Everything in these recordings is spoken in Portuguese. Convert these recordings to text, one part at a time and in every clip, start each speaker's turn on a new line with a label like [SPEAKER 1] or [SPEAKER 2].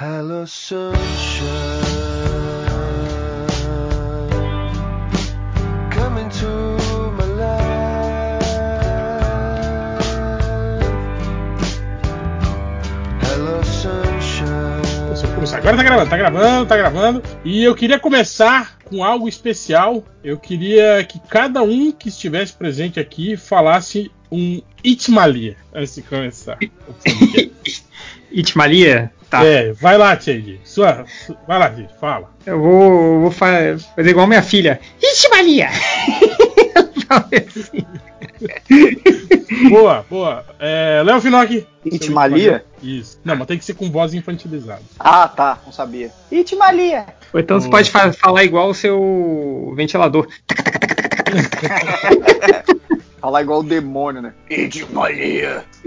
[SPEAKER 1] Hello sunshine, come into my life. Hello sunshine.
[SPEAKER 2] Deixa eu começar. Agora tá gravando, tá gravando, tá gravando. E eu queria começar com algo especial. Eu queria que cada um que estivesse presente aqui falasse um Itmalia antes de começar. o podcast.
[SPEAKER 3] Itmalia? Tá.
[SPEAKER 2] É, vai lá, Tchade. Sua, su- vai lá, Tchade, fala.
[SPEAKER 3] Eu vou, vou fa- fazer igual minha filha. Itmalia! Eu falei assim.
[SPEAKER 2] Boa, boa. É, Léo Finocchi.
[SPEAKER 4] Itmalia?
[SPEAKER 2] Isso. Não, mas tem que ser com voz infantilizada.
[SPEAKER 4] Ah, tá, não sabia. Itmalia!
[SPEAKER 3] Ou então você
[SPEAKER 2] Boa.
[SPEAKER 3] pode fa- falar igual o seu ventilador.
[SPEAKER 4] Falar igual o demônio, né?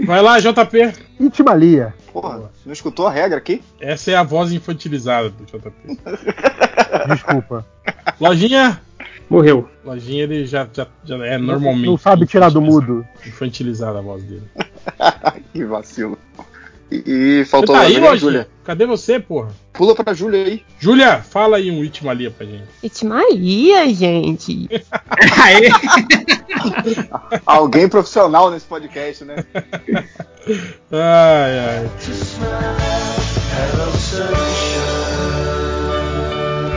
[SPEAKER 2] Vai lá, JP.
[SPEAKER 5] Itimalia.
[SPEAKER 4] Porra, você não escutou a regra aqui?
[SPEAKER 2] Essa é a voz infantilizada do JP.
[SPEAKER 5] Desculpa.
[SPEAKER 2] Lojinha.
[SPEAKER 3] Morreu.
[SPEAKER 2] Lojinha, ele já, já, já é
[SPEAKER 5] Não-
[SPEAKER 2] normalmente.
[SPEAKER 5] Não sabe tirar do mudo.
[SPEAKER 2] Infantilizada a voz dele.
[SPEAKER 4] que vacilo. E,
[SPEAKER 2] Você
[SPEAKER 4] e faltou
[SPEAKER 2] tá aí,
[SPEAKER 4] Lojinha,
[SPEAKER 2] Lojinha? Cadê você, porra?
[SPEAKER 4] Pula pra Júlia aí.
[SPEAKER 2] Júlia, fala aí um Itmalia pra gente.
[SPEAKER 6] Itmalia, gente.
[SPEAKER 3] Aê!
[SPEAKER 4] Alguém profissional nesse podcast, né?
[SPEAKER 2] Ai, ai.
[SPEAKER 1] Hello sunshine.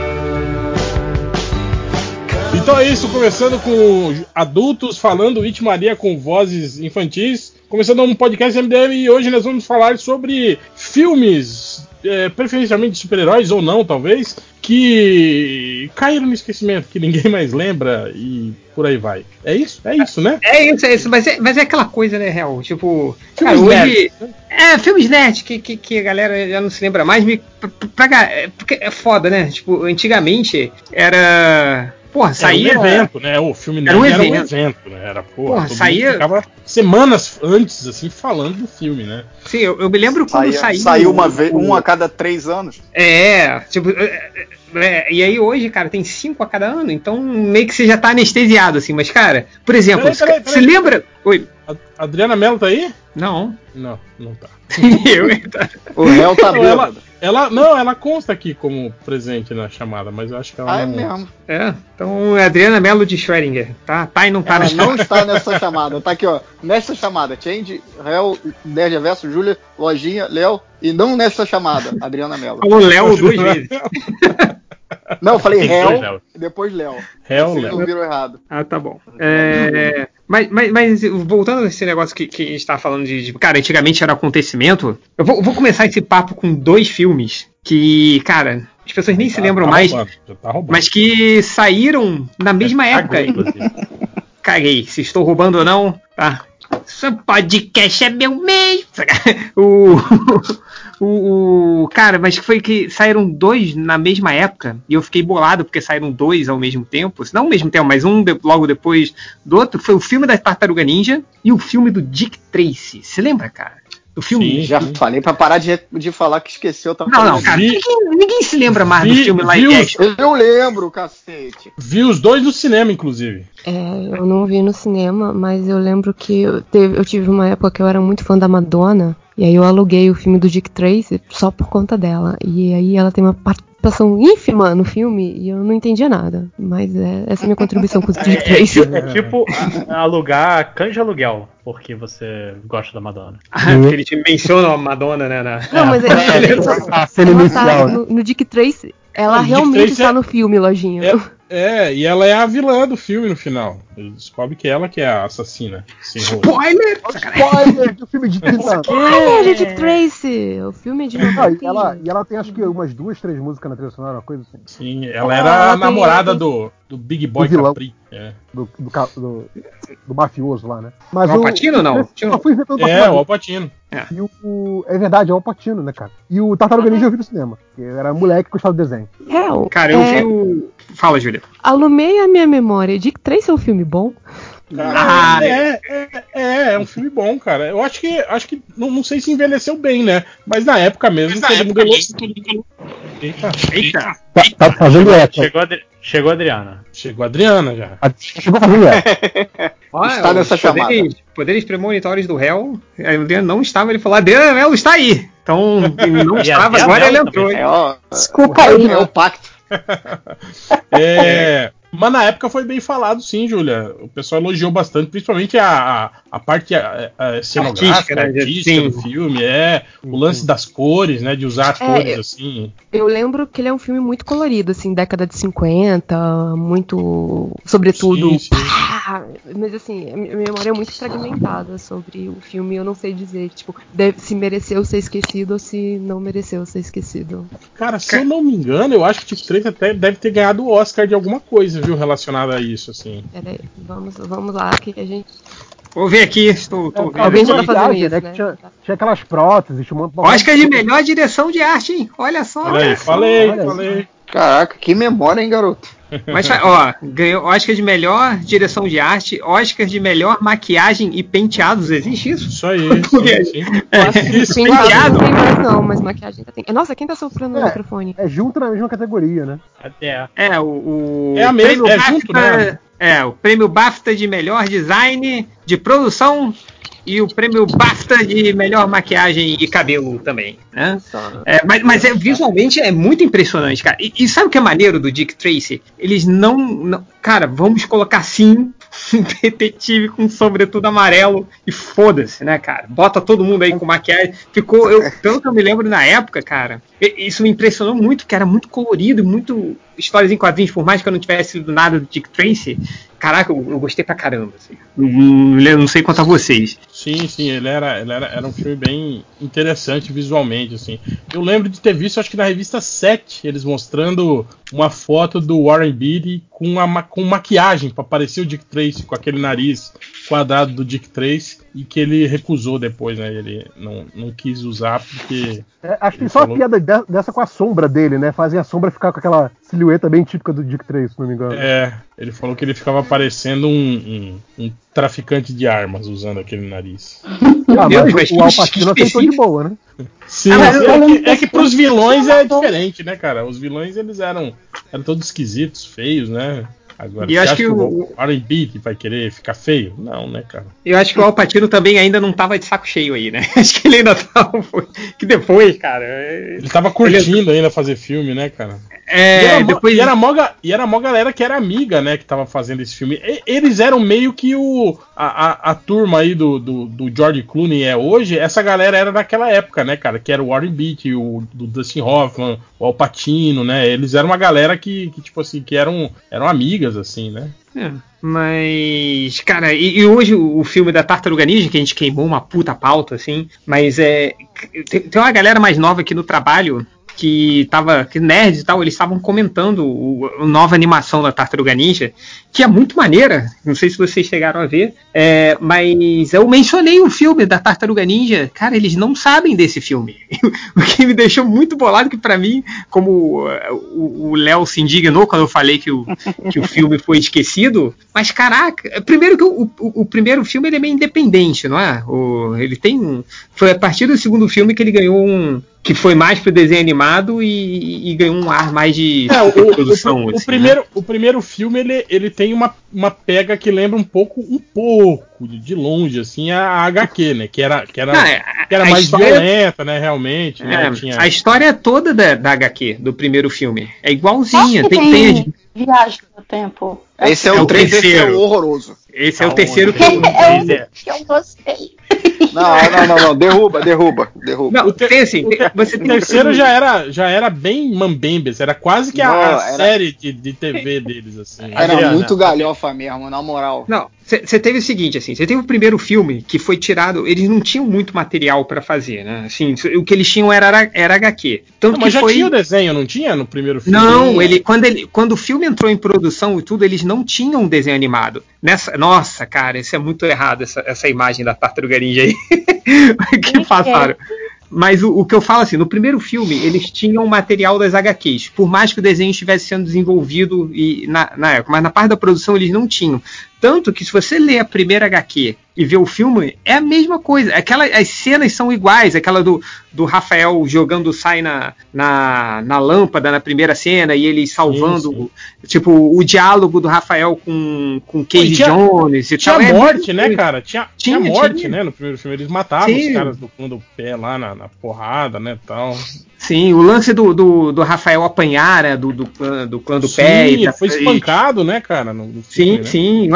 [SPEAKER 2] Então é isso, começando com adultos falando Itmaria com vozes infantis. Começando um podcast MDM e hoje nós vamos falar sobre filmes, é, preferencialmente de super-heróis ou não, talvez, que caíram no esquecimento, que ninguém mais lembra e por aí vai. É isso? É isso, né?
[SPEAKER 3] É isso, é isso. Mas é, mas é aquela coisa, né, real? Tipo,
[SPEAKER 2] Filmes né?
[SPEAKER 3] cara, hoje. É, filmes nerd, que, que, que a galera já não se lembra mais. Me, pra, pra, ga- é, porque é foda, né? Tipo, antigamente era. Porra, saía.
[SPEAKER 2] Era um evento, né? O filme
[SPEAKER 3] Era um
[SPEAKER 2] nerd
[SPEAKER 3] evento.
[SPEAKER 2] evento, né? Era, porra,
[SPEAKER 3] Porra,
[SPEAKER 2] todo mundo
[SPEAKER 3] saía-
[SPEAKER 2] ficava semanas antes, assim, falando do filme, né?
[SPEAKER 3] Sim, eu, eu me lembro quando
[SPEAKER 4] Saía-
[SPEAKER 3] saiu.
[SPEAKER 4] saiu uma vez,
[SPEAKER 3] o-
[SPEAKER 4] um a cada três anos.
[SPEAKER 3] É, tipo. é, é, é, e aí hoje, cara, tem cinco a cada ano, então meio que você já tá anestesiado, assim. Mas, cara, por exemplo,
[SPEAKER 2] Peraí, peraí,
[SPEAKER 3] você
[SPEAKER 2] peraí.
[SPEAKER 3] lembra. Oi.
[SPEAKER 2] A- Adriana Mello tá aí?
[SPEAKER 3] Não.
[SPEAKER 2] Não, não tá.
[SPEAKER 3] eu.
[SPEAKER 4] O réu tá
[SPEAKER 2] então. Não, ela,
[SPEAKER 4] bêbado.
[SPEAKER 2] ela, não, ela consta aqui como presente na chamada, mas eu acho que ela
[SPEAKER 4] Ah, é
[SPEAKER 2] não.
[SPEAKER 4] mesmo.
[SPEAKER 3] É, então é Adriana Mello de Schrödinger, tá? Tá e não tá na
[SPEAKER 4] Ela não está nessa chamada. Tá aqui, ó. Nessa chamada. Change, réu, Nerd Reverso, Júlia, Lojinha, Léo. E não nessa chamada, Adriana Mello.
[SPEAKER 3] Falou Léo duas vezes.
[SPEAKER 4] Não, eu falei
[SPEAKER 2] Tem dois
[SPEAKER 4] réu,
[SPEAKER 2] Léo.
[SPEAKER 4] depois Léo.
[SPEAKER 2] Hell,
[SPEAKER 4] Vocês não
[SPEAKER 2] Léo.
[SPEAKER 4] viram errado.
[SPEAKER 3] Ah, tá bom. É, mas, mas, mas voltando a esse negócio que, que a gente tá falando de, de- Cara, antigamente era acontecimento. Eu vou, vou começar esse papo com dois filmes que, cara, as pessoas nem se lembram
[SPEAKER 2] Tá
[SPEAKER 3] mais,
[SPEAKER 2] roubando, já tá roubando.
[SPEAKER 3] mas que saíram na mesma época.
[SPEAKER 2] Caguei, inclusive.
[SPEAKER 3] Caguei, se estou roubando ou não, tá? Esse podcast é meu meio. O, o, o- Cara, mas foi que saíram dois na mesma época. E eu fiquei bolado porque saíram dois ao mesmo tempo. Se Não ao mesmo tempo, mas um de- logo depois do outro. Foi o filme da Tartaruga Ninja e o filme do Dick Tracy. Você lembra, cara? Do filme.
[SPEAKER 2] Sim.
[SPEAKER 4] Já falei pra parar de, de falar que esqueceu. Tá
[SPEAKER 3] Não, não, cara.
[SPEAKER 2] Vi-
[SPEAKER 3] Ninguém, ninguém se lembra mais do
[SPEAKER 2] vi-
[SPEAKER 3] filme
[SPEAKER 2] vi
[SPEAKER 3] live
[SPEAKER 2] os-
[SPEAKER 3] action.
[SPEAKER 4] Eu lembro, cacete.
[SPEAKER 2] Vi os dois no cinema, inclusive.
[SPEAKER 6] É, eu não vi no cinema, mas eu lembro que eu, teve- eu tive uma época que eu era muito fã da Madonna. E aí eu aluguei o filme do Dick Tracy só por conta dela. E aí ela tem uma participação ínfima no filme e eu não entendia nada. Mas é, essa é a minha contribuição com o Dick
[SPEAKER 7] É,
[SPEAKER 6] Tracy.
[SPEAKER 7] ti- é tipo a- alugar canja aluguel, porque você gosta da Madonna.
[SPEAKER 3] Ah, Porque ele te menciona a Madonna, né? na-
[SPEAKER 6] Não, mas é, é,
[SPEAKER 5] A cena
[SPEAKER 6] ela
[SPEAKER 5] inicial.
[SPEAKER 6] tá no, no Dick Tracy. Ela
[SPEAKER 2] Ah, o Dick
[SPEAKER 6] realmente
[SPEAKER 2] Tracy
[SPEAKER 6] está
[SPEAKER 2] é-
[SPEAKER 6] no filme, lojinha.
[SPEAKER 2] É, é, e ela é a vilã do filme no final. Ele descobre que ela que é a assassina. Se enrolou.
[SPEAKER 3] Spoiler!
[SPEAKER 5] Spoiler do filme de 30 anos.
[SPEAKER 6] Ah, é Dick Tracy! O filme é de
[SPEAKER 5] Ah, e, ela,
[SPEAKER 6] 91.
[SPEAKER 5] e ela tem acho que umas duas, três músicas na trilha sonora, uma coisa assim.
[SPEAKER 2] Sim, ela era
[SPEAKER 6] Ah,
[SPEAKER 2] a
[SPEAKER 6] tem-
[SPEAKER 2] namorada do, do Big Boy
[SPEAKER 5] Do vilão.
[SPEAKER 2] Capri. É,
[SPEAKER 5] Do, do, ca- do, do mafioso lá, né? Mas
[SPEAKER 3] Al Pacino ou não?
[SPEAKER 5] Eu só fui ver pelo
[SPEAKER 2] é o
[SPEAKER 5] Al Pacino.
[SPEAKER 2] Alpatino.
[SPEAKER 5] E o- é verdade, é o Al Pacino, né, cara? E o Tartaruga Ninja eu vi no cinema. Que eu era moleque que gostava do desenho.
[SPEAKER 6] Real.
[SPEAKER 3] Cara, eu
[SPEAKER 6] é,
[SPEAKER 3] vi o. Fala, Júlia.
[SPEAKER 6] Alumei a minha memória. Dick Tracy é um filme bom?
[SPEAKER 3] Ah,
[SPEAKER 2] é, é, é, é um filme bom, cara. Eu acho que acho que não, não sei se envelheceu bem, né? Mas é na época mesmo todo mundo gostou. Eita,
[SPEAKER 3] Eita!
[SPEAKER 5] Tá, fazendo eco.
[SPEAKER 7] Chegou, a Adri- Chegou a Adriana.
[SPEAKER 2] É. chegou a Adriana já.
[SPEAKER 5] Chegou fazendo eco.
[SPEAKER 3] Olha,
[SPEAKER 4] está nessa
[SPEAKER 3] os poderes, poderes premonitórios do réu. O Adriano não estava, ele falou: Adriano, Mel está aí. Então, ele não
[SPEAKER 7] E
[SPEAKER 3] estava,
[SPEAKER 7] até a
[SPEAKER 3] agora
[SPEAKER 7] Mel
[SPEAKER 3] ele
[SPEAKER 7] também.
[SPEAKER 3] entrou.
[SPEAKER 4] É, ó,
[SPEAKER 6] Desculpa aí,
[SPEAKER 4] é o
[SPEAKER 2] né?
[SPEAKER 6] mano.
[SPEAKER 4] pacto.
[SPEAKER 2] É, mas na época foi bem falado, sim, Júlia. O pessoal elogiou bastante, principalmente a, a, a parte a, a
[SPEAKER 3] Artística,
[SPEAKER 2] cenográfica,
[SPEAKER 3] né?
[SPEAKER 2] artística
[SPEAKER 3] Sim. Uhum.
[SPEAKER 2] do filme, é. O lance das cores, né? De usar as
[SPEAKER 6] É,
[SPEAKER 2] cores
[SPEAKER 6] eu-
[SPEAKER 2] assim.
[SPEAKER 6] Eu lembro que ele é um filme muito colorido, assim, década de 50, muito. Sobretudo.
[SPEAKER 2] Sim, sim.
[SPEAKER 6] pá! Mas assim, a minha memória é muito fragmentada sobre o filme, eu não sei dizer, tipo, deve- se mereceu ser esquecido ou se não mereceu ser esquecido.
[SPEAKER 2] Cara, se eu não me engano, eu acho que tipo 3 até deve ter ganhado o Oscar de alguma coisa, viu, relacionada a isso, assim.
[SPEAKER 6] Peraí, vamos, vamos lá, que a gente.
[SPEAKER 3] Vou ver aqui, estou, estou vendo.
[SPEAKER 6] Alguém já tá
[SPEAKER 5] Tinha
[SPEAKER 6] fazendo
[SPEAKER 5] viagem,
[SPEAKER 6] isso,
[SPEAKER 5] né,
[SPEAKER 6] né?
[SPEAKER 5] que tinha, tinha aquelas próteses, tinha um monte-
[SPEAKER 3] Oscar de melhor direção de arte, hein? Olha só.
[SPEAKER 2] é Olha aí, falei,
[SPEAKER 5] olha só.
[SPEAKER 2] falei.
[SPEAKER 4] Caraca, que memória, hein, garoto?
[SPEAKER 3] Mas, ó, ganhou Oscar de melhor direção de arte, Oscar de melhor maquiagem e penteados. Existe isso? É,
[SPEAKER 2] Isso aí, sim, sim. Isso,
[SPEAKER 6] Tem
[SPEAKER 2] claro.
[SPEAKER 6] não tem mais, não, mas maquiagem ainda tem. Nossa, quem tá soprando no
[SPEAKER 5] É.
[SPEAKER 6] microfone?
[SPEAKER 5] É junto na mesma categoria, né?
[SPEAKER 7] Até.
[SPEAKER 3] É, o, o
[SPEAKER 2] É a mesma-
[SPEAKER 3] prêmio
[SPEAKER 2] é junto, né?
[SPEAKER 3] É, o prêmio BAFTA de melhor design de produção e o prêmio BAFTA de melhor maquiagem e cabelo também, né? É, mas mas é, visualmente é muito impressionante, cara. E, e sabe o que é maneiro do Dick Tracy? Eles não. não- cara, vamos colocar sim um detetive com sobretudo amarelo e foda-se, né, cara? Bota todo mundo aí com maquiagem. Ficou, eu, pelo que eu me lembro na época, cara, e- isso me impressionou muito, que era muito colorido, muito histórias em quadrinhos, por mais que eu não tivesse lido nada do Dick Tracy. Caraca, eu, eu gostei pra caramba. Assim. Não, não sei quanto a vocês.
[SPEAKER 2] Sim, sim, ele era, ele era, era um filme bem interessante visualmente, assim. Eu lembro de ter visto, acho que na revista 7, eles mostrando uma foto do Warren Beatty com, a, ma- com maquiagem, pra parecer o Dick Tracy, com aquele nariz quadrado do Dick Tracy, e que ele recusou depois, né? Ele não, não quis usar porque...
[SPEAKER 5] É, acho que
[SPEAKER 2] Ele
[SPEAKER 5] só
[SPEAKER 2] falou.
[SPEAKER 5] a piada de- dessa com a sombra dele, né? Fazem a sombra ficar com aquela silhueta bem típica do Dick Tracy, se não me engano.
[SPEAKER 2] É, ele falou que ele ficava parecendo um, um- um traficante de armas usando aquele nariz.
[SPEAKER 5] ah,
[SPEAKER 3] Deus,
[SPEAKER 5] mas
[SPEAKER 3] mas
[SPEAKER 5] o
[SPEAKER 3] que
[SPEAKER 5] Al Pacino aceitou
[SPEAKER 3] específico.
[SPEAKER 5] de boa, né?
[SPEAKER 2] Sim,
[SPEAKER 3] Ah, mas
[SPEAKER 2] sim,
[SPEAKER 3] eu
[SPEAKER 2] é,
[SPEAKER 3] lembro
[SPEAKER 2] que, é que pros vilões é diferente, né, cara? Os vilões eles eram, eram todos esquisitos, feios, né? Agora,
[SPEAKER 3] E
[SPEAKER 2] você
[SPEAKER 3] acho que
[SPEAKER 2] acha que,
[SPEAKER 3] o-
[SPEAKER 2] o Warren Beatty vai querer ficar feio? Não, né, cara?
[SPEAKER 3] Eu acho que o Alpatino também ainda não tava de saco cheio aí, né? Acho que ele ainda tava. Que depois, cara. é-
[SPEAKER 2] Ele tava curtindo ainda fazer filme, né, cara? e,
[SPEAKER 3] É,
[SPEAKER 2] era
[SPEAKER 3] depois.
[SPEAKER 2] depois... e, era mó, ga- e era mó galera que era amiga, né, que tava fazendo esse filme. E- eles eram meio que o a, a, a turma aí do, do, do George Clooney é hoje. Essa galera era daquela época, né, cara? Que era o Warren Beatty, o do Dustin Hoffman, o Al Pacino, né? Eles eram uma galera que, que tipo assim, que eram, eram amigas, assim, né?
[SPEAKER 3] É, Mas, cara, e, e hoje o o filme da Tartaruga Ninja, que a gente queimou uma puta pauta, assim, mas é. Tem, tem uma galera mais nova aqui no trabalho que tava. que nerd e tal, eles estavam comentando o- a nova animação da Tartaruga Ninja, que é muito maneira. Não sei se vocês chegaram a ver. é, mas eu mencionei o filme da Tartaruga Ninja. Cara, eles não sabem desse filme. o que me deixou muito bolado, que pra mim, como eh, o o Léo se indignou quando eu falei que o, que o filme foi esquecido. Mas caraca, eh, primeiro que o, o- o primeiro filme ele é meio independente, não é? O- ele tem um- foi a partir do segundo filme que ele ganhou um que foi mais pro desenho animado e, e ganhou um ar mais de
[SPEAKER 2] É, o, o-
[SPEAKER 3] produção.
[SPEAKER 2] o- o
[SPEAKER 3] assim, né?
[SPEAKER 2] primeiro, o primeiro filme ele, ele tem uma, uma pega que lembra um pouco, um pouco, de, de longe, assim, a, a HQ, né? Que era, que era,
[SPEAKER 3] Não, é,
[SPEAKER 2] que era
[SPEAKER 3] a
[SPEAKER 2] mais
[SPEAKER 3] história-
[SPEAKER 2] violenta, né? Realmente. né,
[SPEAKER 3] É,
[SPEAKER 2] tinha-
[SPEAKER 3] a história toda da, da HQ, do primeiro filme, é igualzinha.
[SPEAKER 8] Acho que
[SPEAKER 3] Tem, tem,
[SPEAKER 8] tem viagem no tempo.
[SPEAKER 4] Esse é,
[SPEAKER 3] É o
[SPEAKER 4] o 3, esse é
[SPEAKER 3] terceiro.
[SPEAKER 4] o horroroso.
[SPEAKER 3] esse é o terceiro
[SPEAKER 8] É
[SPEAKER 3] filme.
[SPEAKER 8] o único que eu gostei.
[SPEAKER 4] Não, não, não, não. Derruba, derruba, derruba.
[SPEAKER 3] Não,
[SPEAKER 2] O ter-
[SPEAKER 3] tem assim,
[SPEAKER 2] o
[SPEAKER 3] tem-
[SPEAKER 2] ter-
[SPEAKER 3] você assim, tem
[SPEAKER 2] O terceiro já era, já era bem mambembes, era quase que a, a
[SPEAKER 4] Não, era-
[SPEAKER 2] série de, de TV deles, assim.
[SPEAKER 4] Era
[SPEAKER 2] Adriana,
[SPEAKER 4] muito galhofa mesmo, na moral.
[SPEAKER 3] Não, você teve o seguinte, assim, você teve o primeiro filme que foi tirado, eles não tinham muito material pra fazer, né? Assim, cê- o que eles tinham era, era, era HQ. Tanto
[SPEAKER 2] Não, mas
[SPEAKER 3] que
[SPEAKER 2] já
[SPEAKER 3] foi.
[SPEAKER 2] tinha o desenho, não tinha no primeiro filme?
[SPEAKER 3] Não, ele quando, ele quando o filme entrou em produção e tudo, eles não tinham um desenho animado. Nessa, nossa, cara, isso é muito errado, essa, essa imagem da tartaruga ninja aí que passaram. Mas o, o que eu falo assim, no primeiro filme eles tinham o material das HQs, por mais que o desenho estivesse sendo desenvolvido e na, na época, mas na parte da produção eles não tinham. Tanto que se você lê a primeira HQ e vê o filme, é a mesma coisa. Aquela, as cenas são iguais, aquela do, do Rafael jogando o sai na, na, na lâmpada na primeira cena e ele salvando,
[SPEAKER 2] Sim,
[SPEAKER 3] tipo, o diálogo do Rafael com, com Casey
[SPEAKER 2] E tinha-
[SPEAKER 3] Jones e
[SPEAKER 2] Tinha
[SPEAKER 3] tal. É a
[SPEAKER 2] morte,
[SPEAKER 3] mesma
[SPEAKER 2] né,
[SPEAKER 3] coisa.
[SPEAKER 2] cara? Tinha, tinha,
[SPEAKER 3] Tinha,
[SPEAKER 2] morte,
[SPEAKER 3] tinha.
[SPEAKER 2] né? No primeiro filme. Eles matavam
[SPEAKER 3] Sim.
[SPEAKER 2] os caras do fundo do pé lá na, na porrada, né? Tal.
[SPEAKER 3] Sim, o lance do, do, do Rafael apanhar, né, do, do, clã- do clã do
[SPEAKER 2] Sim,
[SPEAKER 3] pé. e
[SPEAKER 2] ele
[SPEAKER 3] tal.
[SPEAKER 2] foi
[SPEAKER 3] E-
[SPEAKER 2] espancado, né, cara? No, no filme,
[SPEAKER 3] Sim,
[SPEAKER 2] né?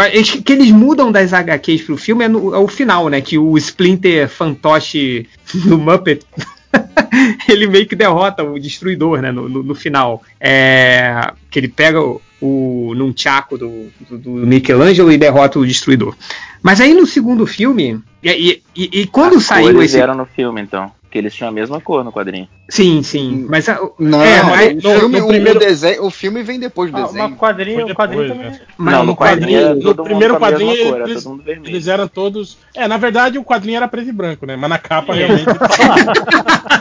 [SPEAKER 3] sim. Eles- que eles mudam das HQs pro filme é, no, é o final, né? Que o Splinter fantoche do Muppet. ele meio que derrota o destruidor, né? No, no- no final. É, que ele pega o, o num tchaco do, do, do Michelangelo e derrota o destruidor. Mas aí no segundo filme. E, e- e- e quando
[SPEAKER 9] As
[SPEAKER 3] saiu
[SPEAKER 9] cores
[SPEAKER 3] esse.
[SPEAKER 9] vieram no filme, então. Que eles tinham a mesma cor no quadrinho.
[SPEAKER 3] Sim, sim. Mas a-
[SPEAKER 4] Não,
[SPEAKER 3] É, mas
[SPEAKER 4] o,
[SPEAKER 2] no-
[SPEAKER 4] filme,
[SPEAKER 2] no
[SPEAKER 4] o-
[SPEAKER 2] primeiro-
[SPEAKER 4] o desenho, o filme vem depois do
[SPEAKER 7] Ah,
[SPEAKER 4] desenho.
[SPEAKER 7] mas quadrinho,
[SPEAKER 2] Foi
[SPEAKER 7] o quadrinho
[SPEAKER 2] depois,
[SPEAKER 7] também. é
[SPEAKER 2] né?
[SPEAKER 3] mas
[SPEAKER 9] não, no quadrinho,
[SPEAKER 2] quadrinho-
[SPEAKER 9] era
[SPEAKER 2] no
[SPEAKER 9] todo mundo
[SPEAKER 2] primeiro
[SPEAKER 9] com a mesma
[SPEAKER 2] quadrinho,
[SPEAKER 9] cor, era
[SPEAKER 2] eles-
[SPEAKER 9] todo mundo vermelho.
[SPEAKER 2] Eles eram todos. É, na verdade o quadrinho era preto e branco, né? Mas na capa realmente.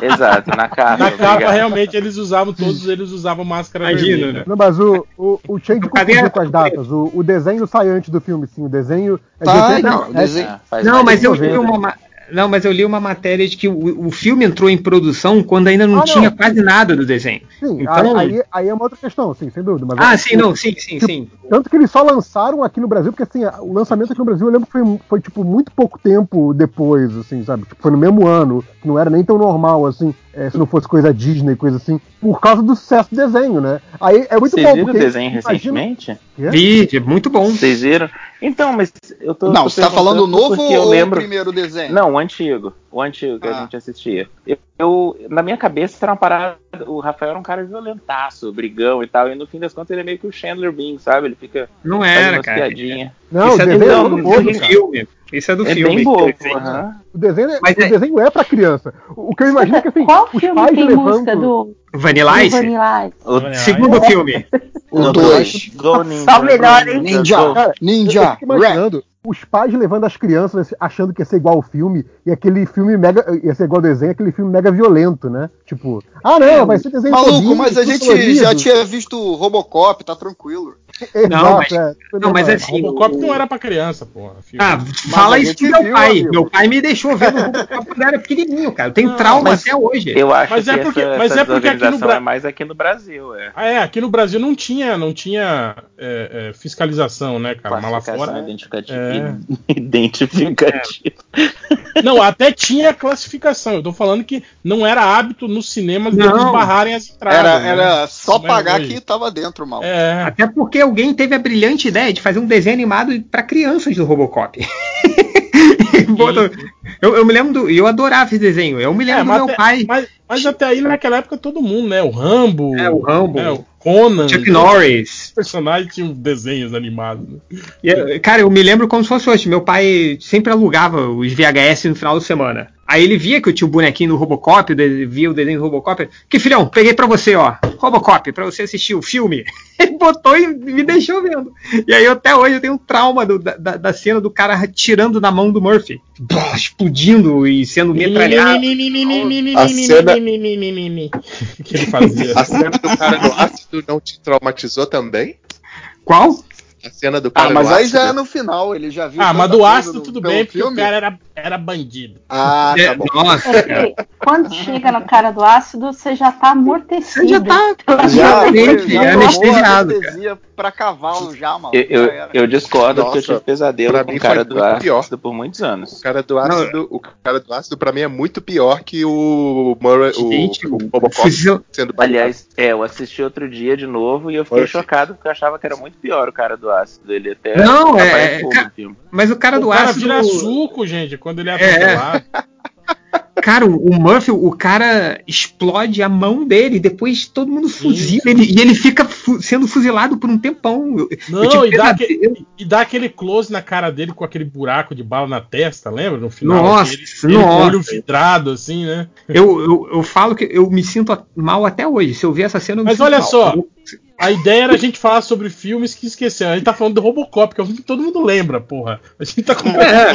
[SPEAKER 9] Exato, na capa.
[SPEAKER 2] na capa
[SPEAKER 9] obrigado.
[SPEAKER 2] realmente eles usavam, todos eles usavam máscara
[SPEAKER 3] Imagina,
[SPEAKER 2] vermelha.
[SPEAKER 3] né?
[SPEAKER 5] Não, mas o, o, o Change
[SPEAKER 3] O cadeira-
[SPEAKER 5] confundiu com as datas. O, o desenho sai antes do filme, sim. O desenho é de
[SPEAKER 4] Sai,
[SPEAKER 5] 80,
[SPEAKER 4] não, o
[SPEAKER 5] é-
[SPEAKER 4] desenho-
[SPEAKER 9] Ah, faz
[SPEAKER 3] Não,
[SPEAKER 9] mais
[SPEAKER 3] mas eu
[SPEAKER 9] sentido.
[SPEAKER 3] li uma. ma- Não, mas eu li uma matéria de que o, o filme entrou em produção quando ainda não tinha quase nada do desenho.
[SPEAKER 5] Ah, Sim,
[SPEAKER 3] Então-
[SPEAKER 5] aí, aí- aí é uma outra questão, sim, sem dúvida. Mas
[SPEAKER 3] Ah,
[SPEAKER 5] é-
[SPEAKER 3] sim, não, sim, sim, sim.
[SPEAKER 5] Tanto que eles só lançaram aqui no Brasil, porque assim, o lançamento aqui no Brasil eu lembro que foi, foi tipo muito pouco tempo depois, assim, sabe? Tipo, foi no mesmo ano, que não era nem tão normal, assim, eh, se não fosse coisa Disney, coisa assim, por causa do sucesso do desenho, né? Aí é muito
[SPEAKER 9] Vocês
[SPEAKER 5] bom,
[SPEAKER 9] viram o
[SPEAKER 5] porque.
[SPEAKER 9] desenho
[SPEAKER 5] imagina-
[SPEAKER 9] recentemente?
[SPEAKER 3] Vi, é muito bom.
[SPEAKER 9] Vocês viram? Então, mas eu tô.
[SPEAKER 4] Não,
[SPEAKER 9] tô
[SPEAKER 4] você tá falando o
[SPEAKER 9] perguntando
[SPEAKER 4] novo
[SPEAKER 9] porque eu
[SPEAKER 4] ou
[SPEAKER 9] lembro...
[SPEAKER 4] o primeiro desenho?
[SPEAKER 9] Não, o antigo. O antigo que a
[SPEAKER 4] Ah.
[SPEAKER 9] gente assistia. Eu, eu- na minha cabeça, era uma parada. O Rafael era um cara violentaço, brigão e tal. E no fim das contas, ele é meio que o Chandler Bing, sabe? Ele fica
[SPEAKER 3] Não
[SPEAKER 9] fazendo
[SPEAKER 3] era,
[SPEAKER 9] umas
[SPEAKER 3] cara.
[SPEAKER 9] piadinhas.
[SPEAKER 5] Não, o
[SPEAKER 3] Isso é do,
[SPEAKER 5] desenho é
[SPEAKER 9] não,
[SPEAKER 5] todo
[SPEAKER 9] não
[SPEAKER 5] bobo,
[SPEAKER 9] tem
[SPEAKER 3] do
[SPEAKER 5] cara.
[SPEAKER 3] filme. Isso é do
[SPEAKER 9] É
[SPEAKER 3] filme.
[SPEAKER 9] bem bobo.
[SPEAKER 3] Desenho.
[SPEAKER 9] aham.
[SPEAKER 5] O desenho é,
[SPEAKER 3] Mas
[SPEAKER 5] o
[SPEAKER 3] é-
[SPEAKER 5] desenho é pra criança. O, o que eu imagino é que assim,
[SPEAKER 8] Qual
[SPEAKER 5] os
[SPEAKER 8] filme
[SPEAKER 5] pais
[SPEAKER 8] tem
[SPEAKER 5] levando-
[SPEAKER 8] música do,
[SPEAKER 3] Vanilla
[SPEAKER 8] do
[SPEAKER 3] Ice?
[SPEAKER 8] Vanilla Ice?
[SPEAKER 9] O
[SPEAKER 3] Segundo filme.
[SPEAKER 4] O dois.
[SPEAKER 9] Go Ninja.
[SPEAKER 8] Só o melhor, hein?
[SPEAKER 4] Ninja,
[SPEAKER 5] Eu
[SPEAKER 4] Ninja,
[SPEAKER 5] fico imaginando os pais levando as crianças né, achando que ia ser igual ao filme, e aquele filme mega. ia ser igual ao desenho, aquele filme mega violento, né? Tipo, ah não, vai ser desenho
[SPEAKER 4] Maluco,
[SPEAKER 5] todinho,
[SPEAKER 4] mas a
[SPEAKER 5] tudo
[SPEAKER 4] gente
[SPEAKER 5] colorido.
[SPEAKER 4] já tinha visto Robocop, tá tranquilo.
[SPEAKER 5] Exato,
[SPEAKER 3] Não, mas-
[SPEAKER 5] é. Foi
[SPEAKER 3] Não, mas
[SPEAKER 5] verdade.
[SPEAKER 3] assim.
[SPEAKER 2] Robocop
[SPEAKER 3] o-
[SPEAKER 2] não era pra criança, porra. filme.
[SPEAKER 3] Ah, fala
[SPEAKER 4] a
[SPEAKER 3] isso
[SPEAKER 4] gente
[SPEAKER 3] pro meu
[SPEAKER 4] viu,
[SPEAKER 3] pai.
[SPEAKER 4] amigo.
[SPEAKER 3] Meu pai me deixou ver o Robocop quando eu era pequenininho, cara. Eu tenho trauma
[SPEAKER 9] mas-
[SPEAKER 3] até hoje.
[SPEAKER 9] Eu acho
[SPEAKER 2] Mas
[SPEAKER 9] que
[SPEAKER 2] é porque-
[SPEAKER 9] essa,
[SPEAKER 2] mas
[SPEAKER 9] essa
[SPEAKER 2] é porque aqui no
[SPEAKER 9] desorganização
[SPEAKER 2] Bra-
[SPEAKER 9] é mais aqui no Brasil, é.
[SPEAKER 2] Ah, é, aqui no Brasil não tinha, não tinha é, é, fiscalização, né, cara? Mas lá
[SPEAKER 9] Classificação
[SPEAKER 2] fora.
[SPEAKER 9] identificativa.
[SPEAKER 2] É.
[SPEAKER 9] Identificativa.
[SPEAKER 2] Não, até tinha classificação. Eu tô falando que não era hábito nos cinemas
[SPEAKER 3] Não.
[SPEAKER 2] eles barrarem as entradas.
[SPEAKER 4] Era,
[SPEAKER 2] né?
[SPEAKER 4] era só
[SPEAKER 2] Como é
[SPEAKER 4] pagar
[SPEAKER 2] hoje.
[SPEAKER 4] que tava dentro, mal.
[SPEAKER 2] É.
[SPEAKER 3] Até porque alguém teve a brilhante ideia de fazer um desenho animado pra crianças do Robocop. Botou- eu, eu me lembro do. Eu adorava esse desenho. Eu me lembro
[SPEAKER 2] É,
[SPEAKER 3] do
[SPEAKER 2] mas,
[SPEAKER 3] meu
[SPEAKER 2] até,
[SPEAKER 3] pai.
[SPEAKER 2] mas- mas até aí naquela época todo mundo, né? O Rambo,
[SPEAKER 3] É, o Rambo.
[SPEAKER 2] né, o Conan,
[SPEAKER 3] Chuck
[SPEAKER 2] todos
[SPEAKER 3] Norris.
[SPEAKER 2] os personagens tinham desenhos animados. né?
[SPEAKER 3] E eu- cara, eu me lembro como se fosse hoje. Meu pai sempre alugava os VHS no final de semana. Aí ele via que eu tinha o bonequinho do Robocop, o de- via o desenho do Robocop. Que filhão, peguei pra você, ó. Robocop, pra você assistir o filme. Ele botou e me deixou vendo. E aí eu, até hoje eu tenho um trauma do- da, da- da cena do cara tirando na mão do Murphy. Blá, explodindo e sendo metralhado.
[SPEAKER 10] A cena-
[SPEAKER 2] O que ele fazia?
[SPEAKER 10] A cena do cara no ácido não te traumatizou também?
[SPEAKER 3] Qual?
[SPEAKER 10] A cena do cara
[SPEAKER 4] Ah, mas
[SPEAKER 10] no
[SPEAKER 4] aí
[SPEAKER 10] ácido.
[SPEAKER 4] já é no final, ele já viu.
[SPEAKER 2] Ah,
[SPEAKER 4] tanta
[SPEAKER 2] mas do
[SPEAKER 4] coisa
[SPEAKER 2] ácido
[SPEAKER 4] no-
[SPEAKER 2] tudo
[SPEAKER 4] pelo
[SPEAKER 2] bem, porque o
[SPEAKER 4] filme.
[SPEAKER 2] cara era, era bandido.
[SPEAKER 4] Ah,
[SPEAKER 3] É,
[SPEAKER 4] tá bom.
[SPEAKER 3] nossa,
[SPEAKER 8] É
[SPEAKER 3] cara.
[SPEAKER 8] que quando chega no cara do ácido, você já tá amortecido.
[SPEAKER 3] Você já tá
[SPEAKER 4] foi-
[SPEAKER 3] completamente
[SPEAKER 8] já
[SPEAKER 4] tomou
[SPEAKER 3] anestesiado. é cara.
[SPEAKER 4] anestesia pra cavalo já, mal.
[SPEAKER 9] Eu, eu,
[SPEAKER 4] Já era.
[SPEAKER 9] eu discordo porque eu
[SPEAKER 10] Nossa,
[SPEAKER 9] tive pesadelo
[SPEAKER 10] pra
[SPEAKER 9] com
[SPEAKER 10] mim
[SPEAKER 9] o cara
[SPEAKER 10] foi
[SPEAKER 9] do
[SPEAKER 10] muito pior.
[SPEAKER 9] ácido por muitos
[SPEAKER 10] O
[SPEAKER 9] anos.
[SPEAKER 10] cara do ácido, o cara do ácido pra mim é muito pior que o Murray, o,
[SPEAKER 3] Gente,
[SPEAKER 10] o Robocop
[SPEAKER 3] fuzil-
[SPEAKER 10] sendo
[SPEAKER 9] Aliás, é, eu assisti outro dia de novo e eu fiquei
[SPEAKER 10] Oxe.
[SPEAKER 9] chocado porque eu achava que era muito pior o cara do ácido. Ele até
[SPEAKER 3] Não,
[SPEAKER 9] aparece
[SPEAKER 3] é-
[SPEAKER 9] pouco
[SPEAKER 3] ca-
[SPEAKER 9] no filme.
[SPEAKER 3] Mas o cara
[SPEAKER 2] O
[SPEAKER 3] do
[SPEAKER 2] cara
[SPEAKER 3] ácido.
[SPEAKER 2] vira suco, gente, quando ele é
[SPEAKER 3] É.
[SPEAKER 2] atropelado.
[SPEAKER 3] Cara, o o Murphy, o cara explode a mão dele, depois todo mundo fuzila ele, e ele fica fu- sendo fuzilado por um tempão. Eu- assim, eu
[SPEAKER 2] Não,
[SPEAKER 3] tive
[SPEAKER 2] e
[SPEAKER 3] pesadelo.
[SPEAKER 2] dá, aquele, e dá aquele close na cara dele com aquele buraco de bala na testa, lembra? No final.
[SPEAKER 3] Nossa,
[SPEAKER 2] assim, ele, ele com o
[SPEAKER 3] nossa.
[SPEAKER 2] olho vidrado, assim, né?
[SPEAKER 3] Eu, eu, eu falo que eu me sinto a- mal até hoje. Se eu ver essa cena, eu me
[SPEAKER 2] Mas
[SPEAKER 3] sinto
[SPEAKER 2] olha
[SPEAKER 3] mal.
[SPEAKER 2] só, A ideia era a gente falar sobre filmes que esqueceu. A gente tá falando do Robocop, que é um filme que todo mundo lembra, porra. A gente tá com.
[SPEAKER 3] É.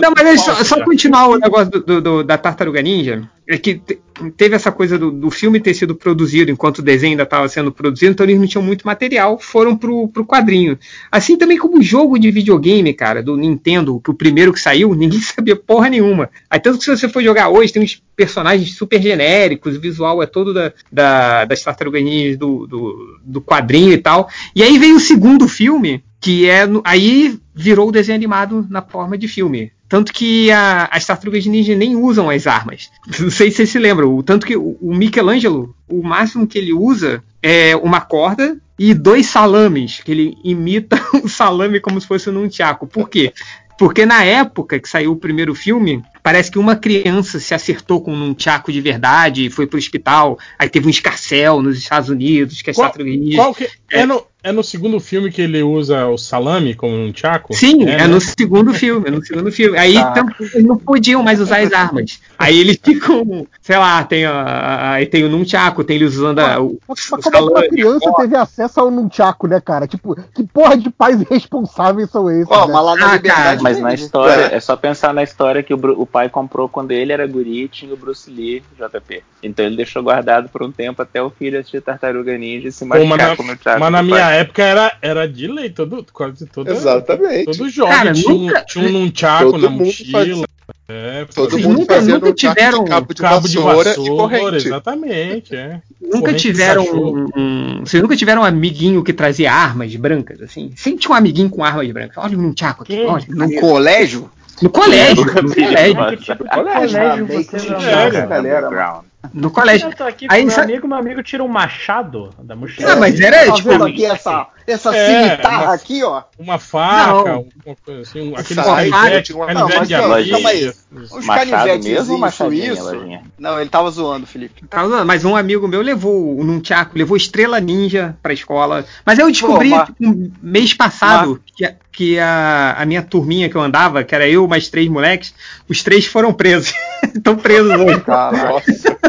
[SPEAKER 3] Não, mas aí só, só
[SPEAKER 2] Cara.
[SPEAKER 3] continuar o negócio do- do- do- da Tartaruga Ninja. é que te- teve essa coisa do, do filme ter sido produzido enquanto o desenho ainda estava sendo produzido, então eles não tinham muito material, foram pro, pro quadrinho. Assim também como o jogo de videogame, cara, do Nintendo, que o primeiro que saiu, ninguém sabia porra nenhuma. Aí tanto que se você for jogar hoje, tem uns personagens super genéricos, o visual é todo da, da- das tartarugas ninjas do, do, do quadrinho e tal. E aí veio o segundo filme, que é. no- Aí virou o desenho animado na forma de filme. Tanto que a- as tartarugas ninja nem usam as armas. Não sei se vocês se lembram. O tanto que o, o Michelangelo, o máximo que ele usa é uma corda e dois salames, que ele imita um salame como se fosse num tiaco. Por quê? Porque na época que saiu o primeiro filme, parece que uma criança se acertou com um tiaco de verdade e foi pro hospital. Aí teve um escarcel nos Estados Unidos, que as
[SPEAKER 2] Qual-
[SPEAKER 3] tartarugas ninjas.
[SPEAKER 2] Qual que- é, no, é no segundo filme que ele usa o salame como um tchaco?
[SPEAKER 3] Sim, é,
[SPEAKER 2] né?
[SPEAKER 3] no segundo filme, é no segundo filme. Aí
[SPEAKER 2] Tá.
[SPEAKER 3] tam- eles não podiam mais usar as armas. Aí eles ficam, sei lá, tem a- a, aí tem o Nunchaku, tem eles usando a, o,
[SPEAKER 5] Mas como é que uma criança teve acesso ao Nunchaku, né, cara? Tipo, que porra de pais irresponsáveis são esses? né?
[SPEAKER 9] Ah,
[SPEAKER 5] Ah,
[SPEAKER 9] mas
[SPEAKER 4] né?
[SPEAKER 9] na história, é só pensar na história que o, Bru- o pai comprou quando ele era guri e tinha o Bruce Lee, JP. Então ele deixou guardado por um tempo até o filho assistir Tartaruga Ninja e se
[SPEAKER 2] Pô, mas
[SPEAKER 9] machucar
[SPEAKER 2] na,
[SPEAKER 9] com o Nunchaku
[SPEAKER 2] mas na
[SPEAKER 9] do
[SPEAKER 2] minha
[SPEAKER 9] pai.
[SPEAKER 2] época era, era de lei, todo, quase todo.
[SPEAKER 10] Exatamente.
[SPEAKER 2] Todo jovem
[SPEAKER 10] Cara,
[SPEAKER 2] tinha,
[SPEAKER 10] nunca-
[SPEAKER 2] um, tinha um nunchaco
[SPEAKER 10] Todo
[SPEAKER 2] na
[SPEAKER 10] mundo
[SPEAKER 2] mochila.
[SPEAKER 10] fazia-
[SPEAKER 2] É,
[SPEAKER 10] Todo
[SPEAKER 2] fazia-
[SPEAKER 10] mundo Nunca- fazia nunca nunchaku de tiveram
[SPEAKER 2] cabo
[SPEAKER 10] cabo
[SPEAKER 2] de
[SPEAKER 10] de
[SPEAKER 2] vassoura,
[SPEAKER 10] vassoura e corrente.
[SPEAKER 2] Exatamente, é.
[SPEAKER 3] Nunca
[SPEAKER 2] Corrente de
[SPEAKER 3] tiveram
[SPEAKER 2] cachorro.
[SPEAKER 3] um, um- Vocês nunca tiveram um amiguinho que trazia armas brancas, assim? Sempre tinha um amiguinho com armas brancas. Olha o Nunchaku aqui, olha. que maneiro.
[SPEAKER 4] colégio?
[SPEAKER 3] No colégio.
[SPEAKER 9] Nunca
[SPEAKER 3] No
[SPEAKER 9] vi,
[SPEAKER 3] É, colégio.
[SPEAKER 7] é
[SPEAKER 9] mano.
[SPEAKER 7] tipo,
[SPEAKER 5] Tipo,
[SPEAKER 7] colégio, você não-
[SPEAKER 3] É, cara. No colégio.
[SPEAKER 7] Eu tô aqui com
[SPEAKER 3] Aí,
[SPEAKER 7] meu
[SPEAKER 3] sabe-
[SPEAKER 7] amigo, meu amigo tira um machado da mochila.
[SPEAKER 3] Ah, mas era,
[SPEAKER 7] Tá
[SPEAKER 3] tipo,
[SPEAKER 7] vendo
[SPEAKER 4] aqui essa, essa
[SPEAKER 2] É,
[SPEAKER 4] cimitarra
[SPEAKER 2] uma-
[SPEAKER 4] aqui, ó.
[SPEAKER 2] Uma faca,
[SPEAKER 4] Não.
[SPEAKER 2] uma coisa assim, um, aquele
[SPEAKER 4] Sabe?
[SPEAKER 2] canivete,
[SPEAKER 4] Não,
[SPEAKER 2] canivete
[SPEAKER 4] mas,
[SPEAKER 2] de
[SPEAKER 4] ó,
[SPEAKER 2] abelha.
[SPEAKER 4] calma aí. Os
[SPEAKER 3] Machado
[SPEAKER 4] canivetes
[SPEAKER 3] mesmo ou machadinha,
[SPEAKER 4] suíço.
[SPEAKER 3] Lojinha?
[SPEAKER 4] Não, ele tava zoando, Felipe.
[SPEAKER 3] Tá usando, Mas um amigo meu levou o Nunchaku, levou Estrela Ninja pra escola. Mas eu descobri
[SPEAKER 4] Pô, mas-
[SPEAKER 3] um mês passado que, a, que a- a minha turminha que eu andava, que era eu mais três moleques, os três foram presos. Estão presos hoje.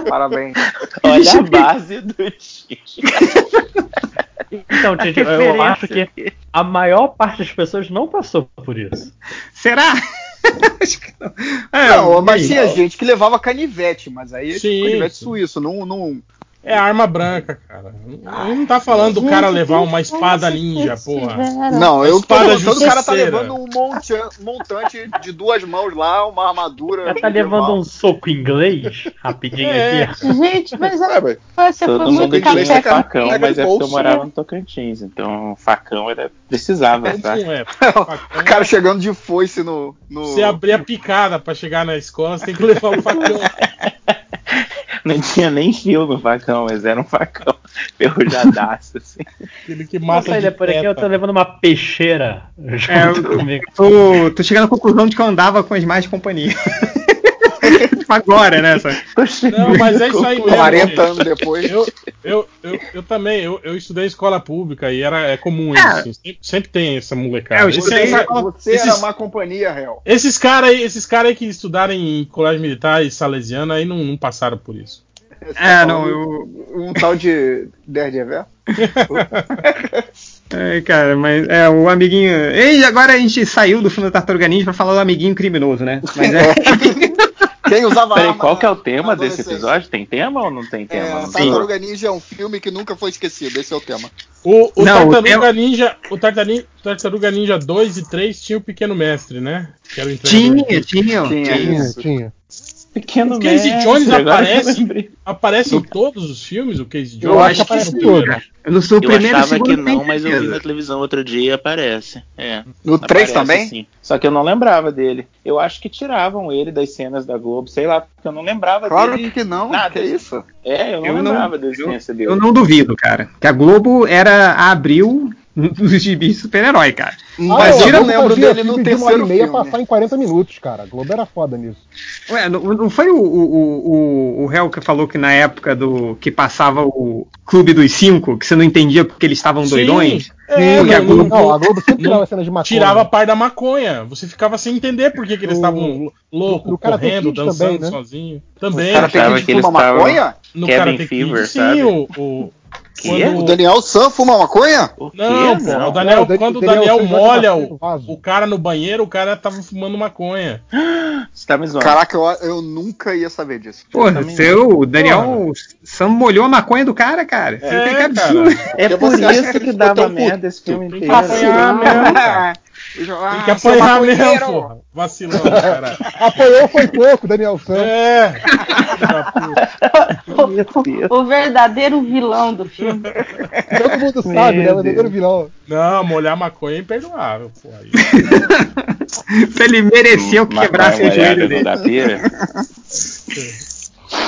[SPEAKER 4] parabéns.
[SPEAKER 9] Olha a base do Tite.
[SPEAKER 7] Então, Tite, eu
[SPEAKER 9] Referência.
[SPEAKER 7] acho que a maior parte das pessoas não passou por isso.
[SPEAKER 3] Será?
[SPEAKER 4] não,
[SPEAKER 2] É,
[SPEAKER 7] e
[SPEAKER 4] mas
[SPEAKER 7] aí?
[SPEAKER 4] tinha gente que levava canivete, mas aí é
[SPEAKER 2] Sim,
[SPEAKER 4] tipo canivete
[SPEAKER 2] sim.
[SPEAKER 4] suíço, não. não...
[SPEAKER 2] É arma branca, cara. Ele não tá falando do cara
[SPEAKER 4] gente,
[SPEAKER 2] levar
[SPEAKER 4] que
[SPEAKER 2] uma espada ninja, porra.
[SPEAKER 4] Não, eu tô
[SPEAKER 2] Espada é
[SPEAKER 4] levantando, o cara tá
[SPEAKER 2] justiceira.
[SPEAKER 4] levando um monte, montante de duas mãos lá, uma armadura.
[SPEAKER 7] Já tá
[SPEAKER 4] medieval.
[SPEAKER 7] levando um soco em inglês, rapidinho
[SPEAKER 4] É.
[SPEAKER 7] aqui.
[SPEAKER 8] Gente, mas
[SPEAKER 10] É, mas-
[SPEAKER 8] Você
[SPEAKER 9] Todo
[SPEAKER 8] foi
[SPEAKER 9] mundo
[SPEAKER 8] muito
[SPEAKER 9] inglês tem
[SPEAKER 8] cateca.
[SPEAKER 9] facão,
[SPEAKER 4] um Pega
[SPEAKER 9] mas
[SPEAKER 4] no
[SPEAKER 9] é porque eu
[SPEAKER 4] bolso,
[SPEAKER 9] morava
[SPEAKER 4] né?
[SPEAKER 9] no Tocantins, então facão era precisava, tá?
[SPEAKER 4] O cara chegando de foice no. no...
[SPEAKER 2] é? Você abrir a picada pra chegar na escola, você tem que levar um facão.
[SPEAKER 9] Não tinha nem fio no facão, mas era um facão ferrujadaço, assim.
[SPEAKER 2] Aquele que
[SPEAKER 7] Vou
[SPEAKER 2] mata
[SPEAKER 7] sair
[SPEAKER 2] de
[SPEAKER 7] depois daqui, é eu tô
[SPEAKER 2] teta.
[SPEAKER 7] Tá levando uma peixeira junto
[SPEAKER 3] É, eu-
[SPEAKER 7] comigo.
[SPEAKER 3] Tô, tô chegando à conclusão de que eu andava com as mais companhias. Tipo, Agora, né? sabe?
[SPEAKER 2] Não, mas é isso aí mesmo.
[SPEAKER 4] 40
[SPEAKER 2] gente.
[SPEAKER 4] anos depois.
[SPEAKER 2] Eu, eu, eu, eu também, eu, eu estudei em escola pública e era, é comum
[SPEAKER 3] É.
[SPEAKER 2] isso. assim, Sempre, sempre tem essa molecada.
[SPEAKER 3] É, eu
[SPEAKER 2] Esse-
[SPEAKER 3] estudei
[SPEAKER 2] essa-
[SPEAKER 4] Você era
[SPEAKER 2] esses-
[SPEAKER 4] má companhia, réu.
[SPEAKER 2] Esses caras aí, esses cara aí que estudaram em colégio militar e salesiano aí não, não passaram por isso.
[SPEAKER 3] É, não, eu.
[SPEAKER 4] Um tal tá de Daredevil?
[SPEAKER 3] É, cara, mas é, o amiguinho. E agora a gente saiu do filme da Tartaruga Ninja pra falar do amiguinho criminoso, né? Mas é.
[SPEAKER 4] Quem usava
[SPEAKER 9] Peraí,
[SPEAKER 4] arma
[SPEAKER 9] qual que é o
[SPEAKER 4] na-
[SPEAKER 9] tema
[SPEAKER 4] na
[SPEAKER 9] desse
[SPEAKER 4] adolescência?
[SPEAKER 9] episódio? Tem tema ou não tem tema?
[SPEAKER 4] É,
[SPEAKER 9] Não tem?
[SPEAKER 4] Tartaruga Ninja é um filme que nunca foi esquecido, esse é o tema.
[SPEAKER 2] O, o
[SPEAKER 3] Não, o
[SPEAKER 2] Tartaruga Ninja, o Tartaruga, Tartaruga Ninja 2 e 3 tinha o Pequeno Mestre, né? Que era o
[SPEAKER 3] Tinha,
[SPEAKER 2] treinador.
[SPEAKER 3] tinha, tinha.
[SPEAKER 5] Tinha, tinha.
[SPEAKER 9] Pequeno
[SPEAKER 2] O Casey
[SPEAKER 9] mestre,
[SPEAKER 2] Jones
[SPEAKER 9] agora
[SPEAKER 2] aparece,
[SPEAKER 9] eu lembrei.
[SPEAKER 2] aparece em todos os filmes, o Casey Jones?
[SPEAKER 3] Eu acho que
[SPEAKER 2] aparece
[SPEAKER 3] sim,
[SPEAKER 2] em todos.
[SPEAKER 3] cara. No seu
[SPEAKER 9] Eu
[SPEAKER 3] primeiro e
[SPEAKER 9] achava
[SPEAKER 3] segundo
[SPEAKER 9] que
[SPEAKER 3] tem
[SPEAKER 9] não, mas eu vi
[SPEAKER 3] certeza.
[SPEAKER 9] na televisão outro dia e aparece. É.
[SPEAKER 4] No três
[SPEAKER 9] Aparece,
[SPEAKER 4] também?
[SPEAKER 9] sim. Só que eu não lembrava dele. Eu acho que tiravam ele das cenas da Globo, sei lá, porque eu não lembrava
[SPEAKER 4] Claro
[SPEAKER 9] dele.
[SPEAKER 4] que não,
[SPEAKER 9] Nada.
[SPEAKER 4] que isso?
[SPEAKER 9] É, eu não
[SPEAKER 3] Eu não-
[SPEAKER 9] lembrava da existência dele.
[SPEAKER 3] Eu não duvido, cara. Que a Globo era a abril dos gibis de super-herói, cara.
[SPEAKER 4] Mas
[SPEAKER 3] eu
[SPEAKER 4] eu
[SPEAKER 3] não
[SPEAKER 4] não lembro dele no
[SPEAKER 5] um de uma hora
[SPEAKER 4] terceiro
[SPEAKER 5] e meia
[SPEAKER 4] filme.
[SPEAKER 5] passar em 40 minutos, cara. A Globo era foda nisso.
[SPEAKER 3] Ué, não, não foi o, o, o, o réu que falou que na época do que passava o Clube dos Cinco, que você não entendia porque eles estavam
[SPEAKER 2] Sim.
[SPEAKER 3] doidões?
[SPEAKER 2] É,
[SPEAKER 3] Sim, que a
[SPEAKER 2] não-
[SPEAKER 3] Globo-
[SPEAKER 5] Não, a Globo sempre
[SPEAKER 2] Não
[SPEAKER 5] tirava cenas de maconha.
[SPEAKER 2] Tirava a par da maconha. Você ficava sem entender por que, que eles
[SPEAKER 5] No-
[SPEAKER 2] estavam
[SPEAKER 5] no
[SPEAKER 2] loucos,
[SPEAKER 3] tá
[SPEAKER 5] Karate
[SPEAKER 2] correndo,
[SPEAKER 5] Kid também,
[SPEAKER 2] dançando
[SPEAKER 5] né?
[SPEAKER 2] sozinho. Também.
[SPEAKER 4] O cara tem
[SPEAKER 9] Achava
[SPEAKER 4] que
[SPEAKER 9] que
[SPEAKER 4] fumar
[SPEAKER 9] eles tavam-
[SPEAKER 4] maconha?
[SPEAKER 2] no
[SPEAKER 9] Kevin
[SPEAKER 2] Karate Kid,
[SPEAKER 9] Fever,
[SPEAKER 2] sim,
[SPEAKER 9] sabe?
[SPEAKER 2] o, o-
[SPEAKER 4] O Daniel Sam fuma maconha?
[SPEAKER 2] Não,
[SPEAKER 4] quê?
[SPEAKER 2] pô,
[SPEAKER 4] Não.
[SPEAKER 2] o Daniel,
[SPEAKER 4] Não, o Dan-
[SPEAKER 2] quando o
[SPEAKER 4] Daniel
[SPEAKER 2] Daniel,
[SPEAKER 4] Sam já
[SPEAKER 2] molha
[SPEAKER 4] nasceu
[SPEAKER 2] o, o cara no banheiro, o cara tava fumando maconha.
[SPEAKER 9] Você tá me zoando.
[SPEAKER 4] Caraca, eu, eu nunca ia saber disso.
[SPEAKER 3] Porra, seu, o Daniel Sam molhou a maconha do cara, cara. Você
[SPEAKER 4] É,
[SPEAKER 3] tem que absurdo.
[SPEAKER 4] É Porque por você acha isso que ele que ficou dava tão
[SPEAKER 9] merda esse filme
[SPEAKER 2] Tem que apanhar mesmo, cara. Tem que apanhar mesmo, porra. Vacilão, cara.
[SPEAKER 5] Apoiou foi pouco, Daniel Sam.
[SPEAKER 2] É.
[SPEAKER 8] O verdadeiro vilão do filme.
[SPEAKER 5] Todo mundo
[SPEAKER 2] sabe, né? O verdadeiro
[SPEAKER 5] vilão.
[SPEAKER 2] Não, molhar maconha é imperdoável, pô. Aí.
[SPEAKER 3] Se ele mereceu
[SPEAKER 2] Maconha
[SPEAKER 3] quebrar seu
[SPEAKER 2] molhada
[SPEAKER 3] joelho
[SPEAKER 2] não
[SPEAKER 3] dele.
[SPEAKER 2] dá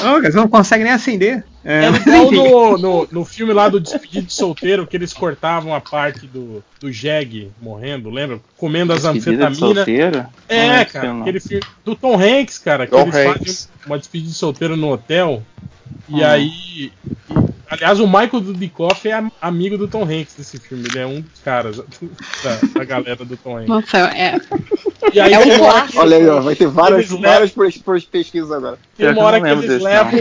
[SPEAKER 3] Não, cara, você não consegue nem acender. É,
[SPEAKER 2] É
[SPEAKER 3] mas
[SPEAKER 2] igual
[SPEAKER 3] enfim.
[SPEAKER 2] no, no, no filme lá do Despedido de Solteiro, que eles cortavam a parte do, do Jeg morrendo, lembra? Comendo as
[SPEAKER 9] Despedida de
[SPEAKER 2] anfetaminas.
[SPEAKER 9] solteiro?
[SPEAKER 2] É,
[SPEAKER 9] Não é esse
[SPEAKER 2] cara,
[SPEAKER 9] filme, não.
[SPEAKER 2] aquele filme do Tom Hanks, cara, que
[SPEAKER 9] Tom
[SPEAKER 2] eles
[SPEAKER 9] Hanks.
[SPEAKER 2] fazem uma despedida de solteiro no hotel. E
[SPEAKER 9] Ah.
[SPEAKER 2] aí. e- aliás, o Michael Dudikoff é am- amigo do Tom Hanks nesse filme, ele é um dos caras da, da galera do Tom Hanks.
[SPEAKER 11] Nossa, é.
[SPEAKER 2] E aí,
[SPEAKER 11] é
[SPEAKER 2] tem uma hora
[SPEAKER 11] o
[SPEAKER 2] que-
[SPEAKER 4] Olha aí, ó, vai ter várias,
[SPEAKER 2] Eles
[SPEAKER 4] várias pres- pres- pesquisas agora.
[SPEAKER 2] Tem uma hora que eles levam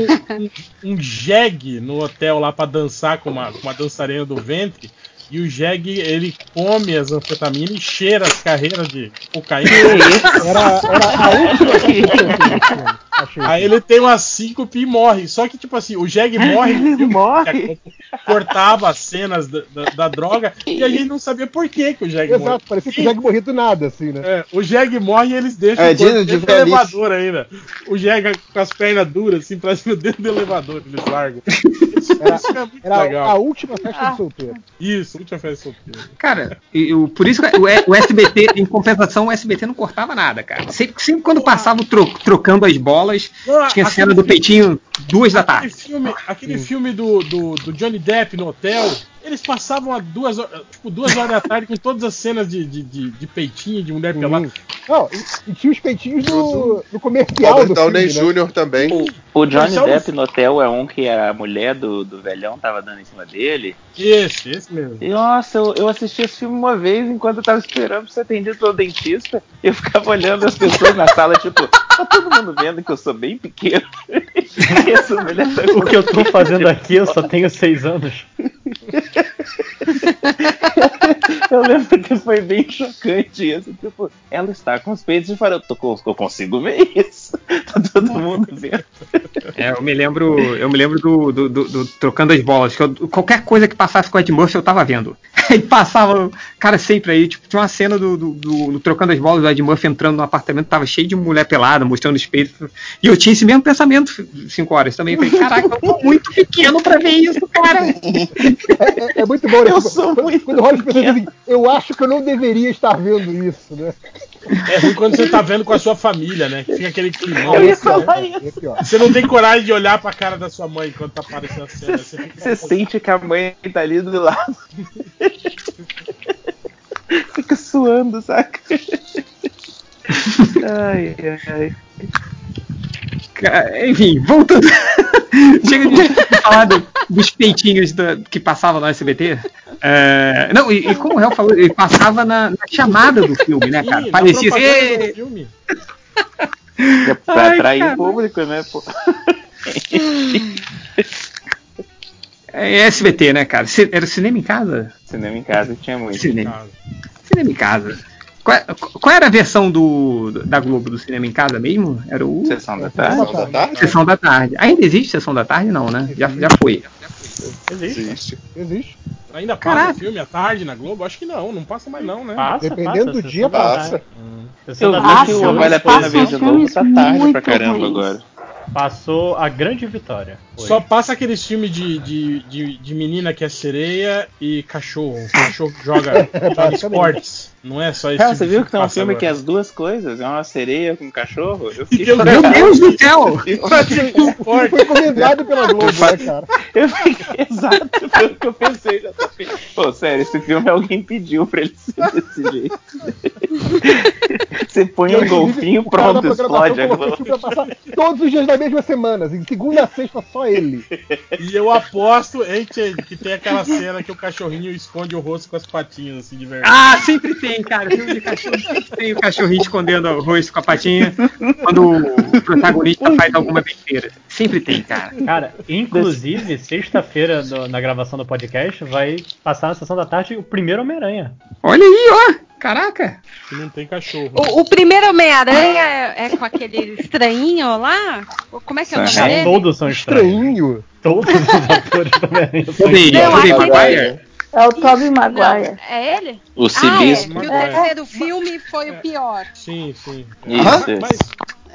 [SPEAKER 2] um, um jegue no hotel lá pra dançar com uma, com uma dançarina do ventre. E o jegue, ele come as anfetaminas e cheira as carreiras de cocaína.
[SPEAKER 5] Era, era a última coisa que eu fiz, né? Achei.
[SPEAKER 2] Aí ele tem umas síncope e morre. Só que, tipo assim, o Jeg morre. Ele morre. Cortava as cenas da, da- da droga e a gente não sabia por que, que o Jeg morre.
[SPEAKER 5] Exato, parecia que o Jag morria do nada, assim, né?
[SPEAKER 2] É, o Jeg morre e eles deixam
[SPEAKER 5] É,
[SPEAKER 2] o corpo
[SPEAKER 5] de- de
[SPEAKER 2] dentro do
[SPEAKER 5] velhice.
[SPEAKER 2] elevador ainda. O Jeg com as pernas duras, assim, pra cima dentro do elevador, eles largam. Isso é muito
[SPEAKER 5] Era
[SPEAKER 2] legal.
[SPEAKER 5] a última festa de solteiro.
[SPEAKER 2] Isso, última festa solteira.
[SPEAKER 3] Cara, e o- por isso que o, E- o SBT, em compensação, o SBT não cortava nada, cara. Sempre, sempre quando passava o tro- trocando as bolas,
[SPEAKER 2] Não,
[SPEAKER 3] tinha
[SPEAKER 2] aquele
[SPEAKER 3] cena do
[SPEAKER 2] filme-
[SPEAKER 3] peitinho duas da
[SPEAKER 2] Aquele
[SPEAKER 3] tarde.
[SPEAKER 2] filme, aquele filme do, do, do Johnny Depp no hotel, eles passavam a duas, horas- tipo, duas horas da tarde com todas as cenas de, de, de, de peitinho, de mulher pelada.
[SPEAKER 5] Não, e, e tinha os peitinhos no, no comercial
[SPEAKER 9] tá
[SPEAKER 5] do filme, né?
[SPEAKER 10] também.
[SPEAKER 9] O, o Johnny
[SPEAKER 5] Só um-
[SPEAKER 9] Depp no hotel é um que a mulher do, do velhão tava dando em cima dele.
[SPEAKER 2] Esse, esse mesmo.
[SPEAKER 9] Nossa, eu, eu assisti esse filme uma vez enquanto eu tava esperando pra ser atendido pelo dentista. Eu ficava olhando as pessoas na sala, tipo, tá todo mundo vendo que eu sou bem pequeno. E essa mulher tá com-
[SPEAKER 7] O que eu tô fazendo aqui, eu só tenho seis anos.
[SPEAKER 9] Eu lembro que foi bem chocante isso. Tipo, ela está com os peitos de fora. Eu, tô com- eu consigo ver isso. Tá todo mundo vendo.
[SPEAKER 3] É, eu me lembro, eu me lembro do, do, do- do trocando as bolas. Que eu- qualquer coisa que passasse com o Ed Murphy, eu tava vendo. Aí passava, cara, sempre aí, tipo, tinha uma cena do, do- do- do trocando as bolas do Ed Murphy entrando no apartamento, tava cheio de mulher pelada, mostrando os peitos. E eu tinha esse mesmo pensamento cinco horas também. Eu falei, caraca, eu tô muito pequeno pra ver isso, cara.
[SPEAKER 5] É, é muito bom, né? Eu sou quando, muito quando rola as pessoas dizem, eu acho que eu não deveria estar vendo isso, né?
[SPEAKER 2] É ruim quando você tá vendo com a sua família, né? Fica aquele climão.
[SPEAKER 9] Eu ia
[SPEAKER 2] Você-
[SPEAKER 9] falar
[SPEAKER 2] Você não tem coragem de olhar pra cara da sua mãe quando tá aparecendo a cena. Você fica
[SPEAKER 9] Você sente que a mãe tá ali do lado. Fica suando, saca? Ai, ai, ai.
[SPEAKER 3] Cara, Enfim, voltando. Chega de falar do- dos peitinhos da- que passavam no SBT. É, não, e, e como o Réu falou, ele passava na, na chamada do filme, né, cara?
[SPEAKER 5] um
[SPEAKER 2] Ih, na
[SPEAKER 3] Parecia
[SPEAKER 2] propaganda do
[SPEAKER 3] assim.
[SPEAKER 2] filme.
[SPEAKER 9] É pra
[SPEAKER 3] Ai,
[SPEAKER 9] atrair
[SPEAKER 3] cara.
[SPEAKER 9] o público, né? pô?
[SPEAKER 3] É SBT, né, cara? Ci- Era cinema em casa?
[SPEAKER 9] Cinema em casa tinha muito.
[SPEAKER 3] Cinema, cinema em casa. Qual, é- qual era a versão do, da Globo do cinema em casa mesmo? Era o.
[SPEAKER 9] Sessão da tarde.
[SPEAKER 3] Sessão da tarde? Sessão da tarde. Ainda existe sessão da tarde, não, né? Já, já foi.
[SPEAKER 2] Existe.
[SPEAKER 10] Existe.
[SPEAKER 5] Existe.
[SPEAKER 2] Ainda passa
[SPEAKER 3] Caraca.
[SPEAKER 2] o filme à tarde na Globo? Acho que não, não passa mais não, né?
[SPEAKER 7] Passa,
[SPEAKER 5] Dependendo passa, do dia,
[SPEAKER 10] passa.
[SPEAKER 9] É. Eu vi que o Vale a Pena Ver de novo tá tarde pra
[SPEAKER 7] muito
[SPEAKER 9] caramba
[SPEAKER 7] ruins.
[SPEAKER 9] agora.
[SPEAKER 7] Passou a grande vitória.
[SPEAKER 2] Só passa aqueles filmes de, de, de, de menina que é sereia e cachorro. Cachorro que joga, joga esportes. Não é só esse
[SPEAKER 9] Cara, você viu que tem um
[SPEAKER 2] passa
[SPEAKER 9] filme
[SPEAKER 2] agora.
[SPEAKER 9] que é as duas coisas? É uma sereia com um cachorro? Eu
[SPEAKER 2] Meu
[SPEAKER 3] Meu Deus do céu!
[SPEAKER 5] Foi encomendado pela Globo, né, cara?
[SPEAKER 9] Eu fiquei exato, foi o que eu pensei. Já
[SPEAKER 10] tá
[SPEAKER 9] tô... Pô, sério, esse filme alguém pediu pra ele ser desse jeito. Você põe um golfinho,
[SPEAKER 5] O cara da
[SPEAKER 9] pronto, explode a
[SPEAKER 5] colocou
[SPEAKER 9] Globo.
[SPEAKER 5] esse filme pra passar todos os dias da mesma semana, assim, segunda a sexta só ele.
[SPEAKER 2] E eu aposto, hein, Tchê, que tem aquela cena que o cachorrinho esconde o rosto com as patinhas, assim, de verdade.
[SPEAKER 3] Ah, sempre tem, cara. Filme de cachorro sempre tem o cachorrinho escondendo o rosto com a patinha quando o protagonista faz alguma besteira. Sempre tem, cara.
[SPEAKER 7] Cara, inclusive, sexta-feira, do- na gravação do podcast, vai passar na sessão da tarde o primeiro Homem-Aranha.
[SPEAKER 3] Olha aí, ó! Caraca!
[SPEAKER 2] Que não tem cachorro. né?
[SPEAKER 11] O, o primeiro Homem-Aranha é, é com aquele estranhinho lá? Como é que é o nome dele?
[SPEAKER 7] Todos são estranhos.
[SPEAKER 5] Estranho.
[SPEAKER 7] Todos os atores do Homem-Aranha são estranhos.
[SPEAKER 11] Não, aquele-
[SPEAKER 8] É o Tobey Maguire.
[SPEAKER 11] Não, é ele?
[SPEAKER 9] O Civis.
[SPEAKER 11] Ah, é, que o
[SPEAKER 2] Maguire.
[SPEAKER 11] terceiro filme foi o pior.
[SPEAKER 2] Sim, sim.
[SPEAKER 9] Isso.
[SPEAKER 2] Mas,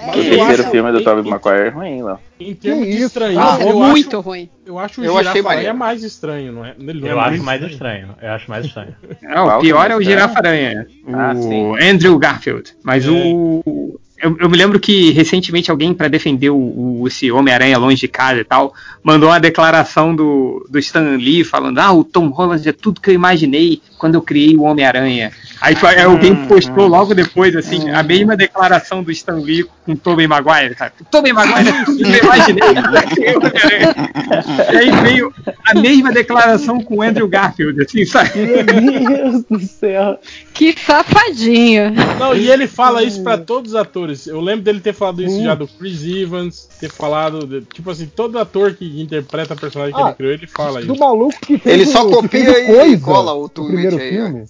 [SPEAKER 2] mas
[SPEAKER 9] O
[SPEAKER 2] eu
[SPEAKER 9] terceiro
[SPEAKER 2] acho-
[SPEAKER 9] filme do
[SPEAKER 2] em-
[SPEAKER 9] Tobey Maguire é ruim, não.
[SPEAKER 2] Em termos
[SPEAKER 5] Que
[SPEAKER 2] de
[SPEAKER 5] isso?
[SPEAKER 2] estranho,
[SPEAKER 5] Ah,
[SPEAKER 11] é
[SPEAKER 2] eu,
[SPEAKER 11] muito
[SPEAKER 2] acho,
[SPEAKER 11] ruim.
[SPEAKER 2] eu acho o
[SPEAKER 4] Eu achei
[SPEAKER 2] Girafaranha
[SPEAKER 4] maneiro.
[SPEAKER 2] mais estranho, não é? Ele não é
[SPEAKER 7] Eu acho
[SPEAKER 2] muito
[SPEAKER 7] mais estranho. Eu acho mais estranho.
[SPEAKER 3] Não, o pior é o Girafa-Aranha.
[SPEAKER 9] Ah, sim.
[SPEAKER 3] o Andrew Garfield. Mas
[SPEAKER 2] É.
[SPEAKER 3] o. o- Eu, eu me lembro que recentemente alguém, pra defender o, o- esse Homem-Aranha longe de casa e tal, mandou uma declaração do, do Stan Lee falando: Ah, o Tom Holland é tudo que eu imaginei quando eu criei o Homem-Aranha. Aí fa- alguém postou logo depois, assim, a mesma declaração do Stan Lee com Tobey Maguire, sabe? Tobey Maguire é tudo que eu imaginei quando eu criei o Homem-Aranha. E aí veio a mesma declaração com o Andrew Garfield, assim, sabe?
[SPEAKER 12] Meu Deus do céu.
[SPEAKER 11] Que safadinho.
[SPEAKER 2] Não, e ele fala isso pra todos os atores. Eu lembro dele ter falado isso já do Chris Evans, ter falado. de- tipo assim, todo ator que interpreta a personagem que
[SPEAKER 5] Ah,
[SPEAKER 2] ele criou, ele fala
[SPEAKER 5] Do
[SPEAKER 2] isso.
[SPEAKER 5] maluco que fez
[SPEAKER 4] Ele só
[SPEAKER 5] o- que fez
[SPEAKER 4] copia
[SPEAKER 5] o
[SPEAKER 4] e
[SPEAKER 5] coisa
[SPEAKER 4] cola o é. tweet
[SPEAKER 5] no primeiro
[SPEAKER 4] aí, ó.
[SPEAKER 5] filme.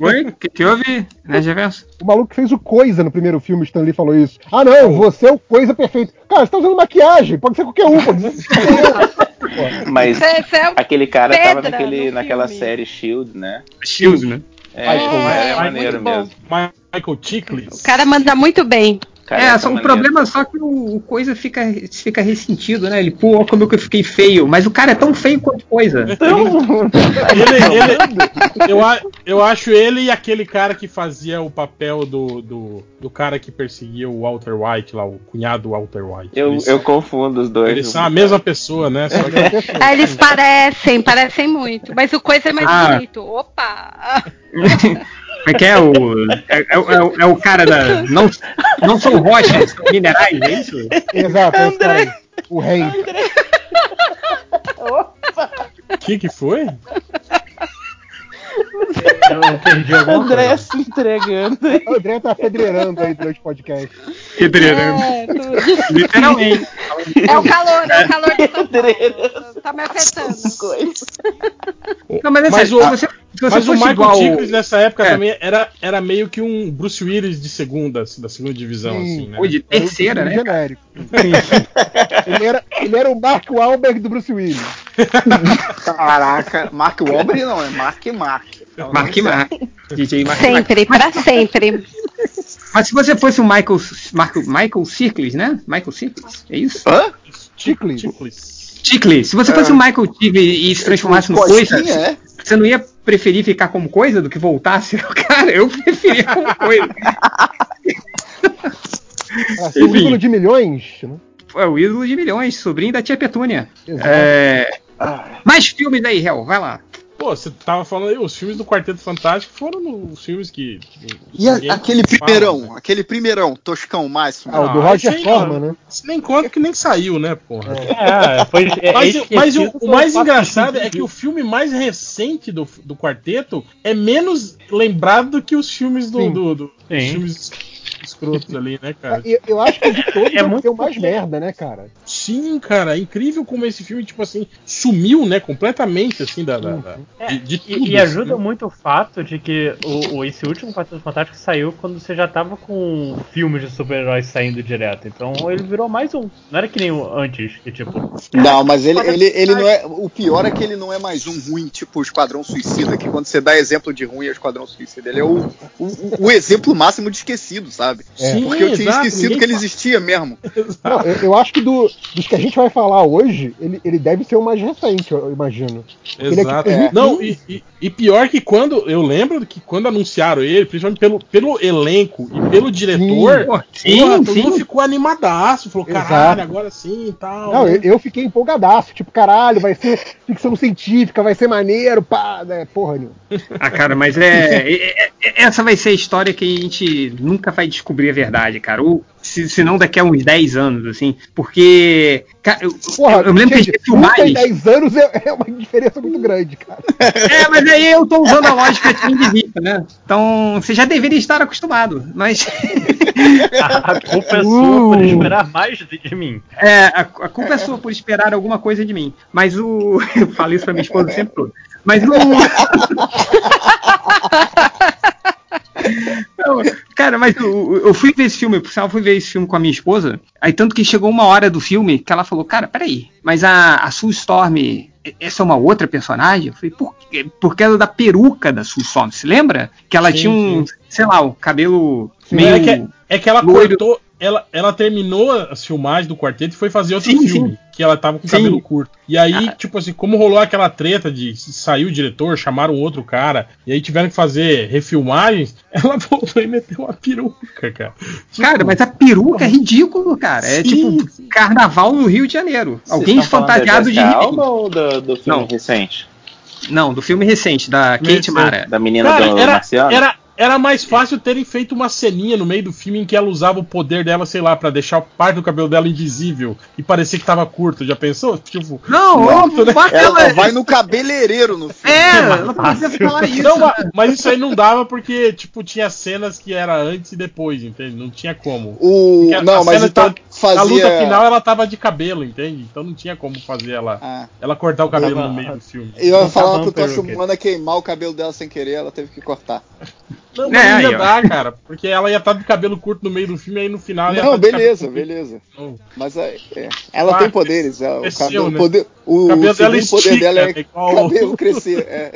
[SPEAKER 3] Oi? O que, que houve, né, Geverso?
[SPEAKER 5] O maluco que fez o coisa no primeiro filme, o Stan Lee falou isso. Ah, não, você é o coisa perfeito. Cara, você tá usando maquiagem, pode ser qualquer um. Pode ser...
[SPEAKER 9] Mas
[SPEAKER 11] Você, você é o...
[SPEAKER 9] aquele cara
[SPEAKER 11] Pedra
[SPEAKER 9] tava naquele,
[SPEAKER 11] no
[SPEAKER 9] naquela
[SPEAKER 11] filme.
[SPEAKER 9] série Shield, né?
[SPEAKER 3] Shield, né?
[SPEAKER 9] É,
[SPEAKER 2] Michael,
[SPEAKER 9] é,
[SPEAKER 2] é, muito
[SPEAKER 9] maneiro
[SPEAKER 11] bom.
[SPEAKER 9] mesmo.
[SPEAKER 2] Michael Chiklis.
[SPEAKER 11] o cara manda muito bem.
[SPEAKER 9] Cara,
[SPEAKER 3] é,
[SPEAKER 9] tá
[SPEAKER 3] só, o
[SPEAKER 9] maneiro.
[SPEAKER 3] problema é só que o, o coisa fica, fica ressentido, né? Ele, pô, olha como eu fiquei feio. Mas o cara é tão feio quanto coisa.
[SPEAKER 2] Ele- ele- eu, a- eu acho ele e aquele cara que fazia o papel do, do, do cara que perseguia o Walter White lá, o cunhado do Walter White.
[SPEAKER 9] Eu,
[SPEAKER 2] eles,
[SPEAKER 9] eu confundo os dois.
[SPEAKER 2] eles são a mesma pessoa, né? Só que-
[SPEAKER 11] Ah, eles parecem, parecem muito. Mas o coisa é mais
[SPEAKER 3] Ah.
[SPEAKER 11] bonito. Opa!
[SPEAKER 3] Como é que é o. É, é o- é o- é o cara da. Não, não são rochas, são minerais, é isso?
[SPEAKER 5] Exato, é esse cara aí. O rei.
[SPEAKER 2] O que, que foi?
[SPEAKER 7] Eu perdi alguma
[SPEAKER 12] André
[SPEAKER 7] coisa.
[SPEAKER 12] se entregando.
[SPEAKER 5] um. O André tá pedreirando aí durante o podcast.
[SPEAKER 3] Pedreiro.
[SPEAKER 11] É, tudo.
[SPEAKER 3] Literalmente.
[SPEAKER 11] É o calor, é o calor de São Paulo. Tá me afetando.
[SPEAKER 12] Coisa.
[SPEAKER 3] Não, mas, é
[SPEAKER 2] Mas
[SPEAKER 3] sério,
[SPEAKER 2] o-
[SPEAKER 3] se você, se você
[SPEAKER 2] Mas
[SPEAKER 3] fosse
[SPEAKER 2] o Michael
[SPEAKER 3] igual.
[SPEAKER 2] Chiklis nessa época
[SPEAKER 3] É.
[SPEAKER 2] também era, era meio que um Bruce Willis de segunda, da
[SPEAKER 7] então,
[SPEAKER 2] segunda divisão, assim, né?
[SPEAKER 3] Ou de terceira, né?
[SPEAKER 5] um Genérico. ele, era, ele era o Mark Wahlberg do Bruce Willis.
[SPEAKER 4] Caraca, Mark Wahlberg não, é Mark Mark.
[SPEAKER 3] Marque Mark. DJ Mark Mark.
[SPEAKER 11] Sempre, pra sempre.
[SPEAKER 3] Mas se você fosse o Michael. Marco, Michael Circles, né? Michael Circles? É isso?
[SPEAKER 4] Hã?
[SPEAKER 5] Chicles.
[SPEAKER 2] Chiklis.
[SPEAKER 3] Tickle, se você fosse o Michael Tickle e se transformasse no coisa,
[SPEAKER 4] Coisinha, é?
[SPEAKER 3] você não ia preferir ficar como coisa do que voltar a ser o cara? Eu preferia como coisa.
[SPEAKER 5] Pra ser o
[SPEAKER 3] Enfim.
[SPEAKER 5] É, ídolo de milhões. Né?
[SPEAKER 3] Pô, É o ídolo de milhões, sobrinho da tia Petúnia.
[SPEAKER 5] Exato.
[SPEAKER 3] É...
[SPEAKER 4] Ah.
[SPEAKER 3] Mais filmes aí, Hel, vai lá.
[SPEAKER 2] Pô, você tá tava falando aí, os filmes do Quarteto Fantástico foram os filmes que.
[SPEAKER 4] E a-
[SPEAKER 2] ninguém
[SPEAKER 4] aquele
[SPEAKER 2] fala,
[SPEAKER 4] primeirão,
[SPEAKER 2] né?
[SPEAKER 4] aquele primeirão, Toscão Máximo.
[SPEAKER 5] Ah, o do
[SPEAKER 2] Ah,
[SPEAKER 5] Roger
[SPEAKER 2] esse aí não.
[SPEAKER 5] Corman, né?
[SPEAKER 2] Isso nem conta que nem saiu, né, porra?
[SPEAKER 7] É, foi. é- é
[SPEAKER 2] Mas, o- mas o,
[SPEAKER 7] esquecido
[SPEAKER 2] o
[SPEAKER 7] pelo fato
[SPEAKER 2] mais
[SPEAKER 7] de
[SPEAKER 2] engraçado é
[SPEAKER 7] existir.
[SPEAKER 2] que o filme mais recente do, do quarteto é menos lembrado do que os filmes do,
[SPEAKER 5] Sim.
[SPEAKER 2] do- do- dos
[SPEAKER 7] Sim.
[SPEAKER 2] filmes escrotos ali, né, cara?
[SPEAKER 5] Eu, eu acho que de todos
[SPEAKER 7] É
[SPEAKER 5] é o que
[SPEAKER 7] muito
[SPEAKER 5] deu mais merda, né, cara?
[SPEAKER 2] Sim, cara, é incrível como esse filme, tipo assim, sumiu, né, completamente, assim, da, da- da-
[SPEAKER 7] É,
[SPEAKER 2] de, de
[SPEAKER 7] E-
[SPEAKER 2] tudo.
[SPEAKER 7] E, ajuda
[SPEAKER 2] assim, né?
[SPEAKER 7] muito o fato de que o, o- esse último Quarteto Fantástico saiu quando você já tava com filmes de super-heróis saindo direto. Então ele virou mais um. Não era que nem o antes, que tipo.
[SPEAKER 4] Não, mas ele, ele, ele não é. O pior é que ele não é mais um ruim, tipo o Esquadrão Suicida, que quando você dá exemplo de ruim é o Esquadrão Suicida. Ele é o, o, o exemplo máximo de esquecido, sabe?
[SPEAKER 2] Sim,
[SPEAKER 4] Porque eu tinha
[SPEAKER 2] exato,
[SPEAKER 4] esquecido
[SPEAKER 2] ninguém
[SPEAKER 4] que ele existia mesmo.
[SPEAKER 5] Não, eu, eu acho que do- dos que a gente vai falar hoje, ele, ele deve ser o mais recente, eu imagino. Ele é
[SPEAKER 2] Exato.
[SPEAKER 5] tipo-
[SPEAKER 2] Não, e, e- e pior que quando. Eu lembro que quando anunciaram ele, principalmente pelo, pelo elenco e pelo diretor,
[SPEAKER 3] Pô,
[SPEAKER 2] porra, todo mundo ficou animadaço, falou,
[SPEAKER 5] Exato.
[SPEAKER 2] caralho, agora sim e tal.
[SPEAKER 5] Não,
[SPEAKER 2] né?
[SPEAKER 5] eu, eu fiquei empolgadaço, tipo, caralho, vai ser ficção científica, vai ser maneiro, pá, né? Porra, nenhuma.
[SPEAKER 3] é, Ah, cara, mas é, é- é- Essa vai ser a história que a gente nunca vai desco- descobrir a verdade, cara. Ou se, se não daqui a uns 10 anos, assim. Porque. Cara, eu, eu- eu me lembro que a gente
[SPEAKER 5] Gente, nunca em
[SPEAKER 3] mais.
[SPEAKER 5] 10 anos é, é uma diferença muito grande, cara.
[SPEAKER 3] É, mas aí eu tô usando a lógica de fim de vida, né? Então, você já deveria estar acostumado, mas.
[SPEAKER 7] A culpa é
[SPEAKER 3] Uh.
[SPEAKER 7] sua por esperar mais de, de mim.
[SPEAKER 3] É, a, a culpa é sua por esperar alguma coisa de mim. Mas o. Eu falo isso pra minha esposa o tempo todo. Mas o. Não, cara, mas o- eu fui ver esse filme, por sinal, eu fui ver esse filme com a minha esposa. Aí, tanto que chegou uma hora do filme que ela falou: Cara, peraí, mas a, a Sue Storm, essa é uma outra personagem? Eu falei: Por quê? Por causa da peruca da Sue Storm, se lembra? Que ela
[SPEAKER 2] Sim,
[SPEAKER 3] tinha um, sei lá, o cabelo meio.
[SPEAKER 2] É, que, é que ela
[SPEAKER 3] loiro.
[SPEAKER 2] cortou. Ela, ela terminou as filmagens do quarteto e foi fazer outro filme. Que ela tava com o
[SPEAKER 3] Sim.
[SPEAKER 2] cabelo curto. E aí, tipo assim, como rolou aquela treta de saiu o diretor, chamaram outro cara, e aí tiveram que fazer refilmagens, ela voltou e meteu uma peruca, cara. Tipo,
[SPEAKER 3] Cara, mas a peruca é ridículo, cara. É tipo carnaval no Rio de Janeiro. Alguém fantasiado de
[SPEAKER 9] Calma
[SPEAKER 3] ridículo.
[SPEAKER 9] ou do, do filme
[SPEAKER 3] Não.
[SPEAKER 9] recente?
[SPEAKER 3] Não, do filme recente, da Kate Mara.
[SPEAKER 9] Da menina
[SPEAKER 2] Cara,
[SPEAKER 9] do
[SPEAKER 2] era,
[SPEAKER 9] Marciano?
[SPEAKER 2] era, era mais fácil terem feito uma ceninha no meio do filme em que ela usava o poder dela, sei lá, pra deixar parte do cabelo dela invisível e parecer que tava curto. Já pensou? Tipo,
[SPEAKER 3] Não,
[SPEAKER 2] pronto, né?
[SPEAKER 4] Ela vai no cabeleireiro no filme.
[SPEAKER 3] É, ela precisa falar isso.
[SPEAKER 2] Não, ma-
[SPEAKER 4] né?
[SPEAKER 2] mas isso aí não dava porque, tipo, tinha cenas que era antes e depois, entende? Não tinha como.
[SPEAKER 4] O...
[SPEAKER 2] Porque a-
[SPEAKER 4] Não,
[SPEAKER 2] a
[SPEAKER 4] mas
[SPEAKER 2] cena
[SPEAKER 4] então
[SPEAKER 2] tá-
[SPEAKER 4] fazia.
[SPEAKER 2] A luta final ela tava de cabelo, entende? Então não tinha como fazer ela, ela cortar o cabelo no meio do filme.
[SPEAKER 4] Ah. Eu ia
[SPEAKER 2] Não tá
[SPEAKER 4] falar tá
[SPEAKER 2] tava
[SPEAKER 4] pro Tocha
[SPEAKER 9] né?
[SPEAKER 2] peruca.
[SPEAKER 4] Humana queimar o cabelo dela sem querer, ela teve que cortar.
[SPEAKER 2] Não,
[SPEAKER 4] É,
[SPEAKER 2] mas não
[SPEAKER 4] aí,
[SPEAKER 2] ia
[SPEAKER 4] ó.
[SPEAKER 2] dar, cara. Porque ela ia estar de cabelo curto no meio do filme, aí no final ela ia
[SPEAKER 4] Não,
[SPEAKER 2] tá de
[SPEAKER 4] beleza,
[SPEAKER 2] cabelo
[SPEAKER 4] beleza.
[SPEAKER 2] curto.
[SPEAKER 4] Mas aí, é, ela
[SPEAKER 2] Ah,
[SPEAKER 4] tem poderes. ela- o
[SPEAKER 2] cresceu,
[SPEAKER 4] cabelo,
[SPEAKER 2] né?
[SPEAKER 4] poder, o
[SPEAKER 2] O cabelo dela
[SPEAKER 4] segundo poder
[SPEAKER 2] estica,
[SPEAKER 4] dela é
[SPEAKER 2] é igual-
[SPEAKER 4] cabelo crescer. é.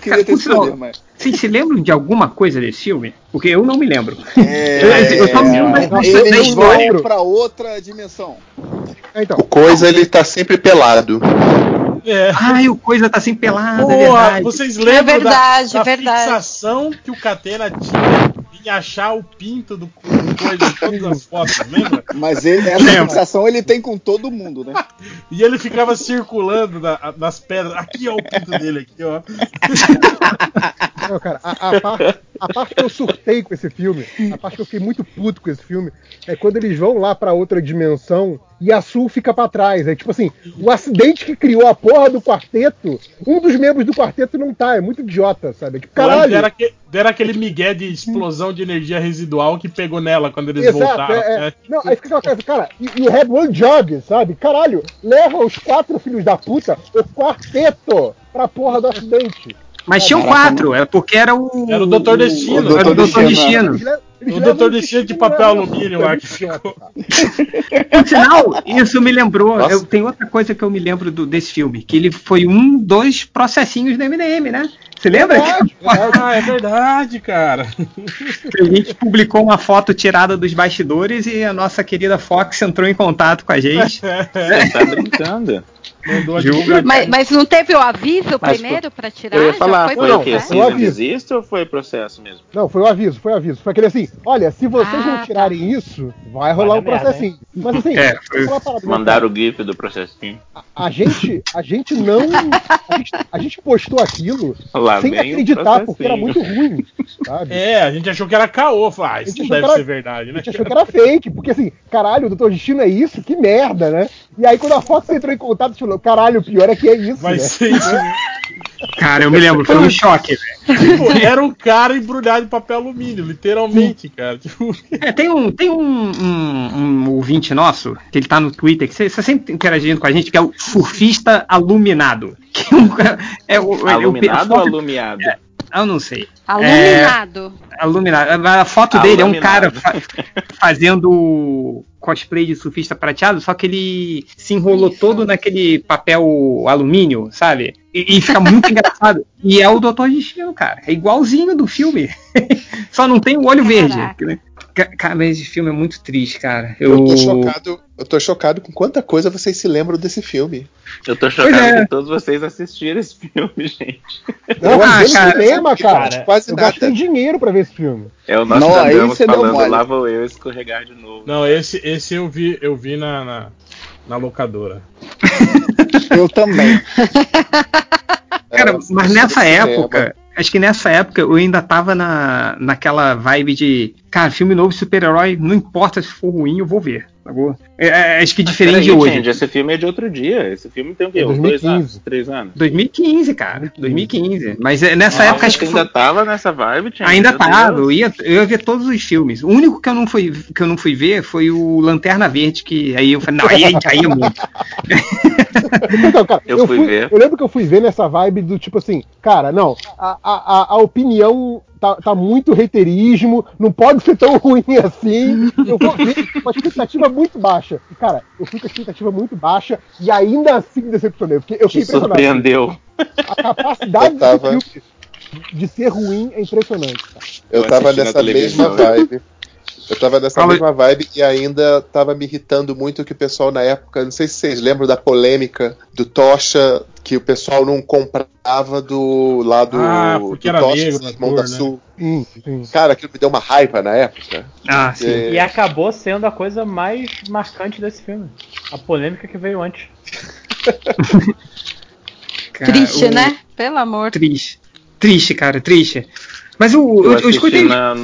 [SPEAKER 3] Cara,
[SPEAKER 4] queria
[SPEAKER 3] por
[SPEAKER 4] ter esse
[SPEAKER 3] sinal,
[SPEAKER 4] poder, mas.
[SPEAKER 3] Vocês se lembram de alguma coisa desse filme? Porque eu não me lembro.
[SPEAKER 4] É,
[SPEAKER 3] Eu- eu só me lembro
[SPEAKER 4] é,
[SPEAKER 3] da-
[SPEAKER 4] eles
[SPEAKER 3] da história.
[SPEAKER 4] vão pra outra dimensão.
[SPEAKER 5] Então,
[SPEAKER 10] O coisa ele tá sempre pelado.
[SPEAKER 3] Ai, o coisa tá sem pelada, é
[SPEAKER 2] Porra,
[SPEAKER 3] verdade.
[SPEAKER 2] vocês lembram
[SPEAKER 11] É verdade,
[SPEAKER 2] da, da
[SPEAKER 11] verdade.
[SPEAKER 2] fixação que o Catena tinha em achar o pinto do, do coisa em todas as fotos, lembra?
[SPEAKER 4] Mas ele- essa
[SPEAKER 2] Lembro.
[SPEAKER 4] sensação ele tem com todo mundo, né?
[SPEAKER 2] E ele ficava circulando na- nas pedras. Aqui, ó, o pinto dele, aqui, ó.
[SPEAKER 5] Não, cara, a, a parte, a parte que eu surtei com esse filme, a parte que eu fiquei muito puto com esse filme, é quando eles vão lá pra outra dimensão e a Sul fica pra trás. É tipo assim, o acidente que criou a porra do quarteto, um dos membros do quarteto não tá, é muito idiota, sabe? É tipo,
[SPEAKER 2] Caralho. Deram,
[SPEAKER 5] caralho.
[SPEAKER 2] aque- deram aquele migué de explosão de energia residual que pegou nela quando eles
[SPEAKER 5] Exato,
[SPEAKER 2] voltaram.
[SPEAKER 5] é, é.
[SPEAKER 2] né?
[SPEAKER 5] Não, aí fica aquela coisa, cara, e you had one job, sabe? Caralho, leva os quatro filhos da puta, o quarteto, pra porra do acidente.
[SPEAKER 3] Mas tinham quatro, era porque era o.
[SPEAKER 2] Era o Dr. Destino.
[SPEAKER 3] Era o Dr. Destino. é
[SPEAKER 2] O doutor descia de papel alumínio lá que ficou.
[SPEAKER 3] Por sinal, isso me lembrou.
[SPEAKER 2] Nossa.
[SPEAKER 3] Eu, tem outra coisa que eu me lembro do- desse filme, que ele foi um dos processinhos da MDM, né? Você lembra?
[SPEAKER 2] Ah, é verdade, cara.
[SPEAKER 3] Que a gente publicou uma foto tirada dos bastidores e a nossa querida Fox entrou em contato com a gente.
[SPEAKER 9] Você tá brincando.
[SPEAKER 2] Mandou
[SPEAKER 3] Julga.
[SPEAKER 11] Mas, mas não teve o aviso
[SPEAKER 9] Mas,
[SPEAKER 11] primeiro pra tirar?
[SPEAKER 9] Eu ia falar,
[SPEAKER 11] Já
[SPEAKER 9] foi,
[SPEAKER 11] foi
[SPEAKER 9] o quê?
[SPEAKER 11] pra-
[SPEAKER 9] Assim, não
[SPEAKER 5] aviso.
[SPEAKER 9] desiste ou foi processo mesmo?
[SPEAKER 5] Não, foi o aviso, foi o aviso. Foi aquele assim, olha, se vocês
[SPEAKER 11] Ah,
[SPEAKER 5] não tirarem isso, vai rolar um
[SPEAKER 9] merda,
[SPEAKER 2] né?
[SPEAKER 5] processinho. Mas assim,
[SPEAKER 9] É, foi-
[SPEAKER 5] uma parada, né,
[SPEAKER 9] Mandaram o GIF do processinho.
[SPEAKER 5] cara? a gente, a gente não. A gente, a gente postou aquilo
[SPEAKER 9] Lá
[SPEAKER 5] sem
[SPEAKER 9] vem o
[SPEAKER 5] acreditar, porque era muito
[SPEAKER 9] processinho.
[SPEAKER 5] ruim. Sabe?
[SPEAKER 2] É, a gente achou que era caô. Falei, ah, isso
[SPEAKER 5] gente
[SPEAKER 2] não
[SPEAKER 5] achou
[SPEAKER 2] deve
[SPEAKER 5] que era-
[SPEAKER 2] ser verdade,
[SPEAKER 5] A
[SPEAKER 2] né?
[SPEAKER 5] gente achou que era fake, porque assim, caralho, o Doutor Destino é isso? Que merda, né? E aí quando a Fox entrou em contato, a gente falou, caralho, o pior é que é isso.
[SPEAKER 2] Vai
[SPEAKER 5] né?
[SPEAKER 2] ser isso mesmo.
[SPEAKER 3] Cara, eu me lembro, foi um choque, velho.
[SPEAKER 2] Tipo, era um cara embrulhado em papel alumínio, literalmente, cara. Tipo,
[SPEAKER 3] É, tem um, tem um, um- um ouvinte nosso, que ele tá no Twitter, que você você sempre interagindo com a gente, que é o surfista aluminado. Que é um cara- é o- é o-
[SPEAKER 9] Aluminado
[SPEAKER 3] a
[SPEAKER 9] ou
[SPEAKER 3] foto-
[SPEAKER 9] alumiado?
[SPEAKER 3] Eu não sei.
[SPEAKER 11] Aluminado.
[SPEAKER 3] É, aluminado. A foto dele é um cara
[SPEAKER 9] Aluminado.
[SPEAKER 3] fa- fazendo cosplay de surfista prateado, só que ele se enrolou todo naquele papel alumínio, sabe? E, e fica muito engraçado. E é o Doutor Destino, cara. É igualzinho do filme. só não tem o olho verde. né? Ca- Cara, mas esse filme é muito triste, cara. Eu,
[SPEAKER 10] Eu tô chocado. Eu tô chocado com quanta coisa vocês se lembram desse filme.
[SPEAKER 9] Eu tô chocado
[SPEAKER 10] Pois é.
[SPEAKER 9] que todos vocês assistiram esse filme, gente.
[SPEAKER 5] Não,
[SPEAKER 3] Ah,
[SPEAKER 5] mas
[SPEAKER 3] cara.
[SPEAKER 5] cara, cinema, cara.
[SPEAKER 10] Cara, quase
[SPEAKER 5] eu
[SPEAKER 10] nada.
[SPEAKER 5] gastei dinheiro pra ver esse filme.
[SPEAKER 9] É o nosso
[SPEAKER 5] Não, aí
[SPEAKER 9] Nostradamus
[SPEAKER 5] você deu
[SPEAKER 9] falando,
[SPEAKER 5] mole.
[SPEAKER 9] lá vou eu escorregar de novo.
[SPEAKER 2] Não, esse, esse eu vi, eu vi na, na, na locadora.
[SPEAKER 4] Eu também.
[SPEAKER 3] Cara, mas nessa época, acho que nessa época eu ainda tava na, naquela vibe de, cara, filme novo, super-herói, não importa se for ruim, eu vou ver. sacou? É, é, acho que diferente
[SPEAKER 9] Peraí,
[SPEAKER 3] de hoje.
[SPEAKER 9] gente, esse filme é de outro dia. Esse filme tem o quê?
[SPEAKER 3] É
[SPEAKER 9] Uns dois
[SPEAKER 3] 2015.
[SPEAKER 9] anos? Três anos?
[SPEAKER 3] 2015, cara. 2015. Mas é, nessa
[SPEAKER 9] Nossa,
[SPEAKER 3] época acho que
[SPEAKER 9] ainda
[SPEAKER 3] foi-
[SPEAKER 9] tava nessa vibe, tinha.
[SPEAKER 3] Ainda tava, eu ia, eu ia ver todos os filmes. O único que eu não fui, que eu não fui ver foi o Lanterna Verde, que aí eu falei, não, aí, aí é muito.
[SPEAKER 5] Então, cara,
[SPEAKER 3] Eu fui ver.
[SPEAKER 5] eu lembro que eu fui ver nessa vibe do tipo assim, cara, não, a, a, a- a opinião tá, tá muito reiterismo, não pode ser tão ruim assim. Eu vou ver com uma expectativa muito baixa. E, cara, eu fui com a expectativa muito baixa e ainda assim me decepcionei. Porque eu fiquei
[SPEAKER 9] Te
[SPEAKER 5] impressionado.
[SPEAKER 9] surpreendeu.
[SPEAKER 5] A capacidade
[SPEAKER 10] Eu tava-
[SPEAKER 5] desse filme de ser ruim é impressionante. cara.
[SPEAKER 10] Eu
[SPEAKER 9] Eu
[SPEAKER 10] tava
[SPEAKER 9] assisti na
[SPEAKER 10] nessa mesma
[SPEAKER 9] televisão. né?
[SPEAKER 10] vibe. Eu tava nessa
[SPEAKER 3] Fala-
[SPEAKER 10] mesma vibe e ainda tava me irritando muito que o pessoal na época, não sei se vocês lembram da polêmica do Tocha, que o pessoal não comprava do lado
[SPEAKER 2] Ah,
[SPEAKER 10] do
[SPEAKER 2] porque era
[SPEAKER 10] Tocha,
[SPEAKER 2] negro,
[SPEAKER 10] do
[SPEAKER 2] na
[SPEAKER 10] Irmão
[SPEAKER 2] cor,
[SPEAKER 10] da
[SPEAKER 2] né?
[SPEAKER 10] Sul. Cara, aquilo me deu uma raiva na época.
[SPEAKER 3] Ah,
[SPEAKER 10] sim. É.
[SPEAKER 7] E acabou sendo a coisa mais marcante desse filme. A polêmica que veio antes.
[SPEAKER 11] Triste,
[SPEAKER 3] o-
[SPEAKER 11] né? Pelo amor.
[SPEAKER 3] Triste. Triste, cara, triste. Mas eu, eu,
[SPEAKER 9] Eu
[SPEAKER 3] eu
[SPEAKER 9] assisti,
[SPEAKER 3] escutei.
[SPEAKER 9] na,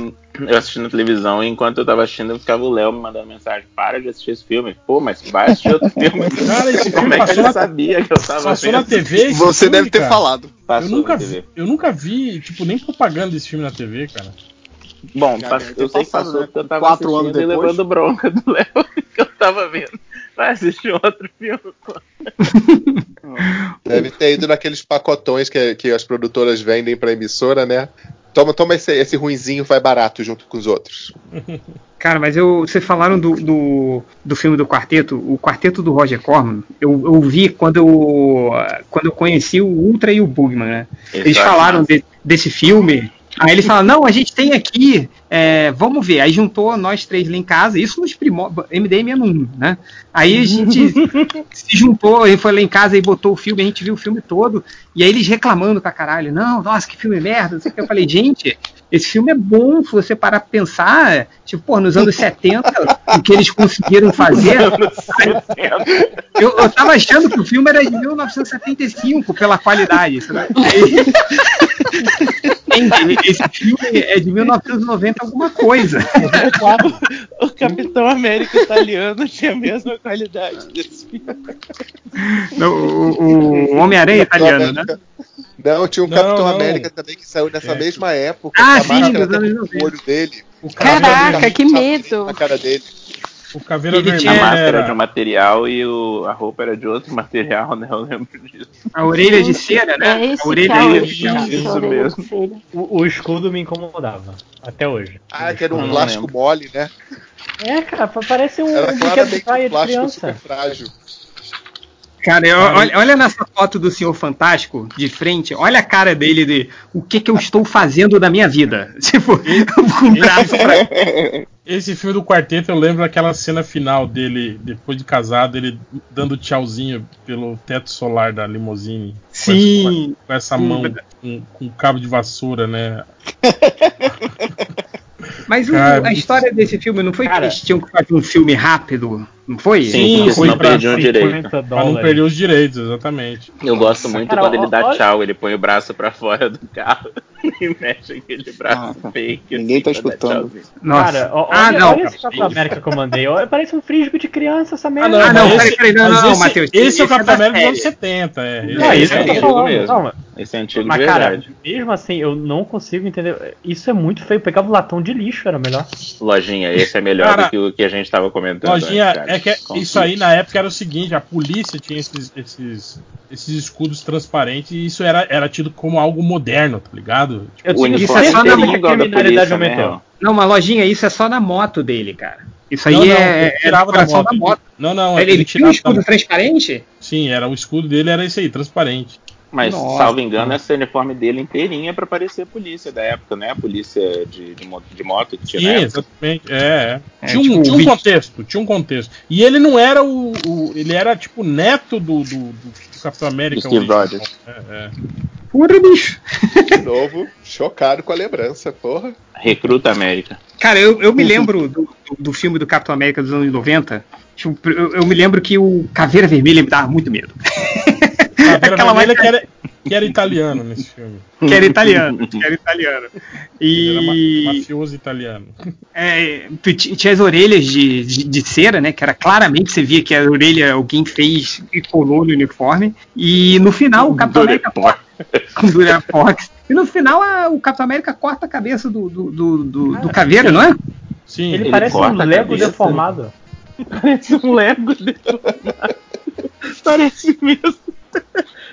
[SPEAKER 9] eu assisti na televisão e enquanto eu tava assistindo, ficava o Léo me mandando mensagem: para de assistir esse filme. Pô, mas vai assistir outro filme.
[SPEAKER 2] Cara, esse filme
[SPEAKER 9] Como é que
[SPEAKER 2] passou
[SPEAKER 9] ele
[SPEAKER 2] na-
[SPEAKER 9] sabia que eu tava
[SPEAKER 2] Passou na
[SPEAKER 9] vendo?
[SPEAKER 2] TV. esse
[SPEAKER 4] Você
[SPEAKER 2] filme,
[SPEAKER 4] deve ter
[SPEAKER 2] cara?
[SPEAKER 4] falado.
[SPEAKER 2] Eu
[SPEAKER 9] Passou
[SPEAKER 2] nunca,
[SPEAKER 9] na TV.
[SPEAKER 2] vi, eu nunca vi, tipo, nem propaganda desse filme na TV, cara.
[SPEAKER 9] Bom,
[SPEAKER 4] Já
[SPEAKER 9] pass-
[SPEAKER 4] deve ter
[SPEAKER 9] eu sei que
[SPEAKER 4] passado,
[SPEAKER 9] passou
[SPEAKER 4] né?
[SPEAKER 9] porque eu tava
[SPEAKER 4] Quatro anos
[SPEAKER 9] assistindo e
[SPEAKER 4] depois.
[SPEAKER 9] levando bronca do Léo que eu tava vendo. Vai assistir um outro filme. pô.
[SPEAKER 10] Deve ter ido naqueles pacotões que, que as produtoras vendem pra emissora, né? Toma, toma esse, esse ruinzinho, vai barato junto com os outros.
[SPEAKER 3] Cara, mas eu, vocês falaram do, do, do filme do quarteto, o quarteto do Roger Corman. Eu, eu vi quando eu, quando eu conheci o Ultra e o Bugman, né? Eles
[SPEAKER 9] Exato.
[SPEAKER 3] falaram de- desse filme. Aí eles falaram, não, a gente tem aqui, é, vamos ver. Aí juntou nós três lá em casa, isso nos primórdios, MDM é um, né? Aí a gente se juntou, ele foi lá em casa e botou o filme, a gente viu o filme todo, e aí eles reclamando pra caralho, não, nossa, que filme merda, não sei o que. Eu falei, gente, esse filme é bom, se você parar pra pensar, tipo, pô, nos anos 70, o que eles conseguiram fazer. Eu, eu tava achando que o filme era de 1975, pela qualidade. sabe? Gente, Esse filme é de 1990 alguma coisa.
[SPEAKER 12] O Capitão América italiano tinha a mesma qualidade desse filme.
[SPEAKER 3] Não, o, o- o Homem-Aranha italiano, né?
[SPEAKER 10] Não, tinha um
[SPEAKER 2] Não,
[SPEAKER 10] Capitão
[SPEAKER 2] não.
[SPEAKER 10] América também que saiu nessa
[SPEAKER 2] É.
[SPEAKER 10] mesma época.
[SPEAKER 3] Ah,
[SPEAKER 10] a
[SPEAKER 3] sim,
[SPEAKER 10] máscara
[SPEAKER 3] dos
[SPEAKER 10] até
[SPEAKER 3] anos
[SPEAKER 10] com o
[SPEAKER 3] 90.
[SPEAKER 10] olho dele.
[SPEAKER 2] O Caveira,
[SPEAKER 11] Caraca, que medo.
[SPEAKER 10] Na cara dele.
[SPEAKER 2] o caveira
[SPEAKER 3] Ele
[SPEAKER 2] Vermelha
[SPEAKER 3] tinha-
[SPEAKER 9] A máscara
[SPEAKER 2] era-
[SPEAKER 9] era de um material e o- a roupa era de outro material, né? Eu lembro disso.
[SPEAKER 3] A orelha de cera,
[SPEAKER 8] É
[SPEAKER 3] né?
[SPEAKER 8] esse
[SPEAKER 3] A
[SPEAKER 8] que
[SPEAKER 3] orelha
[SPEAKER 8] é o
[SPEAKER 3] de
[SPEAKER 8] Gil,
[SPEAKER 9] isso
[SPEAKER 8] seu orelha de
[SPEAKER 9] mesmo.
[SPEAKER 8] feira.
[SPEAKER 7] O, o escudo me incomodava. Até hoje.
[SPEAKER 10] Ah, que era
[SPEAKER 9] Eu
[SPEAKER 10] um
[SPEAKER 9] não
[SPEAKER 10] plástico
[SPEAKER 9] lembro.
[SPEAKER 10] mole, né?
[SPEAKER 7] É, cara, pa- parece um
[SPEAKER 10] Era
[SPEAKER 7] brinquedo de
[SPEAKER 10] claramente
[SPEAKER 7] praia
[SPEAKER 10] um
[SPEAKER 7] de
[SPEAKER 10] plástico
[SPEAKER 7] criança.
[SPEAKER 10] super frágil.
[SPEAKER 3] Cara, eu- olha, olha nessa foto do Senhor Fantástico de frente, olha a cara dele de o que que eu estou fazendo da minha vida. Tipo, com o braço pra.
[SPEAKER 2] Esse filme do quarteto, eu lembro daquela cena final dele, depois de casado, ele dando tchauzinho pelo teto solar da limousine. Com
[SPEAKER 3] Sim.
[SPEAKER 2] essa- Com essa mão, com, com cabo de vassoura, né?
[SPEAKER 3] Mas o-
[SPEAKER 2] Cara,
[SPEAKER 3] a história desse filme não foi que
[SPEAKER 7] Cara.
[SPEAKER 3] eles tinham que fazer um filme rápido? Não foi?
[SPEAKER 9] Sim, porque
[SPEAKER 2] foi
[SPEAKER 9] senão
[SPEAKER 2] pra
[SPEAKER 9] perdiam o
[SPEAKER 7] 50
[SPEAKER 9] direito.
[SPEAKER 2] Pra não
[SPEAKER 7] dólares.
[SPEAKER 2] perder os direitos, exatamente.
[SPEAKER 9] Eu gosto muito
[SPEAKER 7] Cara,
[SPEAKER 9] quando ele
[SPEAKER 7] ó-
[SPEAKER 9] dá
[SPEAKER 7] olha-
[SPEAKER 9] tchau, ele põe o braço pra fora do carro e mexe aquele braço
[SPEAKER 4] Nossa,
[SPEAKER 9] fake. assim,
[SPEAKER 4] ninguém tá
[SPEAKER 9] pra dar
[SPEAKER 4] escutando.
[SPEAKER 9] tchauzinho.
[SPEAKER 3] Nossa.
[SPEAKER 7] Cara, ó-
[SPEAKER 3] ah,
[SPEAKER 7] olha,
[SPEAKER 3] não.
[SPEAKER 7] olha esse Capitão América que eu mandei. Olha, parece um frisbee de criança essa merda.
[SPEAKER 3] Ah, não,
[SPEAKER 2] mas
[SPEAKER 3] peraí, peraí, não,
[SPEAKER 2] mas
[SPEAKER 3] não,
[SPEAKER 2] esse-
[SPEAKER 3] Matheus,
[SPEAKER 2] Esse é o
[SPEAKER 3] esse é
[SPEAKER 2] Capitão
[SPEAKER 3] da
[SPEAKER 2] América dos
[SPEAKER 3] série.
[SPEAKER 2] anos 70, é.
[SPEAKER 9] Não,
[SPEAKER 2] Esse-
[SPEAKER 9] esse é
[SPEAKER 7] que eu tô
[SPEAKER 9] antigo
[SPEAKER 7] falando.
[SPEAKER 9] mesmo.
[SPEAKER 7] Calma.
[SPEAKER 9] Esse é antigo de
[SPEAKER 7] Mas,
[SPEAKER 9] verdade.
[SPEAKER 7] cara, mesmo assim, eu não consigo entender. Isso é muito feio. Pegava o latão de lixo, era melhor.
[SPEAKER 9] Lojinha, esse é melhor
[SPEAKER 2] Cara,
[SPEAKER 9] do que o que a gente tava comentando.
[SPEAKER 2] Lojinha,
[SPEAKER 9] antes, cara.
[SPEAKER 2] é que
[SPEAKER 9] Com
[SPEAKER 2] isso aí na época era o seguinte, a polícia tinha esses, esses, esses escudos transparentes e isso era, era tido como algo moderno, tá ligado? Tipo,
[SPEAKER 7] Eu
[SPEAKER 9] O
[SPEAKER 7] tenho
[SPEAKER 9] uniforme
[SPEAKER 3] certeza
[SPEAKER 9] seria
[SPEAKER 3] que é a
[SPEAKER 9] igual da
[SPEAKER 7] criminalidade
[SPEAKER 9] polícia, né?
[SPEAKER 7] aumentou.
[SPEAKER 3] Não, mas lojinha, isso é só na moto dele, cara. Isso aí
[SPEAKER 2] não, não,
[SPEAKER 3] é,
[SPEAKER 2] ele
[SPEAKER 3] é
[SPEAKER 2] tirava da
[SPEAKER 3] coração
[SPEAKER 2] moto. Não, não,
[SPEAKER 3] Ele, ele tinha um
[SPEAKER 2] tirava da
[SPEAKER 3] escudo
[SPEAKER 2] moto.
[SPEAKER 3] transparente?
[SPEAKER 2] Sim, era o escudo dele era esse aí, transparente.
[SPEAKER 9] Mas,
[SPEAKER 3] Nossa.
[SPEAKER 9] salvo engano, essa uniforme dele inteirinha é pra parecer a polícia da época, né? A polícia de, de, mo- de moto que tinha
[SPEAKER 2] Sim,
[SPEAKER 9] na época.
[SPEAKER 2] exatamente. É, é.
[SPEAKER 3] É,
[SPEAKER 2] tinha, um,
[SPEAKER 3] tipo,
[SPEAKER 2] tinha um
[SPEAKER 3] vídeo-
[SPEAKER 2] contexto, tinha um contexto. E ele não era o. o- ele era tipo neto do, do, do- do Capitão América.
[SPEAKER 9] Steve
[SPEAKER 2] original.
[SPEAKER 9] Rogers.
[SPEAKER 2] É, é.
[SPEAKER 3] Porra, bicho.
[SPEAKER 10] De novo, chocado com a lembrança, porra.
[SPEAKER 9] Recruta América.
[SPEAKER 3] Cara, eu, eu me lembro do, do- do filme do Capitão América dos anos 90. Tipo, eu, eu me lembro que o Caveira Vermelha me dava muito medo.
[SPEAKER 2] Caveira
[SPEAKER 3] Aquela
[SPEAKER 2] Vermelha
[SPEAKER 3] marca-
[SPEAKER 2] que era, que que era italiano né? nesse filme.
[SPEAKER 3] Que era italiano, que era italiano. E.
[SPEAKER 2] Era ma- mafioso italiano.
[SPEAKER 3] É, tu ti- tinha as orelhas de, de, de cera, né? Que era claramente, você via que a orelha alguém fez e colou no uniforme. E no final o Capitão América corta. Com Durapox. E no final a- o Capitão América corta a cabeça do, do, do, do- do caveira, não é?
[SPEAKER 2] Sim,
[SPEAKER 7] Ele, parece um Lego deformado.
[SPEAKER 12] Parece um Lego deformado. Parece mesmo.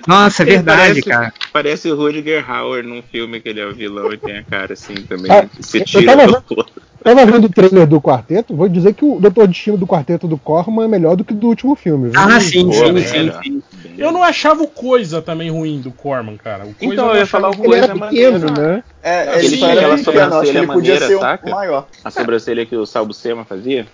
[SPEAKER 3] Nossa, é
[SPEAKER 9] Ele
[SPEAKER 3] verdade,
[SPEAKER 9] parece-
[SPEAKER 3] cara.
[SPEAKER 9] Parece o Rudiger Hauer num filme que ele é o vilão e tem a cara assim também.
[SPEAKER 3] É,
[SPEAKER 5] Ah,
[SPEAKER 9] se
[SPEAKER 5] eu
[SPEAKER 9] tira
[SPEAKER 5] tava
[SPEAKER 9] do
[SPEAKER 5] vendo- Tava vendo o trailer do quarteto, vou dizer que o Doutor Destino do quarteto do Corman é melhor do que do último
[SPEAKER 3] um
[SPEAKER 5] filme.
[SPEAKER 3] Ah,
[SPEAKER 5] viu?
[SPEAKER 3] né,
[SPEAKER 2] Eu não achava o coisa também ruim do Corman, cara. O coisa
[SPEAKER 12] Então, eu ia falar o
[SPEAKER 2] achava ruim.
[SPEAKER 12] Coisa maneiro.
[SPEAKER 4] É,
[SPEAKER 9] Ele
[SPEAKER 4] ele
[SPEAKER 9] tinha
[SPEAKER 4] era
[SPEAKER 9] aquela
[SPEAKER 4] pequeno, acho que
[SPEAKER 9] sobrancelha
[SPEAKER 4] ele podia
[SPEAKER 9] maneira,
[SPEAKER 4] ser um
[SPEAKER 9] saca?
[SPEAKER 4] maior.
[SPEAKER 9] A sobrancelha que o Salbucema fazia?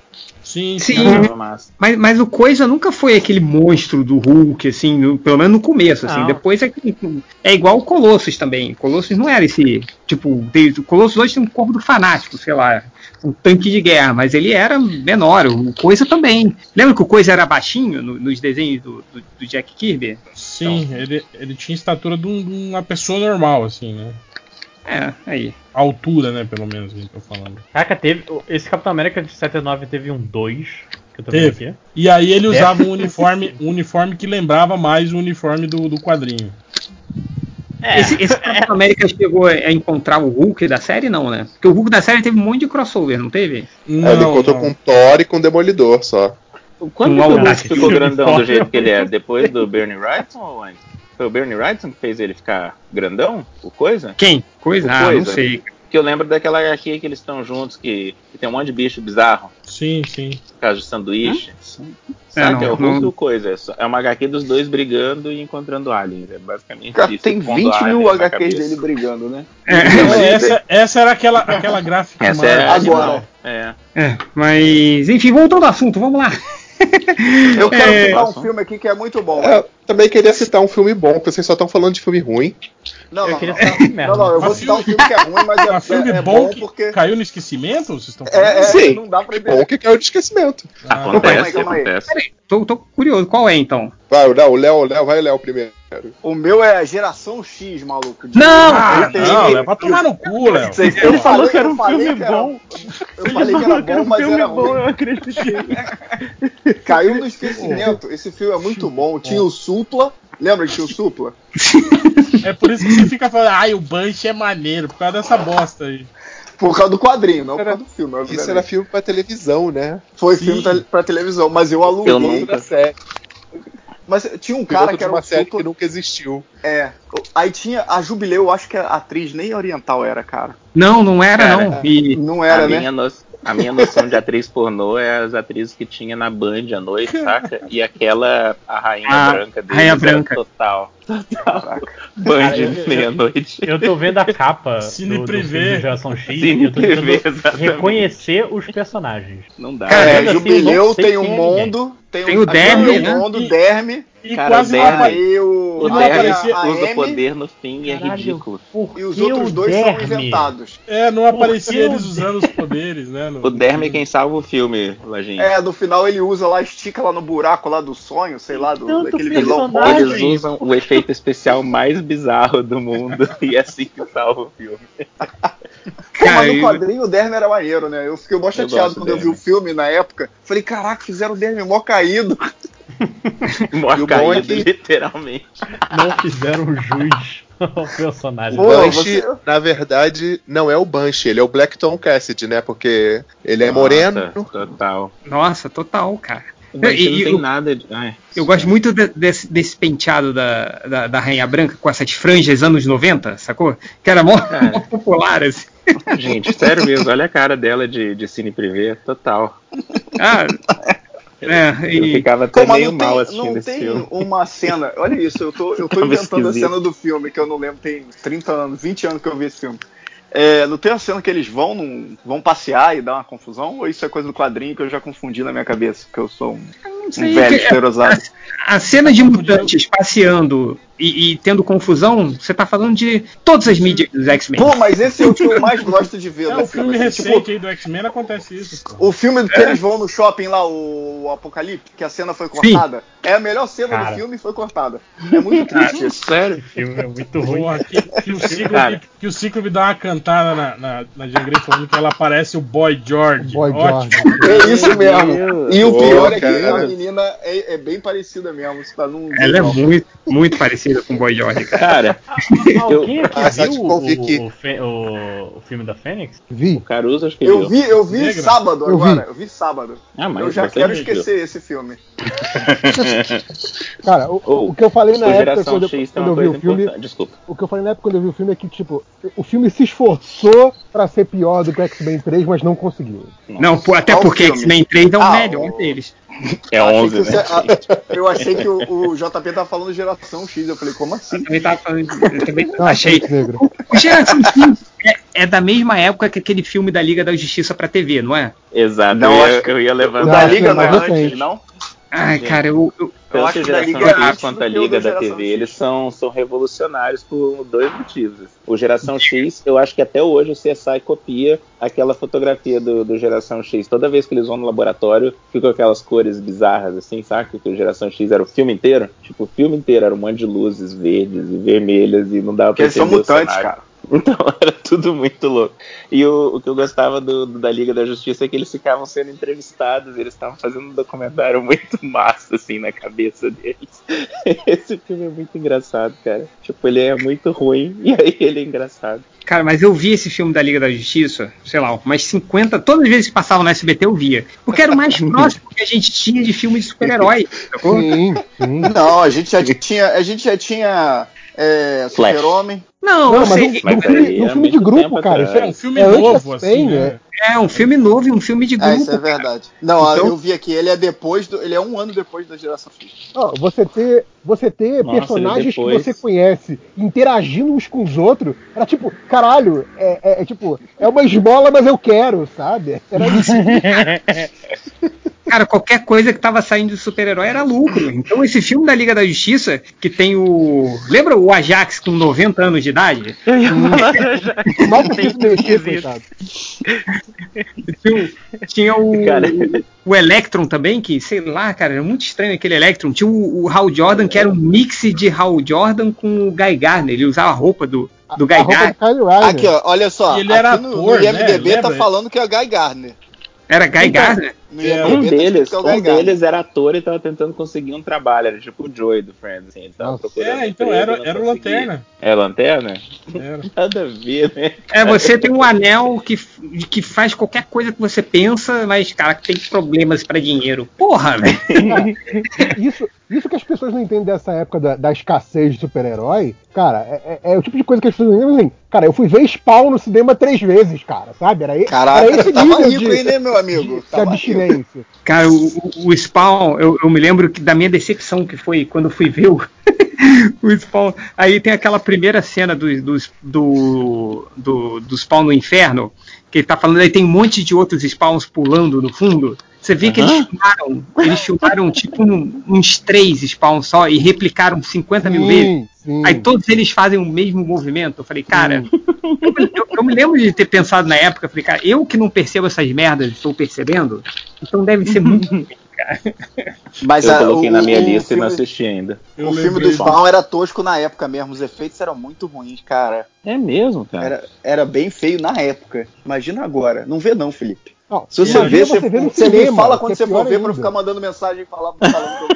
[SPEAKER 2] Sim,
[SPEAKER 3] Sim.
[SPEAKER 9] Tava massa.
[SPEAKER 3] Mas, mas o Coisa nunca foi aquele monstro do Hulk, assim, no- pelo menos no começo, assim.
[SPEAKER 9] Não.
[SPEAKER 3] Depois é, que- é igual o Colossus também. Colossus não era esse, tipo, de- o Colossus hoje tem um corpo do fanático, sei lá, um tanque de guerra, mas ele era menor, o Coisa também. Lembra que o Coisa era baixinho no- nos desenhos do, do- do Jack Kirby? Então.
[SPEAKER 2] Sim, ele, ele tinha estatura de, um- de uma pessoa normal, assim, né?
[SPEAKER 3] É, aí.
[SPEAKER 2] Altura, né, pelo menos, que eu tô falando.
[SPEAKER 7] Caraca, teve. Esse Capitão América de 79 teve um 2. Que eu tô
[SPEAKER 4] Tá
[SPEAKER 7] vendo
[SPEAKER 2] Teve.
[SPEAKER 7] aqui.
[SPEAKER 2] E aí ele
[SPEAKER 7] É.
[SPEAKER 4] Né?
[SPEAKER 2] usava um uniforme, um uniforme que lembrava mais o uniforme do, do quadrinho.
[SPEAKER 9] É.
[SPEAKER 3] Esse, esse Capitão América chegou a encontrar o Hulk da série, não, né? Porque o Hulk da série teve um monte de crossover, não teve?
[SPEAKER 10] É, ele encontrou com o Thor e com o Demolidor só.
[SPEAKER 3] um
[SPEAKER 9] o Aldax ficou grandão do jeito que ele é depois do Bernie Wrightson ou antes? Foi o Bernie Wrightson que fez ele ficar grandão? O coisa?
[SPEAKER 3] Quem? Coisa?
[SPEAKER 9] O
[SPEAKER 3] Ah,
[SPEAKER 9] Coisa.
[SPEAKER 3] não sei.
[SPEAKER 9] Que eu lembro daquela HQ que eles estão juntos, que, que tem um monte de bicho bizarro.
[SPEAKER 2] Sim, sim.
[SPEAKER 9] Por causa do sanduíche.
[SPEAKER 3] É,
[SPEAKER 9] Sabe?
[SPEAKER 3] não,
[SPEAKER 9] É, o Hulk
[SPEAKER 3] não-
[SPEAKER 9] do coisa. é só- É uma HQ dos dois brigando e encontrando aliens. É basicamente
[SPEAKER 4] Cara,
[SPEAKER 9] isso.
[SPEAKER 4] tem
[SPEAKER 9] expondo
[SPEAKER 4] 20 mil
[SPEAKER 9] aliens na
[SPEAKER 4] HQs
[SPEAKER 9] cabeça.
[SPEAKER 4] dele brigando, né?
[SPEAKER 3] É,
[SPEAKER 2] Não, essa, essa era aquela, aquela gráfica.
[SPEAKER 9] Essa
[SPEAKER 2] mano.
[SPEAKER 9] é a
[SPEAKER 4] Agora.
[SPEAKER 9] original. É.
[SPEAKER 3] É, mas enfim, voltando ao assunto, vamos lá.
[SPEAKER 4] Eu quero
[SPEAKER 3] É.
[SPEAKER 4] citar um filme aqui que é muito bom.
[SPEAKER 10] É, também queria citar um filme bom, porque vocês só estão falando de filme ruim.
[SPEAKER 4] Não, não,
[SPEAKER 7] queria
[SPEAKER 4] não.
[SPEAKER 7] citar um filme merda.
[SPEAKER 4] não, não, eu vou
[SPEAKER 2] Mas
[SPEAKER 4] citar um filme que é ruim, mas
[SPEAKER 2] Mas
[SPEAKER 4] é,
[SPEAKER 2] filme
[SPEAKER 4] é, é
[SPEAKER 2] bom
[SPEAKER 4] bom
[SPEAKER 2] que
[SPEAKER 4] porque.
[SPEAKER 2] caiu no esquecimento? Vocês estão falando?
[SPEAKER 4] É, é,
[SPEAKER 10] Sim.
[SPEAKER 4] não dá pra
[SPEAKER 10] Bom
[SPEAKER 4] entender.
[SPEAKER 10] que é caiu de esquecimento.
[SPEAKER 9] Acontece,
[SPEAKER 4] calma aí.
[SPEAKER 9] acontece.
[SPEAKER 3] Tô, tô curioso, qual é então?
[SPEAKER 10] Vai, não, o Léo, o Léo, vai, Léo, primeiro.
[SPEAKER 4] O meu é Geração X, maluco. De-
[SPEAKER 3] Não!
[SPEAKER 2] Ah,
[SPEAKER 4] Eu tenho-
[SPEAKER 2] não, Léo, vai tomar no cu, Léo.
[SPEAKER 4] Vocês-
[SPEAKER 12] Ele
[SPEAKER 4] eu
[SPEAKER 12] falou
[SPEAKER 4] falei-
[SPEAKER 12] que era
[SPEAKER 4] eu
[SPEAKER 12] um
[SPEAKER 4] falei
[SPEAKER 12] filme
[SPEAKER 4] que era-
[SPEAKER 12] bom.
[SPEAKER 4] Eu falei que era bom, mas era ruim.
[SPEAKER 12] eu acreditei.
[SPEAKER 4] Caiu no esquecimento. Esse filme é muito bom. Tinha o Supla. Lembra que tinha o Supla?
[SPEAKER 2] É por isso que você fica falando, ai, o Bunch é maneiro, por causa dessa bosta aí.
[SPEAKER 4] Por causa do quadrinho, não por
[SPEAKER 10] Era-
[SPEAKER 4] causa do filme.
[SPEAKER 10] Isso
[SPEAKER 4] obviamente.
[SPEAKER 10] era filme pra televisão, né?
[SPEAKER 4] Foi
[SPEAKER 2] Sim.
[SPEAKER 4] filme te- pra televisão, mas eu aluguei.
[SPEAKER 9] Eu nunca.
[SPEAKER 10] Série,
[SPEAKER 4] Mas tinha um
[SPEAKER 10] piloto
[SPEAKER 4] cara
[SPEAKER 10] de
[SPEAKER 4] que era
[SPEAKER 10] uma
[SPEAKER 4] o
[SPEAKER 10] série
[SPEAKER 4] Supla.
[SPEAKER 10] que nunca existiu.
[SPEAKER 4] É. Aí tinha a Jubileu, eu acho que a atriz nem oriental era, cara.
[SPEAKER 3] Não, não era
[SPEAKER 9] Cara,
[SPEAKER 3] não. E
[SPEAKER 4] Não era,
[SPEAKER 9] a,
[SPEAKER 4] né?
[SPEAKER 9] minha no- a minha noção de atriz pornô é as atrizes que tinha na Band à noite, saca? E aquela, a rainha
[SPEAKER 3] Ah,
[SPEAKER 9] branca dele.
[SPEAKER 3] Rainha
[SPEAKER 9] era
[SPEAKER 3] branca.
[SPEAKER 9] Total. Band
[SPEAKER 7] Cara, eu- eu-
[SPEAKER 9] meia-noite.
[SPEAKER 7] Eu tô vendo a capa
[SPEAKER 2] Cine
[SPEAKER 7] do, do
[SPEAKER 2] Privé.
[SPEAKER 7] filme de Geração X
[SPEAKER 9] Cine
[SPEAKER 7] e eu tô tentando
[SPEAKER 9] Privé, exatamente.
[SPEAKER 7] reconhecer os personagens.
[SPEAKER 9] Não dá.
[SPEAKER 4] Cara,
[SPEAKER 9] né?
[SPEAKER 4] é,
[SPEAKER 7] ainda assim, eu
[SPEAKER 4] Jubileu
[SPEAKER 7] não sei
[SPEAKER 4] tem o
[SPEAKER 7] quem é
[SPEAKER 4] Mondo, tem,
[SPEAKER 3] Tem o Derme, né?
[SPEAKER 4] O Mondo,
[SPEAKER 2] E-
[SPEAKER 4] Derme,
[SPEAKER 2] E
[SPEAKER 9] Cara,
[SPEAKER 2] quase
[SPEAKER 9] o
[SPEAKER 2] nada.
[SPEAKER 9] Derby-
[SPEAKER 4] aí o.
[SPEAKER 9] o
[SPEAKER 2] não
[SPEAKER 9] Derry
[SPEAKER 2] aparecia-
[SPEAKER 4] a
[SPEAKER 9] usa
[SPEAKER 4] M,
[SPEAKER 9] poder no fim e é
[SPEAKER 7] Caralho.
[SPEAKER 9] ridículo.
[SPEAKER 7] Por
[SPEAKER 4] E os
[SPEAKER 7] que
[SPEAKER 4] outros
[SPEAKER 7] o
[SPEAKER 4] dois
[SPEAKER 7] Derme?
[SPEAKER 4] são inventados.
[SPEAKER 2] É, não aparecia
[SPEAKER 7] Por
[SPEAKER 2] eles
[SPEAKER 7] que o
[SPEAKER 2] usando os poderes, né? no-
[SPEAKER 9] O Derme é quem salva o filme, Lajinha.
[SPEAKER 4] É, no final ele usa lá, estica lá no buraco lá do sonho, sei lá, do,
[SPEAKER 7] Tanto
[SPEAKER 4] daquele
[SPEAKER 7] personagem.
[SPEAKER 4] vilão.
[SPEAKER 9] Eles
[SPEAKER 7] Ai,
[SPEAKER 9] usam o efeito especial mais bizarro do mundo e é assim que salva o filme.
[SPEAKER 4] Pô, mas
[SPEAKER 3] Cara,
[SPEAKER 4] no quadrinho o Derme era maneiro, né? Eu fiquei mó chateado
[SPEAKER 9] gosto do
[SPEAKER 4] quando eu vi
[SPEAKER 9] Derme.
[SPEAKER 4] o filme na época. Falei, caraca, fizeram o Derme mó caído.
[SPEAKER 10] E
[SPEAKER 9] Mó
[SPEAKER 10] o bom é
[SPEAKER 9] caído,
[SPEAKER 10] que-
[SPEAKER 9] literalmente.
[SPEAKER 7] Não fizeram jus ao personagem.
[SPEAKER 10] O
[SPEAKER 4] Pô,
[SPEAKER 10] Banshee,
[SPEAKER 4] você-
[SPEAKER 10] na verdade, não é o Banshee, ele é o Blackton Cassidy, né? Porque ele é moreno.
[SPEAKER 9] Nossa, total.
[SPEAKER 3] nossa, total, cara.
[SPEAKER 9] O Banshee
[SPEAKER 3] E- e
[SPEAKER 9] não tem
[SPEAKER 3] eu-
[SPEAKER 9] nada de. Ai,
[SPEAKER 3] Eu gosto muito de- desse, desse penteado da, da, da Rainha Branca com essas franjas anos 90, sacou? Que era mó,
[SPEAKER 9] Cara.
[SPEAKER 3] mó popular, assim.
[SPEAKER 9] Ah, Gente, sério mesmo, olha a cara dela de, de cine privê, total.
[SPEAKER 3] Ah, é,
[SPEAKER 9] Eu
[SPEAKER 3] e-
[SPEAKER 9] ficava Tá até
[SPEAKER 4] Pô, mas
[SPEAKER 9] meio
[SPEAKER 4] não tem,
[SPEAKER 9] mal
[SPEAKER 4] não
[SPEAKER 9] assistindo esse
[SPEAKER 4] tem
[SPEAKER 9] filme.
[SPEAKER 4] uma cena. Olha isso, eu tô, eu tô
[SPEAKER 9] Tava
[SPEAKER 4] inventando a
[SPEAKER 9] esquisito.
[SPEAKER 4] cena do filme, que eu não lembro, tem 30 anos, 20 anos que eu vi esse filme. É, não tem a cena que eles vão, num- vão passear e dar uma confusão? Ou isso é coisa do quadrinho que eu já confundi na minha cabeça? Que eu sou um,
[SPEAKER 3] não
[SPEAKER 4] um
[SPEAKER 3] sei.
[SPEAKER 4] velho
[SPEAKER 3] que-
[SPEAKER 4] esperosado.
[SPEAKER 3] a cena de mutantes passeando e, e tendo confusão, você tá falando de todas as mídias dos X-Men.
[SPEAKER 4] Pô, mas esse é o que eu mais gosto de ver.
[SPEAKER 2] É,
[SPEAKER 4] né,
[SPEAKER 2] o filme
[SPEAKER 4] assim,
[SPEAKER 2] recente
[SPEAKER 4] tipo,
[SPEAKER 2] aí do X-Men acontece isso. pô.
[SPEAKER 4] o filme que
[SPEAKER 9] É.
[SPEAKER 4] eles vão no shopping lá, o Apocalipse, que a cena foi cortada. É a melhor cena
[SPEAKER 2] Cara.
[SPEAKER 4] do filme e foi cortada. É muito triste isso.
[SPEAKER 12] Sério?
[SPEAKER 7] filme é muito ruim.
[SPEAKER 2] Porra, que, que o Ciclope,
[SPEAKER 9] Cara.
[SPEAKER 2] que o Cíclope dá uma cantada na, na, na Jean Grey falando que ela parece o Boy George.
[SPEAKER 5] Boy
[SPEAKER 2] Ótimo.
[SPEAKER 5] George.
[SPEAKER 4] É isso mesmo. E o
[SPEAKER 10] Pô,
[SPEAKER 4] pior é que
[SPEAKER 10] cara.
[SPEAKER 4] a menina é, é bem parecida mesmo. Você tá num.
[SPEAKER 3] Ela é muito, muito parecida com o Boy George, cara.
[SPEAKER 9] Cara,
[SPEAKER 7] Alguém aqui
[SPEAKER 10] Ah, só te
[SPEAKER 7] viu o,
[SPEAKER 10] convido que-
[SPEAKER 7] o fe- o- o filme da Fênix?
[SPEAKER 5] Vi.
[SPEAKER 9] Caruso acho que
[SPEAKER 4] Eu
[SPEAKER 9] viu.
[SPEAKER 4] vi, eu vi
[SPEAKER 2] Negra.
[SPEAKER 4] sábado
[SPEAKER 5] Eu vi.
[SPEAKER 4] agora. Eu vi sábado.
[SPEAKER 9] Ah, mas
[SPEAKER 4] eu já
[SPEAKER 9] você
[SPEAKER 4] quero
[SPEAKER 9] viu.
[SPEAKER 4] esquecer esse filme.
[SPEAKER 5] Cara, o,
[SPEAKER 9] Ou,
[SPEAKER 5] o que eu falei na
[SPEAKER 9] Sua
[SPEAKER 5] época
[SPEAKER 9] Tipo, geração
[SPEAKER 5] quando,
[SPEAKER 9] X tem
[SPEAKER 5] quando
[SPEAKER 9] uma
[SPEAKER 5] eu vi
[SPEAKER 9] coisa
[SPEAKER 5] o filme,
[SPEAKER 9] importante. Desculpa.
[SPEAKER 5] o que eu falei na época quando eu vi o filme é que, tipo, o filme se esforçou pra ser pior do que o X-Men 3, mas não conseguiu.
[SPEAKER 3] Não, pô, até
[SPEAKER 5] um
[SPEAKER 4] Qual
[SPEAKER 3] porque
[SPEAKER 4] filme?
[SPEAKER 3] X-Men 3 é o
[SPEAKER 4] Ah,
[SPEAKER 3] melhor
[SPEAKER 4] o-
[SPEAKER 3] deles.
[SPEAKER 9] É
[SPEAKER 4] Achei
[SPEAKER 9] 11,
[SPEAKER 4] que
[SPEAKER 9] né?
[SPEAKER 4] você- a- eu achei que o, o JP tava falando geração X. Eu falei, como assim?
[SPEAKER 3] Eu também tava falando. Eu também
[SPEAKER 5] Ah,
[SPEAKER 3] achei.
[SPEAKER 5] Phoenix Negra.
[SPEAKER 3] O Geração X é, é da mesma época que aquele filme da Liga da Justiça pra TV, não é?
[SPEAKER 9] Exato.
[SPEAKER 4] Não,
[SPEAKER 9] eu,
[SPEAKER 4] acho
[SPEAKER 9] ia, eu ia
[SPEAKER 4] O
[SPEAKER 9] levantar.
[SPEAKER 4] da
[SPEAKER 5] acho que
[SPEAKER 4] Liga
[SPEAKER 5] é
[SPEAKER 4] não é
[SPEAKER 5] mais recente.
[SPEAKER 4] antes, não?
[SPEAKER 3] Ai,
[SPEAKER 9] Sim.
[SPEAKER 3] cara, eu, eu-
[SPEAKER 9] Tanto
[SPEAKER 4] acho que da
[SPEAKER 9] geração
[SPEAKER 4] Liga é
[SPEAKER 9] X
[SPEAKER 4] antes
[SPEAKER 9] quanto
[SPEAKER 4] do
[SPEAKER 9] a
[SPEAKER 4] que o
[SPEAKER 9] Liga
[SPEAKER 4] do
[SPEAKER 9] da
[SPEAKER 4] Geração
[SPEAKER 9] TV,
[SPEAKER 4] X.
[SPEAKER 9] eles são, são revolucionários por dois motivos. O Geração X, eu acho que até hoje o CSI copia aquela fotografia do, do Geração X. Toda vez que eles vão no laboratório, ficam aquelas cores bizarras, assim, saca? Que o Geração X era o filme inteiro. Tipo, o filme inteiro era um monte de luzes verdes e vermelhas e não dava pra
[SPEAKER 4] Porque eles
[SPEAKER 9] entender
[SPEAKER 4] são
[SPEAKER 9] o
[SPEAKER 4] mutantes,
[SPEAKER 9] cenário.
[SPEAKER 4] cara.
[SPEAKER 9] Então era tudo muito louco. E o, o que eu gostava do, do- da Liga da Justiça é que eles ficavam sendo entrevistados, e eles estavam fazendo um documentário muito massa, assim, na cabeça deles. Esse filme é muito engraçado, cara. Tipo, ele é muito ruim, e aí ele é engraçado.
[SPEAKER 3] Ah, cara, mas eu vi esse filme da Liga da Justiça, sei lá, umas 50. Todas as vezes que passava no SBT eu via. Porque era o mais próximo que a gente tinha de filme de super-herói. sacou?
[SPEAKER 5] Sim, sim.
[SPEAKER 4] Não, a gente já tinha. A gente já tinha. É,
[SPEAKER 9] Flash.
[SPEAKER 4] Super-Homem.
[SPEAKER 3] Não,
[SPEAKER 5] Não,
[SPEAKER 3] eu
[SPEAKER 5] mas
[SPEAKER 3] sei.
[SPEAKER 5] um,
[SPEAKER 9] mas
[SPEAKER 5] um filme,
[SPEAKER 9] aí
[SPEAKER 5] um
[SPEAKER 9] é
[SPEAKER 5] filme de
[SPEAKER 9] muito
[SPEAKER 5] grupo,
[SPEAKER 9] tempo
[SPEAKER 5] cara.
[SPEAKER 9] atrás.
[SPEAKER 5] Isso
[SPEAKER 2] É um filme
[SPEAKER 5] é antes
[SPEAKER 2] novo,
[SPEAKER 5] das
[SPEAKER 2] assim.
[SPEAKER 5] Pain,
[SPEAKER 2] né?
[SPEAKER 3] É um filme novo e um filme de
[SPEAKER 4] Ah, isso é
[SPEAKER 3] grupo.
[SPEAKER 4] verdade. Não,
[SPEAKER 3] Então-
[SPEAKER 4] eu vi aqui, ele é depois do. Ele é um ano depois da geração X.
[SPEAKER 5] Ó, você ter, você ter
[SPEAKER 9] Nossa,
[SPEAKER 5] personagens que
[SPEAKER 9] depois.
[SPEAKER 5] você conhece interagindo uns com os outros, era tipo, caralho, é, é- é tipo, é uma esmola, mas eu quero, sabe? Era isso.
[SPEAKER 3] Cara, qualquer coisa que tava saindo de super-herói era lucro. Então esse filme da Liga da Justiça, que tem o. Lembra o Ajax com 90 anos de idade? um
[SPEAKER 12] Eu ia falar já já.
[SPEAKER 5] Mata
[SPEAKER 12] Bem
[SPEAKER 5] esse meu tipo,
[SPEAKER 12] esquisito.
[SPEAKER 5] sabe?
[SPEAKER 3] Tinha, o- tinha o,
[SPEAKER 9] Cara.
[SPEAKER 3] o Electron também, que sei lá, cara, era muito estranho aquele Electron. Tinha o, o Hal Jordan, que era um mix de Hal Jordan com o Guy Garner. Ele usava a roupa do, do Guy
[SPEAKER 5] A roupa do
[SPEAKER 3] Garner.
[SPEAKER 5] Kyle Reiner.
[SPEAKER 4] Aqui, ó, olha só.
[SPEAKER 2] E ele era
[SPEAKER 4] aqui no,
[SPEAKER 2] ator,
[SPEAKER 4] no IMDB
[SPEAKER 2] né?
[SPEAKER 4] tá
[SPEAKER 2] Lembra?
[SPEAKER 4] falando que é Guy Garner.
[SPEAKER 3] Era Guy Garner?
[SPEAKER 4] No
[SPEAKER 2] É,
[SPEAKER 4] IMDB
[SPEAKER 9] Então, Um
[SPEAKER 4] tá escrito
[SPEAKER 9] deles,
[SPEAKER 4] que é o
[SPEAKER 9] um
[SPEAKER 4] Guy Garner.
[SPEAKER 9] deles era ator e tava tentando conseguir um trabalho, era tipo o Joey do Friends, assim, ele tava
[SPEAKER 5] Nossa.
[SPEAKER 9] procurando
[SPEAKER 2] É, então
[SPEAKER 9] emprego
[SPEAKER 2] era,
[SPEAKER 9] e não
[SPEAKER 2] era o
[SPEAKER 9] conseguia.
[SPEAKER 2] Lanterna.
[SPEAKER 9] É Lanterna?
[SPEAKER 2] Era.
[SPEAKER 9] Nada a ver, né?
[SPEAKER 3] É, você tem um anel que, que faz qualquer coisa que você pensa, mas, cara, que tem problemas pra dinheiro. Porra, velho.
[SPEAKER 5] Isso, isso que as pessoas não entendem dessa época da, da escassez de super-herói, cara, é, é- é o tipo de coisa que as pessoas não entendem. Assim, cara, eu fui ver Spawn no cinema três vezes, cara, sabe? Era,
[SPEAKER 4] Caraca,
[SPEAKER 5] era esse
[SPEAKER 4] tava
[SPEAKER 5] nível
[SPEAKER 4] rico,
[SPEAKER 5] de,
[SPEAKER 4] hein, né, meu amigo?
[SPEAKER 5] de
[SPEAKER 4] Tava rico.
[SPEAKER 5] abstinência.
[SPEAKER 3] Cara, o, o- o Spawn, eu, eu me lembro que da minha decepção que foi quando eu fui ver o, o Spawn. Aí tem aquela primeira cena do, do, do, do, do Spawn no Inferno, que ele tá falando, aí tem um monte de outros Spawns pulando no fundo. Você vê que eles filmaram, eles filmaram tipo um- uns três Spawns só e replicaram 50 mil vezes.
[SPEAKER 5] sim.
[SPEAKER 3] um Aí todos eles fazem o mesmo movimento. Eu falei, cara, eu, me- eu- eu me lembro de ter pensado na época, eu falei, cara, eu que não percebo essas merdas, estou percebendo, então deve ser muito. um-
[SPEAKER 4] Mas
[SPEAKER 9] Eu
[SPEAKER 4] a-
[SPEAKER 9] coloquei
[SPEAKER 4] o-
[SPEAKER 9] na minha
[SPEAKER 4] o
[SPEAKER 9] lista e não
[SPEAKER 4] filme-
[SPEAKER 9] assisti ainda.
[SPEAKER 2] Eu
[SPEAKER 4] o filme
[SPEAKER 2] lembrei.
[SPEAKER 4] do Spawn era tosco na época mesmo, os efeitos eram muito ruins, cara.
[SPEAKER 9] É mesmo, cara.
[SPEAKER 4] Era, era bem feio na época. Imagina agora. Não vê não, Felipe.
[SPEAKER 5] Não,
[SPEAKER 4] Se você
[SPEAKER 5] imagina
[SPEAKER 4] vê, você,
[SPEAKER 5] no
[SPEAKER 4] você nem
[SPEAKER 5] cinema,
[SPEAKER 4] fala
[SPEAKER 5] que
[SPEAKER 4] quando
[SPEAKER 5] é
[SPEAKER 4] você for
[SPEAKER 5] pior
[SPEAKER 4] ver pra
[SPEAKER 5] ainda.
[SPEAKER 4] não ficar mandando mensagem e falar, falando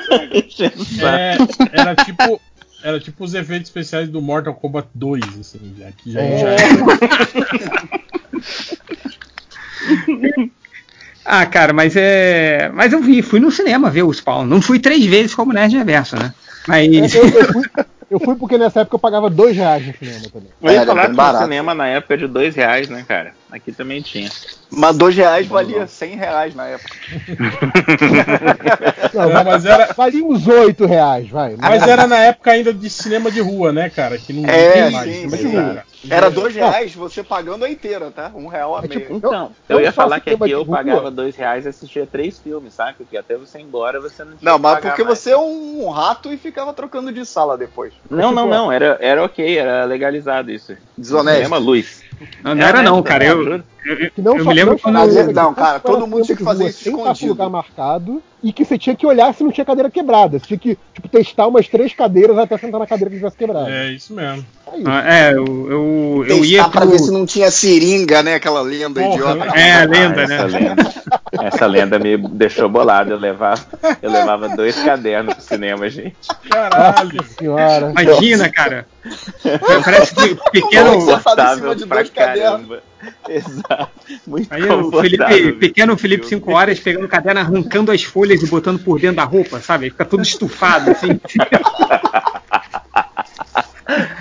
[SPEAKER 4] que você não viu.
[SPEAKER 2] É, era tipo. Era tipo os efeitos especiais do Mortal Kombat 2, assim, já, que já,
[SPEAKER 5] É.
[SPEAKER 2] já
[SPEAKER 3] Ah, cara, mas é. Mas eu vi, fui no cinema ver o Spawn. Não fui três vezes como Nerd Reverso, né? Mas.
[SPEAKER 5] É, Eu, eu fui, eu fui porque nessa época é- eu pagava dois reais no cinema também.
[SPEAKER 9] Eu ia
[SPEAKER 4] Era
[SPEAKER 9] falar
[SPEAKER 4] bem
[SPEAKER 9] que o
[SPEAKER 4] barato.
[SPEAKER 9] cinema na época é de dois reais, né, cara? Aqui também tinha.
[SPEAKER 4] Mas dois reais valia 100 reais na época.
[SPEAKER 2] Não, mas era-
[SPEAKER 5] Valia uns 8 reais, vai.
[SPEAKER 2] Mas era na época ainda de cinema de rua, né, cara? Que não
[SPEAKER 4] É,
[SPEAKER 2] tem mais.
[SPEAKER 4] sim,
[SPEAKER 2] cinema
[SPEAKER 4] sim,
[SPEAKER 2] de rua.
[SPEAKER 4] Era dois reais você pagando a inteira, tá? Um real a meia.
[SPEAKER 9] Então, eu ia falar que aqui eu pagava dois reais e assistia três filmes, saca? Porque até você ir embora, você não tinha
[SPEAKER 4] Não,
[SPEAKER 9] que
[SPEAKER 4] mas
[SPEAKER 9] pagar
[SPEAKER 4] porque
[SPEAKER 9] mais.
[SPEAKER 4] você é um rato e ficava trocando de sala depois.
[SPEAKER 9] Não,
[SPEAKER 3] Tipo,
[SPEAKER 9] não, não, é era, era ok, era legalizado isso.
[SPEAKER 4] Desonesto.
[SPEAKER 9] Mesma luz.
[SPEAKER 3] Não, não era não, cara. Eu, eu, eu me lembro quando.
[SPEAKER 4] Não, cara, todo
[SPEAKER 5] era
[SPEAKER 4] mundo tinha que fazer
[SPEAKER 5] você
[SPEAKER 4] isso
[SPEAKER 5] sem estar pro
[SPEAKER 4] escondido.
[SPEAKER 5] lugar marcado e que você tinha que olhar se não tinha cadeira quebrada. Você tinha que tipo, testar umas três cadeiras até sentar na cadeira que tivesse quebrada.
[SPEAKER 2] É isso mesmo.
[SPEAKER 3] Ah, É, eu, eu, eu
[SPEAKER 4] Testar
[SPEAKER 3] ia.
[SPEAKER 4] pra ver se não tinha seringa, né? Aquela lenda idiota.
[SPEAKER 3] É, lenda, né?
[SPEAKER 9] Ah, Essa lenda, essa lenda me deixou bolado. Eu levava, eu levava dois cadernos pro cinema, gente.
[SPEAKER 2] Caralho.
[SPEAKER 5] Senhora.
[SPEAKER 3] Imagina, cara. Parece que pequeno.
[SPEAKER 9] Confortável pra caramba. Exato. Muito
[SPEAKER 3] Aí o Felipe, pequeno Felipe 5 horas pegando o caderno, arrancando as folhas e botando por dentro da roupa, sabe? Fica todo estufado, assim.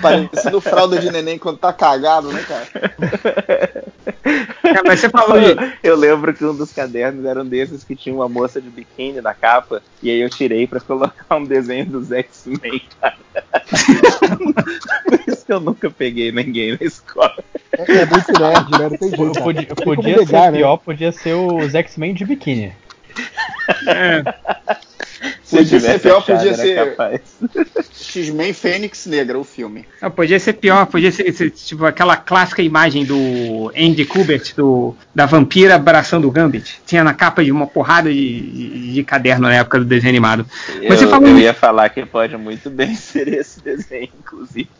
[SPEAKER 4] Parecendo fralda de neném quando tá cagado, né, cara?
[SPEAKER 3] É, mas você falou
[SPEAKER 9] eu, eu lembro que um dos cadernos era um desses que tinha uma moça de biquíni na capa, e aí eu tirei pra colocar um desenho dos X-Men, cara. Por isso que eu nunca peguei ninguém na escola.
[SPEAKER 5] É, é muito nerd, né? Não tem jeito. cara.
[SPEAKER 7] Podia,
[SPEAKER 5] Não tem como
[SPEAKER 7] podia
[SPEAKER 5] negar,
[SPEAKER 7] ser pior, podia ser os X-Men de biquíni.
[SPEAKER 3] É.
[SPEAKER 9] Se
[SPEAKER 4] Podia
[SPEAKER 9] tivesse
[SPEAKER 4] ser pior,
[SPEAKER 9] achado,
[SPEAKER 4] podia
[SPEAKER 9] era
[SPEAKER 4] ser-
[SPEAKER 9] capaz.
[SPEAKER 4] X-Men Fênix Negra, o filme.
[SPEAKER 3] Ah, podia ser pior, podia ser, ser, tipo aquela clássica imagem do Andy Kubert, do, da vampira abraçando o Gambit. Tinha na capa de uma porrada de, de- de caderno na época do desenho animado.
[SPEAKER 9] Eu,
[SPEAKER 3] Mas você falou um
[SPEAKER 9] eu
[SPEAKER 3] isso.
[SPEAKER 9] ia falar que pode muito bem ser esse desenho, inclusive.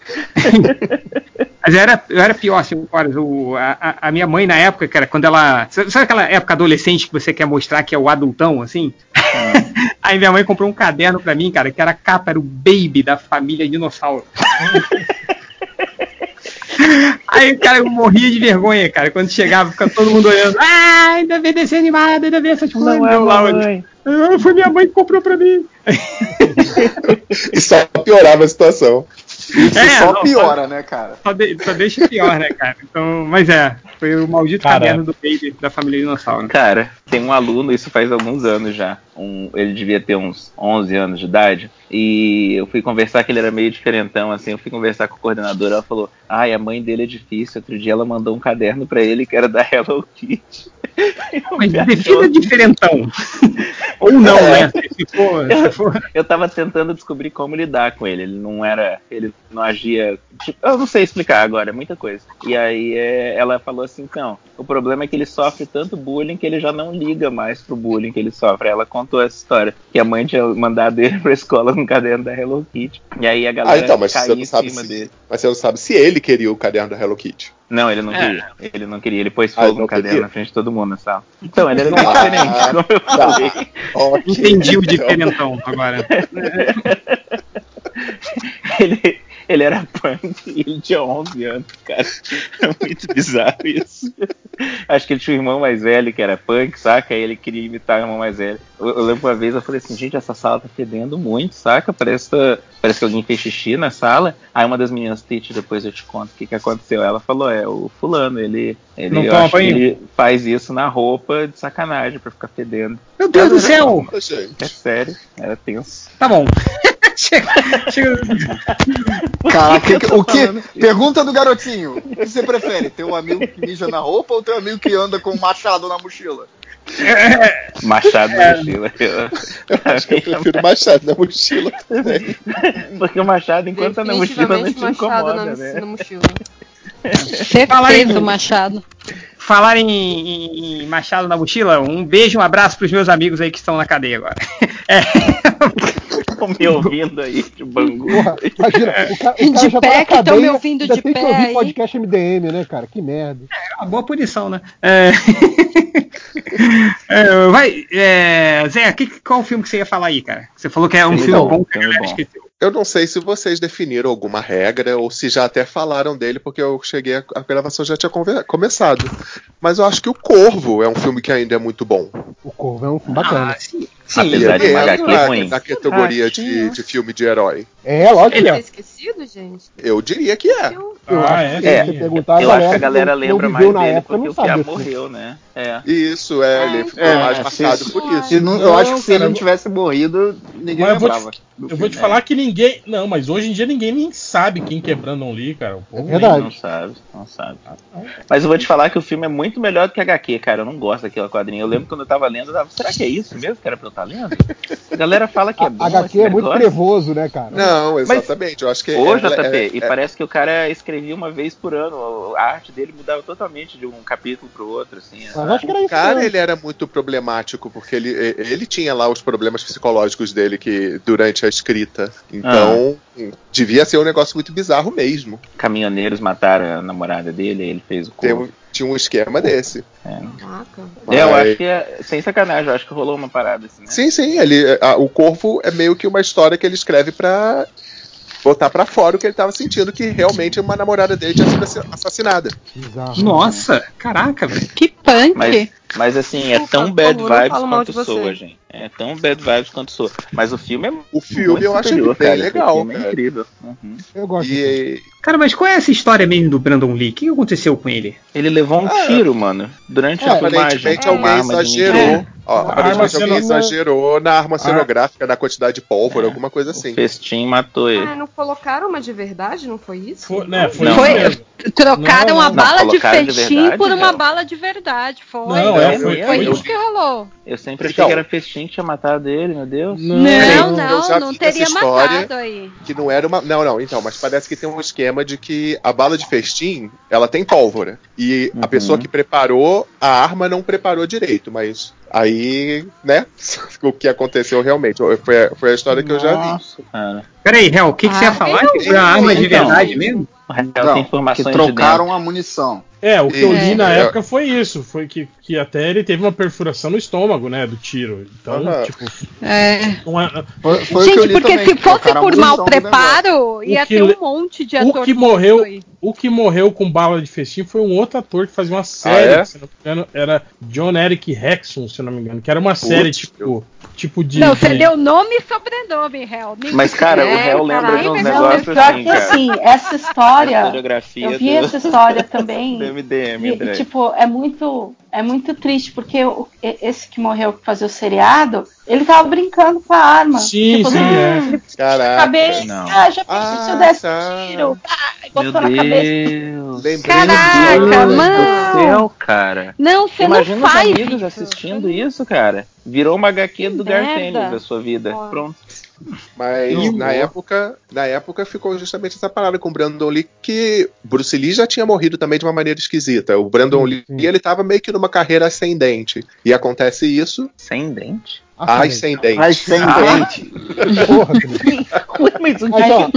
[SPEAKER 3] Mas eu era, eu era pior, assim, horas. O- a- a, a minha mãe, na época, cara, quando ela. Sabe sabe aquela época adolescente que você quer mostrar que é o adultão, assim?
[SPEAKER 12] Hum.
[SPEAKER 3] Aí minha mãe comprou um caderno pra mim, cara, que era a capa, era o baby da família dinossauro. Aí, cara, eu morria de vergonha, cara. Quando chegava, ficava todo mundo olhando. Ah, ainda vê desenho animado, ainda vê essas coisas.
[SPEAKER 12] Não é
[SPEAKER 3] Eu lá,
[SPEAKER 12] mamãe.
[SPEAKER 3] "Ah, Foi minha mãe que comprou pra mim.
[SPEAKER 10] E só piorava a situação.
[SPEAKER 4] Isso
[SPEAKER 3] É,
[SPEAKER 4] só
[SPEAKER 3] não,
[SPEAKER 4] piora, né, cara?
[SPEAKER 3] Só, de- só deixa pior, né, cara? Então, mas é, foi o maldito
[SPEAKER 7] Cara.
[SPEAKER 3] caderno do baby da família dinossauro. né?
[SPEAKER 9] Cara, tem um aluno, isso faz alguns anos já. um- ele devia ter uns 11 anos de idade. E eu fui conversar, que ele era meio diferentão, assim. Eu fui conversar com o coordenador. Ela falou: Ai, a mãe dele é difícil. Outro dia ela mandou um caderno pra ele que era da Hello Kitty. Eu
[SPEAKER 3] Mas
[SPEAKER 9] me
[SPEAKER 3] defina
[SPEAKER 9] achou-
[SPEAKER 3] diferentão. Ou não, né? Se for, se for.
[SPEAKER 9] É. eu tava tentando descobrir como lidar com ele. Ele não era. Ele não agia. tipo, eu não sei explicar agora, é muita coisa. E aí é, ela falou assim: então, o problema é que ele sofre tanto bullying que ele já não liga mais pro bullying que ele sofre. Ela contou essa história: que a mãe tinha mandado ele pra escola no caderno da Hello Kitty. E aí a
[SPEAKER 10] Ah,
[SPEAKER 9] galera
[SPEAKER 10] então, mas você
[SPEAKER 9] caiu em
[SPEAKER 10] não sabe
[SPEAKER 9] cima
[SPEAKER 10] se,
[SPEAKER 9] dele.
[SPEAKER 10] mas você não sabe se ele queria o caderno da Hello Kitty.
[SPEAKER 9] Não, ele não queria. Ele não queria. Ele pôs
[SPEAKER 10] Ah, ele
[SPEAKER 9] fogo
[SPEAKER 10] não
[SPEAKER 9] no caderno
[SPEAKER 10] queria?
[SPEAKER 9] na frente de todo mundo na sala. Então, ele era meio
[SPEAKER 10] Ah,
[SPEAKER 9] diferente, como eu
[SPEAKER 10] tá.
[SPEAKER 9] falei.
[SPEAKER 10] Ok.
[SPEAKER 3] Entendi o
[SPEAKER 10] Então,
[SPEAKER 3] diferentão agora.
[SPEAKER 9] Ele, ele era punk e ele tinha 11 anos, cara. É muito bizarro isso. Acho que ele tinha um irmão mais velho que era punk, saca? Aí ele queria imitar o irmão mais velho. Eu, eu lembro uma vez, eu falei assim, gente, essa sala tá fedendo muito, saca? Parece, que- parece que alguém fez xixi na sala. Aí uma das meninas, Tite, depois eu te conto o que, que aconteceu. Ela falou, é, o fulano, ele, ele,
[SPEAKER 3] Não
[SPEAKER 9] eu
[SPEAKER 3] toma
[SPEAKER 9] acho que
[SPEAKER 3] banho?
[SPEAKER 9] ele faz isso na roupa de sacanagem pra ficar fedendo.
[SPEAKER 3] Meu Deus do céu!
[SPEAKER 10] Nossa, gente.
[SPEAKER 9] É sério, era tenso.
[SPEAKER 3] Tá bom. Chega, chega.
[SPEAKER 4] Cara, que- que- o que? Pergunta do garotinho. O que você prefere? Ter um amigo que mija na roupa ou ter um amigo que anda com um machado na mochila?
[SPEAKER 10] É.
[SPEAKER 9] Machado né? na mochila. Eu,
[SPEAKER 10] Acho que eu prefiro o machado na mochila. também.
[SPEAKER 9] Porque o machado, enquanto tá na mochila, não
[SPEAKER 6] Definitivamente
[SPEAKER 9] te
[SPEAKER 6] machado na,
[SPEAKER 9] incomoda, né?
[SPEAKER 6] na mochila.
[SPEAKER 3] Fala aí,
[SPEAKER 11] Certeza, o Machado.
[SPEAKER 3] Falar em, em- em Machado na mochila, um beijo, um abraço pros meus amigos aí que estão na cadeia agora. É.
[SPEAKER 9] Ficam me ouvindo aí de bangu.
[SPEAKER 5] Porra, imagina, o, ca- o cara já
[SPEAKER 11] De
[SPEAKER 5] tá
[SPEAKER 11] pé
[SPEAKER 5] na
[SPEAKER 11] que tão
[SPEAKER 5] cadeia,
[SPEAKER 11] me ouvindo
[SPEAKER 5] ainda
[SPEAKER 11] de
[SPEAKER 5] tem que
[SPEAKER 11] pé
[SPEAKER 5] ouvir
[SPEAKER 11] aí.
[SPEAKER 5] podcast MDM, né, cara? Que merda.
[SPEAKER 3] É uma boa punição, né? É. É, vai, é, Zé, que- qual o filme que você ia falar aí, cara? Você falou que é um
[SPEAKER 9] Filme
[SPEAKER 3] filme
[SPEAKER 10] bom,
[SPEAKER 3] bom, que a
[SPEAKER 9] Então, um filme
[SPEAKER 3] galera
[SPEAKER 9] bom.
[SPEAKER 3] esqueceu.
[SPEAKER 10] Eu não sei se vocês definiram alguma regra ou se já até falaram dele, porque eu cheguei, a, a gravação já tinha conver- começado. Mas eu acho que O Corvo é um filme que ainda é muito bom.
[SPEAKER 5] O Corvo é um filme bacana.
[SPEAKER 3] Ah, sim,
[SPEAKER 9] Apesar-
[SPEAKER 3] sim. é
[SPEAKER 9] Verdade,
[SPEAKER 10] Ele
[SPEAKER 9] uma
[SPEAKER 10] entra
[SPEAKER 9] HQ
[SPEAKER 10] na-
[SPEAKER 9] ruim.
[SPEAKER 10] né, na categoria
[SPEAKER 11] Ah, sim,
[SPEAKER 10] de, de filme de herói.
[SPEAKER 5] É, lógico.
[SPEAKER 6] Ele
[SPEAKER 5] que
[SPEAKER 6] foi
[SPEAKER 5] é.
[SPEAKER 6] esquecido, gente?
[SPEAKER 10] Eu diria que é.
[SPEAKER 6] Eu-
[SPEAKER 5] Eu
[SPEAKER 9] Ah,
[SPEAKER 5] acho
[SPEAKER 9] é?
[SPEAKER 5] que se você
[SPEAKER 9] É.
[SPEAKER 5] perguntar, a
[SPEAKER 9] Eu acho
[SPEAKER 5] galera
[SPEAKER 9] que a galera
[SPEAKER 5] não- não
[SPEAKER 9] lembra
[SPEAKER 5] viveu
[SPEAKER 9] mais
[SPEAKER 5] na
[SPEAKER 9] dele
[SPEAKER 5] época,
[SPEAKER 9] porque
[SPEAKER 5] não
[SPEAKER 9] o Piá
[SPEAKER 5] sabe, assim.
[SPEAKER 9] morreu, né? É.
[SPEAKER 4] Isso, é, ele ficou
[SPEAKER 9] é,
[SPEAKER 4] mais
[SPEAKER 9] é,
[SPEAKER 4] marcado
[SPEAKER 9] se-
[SPEAKER 4] por isso.
[SPEAKER 9] se não- eu acho que se ele não
[SPEAKER 4] tivesse morrido, ninguém
[SPEAKER 2] Mas eu vou,
[SPEAKER 4] lembrava.
[SPEAKER 2] te, eu vou te falar que ninguém. Não, mas hoje em dia ninguém nem sabe quem que é Brandon Lee, cara. O
[SPEAKER 5] É
[SPEAKER 2] povo
[SPEAKER 9] Verdade. Não sabe, não sabe. Mas eu vou te falar que o filme é muito melhor do que HQ, cara. Eu não gosto daquela quadrinha. Eu lembro quando eu tava lendo, eu tava, será que é isso mesmo que era pra eu estar lendo? A galera fala que é bom.
[SPEAKER 5] HQ
[SPEAKER 9] esse
[SPEAKER 5] é muito
[SPEAKER 9] negócio.
[SPEAKER 5] trevoso, né, cara?
[SPEAKER 10] Não,
[SPEAKER 9] Mas-
[SPEAKER 10] exatamente. eu acho que
[SPEAKER 9] Ô,
[SPEAKER 10] é-
[SPEAKER 9] JP,
[SPEAKER 10] é-
[SPEAKER 9] e
[SPEAKER 10] é-
[SPEAKER 9] parece que o cara escrevia uma vez por ano. A arte dele mudava totalmente de um capítulo pro outro, assim. sabe?
[SPEAKER 10] o cara ele era muito problemático porque ele, ele tinha lá os problemas psicológicos dele que durante a escrita então
[SPEAKER 9] Ah.
[SPEAKER 10] devia ser um negócio muito bizarro mesmo
[SPEAKER 9] Caminhoneiros mataram a namorada dele, aí ele fez o né?
[SPEAKER 10] tem um- tinha um esquema desse
[SPEAKER 9] É, eu
[SPEAKER 10] Mas-
[SPEAKER 9] acho que é, sem sacanagem, eu acho que rolou uma parada assim.
[SPEAKER 10] sim sim ele a- o corvo é meio que uma história que ele escreve pra botar pra fora o que ele tava sentindo que realmente uma namorada dele tinha sido assi- assassinada
[SPEAKER 3] Nossa, caraca, velho.
[SPEAKER 11] Que punk!
[SPEAKER 9] Mas, mas assim, é tão
[SPEAKER 11] por
[SPEAKER 9] bad
[SPEAKER 11] favor, não
[SPEAKER 9] vibes
[SPEAKER 11] falo mal de
[SPEAKER 9] quanto
[SPEAKER 11] você.
[SPEAKER 9] soa, gente. É tão bad vibes quanto soa. Mas o filme é
[SPEAKER 10] O filme eu acho
[SPEAKER 9] superior,
[SPEAKER 10] bem
[SPEAKER 9] cara.
[SPEAKER 10] legal,
[SPEAKER 9] O filme é
[SPEAKER 10] cara.
[SPEAKER 9] incrível.
[SPEAKER 5] Eu gosto.
[SPEAKER 3] Cara, mas qual é essa história mesmo do Brandon Lee? O que aconteceu com ele?
[SPEAKER 9] Ele levou um
[SPEAKER 5] Ah,
[SPEAKER 9] tiro, mano, durante
[SPEAKER 10] É,
[SPEAKER 9] a filmagem.
[SPEAKER 10] aparentemente alguém exagerou. Ó, aparentemente alguém exagerou na arma cenográfica, na quantidade de
[SPEAKER 9] É.
[SPEAKER 10] pólvora, alguma coisa assim. O
[SPEAKER 9] festim matou
[SPEAKER 10] ele.
[SPEAKER 6] Ah, não colocaram uma de verdade? Não foi isso?
[SPEAKER 2] Foi, né,
[SPEAKER 9] É,
[SPEAKER 11] Ah,
[SPEAKER 9] foi um Não. isso Foi- mesmo.
[SPEAKER 11] Trocaram
[SPEAKER 9] Não,
[SPEAKER 11] a
[SPEAKER 9] não,
[SPEAKER 11] bala de
[SPEAKER 9] colocaram de
[SPEAKER 11] festim
[SPEAKER 9] verdade,
[SPEAKER 11] por uma
[SPEAKER 9] não.
[SPEAKER 11] bala de verdade. Foi.
[SPEAKER 9] Não, é, foi-
[SPEAKER 11] Foi
[SPEAKER 9] foi-
[SPEAKER 11] isso que rolou.
[SPEAKER 9] Eu sempre achei que era festim que tinha matado ele, meu Deus.
[SPEAKER 11] Não, não, não, teria matado
[SPEAKER 10] história
[SPEAKER 11] aí.
[SPEAKER 10] que não era uma. Não, não, então, mas parece que tem um esquema de que a bala de festim, ela tem pólvora. E a pessoa
[SPEAKER 3] Uhum.
[SPEAKER 10] que preparou a arma não preparou direito, mas aí, né? o que aconteceu realmente. Foi, a- foi a história que eu já vi.
[SPEAKER 9] Cara.
[SPEAKER 3] Peraí, Hel, o que, que você ia
[SPEAKER 10] Ah,
[SPEAKER 3] falar?
[SPEAKER 10] não,
[SPEAKER 3] Que foi a arma de
[SPEAKER 10] então.
[SPEAKER 3] verdade mesmo?
[SPEAKER 4] Não, que trocaram a munição.
[SPEAKER 2] É, o que eu li
[SPEAKER 4] É.
[SPEAKER 2] na
[SPEAKER 4] É.
[SPEAKER 2] época foi isso. Foi que, que até ele teve uma perfuração no estômago, né? Do tiro. Então,
[SPEAKER 4] Aham.
[SPEAKER 2] tipo.
[SPEAKER 11] É.
[SPEAKER 2] não é-
[SPEAKER 11] Gente, porque se fosse por mal
[SPEAKER 4] né,
[SPEAKER 11] preparo,
[SPEAKER 2] O
[SPEAKER 11] ia
[SPEAKER 2] que
[SPEAKER 11] ter
[SPEAKER 2] le-
[SPEAKER 11] um monte de
[SPEAKER 2] o
[SPEAKER 11] ator.
[SPEAKER 2] que morreu o que morreu com bala de festim foi um outro ator que fazia uma série
[SPEAKER 9] Ah, é?
[SPEAKER 2] se não me engano era John Eric Hexon se não me engano que era uma série tipo tipo de
[SPEAKER 11] Não, você
[SPEAKER 2] de-
[SPEAKER 11] deu nome e sobrenome, Hel. Me-
[SPEAKER 9] Mas, cara, o
[SPEAKER 11] É, um
[SPEAKER 9] réu lembra de
[SPEAKER 11] caralho,
[SPEAKER 9] uns
[SPEAKER 11] mas-
[SPEAKER 9] negócios
[SPEAKER 8] Pior
[SPEAKER 9] assim,
[SPEAKER 8] que
[SPEAKER 9] cara.
[SPEAKER 8] assim, essa
[SPEAKER 9] A
[SPEAKER 8] história.
[SPEAKER 9] coreografia
[SPEAKER 8] Eu vi
[SPEAKER 9] do-
[SPEAKER 8] essa história também.
[SPEAKER 9] do MDM,
[SPEAKER 8] E,
[SPEAKER 9] André.
[SPEAKER 8] tipo, é muito, é muito triste, porque o- e- esse que morreu pra fazer o seriado, ele tava brincando com a arma.
[SPEAKER 2] Sim,
[SPEAKER 8] tipo,
[SPEAKER 2] sim,
[SPEAKER 8] "Ah,
[SPEAKER 2] é.
[SPEAKER 8] ele
[SPEAKER 10] Caraca.
[SPEAKER 8] Cabeça, ah, já pensei se eu desse tiro, pá, e botou na cabeça.
[SPEAKER 9] Deus.
[SPEAKER 8] Caraca,
[SPEAKER 9] mano. Do céu, cara.
[SPEAKER 11] Não, você não
[SPEAKER 9] Imagina os
[SPEAKER 11] faz
[SPEAKER 9] amigos assistindo isso, cara. Virou uma HQ do
[SPEAKER 11] merda.
[SPEAKER 9] Gartênis da sua vida. Pronto.
[SPEAKER 10] Mas
[SPEAKER 9] Que
[SPEAKER 10] na
[SPEAKER 9] horror.
[SPEAKER 10] época, na época ficou justamente essa parada com o Brandon Lee que Bruce Lee já tinha morrido também de uma maneira esquisita. O Brandon Lee, ele tava meio que numa carreira ascendente. E acontece isso.
[SPEAKER 9] Ascendente?
[SPEAKER 10] Ascendente.
[SPEAKER 4] Ascendente.
[SPEAKER 9] Mas o
[SPEAKER 5] Mas, ó, eu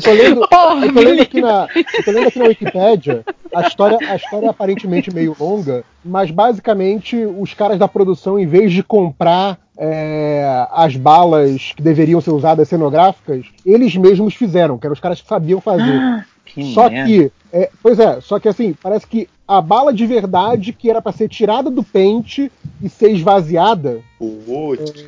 [SPEAKER 5] tô lendo, eu tô lendo aqui na, eu tô lendo aqui na Wikipédia, a história, a história é aparentemente meio longa, mas basicamente os caras da produção, em vez de comprar é, as balas que deveriam ser usadas cenográficas, eles mesmos fizeram, que eram os caras que sabiam fazer.
[SPEAKER 9] Ah, Que
[SPEAKER 5] só
[SPEAKER 9] merda.
[SPEAKER 5] que, é, pois é, só que assim, parece que a bala de verdade que era pra ser tirada do pente e ser esvaziada,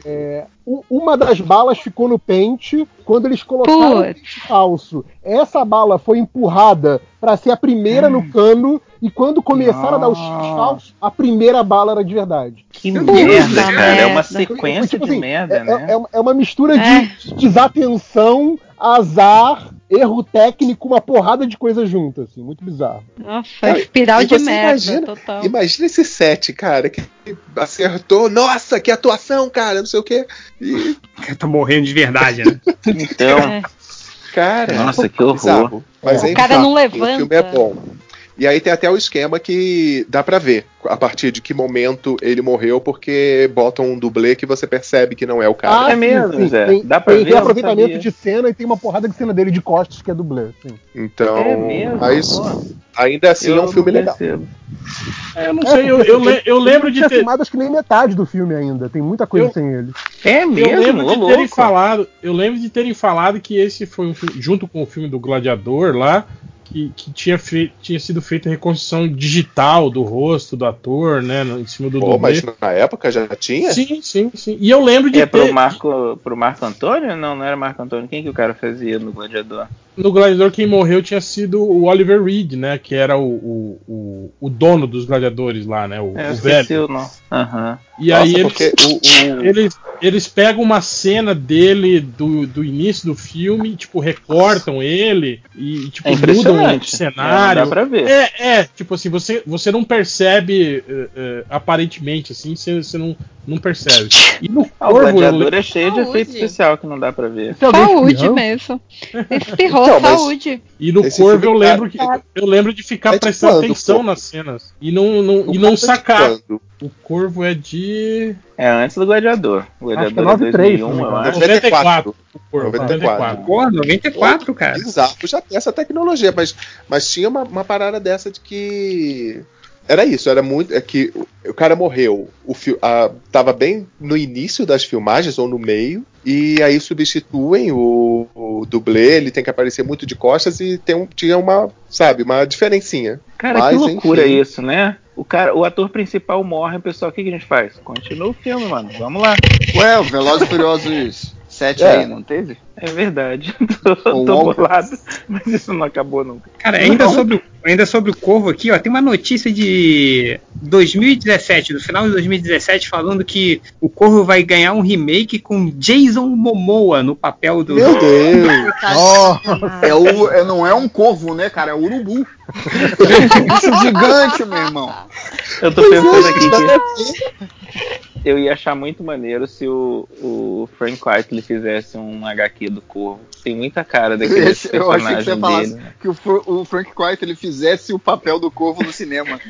[SPEAKER 5] é, u- uma das balas ficou no pente quando eles colocaram o pente falso. Essa bala foi empurrada para ser a primeira
[SPEAKER 9] Hum.
[SPEAKER 5] no cano e quando começaram a dar os
[SPEAKER 9] Ah.
[SPEAKER 5] tiros falsos, a primeira bala era de verdade.
[SPEAKER 9] Que
[SPEAKER 1] merda,
[SPEAKER 9] cara. É uma sequência de merda,
[SPEAKER 5] é,
[SPEAKER 9] né?
[SPEAKER 5] é uma- é uma mistura de desatenção, azar, erro técnico, uma porrada de coisa junta, assim, muito bizarro.
[SPEAKER 11] Nossa,
[SPEAKER 10] Não,
[SPEAKER 11] espiral
[SPEAKER 10] e
[SPEAKER 11] de
[SPEAKER 10] você
[SPEAKER 11] merda,
[SPEAKER 10] imagina-
[SPEAKER 11] total.
[SPEAKER 10] Imagina esse set, cara, que acertou. Nossa, que atuação, cara, não sei o quê. E,
[SPEAKER 3] Tá morrendo de verdade, né?
[SPEAKER 9] Então.
[SPEAKER 10] cara.
[SPEAKER 9] Nossa, que horror. É.
[SPEAKER 10] bizarro. Mas
[SPEAKER 9] O
[SPEAKER 10] aí,
[SPEAKER 9] cara
[SPEAKER 10] tá,
[SPEAKER 9] não
[SPEAKER 10] O filme
[SPEAKER 9] levanta.
[SPEAKER 10] é bom. E aí tem até o esquema que dá pra ver a partir de que momento ele morreu, porque botam um dublê que você percebe que não é o cara.
[SPEAKER 5] Ah, sim, sim, Tem, tem reaproveitamento de cena e tem uma porrada de cena dele de costas que é dublê. Sim.
[SPEAKER 10] Então,
[SPEAKER 5] É mesmo,
[SPEAKER 10] mas
[SPEAKER 5] pô.
[SPEAKER 10] ainda assim é um filme legal.
[SPEAKER 2] É, eu não sei, eu, eu,
[SPEAKER 5] assim,
[SPEAKER 2] le- eu lembro de
[SPEAKER 5] ter.
[SPEAKER 2] ter.
[SPEAKER 5] filmado acho que nem metade do filme ainda. Tem muita coisa sem ele.
[SPEAKER 9] É
[SPEAKER 2] eu lembro de terem falado, eu lembro de terem falado que esse foi um filme, junto com o filme do Gladiador lá, que, que tinha, fe- tinha sido feita a reconstrução digital do rosto do ator, né? no- Em cima do
[SPEAKER 10] Pô,
[SPEAKER 2] dublê.
[SPEAKER 10] mas na época já tinha?
[SPEAKER 2] Sim, sim, sim. E eu lembro de
[SPEAKER 9] É
[SPEAKER 2] ter-
[SPEAKER 9] pro Marco, pro Marco Antônio? Não, não era Marco Antônio. Quem que o cara fazia no Gladiador?
[SPEAKER 2] no Gladiador quem morreu tinha sido o Oliver Reed, né? Que era o, o, o, o dono dos gladiadores lá, né? O,
[SPEAKER 9] É,
[SPEAKER 2] o
[SPEAKER 9] eu
[SPEAKER 2] velho.
[SPEAKER 9] esqueci o nome. Aham.
[SPEAKER 2] E aí eles, eles, eles pegam uma cena dele do, do início do filme, tipo, recortam ele e, tipo,
[SPEAKER 9] É
[SPEAKER 2] mudam o
[SPEAKER 9] impressionante.
[SPEAKER 2] cenário.
[SPEAKER 9] É, não dá pra ver.
[SPEAKER 2] É, é, tipo assim, você, você não percebe eh, eh, aparentemente, assim, você, você não, não percebe. E no
[SPEAKER 9] Ah, o
[SPEAKER 2] Corvo, eu
[SPEAKER 9] Gladiador
[SPEAKER 2] lembro-
[SPEAKER 9] é cheio de
[SPEAKER 11] Saúde.
[SPEAKER 9] efeito especial que não dá pra ver.
[SPEAKER 2] Tem alguém
[SPEAKER 11] Saúde
[SPEAKER 2] espirrando?
[SPEAKER 11] mesmo. Espirrou,
[SPEAKER 2] Então, mas-
[SPEAKER 11] saúde.
[SPEAKER 2] E no
[SPEAKER 10] Esse
[SPEAKER 2] Corvo
[SPEAKER 10] filme,
[SPEAKER 2] eu lembro, que,
[SPEAKER 11] cara,
[SPEAKER 2] eu lembro de ficar
[SPEAKER 10] é de
[SPEAKER 2] prestando
[SPEAKER 10] quando,
[SPEAKER 2] atenção
[SPEAKER 10] pô?
[SPEAKER 2] nas cenas e não, não,
[SPEAKER 10] O
[SPEAKER 2] e não
[SPEAKER 10] Corvo é de
[SPEAKER 2] sacar.
[SPEAKER 10] quando?
[SPEAKER 2] O Corvo é de.
[SPEAKER 9] É antes do Gladiador. O Gladiador
[SPEAKER 5] Acho que é
[SPEAKER 9] é
[SPEAKER 5] 93,
[SPEAKER 9] 2001, eu
[SPEAKER 5] né?
[SPEAKER 9] acho.
[SPEAKER 10] 94.
[SPEAKER 2] O Corvo,
[SPEAKER 10] 94.
[SPEAKER 3] Porra, 94, cara.
[SPEAKER 10] Bizarro, já tem essa tecnologia, mas, mas tinha uma, uma parada dessa de que. Era isso, era muito. É que o- o cara morreu, o fi, a- tava bem no início das filmagens, ou no meio, e aí substituem o, o dublê, ele tem que aparecer muito de costas e tem um, tinha uma, sabe, uma diferencinha.
[SPEAKER 9] Cara, que
[SPEAKER 10] Mas,
[SPEAKER 9] loucura
[SPEAKER 10] enfim.
[SPEAKER 9] isso, né? O, cara, o ator principal morre, o pessoal, o que, que a gente faz? Continua o filme, mano. Vamos lá.
[SPEAKER 4] Ué, o Velozes e Furiosos 7
[SPEAKER 9] É.
[SPEAKER 4] aí, não teve?
[SPEAKER 9] É verdade. tô
[SPEAKER 10] Um
[SPEAKER 4] O
[SPEAKER 9] tô
[SPEAKER 4] Walker.
[SPEAKER 9] bolado, mas isso não acabou nunca.
[SPEAKER 3] Cara, ainda sobre, o- ainda sobre o Corvo aqui, ó, tem uma notícia de 2017, do final de 2017, falando que o Corvo vai ganhar um remake com Jason Momoa no papel do.
[SPEAKER 10] Meu Deus!
[SPEAKER 4] É o, é- não é um corvo, né, cara? É o urubu. Bicho é gigante, meu irmão.
[SPEAKER 9] Eu tô pensando aqui que. Eu ia achar muito maneiro se o, o Frank Whiteley fizesse um HQ do Corvo. Tem muita cara
[SPEAKER 4] é
[SPEAKER 9] daquele
[SPEAKER 4] Esse- Eu achei que
[SPEAKER 9] personagem
[SPEAKER 4] você ia falar
[SPEAKER 9] dele.
[SPEAKER 4] assim, que o, Fr- o Frank White ele fizesse o papel do corvo no cinema.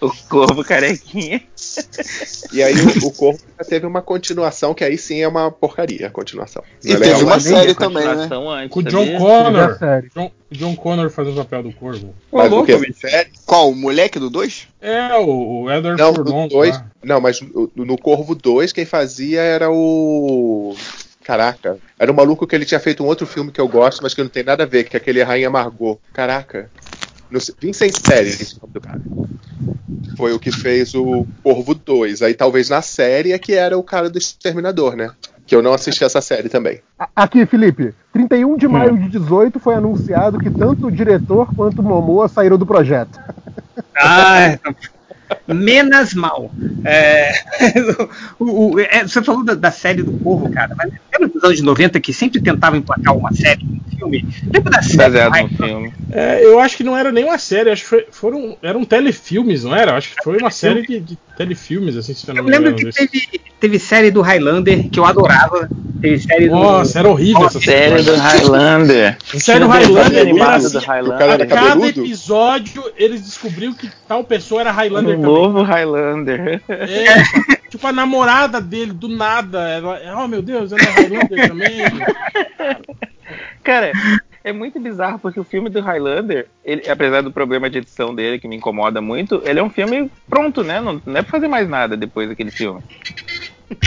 [SPEAKER 9] O Corvo carequinha.
[SPEAKER 4] É.
[SPEAKER 10] E aí o, o Corvo já teve uma continuação, que aí sim é uma porcaria a continuação.
[SPEAKER 4] E
[SPEAKER 10] Não é
[SPEAKER 4] teve
[SPEAKER 10] legal,
[SPEAKER 4] uma
[SPEAKER 10] mas-
[SPEAKER 4] série
[SPEAKER 9] Tem a
[SPEAKER 4] também, né?
[SPEAKER 9] continuação antes,
[SPEAKER 2] Com o
[SPEAKER 9] sabia?
[SPEAKER 2] John
[SPEAKER 5] Já
[SPEAKER 2] Connor.
[SPEAKER 5] sério.
[SPEAKER 2] John, John Connor fazendo o papel do Corvo.
[SPEAKER 3] Ô,
[SPEAKER 10] Mas o
[SPEAKER 3] louco,
[SPEAKER 10] quê?
[SPEAKER 3] bicho.
[SPEAKER 10] Série?
[SPEAKER 4] Qual? O moleque do 2?
[SPEAKER 2] É, o, o Edward
[SPEAKER 10] Não,
[SPEAKER 2] Furlong,
[SPEAKER 10] no dois,
[SPEAKER 2] lá.
[SPEAKER 10] não, mas no, no Corvo 2 quem fazia era o. Caraca, era um maluco que ele tinha feito um outro filme que eu gosto, mas que não tem nada a ver, que é aquele Rainha Margot. Caraca. Não sei- Vincent Série, esse nome do cara. Foi o que fez o Corvo 2. Aí talvez na série é que era o cara do Exterminador, né? Que eu não assisti essa série também.
[SPEAKER 5] A- Aqui, Felipe. 31
[SPEAKER 9] Hum.
[SPEAKER 5] de maio de 18 foi anunciado que tanto o diretor quanto o Momoa saíram do projeto.
[SPEAKER 3] Ah, é. menos mal. É, o- o- é, você falou da, da série do Corvo, cara, mas lembra dos anos 90 que sempre tentavam emplacar uma série, um filme? Lembra da série?
[SPEAKER 9] Baseado
[SPEAKER 3] Ai,
[SPEAKER 9] no filme.
[SPEAKER 2] É, eu acho que não era nem uma série, acho que foi, foram, eram telefilmes, não era? Acho que foi uma série de, de telefilmes, assim, se eu não
[SPEAKER 3] Eu
[SPEAKER 2] me
[SPEAKER 3] lembro
[SPEAKER 2] engano.
[SPEAKER 3] que
[SPEAKER 2] desse-
[SPEAKER 3] teve, teve série do Highlander, que eu adorava. Teve série
[SPEAKER 2] Nossa,
[SPEAKER 3] do.
[SPEAKER 2] era horrível essa
[SPEAKER 9] Série do Highlander.
[SPEAKER 2] Série do
[SPEAKER 9] Tinha um desenho
[SPEAKER 2] Highlander era
[SPEAKER 9] animado
[SPEAKER 2] assim,
[SPEAKER 9] do
[SPEAKER 10] o cara
[SPEAKER 2] a
[SPEAKER 10] era
[SPEAKER 9] Highlander.
[SPEAKER 2] cada
[SPEAKER 10] cabeludo?
[SPEAKER 2] episódio eles descobriam que tal pessoa era
[SPEAKER 9] O
[SPEAKER 2] Highlander também.
[SPEAKER 9] Um novo Highlander.
[SPEAKER 2] É, tipo, a namorada dele, do nada, ela, oh meu Deus, ela é Highlander também.
[SPEAKER 9] Cara, é muito bizarro porque o filme do Highlander, ele, apesar do problema de edição dele que me incomoda muito, ele é um filme pronto, né? Não, não é pra fazer mais nada depois daquele filme.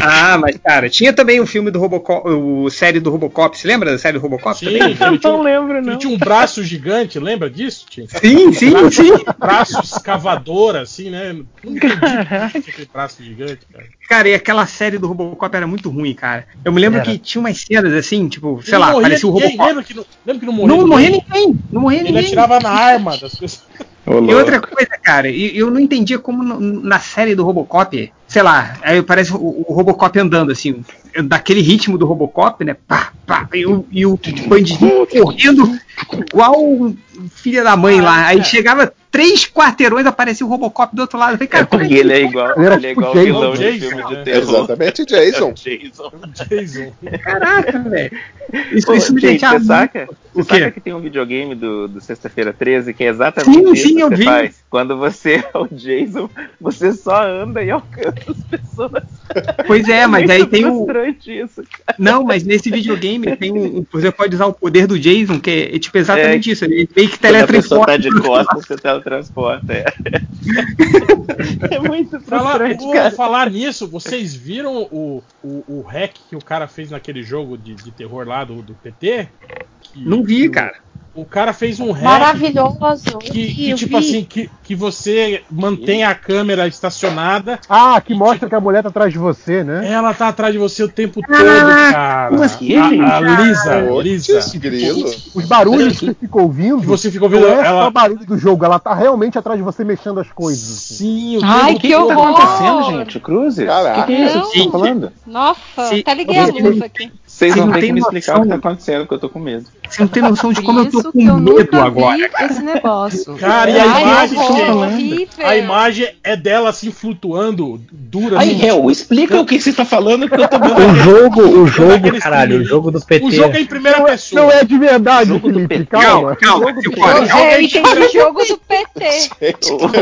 [SPEAKER 3] Ah, mas cara, tinha também o filme do Robocop, o série do Robocop, você lembra da série do Robocop
[SPEAKER 2] Sim,
[SPEAKER 3] também?
[SPEAKER 2] ele tinha, um,
[SPEAKER 9] lembro,
[SPEAKER 2] ele tinha um braço gigante, lembra disso, Tim? Um
[SPEAKER 3] Sim, sim, sim.
[SPEAKER 2] Braço escavador, assim, né? Não entendi por que tinha aquele braço gigante, cara.
[SPEAKER 3] Cara, e aquela série do Robocop era muito ruim, cara. Eu me lembro
[SPEAKER 5] Era.
[SPEAKER 3] que tinha umas cenas assim, tipo, sei
[SPEAKER 2] Não
[SPEAKER 3] lá,
[SPEAKER 2] morria
[SPEAKER 3] parecia o
[SPEAKER 2] ninguém,
[SPEAKER 3] Robocop.
[SPEAKER 2] Lembra que não, lembra que não morria
[SPEAKER 3] Não
[SPEAKER 2] ninguém?
[SPEAKER 3] morria ninguém, não morria
[SPEAKER 2] Ele
[SPEAKER 3] ninguém.
[SPEAKER 2] atirava na arma das pessoas.
[SPEAKER 3] E outra coisa, cara, e- eu não entendia como no- na série do Robocop, sei lá, aí parece o, o Robocop andando, assim, daquele ritmo do Robocop, né? Pá, pá, e o, e o bandidinho correndo igual um filho da mãe lá. Aí chegava três quarteirões, aparecia o Robocop do outro lado. Eu falei,
[SPEAKER 9] É
[SPEAKER 3] cara, como é
[SPEAKER 9] porque
[SPEAKER 3] que
[SPEAKER 9] ele é igual,
[SPEAKER 5] Ele era
[SPEAKER 9] ele é igual
[SPEAKER 5] tipo
[SPEAKER 9] vilão
[SPEAKER 2] Jason,
[SPEAKER 9] de filme
[SPEAKER 2] né?
[SPEAKER 9] de terror.
[SPEAKER 10] Exatamente, Jason.
[SPEAKER 12] Jason.
[SPEAKER 2] Jason.
[SPEAKER 3] caraca, velho? Isso,
[SPEAKER 9] Ô,
[SPEAKER 3] isso me
[SPEAKER 9] gente,
[SPEAKER 3] deixava.
[SPEAKER 9] você saca? Você
[SPEAKER 3] O quê?
[SPEAKER 9] saca que tem um videogame do, do Sexta-feira 13 que é exatamente
[SPEAKER 3] Sim,
[SPEAKER 9] isso
[SPEAKER 3] sim,
[SPEAKER 9] que
[SPEAKER 3] eu
[SPEAKER 9] você
[SPEAKER 3] vi.
[SPEAKER 9] faz. Quando você é o Jason, você só anda e alcança as pessoas.
[SPEAKER 3] Pois é, mas
[SPEAKER 9] muito
[SPEAKER 3] aí tem o.
[SPEAKER 9] frustrante isso.
[SPEAKER 3] Não, mas nesse videogame tem um. Você pode usar o poder do Jason, que é, é tipo exatamente isso. Ele meio que
[SPEAKER 9] Quando a pessoa
[SPEAKER 3] teletransporta.
[SPEAKER 9] tá de costas, você teletransporta. É, é muito
[SPEAKER 2] Fala,
[SPEAKER 9] frustrante,
[SPEAKER 2] por
[SPEAKER 9] cara.
[SPEAKER 2] falar nisso, vocês viram o, o, o hack que o cara fez naquele jogo de, de terror lá do, do PT? Que-
[SPEAKER 3] Não vi,
[SPEAKER 2] que o-
[SPEAKER 3] cara.
[SPEAKER 2] O cara fez um hack
[SPEAKER 8] Maravilhoso.
[SPEAKER 2] que, que, tipo assim, que, que você mantém a câmera estacionada.
[SPEAKER 5] Ah, que mostra que a mulher tá atrás de você, né?
[SPEAKER 2] Ela tá atrás de você o tempo todo, cara.
[SPEAKER 5] como assim,
[SPEAKER 2] a,
[SPEAKER 5] gente?
[SPEAKER 2] a Lisa,
[SPEAKER 5] Putz,
[SPEAKER 2] Lisa.
[SPEAKER 5] grilo. Os barulhos que você fica ouvindo.
[SPEAKER 2] você fica ouvindo,
[SPEAKER 5] Não é
[SPEAKER 2] ela-
[SPEAKER 5] só barulho do jogo, ela tá realmente atrás de você mexendo as coisas. assim. Sim,
[SPEAKER 11] o Ai, tempo que
[SPEAKER 5] tá
[SPEAKER 11] todo. horror!
[SPEAKER 9] gente? Cruzes?
[SPEAKER 5] Caraca.
[SPEAKER 9] O que, que é isso que vocês estão
[SPEAKER 5] Gente.
[SPEAKER 9] falando?
[SPEAKER 11] Nossa,
[SPEAKER 3] Se-
[SPEAKER 11] até liguei a
[SPEAKER 3] Vocês-
[SPEAKER 11] luz aqui.
[SPEAKER 9] Vocês
[SPEAKER 3] Vocês
[SPEAKER 9] vão
[SPEAKER 3] não
[SPEAKER 9] ter que
[SPEAKER 3] têm
[SPEAKER 9] me explicar
[SPEAKER 3] noção.
[SPEAKER 9] o que tá acontecendo, porque eu tô com medo.
[SPEAKER 3] Você não tem noção de como eu tô
[SPEAKER 6] Isso
[SPEAKER 3] com
[SPEAKER 6] que eu
[SPEAKER 3] medo
[SPEAKER 6] nunca vi
[SPEAKER 3] agora.
[SPEAKER 6] esse negócio.
[SPEAKER 2] Cara, e a
[SPEAKER 6] Ai,
[SPEAKER 2] imagem,
[SPEAKER 6] horror,
[SPEAKER 2] gente?
[SPEAKER 6] horrível.
[SPEAKER 2] A imagem é dela assim flutuando, dura.
[SPEAKER 12] Aí,
[SPEAKER 2] assim.
[SPEAKER 12] réu, explica o que você tá falando que eu tô dando.
[SPEAKER 13] O jogo, o jogo,
[SPEAKER 2] Aqueles
[SPEAKER 13] caralho, o jogo do PT.
[SPEAKER 2] é O jogo é em primeira pessoa.
[SPEAKER 5] Não é de verdade, Felipe, calma.
[SPEAKER 3] Calma,
[SPEAKER 5] Calma,
[SPEAKER 11] É, e tem o jogo do PT.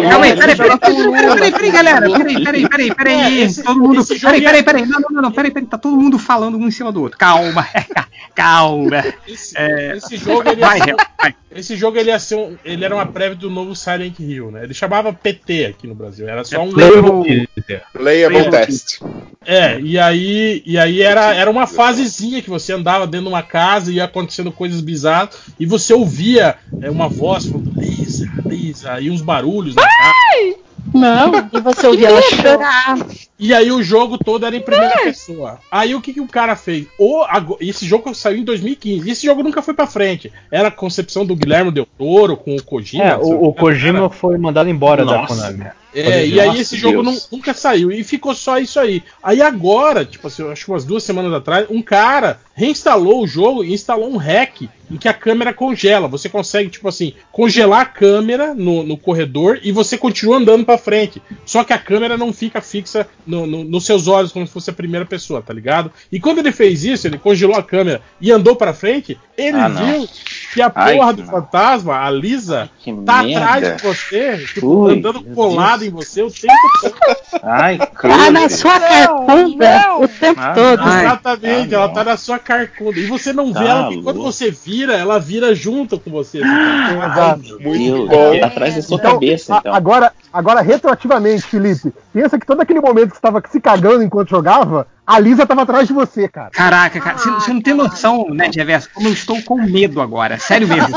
[SPEAKER 3] Calma aí, peraí, peraí, peraí, peraí, peraí, galera, peraí, peraí, peraí,
[SPEAKER 2] É,
[SPEAKER 3] peraí,
[SPEAKER 2] esse-
[SPEAKER 3] todo mundo,
[SPEAKER 2] esse jogo
[SPEAKER 3] peraí, peraí,
[SPEAKER 2] é-
[SPEAKER 3] peraí, não, não, não, não, peraí, peraí, tá todo mundo falando um em cima do outro, calma, calma,
[SPEAKER 2] né? Esse,
[SPEAKER 3] É,
[SPEAKER 2] esse jogo ele ia
[SPEAKER 3] vai,
[SPEAKER 2] ser,
[SPEAKER 3] Hel, vai.
[SPEAKER 2] esse jogo ele ia ser um- ele era uma prévia do novo Silent Hill, né? Ele chamava PT aqui no Brasil, era
[SPEAKER 13] É
[SPEAKER 2] só um
[SPEAKER 13] Playable-
[SPEAKER 10] Playable test.
[SPEAKER 2] É, e aí, e aí era, era uma fasezinha que você andava dentro de uma casa e ia acontecendo coisas bizarras e você ouvia é, uma voz falando Lisa, Lisa, e uns barulhos né? na casa.
[SPEAKER 8] Não. E você ouvia ela chorar.
[SPEAKER 2] E aí o jogo todo era em primeira pessoa. Aí o que, que o cara fez? O, ago- esse jogo saiu em 2015. E esse jogo nunca foi pra frente. Era a concepção do Guilherme Del Toro com o Kojima.
[SPEAKER 13] É,
[SPEAKER 2] não sei
[SPEAKER 13] o, o
[SPEAKER 2] que lá.
[SPEAKER 13] Kojima foi mandado embora da
[SPEAKER 2] Nossa.
[SPEAKER 13] Konami.
[SPEAKER 2] É, e
[SPEAKER 13] Nossa,
[SPEAKER 2] aí esse jogo
[SPEAKER 13] Deus.
[SPEAKER 2] nu- nunca saiu. E ficou só isso aí. Aí agora, tipo assim, eu acho que umas duas semanas atrás, um cara reinstalou o jogo e instalou um hack em que a câmera congela. Você consegue, tipo assim, congelar a câmera no, no corredor e você continua andando pra frente. Só que a câmera não fica fixa no- no- nos seus olhos como se fosse a primeira pessoa, tá ligado? E quando ele fez isso, ele congelou a câmera e andou pra frente, ele
[SPEAKER 9] Ah, não.
[SPEAKER 2] viu que a
[SPEAKER 9] Ai,
[SPEAKER 2] porra
[SPEAKER 9] que
[SPEAKER 2] do fantasma, a Lisa,
[SPEAKER 9] Que
[SPEAKER 2] tá
[SPEAKER 9] merda.
[SPEAKER 2] atrás de você, tipo,
[SPEAKER 9] Ui,
[SPEAKER 2] andando
[SPEAKER 9] meu
[SPEAKER 2] colado
[SPEAKER 9] Deus.
[SPEAKER 2] em você o tempo todo.
[SPEAKER 9] Ai,
[SPEAKER 8] Tá na
[SPEAKER 9] Cruzes.
[SPEAKER 8] sua cartunda
[SPEAKER 11] não.
[SPEAKER 8] o tempo
[SPEAKER 9] Ah,
[SPEAKER 8] todo.
[SPEAKER 9] não.
[SPEAKER 2] Exatamente,
[SPEAKER 9] Ah,
[SPEAKER 2] ela
[SPEAKER 9] não.
[SPEAKER 2] tá na sua carcunda. E você não
[SPEAKER 9] Tá
[SPEAKER 2] vê ela, porque quando
[SPEAKER 9] louco. Ah,
[SPEAKER 2] você vira, ela vira junto com você. assim, tá?
[SPEAKER 5] Exato.
[SPEAKER 9] Meu Deus,
[SPEAKER 5] bom.
[SPEAKER 9] tá atrás da sua
[SPEAKER 5] Então,
[SPEAKER 9] cabeça,
[SPEAKER 5] a-
[SPEAKER 9] então.
[SPEAKER 5] Agora, agora, retroativamente, Felipe, pensa que todo aquele momento que você tava se cagando enquanto jogava, a Lisa tava atrás de você, cara.
[SPEAKER 3] Caraca, cara, você, você não tem noção, né, de reverso, como eu estou com medo agora, sério mesmo.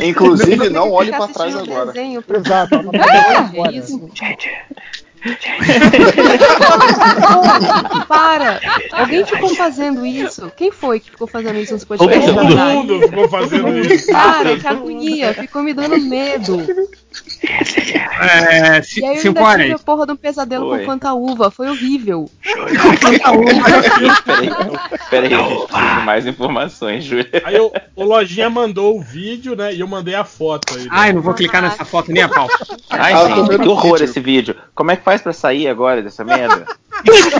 [SPEAKER 8] É.
[SPEAKER 4] Inclusive, não olhe
[SPEAKER 6] Ficar
[SPEAKER 4] pra trás
[SPEAKER 6] assistindo
[SPEAKER 4] agora.
[SPEAKER 6] desenho.
[SPEAKER 5] Exato.
[SPEAKER 6] Ah, é isso? Para! Alguém ficou fazendo isso? Quem foi que ficou fazendo isso nos podcasts?
[SPEAKER 2] Todo
[SPEAKER 6] atrás?
[SPEAKER 2] mundo ficou fazendo isso.
[SPEAKER 6] Cara, que agonia, ficou me dando medo.
[SPEAKER 3] É,
[SPEAKER 6] Ah!
[SPEAKER 3] si-
[SPEAKER 6] E aí eu ainda tive
[SPEAKER 3] Silvana,
[SPEAKER 6] a porra de um pesadelo
[SPEAKER 9] Oi.
[SPEAKER 6] com planta uva, foi horrível.
[SPEAKER 9] Peraí, peraí, a gente precisa de mais informações, Júlia.
[SPEAKER 2] Aí eu- o Lojinha mandou o vídeo, né? E eu mandei a foto aí. né?
[SPEAKER 3] ai, não vou clicar nessa foto nem a pau.
[SPEAKER 9] Ai,
[SPEAKER 4] Ah, tô
[SPEAKER 9] gente,
[SPEAKER 4] vendo
[SPEAKER 9] que
[SPEAKER 4] o
[SPEAKER 9] horror
[SPEAKER 4] vídeo.
[SPEAKER 9] esse vídeo. Como é que faz pra sair agora dessa merda? que isso?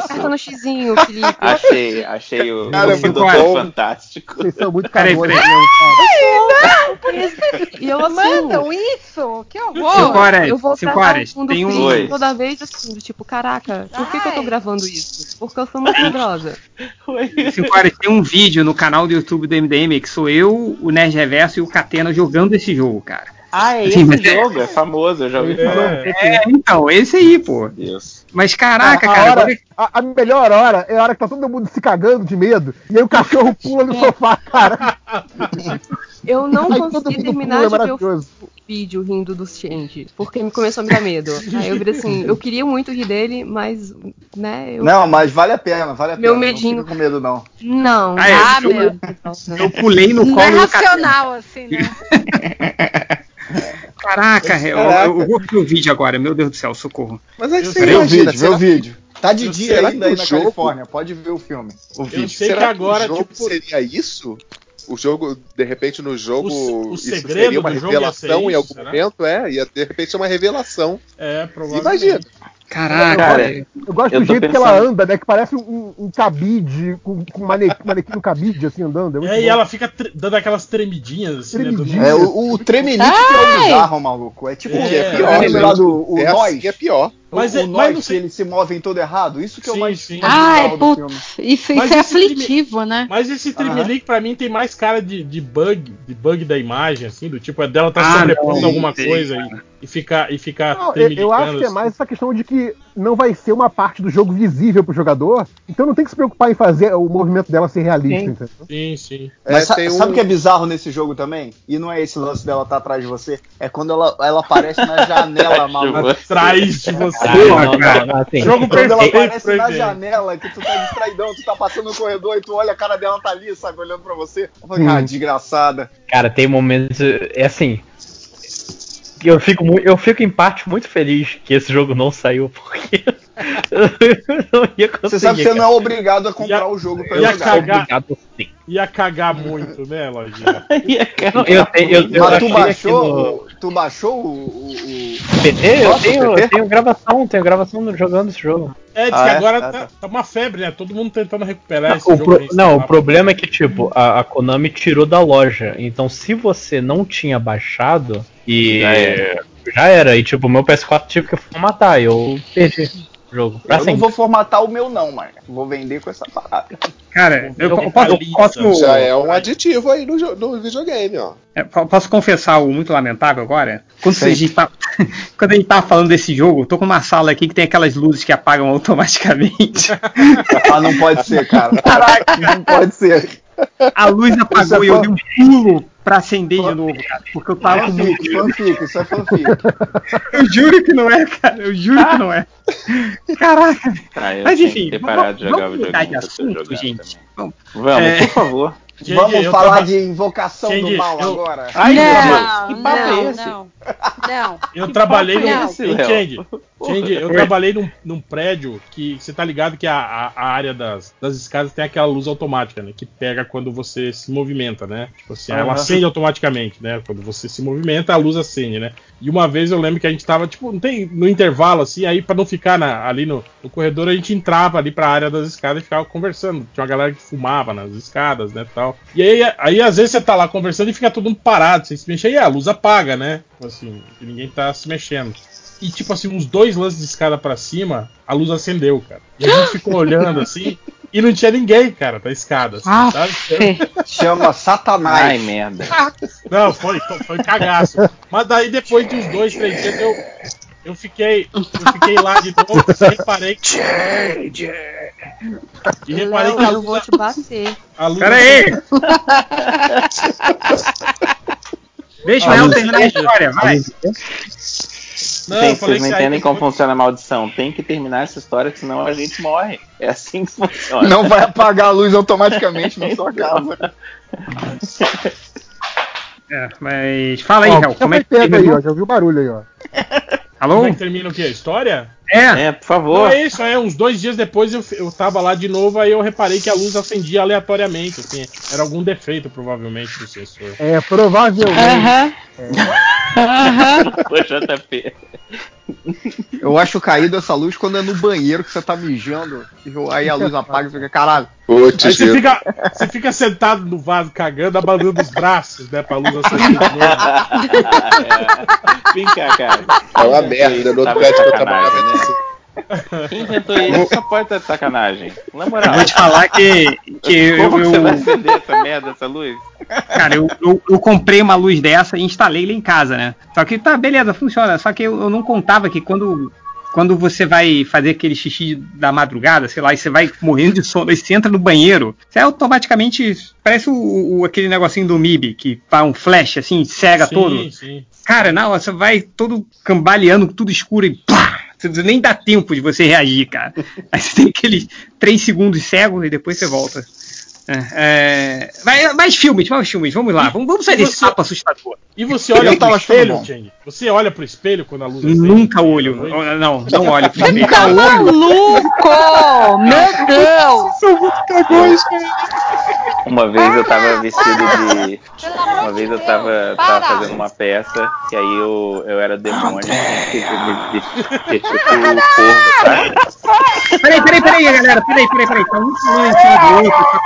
[SPEAKER 6] Aperta no xizinho, Felipe.
[SPEAKER 9] Achei, achei o,
[SPEAKER 4] Cara,
[SPEAKER 9] o
[SPEAKER 4] muito
[SPEAKER 9] doutor
[SPEAKER 3] bom.
[SPEAKER 9] fantástico.
[SPEAKER 5] Vocês são muito né?
[SPEAKER 3] Peraí,
[SPEAKER 5] cagões.
[SPEAKER 3] peraí.
[SPEAKER 5] mesmo, cara.
[SPEAKER 6] E eu assim,
[SPEAKER 11] Mandam isso? Que
[SPEAKER 3] Cinco
[SPEAKER 11] horror!
[SPEAKER 3] horas,
[SPEAKER 6] eu vou
[SPEAKER 3] cinco
[SPEAKER 6] tratar
[SPEAKER 3] horas,
[SPEAKER 6] o mundo
[SPEAKER 3] tem um-
[SPEAKER 6] feliz
[SPEAKER 9] Oi.
[SPEAKER 6] toda vez assim, do tipo, caraca, por que, que eu tô
[SPEAKER 11] Ai.
[SPEAKER 6] gravando isso? Porque eu sou uma medrosa.
[SPEAKER 3] Cinco horas, tem um vídeo no canal do YouTube do MDM que sou eu, o Nerd Reverso e o Catena jogando esse jogo, cara.
[SPEAKER 9] Ah, é
[SPEAKER 3] Sim,
[SPEAKER 9] esse
[SPEAKER 3] mas é-
[SPEAKER 9] jogo, é famoso, eu já ouvi falar.
[SPEAKER 2] É,
[SPEAKER 3] É, então, esse aí, pô.
[SPEAKER 9] Deus.
[SPEAKER 3] Mas caraca,
[SPEAKER 5] a, a
[SPEAKER 3] cara,
[SPEAKER 5] hora-
[SPEAKER 3] agora-
[SPEAKER 5] a- a melhor hora é a hora que tá todo mundo se cagando de medo e aí o cachorro pula no sofá, cara.
[SPEAKER 6] Eu não
[SPEAKER 5] Aí todo
[SPEAKER 6] consegui
[SPEAKER 5] mundo
[SPEAKER 6] terminar
[SPEAKER 5] pula, é
[SPEAKER 6] de ver o
[SPEAKER 5] maravilhoso.
[SPEAKER 6] vídeo rindo dos Change, porque me começou a me dar medo. Aí eu virei assim, eu queria muito rir dele, mas, né, eu...
[SPEAKER 4] Não, mas vale a pena, vale a
[SPEAKER 6] Meu
[SPEAKER 4] pena.
[SPEAKER 6] medinho.
[SPEAKER 4] Não fica com medo, não.
[SPEAKER 6] Não,
[SPEAKER 3] Ah, é,
[SPEAKER 6] ah,
[SPEAKER 3] eu-
[SPEAKER 6] meu.
[SPEAKER 3] eu pulei no
[SPEAKER 11] Não é
[SPEAKER 3] colo do Catena.
[SPEAKER 11] racional, assim, né?
[SPEAKER 3] Caraca, eu, eu- eu vou ver o vídeo agora, meu Deus do céu, socorro.
[SPEAKER 4] Mas é que você
[SPEAKER 10] Vê o
[SPEAKER 4] imagina.
[SPEAKER 10] vídeo, vê o vídeo.
[SPEAKER 4] Tá de dia
[SPEAKER 10] será
[SPEAKER 4] ainda
[SPEAKER 10] que
[SPEAKER 4] aí
[SPEAKER 10] o
[SPEAKER 4] na
[SPEAKER 10] jogo-
[SPEAKER 4] Califórnia, pode ver o filme.
[SPEAKER 10] O
[SPEAKER 2] vídeo. sei que agora,
[SPEAKER 10] o jogo
[SPEAKER 2] tipo-
[SPEAKER 10] seria isso? O jogo, de repente, no jogo,
[SPEAKER 2] O- o
[SPEAKER 10] isso
[SPEAKER 2] segredo
[SPEAKER 10] seria uma
[SPEAKER 2] do jogo ia ser
[SPEAKER 10] revelação
[SPEAKER 2] isso,
[SPEAKER 10] em algum
[SPEAKER 2] será?
[SPEAKER 10] momento, é, ia de repente ser uma revelação.
[SPEAKER 2] é provavelmente.
[SPEAKER 10] Imagina.
[SPEAKER 3] Caraca,
[SPEAKER 9] Cara,
[SPEAKER 5] Eu gosto
[SPEAKER 9] Eu
[SPEAKER 5] do
[SPEAKER 9] tô
[SPEAKER 5] jeito
[SPEAKER 9] pensando.
[SPEAKER 5] que ela anda, né? Que parece um, um cabide, com, com um mane- um manequim no cabide, assim, andando. É muito
[SPEAKER 2] É, e
[SPEAKER 5] bom.
[SPEAKER 2] ela fica tre- dando aquelas tremidinhas assim, né, do-
[SPEAKER 5] Tremidinha.
[SPEAKER 4] É, o, o Tremelite que é o bizarro, maluco. É tipo
[SPEAKER 2] É,
[SPEAKER 4] o
[SPEAKER 2] é
[SPEAKER 4] pior,
[SPEAKER 10] pior,
[SPEAKER 4] lembra
[SPEAKER 10] né?
[SPEAKER 4] do o
[SPEAKER 10] é
[SPEAKER 4] Nós?
[SPEAKER 10] assim, é pior.
[SPEAKER 2] Mas
[SPEAKER 4] o,
[SPEAKER 2] é-
[SPEAKER 4] o
[SPEAKER 2] mas
[SPEAKER 4] Nós,
[SPEAKER 2] não sei-
[SPEAKER 4] que eles se movem todo errado. Isso que é o
[SPEAKER 2] Sim,
[SPEAKER 4] mais
[SPEAKER 2] sim.
[SPEAKER 4] mais
[SPEAKER 11] Ai,
[SPEAKER 4] bizarro do filme.
[SPEAKER 11] putz, isso,
[SPEAKER 2] Mas
[SPEAKER 11] isso é
[SPEAKER 2] esse filme-
[SPEAKER 11] aflitivo, né?
[SPEAKER 2] Mas esse Tremelique pra mim tem mais cara de, de bug, de bug da imagem, assim, do tipo, é dela tá
[SPEAKER 3] Ah,
[SPEAKER 2] sobrepondo
[SPEAKER 3] não,
[SPEAKER 2] alguma
[SPEAKER 3] sei,
[SPEAKER 2] coisa e ficar e ficar assim.
[SPEAKER 5] Não, eu, eu acho que é mais essa questão de que não vai ser uma parte do jogo visível pro jogador, então não tem que se preocupar em fazer o movimento dela ser realista. entendeu?
[SPEAKER 2] Sim, sim.
[SPEAKER 4] Mas sa-
[SPEAKER 5] tem um-
[SPEAKER 4] sabe o que é bizarro nesse jogo também? E não é esse lance dela tá atrás de você, é quando ela, ela aparece na janela, maluco.
[SPEAKER 2] Atrás de você.
[SPEAKER 4] Porra,
[SPEAKER 2] Não, não,
[SPEAKER 4] cara.
[SPEAKER 2] não, não, assim.
[SPEAKER 4] Jogo quando ela
[SPEAKER 2] perfeito
[SPEAKER 4] aparece
[SPEAKER 2] pra
[SPEAKER 4] na
[SPEAKER 2] ele.
[SPEAKER 4] janela, que tu tá distraidão, tu tá passando no corredor e tu olha a cara dela tá ali, sabe, olhando pra você. Eu falei, cara,
[SPEAKER 13] Hum.
[SPEAKER 4] desgraçada.
[SPEAKER 13] Cara, tem momentos. É assim. Eu fico, mu- eu fico em parte muito feliz que esse jogo não saiu, porque eu não ia conseguir.
[SPEAKER 4] Você sabe que você não é
[SPEAKER 13] cara.
[SPEAKER 4] obrigado a comprar o jogo pra
[SPEAKER 13] Eu
[SPEAKER 4] jogar.
[SPEAKER 13] sou obrigado, sim.
[SPEAKER 2] Ia cagar muito, né, Lojinha?
[SPEAKER 13] Não, eu tenho- eu- eu
[SPEAKER 4] Mas tu
[SPEAKER 13] achei
[SPEAKER 4] baixou, tu baixou o. o- o-
[SPEAKER 13] PT? Eu
[SPEAKER 4] Nossa,
[SPEAKER 13] tenho,
[SPEAKER 4] PT?
[SPEAKER 13] eu tenho gravação, tenho gravação no- jogando esse jogo.
[SPEAKER 2] É, diz
[SPEAKER 13] Ah,
[SPEAKER 2] que
[SPEAKER 13] é?
[SPEAKER 2] agora
[SPEAKER 13] Ah,
[SPEAKER 2] tá, tá uma febre, né? Todo mundo tentando recuperar esse
[SPEAKER 13] O
[SPEAKER 2] jogo.
[SPEAKER 13] pro-
[SPEAKER 2] aí, tá
[SPEAKER 13] não,
[SPEAKER 2] sei
[SPEAKER 13] o problema é que, tipo, a, a Konami tirou da loja. Então, se você não tinha baixado, e. Já
[SPEAKER 9] é.
[SPEAKER 3] É.
[SPEAKER 13] era. E, tipo, meu PS4 tive que formatar. Eu perdi o jogo.
[SPEAKER 4] Eu
[SPEAKER 13] Assim,
[SPEAKER 4] não vou formatar o meu, não, mano. Vou vender com essa parada.
[SPEAKER 3] Cara, eu,
[SPEAKER 4] Eu-
[SPEAKER 3] posso,
[SPEAKER 4] eu-
[SPEAKER 3] posso-
[SPEAKER 10] Já é um aditivo aí no, jo- no videogame, ó.
[SPEAKER 3] é, po- posso confessar algo muito lamentável agora? Quando a, gente tá, quando a gente tava falando desse jogo, eu tô com uma sala aqui que tem aquelas luzes que apagam automaticamente.
[SPEAKER 4] Ah, não pode ser, cara. Caraca, não pode ser.
[SPEAKER 3] A luz
[SPEAKER 4] é
[SPEAKER 3] apagou e eu dei um pulo pra acender de novo, cara. Porque eu tava com muito.
[SPEAKER 4] é Fanfic, fanfic, isso é fanfic.
[SPEAKER 3] Eu juro que não é, cara. Eu juro que não é. Caraca.
[SPEAKER 9] Ah, eu
[SPEAKER 3] Mas
[SPEAKER 9] tenho
[SPEAKER 3] enfim,
[SPEAKER 9] que ter parado de jogar
[SPEAKER 3] vamos
[SPEAKER 9] videogame
[SPEAKER 3] mudar de
[SPEAKER 9] pra você
[SPEAKER 3] assunto,
[SPEAKER 9] jogar
[SPEAKER 3] gente. Vamos,
[SPEAKER 9] Vamos,
[SPEAKER 3] É.
[SPEAKER 9] por favor.
[SPEAKER 4] Vamos falar de invocação
[SPEAKER 2] Gente,
[SPEAKER 4] do mal
[SPEAKER 2] eu-
[SPEAKER 4] agora.
[SPEAKER 2] Ai, meu
[SPEAKER 11] não,
[SPEAKER 2] Deus.
[SPEAKER 11] não,
[SPEAKER 2] Que papo é
[SPEAKER 11] não,
[SPEAKER 2] esse?
[SPEAKER 11] não, não.
[SPEAKER 2] Eu trabalhei
[SPEAKER 11] papo
[SPEAKER 2] num.
[SPEAKER 11] é esse,
[SPEAKER 2] Hein,
[SPEAKER 11] Léo?
[SPEAKER 2] Chang? Chang, eu
[SPEAKER 11] Oi.
[SPEAKER 2] trabalhei num, num prédio que você tá ligado que a, a- a área das, das escadas tem aquela luz automática, né? Que pega quando você se movimenta, né? Tipo assim, ela
[SPEAKER 13] Aham.
[SPEAKER 2] acende automaticamente, né? Quando você se movimenta, a luz acende, né? E uma vez eu lembro que a gente tava, tipo, não tem no intervalo, assim, aí pra não ficar na- ali no, no corredor, a gente entrava ali pra área das escadas e ficava conversando. Tinha uma galera que fumava nas escadas, né, tal. E aí, aí às vezes você tá lá conversando e fica todo mundo parado, sem se mexer, e a luz apaga, né? Tipo Assim, e ninguém tá se mexendo. E tipo assim, uns dois lances de escada pra cima, a luz acendeu, cara. E a gente ficou olhando assim, e não tinha ninguém, cara, da escada. assim,
[SPEAKER 14] Ah,
[SPEAKER 2] sabe?
[SPEAKER 4] Chama Satanás.
[SPEAKER 9] Ai, merda.
[SPEAKER 2] Não, foi, foi cagaço. Mas daí depois de uns dois, três dias, eu, eu fiquei. Eu fiquei lá de novo e reparei que. E reparei que a
[SPEAKER 11] Léo, eu
[SPEAKER 2] luz.
[SPEAKER 11] vou te bater.
[SPEAKER 2] A luz
[SPEAKER 3] Pera aí. Deixa o
[SPEAKER 9] Ah,
[SPEAKER 3] Léo
[SPEAKER 9] mas-
[SPEAKER 3] terminar a história, vai.
[SPEAKER 2] Não, eu falei
[SPEAKER 9] gente, vocês não
[SPEAKER 2] que aí
[SPEAKER 9] entendem
[SPEAKER 2] tem
[SPEAKER 9] como funciona a maldição. Tem que terminar essa história, que senão a gente morre. É assim que funciona. Então tá.
[SPEAKER 4] Não vai apagar a luz automaticamente na sua casa.
[SPEAKER 3] É, mas fala aí,
[SPEAKER 5] Ó,
[SPEAKER 3] Léo, como é que
[SPEAKER 5] pega aí, ó,
[SPEAKER 3] terminou?
[SPEAKER 5] já ouviu o barulho aí, ó.
[SPEAKER 3] Alô?
[SPEAKER 2] Como é que termina o quê? A história?
[SPEAKER 3] É.
[SPEAKER 9] por favor.
[SPEAKER 2] Não, é isso, é. Uns dois dias depois eu, eu tava lá de novo, aí eu reparei que a luz acendia aleatoriamente, assim. Era algum defeito, provavelmente, do sensor.
[SPEAKER 5] É, provavelmente. É.
[SPEAKER 9] Ô, JP.
[SPEAKER 4] Eu acho caído essa luz quando é no banheiro que você tá mijando. e eu- Aí a luz apaga e fica, caralho.
[SPEAKER 2] Aí você fica, você fica sentado no vaso cagando, abanando os braços, né? Pra luz acender de novo.
[SPEAKER 9] Ah, Vem cá, cara.
[SPEAKER 10] É uma merda, no outro prédio que eu trabalhava era assim.
[SPEAKER 9] Quem inventou isso? Só pode estar de sacanagem. Na moral.
[SPEAKER 3] Vou te falar que- que
[SPEAKER 9] Como
[SPEAKER 3] eu-
[SPEAKER 9] que você
[SPEAKER 3] eu-
[SPEAKER 9] vai acender essa merda, essa luz?
[SPEAKER 3] Cara, eu, eu, eu comprei uma luz dessa e instalei lá em casa, né? Só que tá, beleza, funciona. Só que eu, eu não contava que quando, quando você vai fazer aquele xixi da madrugada, sei lá, e você vai morrendo de sono, aí você entra no banheiro, você automaticamente. Parece o, o- aquele negocinho do MIB, que faz um flash assim, cega todo.
[SPEAKER 2] sim.
[SPEAKER 3] Cara, na hora você vai todo cambaleando, tudo escuro e pá! Você nem dá tempo de você reagir, cara. Aí você tem aqueles três segundos cego e depois você volta. É, é, mas- mais filmes, mais filmes, vamos lá, vamos, vamos sair desse papo assustador.
[SPEAKER 2] E você olha
[SPEAKER 3] Eu
[SPEAKER 2] pro
[SPEAKER 3] tava achando
[SPEAKER 2] espelho,
[SPEAKER 3] bom.
[SPEAKER 2] Chang? Você olha pro espelho quando a luz acende?
[SPEAKER 3] Nunca olho, não, não olho.
[SPEAKER 2] Nunca
[SPEAKER 8] Oh,
[SPEAKER 11] Maluco! Meu Deus!
[SPEAKER 3] São muito cagões,
[SPEAKER 9] Uma vez eu tava vestido de. Uma vez eu tava, tava fazendo uma peça, que aí eu, eu era demônio, tinha que ter tipo o corvo, sabe?
[SPEAKER 3] Peraí, peraí, peraí, galera, peraí, peraí, peraí. Tá um pulando em cima do outro.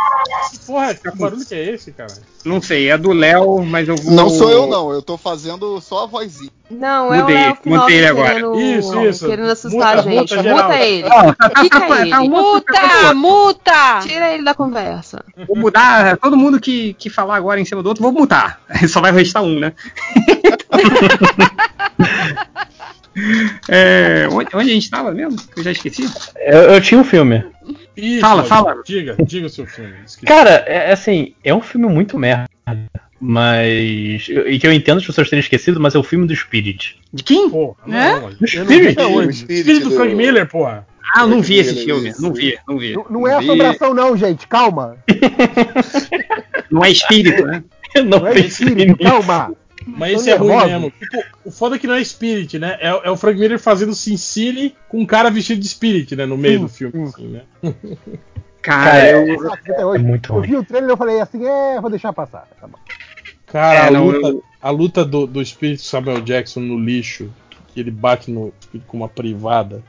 [SPEAKER 2] Que porra, que barulho que é esse, cara?
[SPEAKER 3] Não sei, é do Léo, mas eu vou.
[SPEAKER 4] Não sou eu, não. Eu tô fazendo só a vozinha.
[SPEAKER 6] Não, é
[SPEAKER 3] Mudei,
[SPEAKER 6] o Léo Finocchi
[SPEAKER 3] mudei ele agora.
[SPEAKER 6] querendo,
[SPEAKER 3] Isso, isso.
[SPEAKER 6] querendo assustar
[SPEAKER 3] Muta,
[SPEAKER 6] a gente.
[SPEAKER 3] muta,
[SPEAKER 6] Muta,
[SPEAKER 3] geral.
[SPEAKER 6] ele.
[SPEAKER 3] Não, tá- tá-
[SPEAKER 6] Fica
[SPEAKER 3] tá- tá
[SPEAKER 6] ele.
[SPEAKER 3] uma
[SPEAKER 11] Muta, muta!
[SPEAKER 6] Tira ele da conversa.
[SPEAKER 3] Vou mudar todo mundo que, que falar agora em cima do outro, vou mutar. Só vai restar um, né? É, onde, onde a gente tava mesmo? Eu já esqueci.
[SPEAKER 13] Eu, eu tinha um filme.
[SPEAKER 2] Isso,
[SPEAKER 13] Fala,
[SPEAKER 2] olha,
[SPEAKER 13] fala.
[SPEAKER 2] Diga, diga o seu filme. esqueci.
[SPEAKER 13] Cara, é é assim, é um filme muito merda. Mas. E que eu entendo as pessoas terem esquecido, mas é o filme do Spirit.
[SPEAKER 3] De quem?
[SPEAKER 2] Porra,
[SPEAKER 3] não, É?
[SPEAKER 2] não, eu
[SPEAKER 13] Do
[SPEAKER 2] não vi
[SPEAKER 13] Spirit?
[SPEAKER 2] até hoje. Espírito do Frank Miller, porra.
[SPEAKER 3] Ah, eu não vi esse filme. Não vi, não vi.
[SPEAKER 5] Não, não é assombração, não, gente. Calma.
[SPEAKER 3] Não é espírito, né?
[SPEAKER 13] Eu não,
[SPEAKER 5] Não é
[SPEAKER 13] pensei nisso.
[SPEAKER 5] espírito, calma.
[SPEAKER 2] Mas esse
[SPEAKER 5] Tô
[SPEAKER 2] é ruim
[SPEAKER 5] nervoso.
[SPEAKER 2] mesmo. Tipo, o foda é que não é Spirit, né? É, é o Frank Miller fazendo Sin City com um cara vestido de Spirit, né? No meio do filme, assim, né?
[SPEAKER 3] Hum. Cara,
[SPEAKER 13] Cara,
[SPEAKER 3] eu.
[SPEAKER 13] é-
[SPEAKER 5] Até hoje.
[SPEAKER 13] é muito
[SPEAKER 5] Eu
[SPEAKER 13] ruim.
[SPEAKER 5] vi o trailer e eu falei assim, é, vou deixar passar. Tá bom.
[SPEAKER 2] Cara,
[SPEAKER 3] É,
[SPEAKER 2] a
[SPEAKER 3] não,
[SPEAKER 2] luta,
[SPEAKER 3] eu-
[SPEAKER 2] a luta do, do espírito Samuel Jackson no lixo, que ele bate no espírito com uma privada.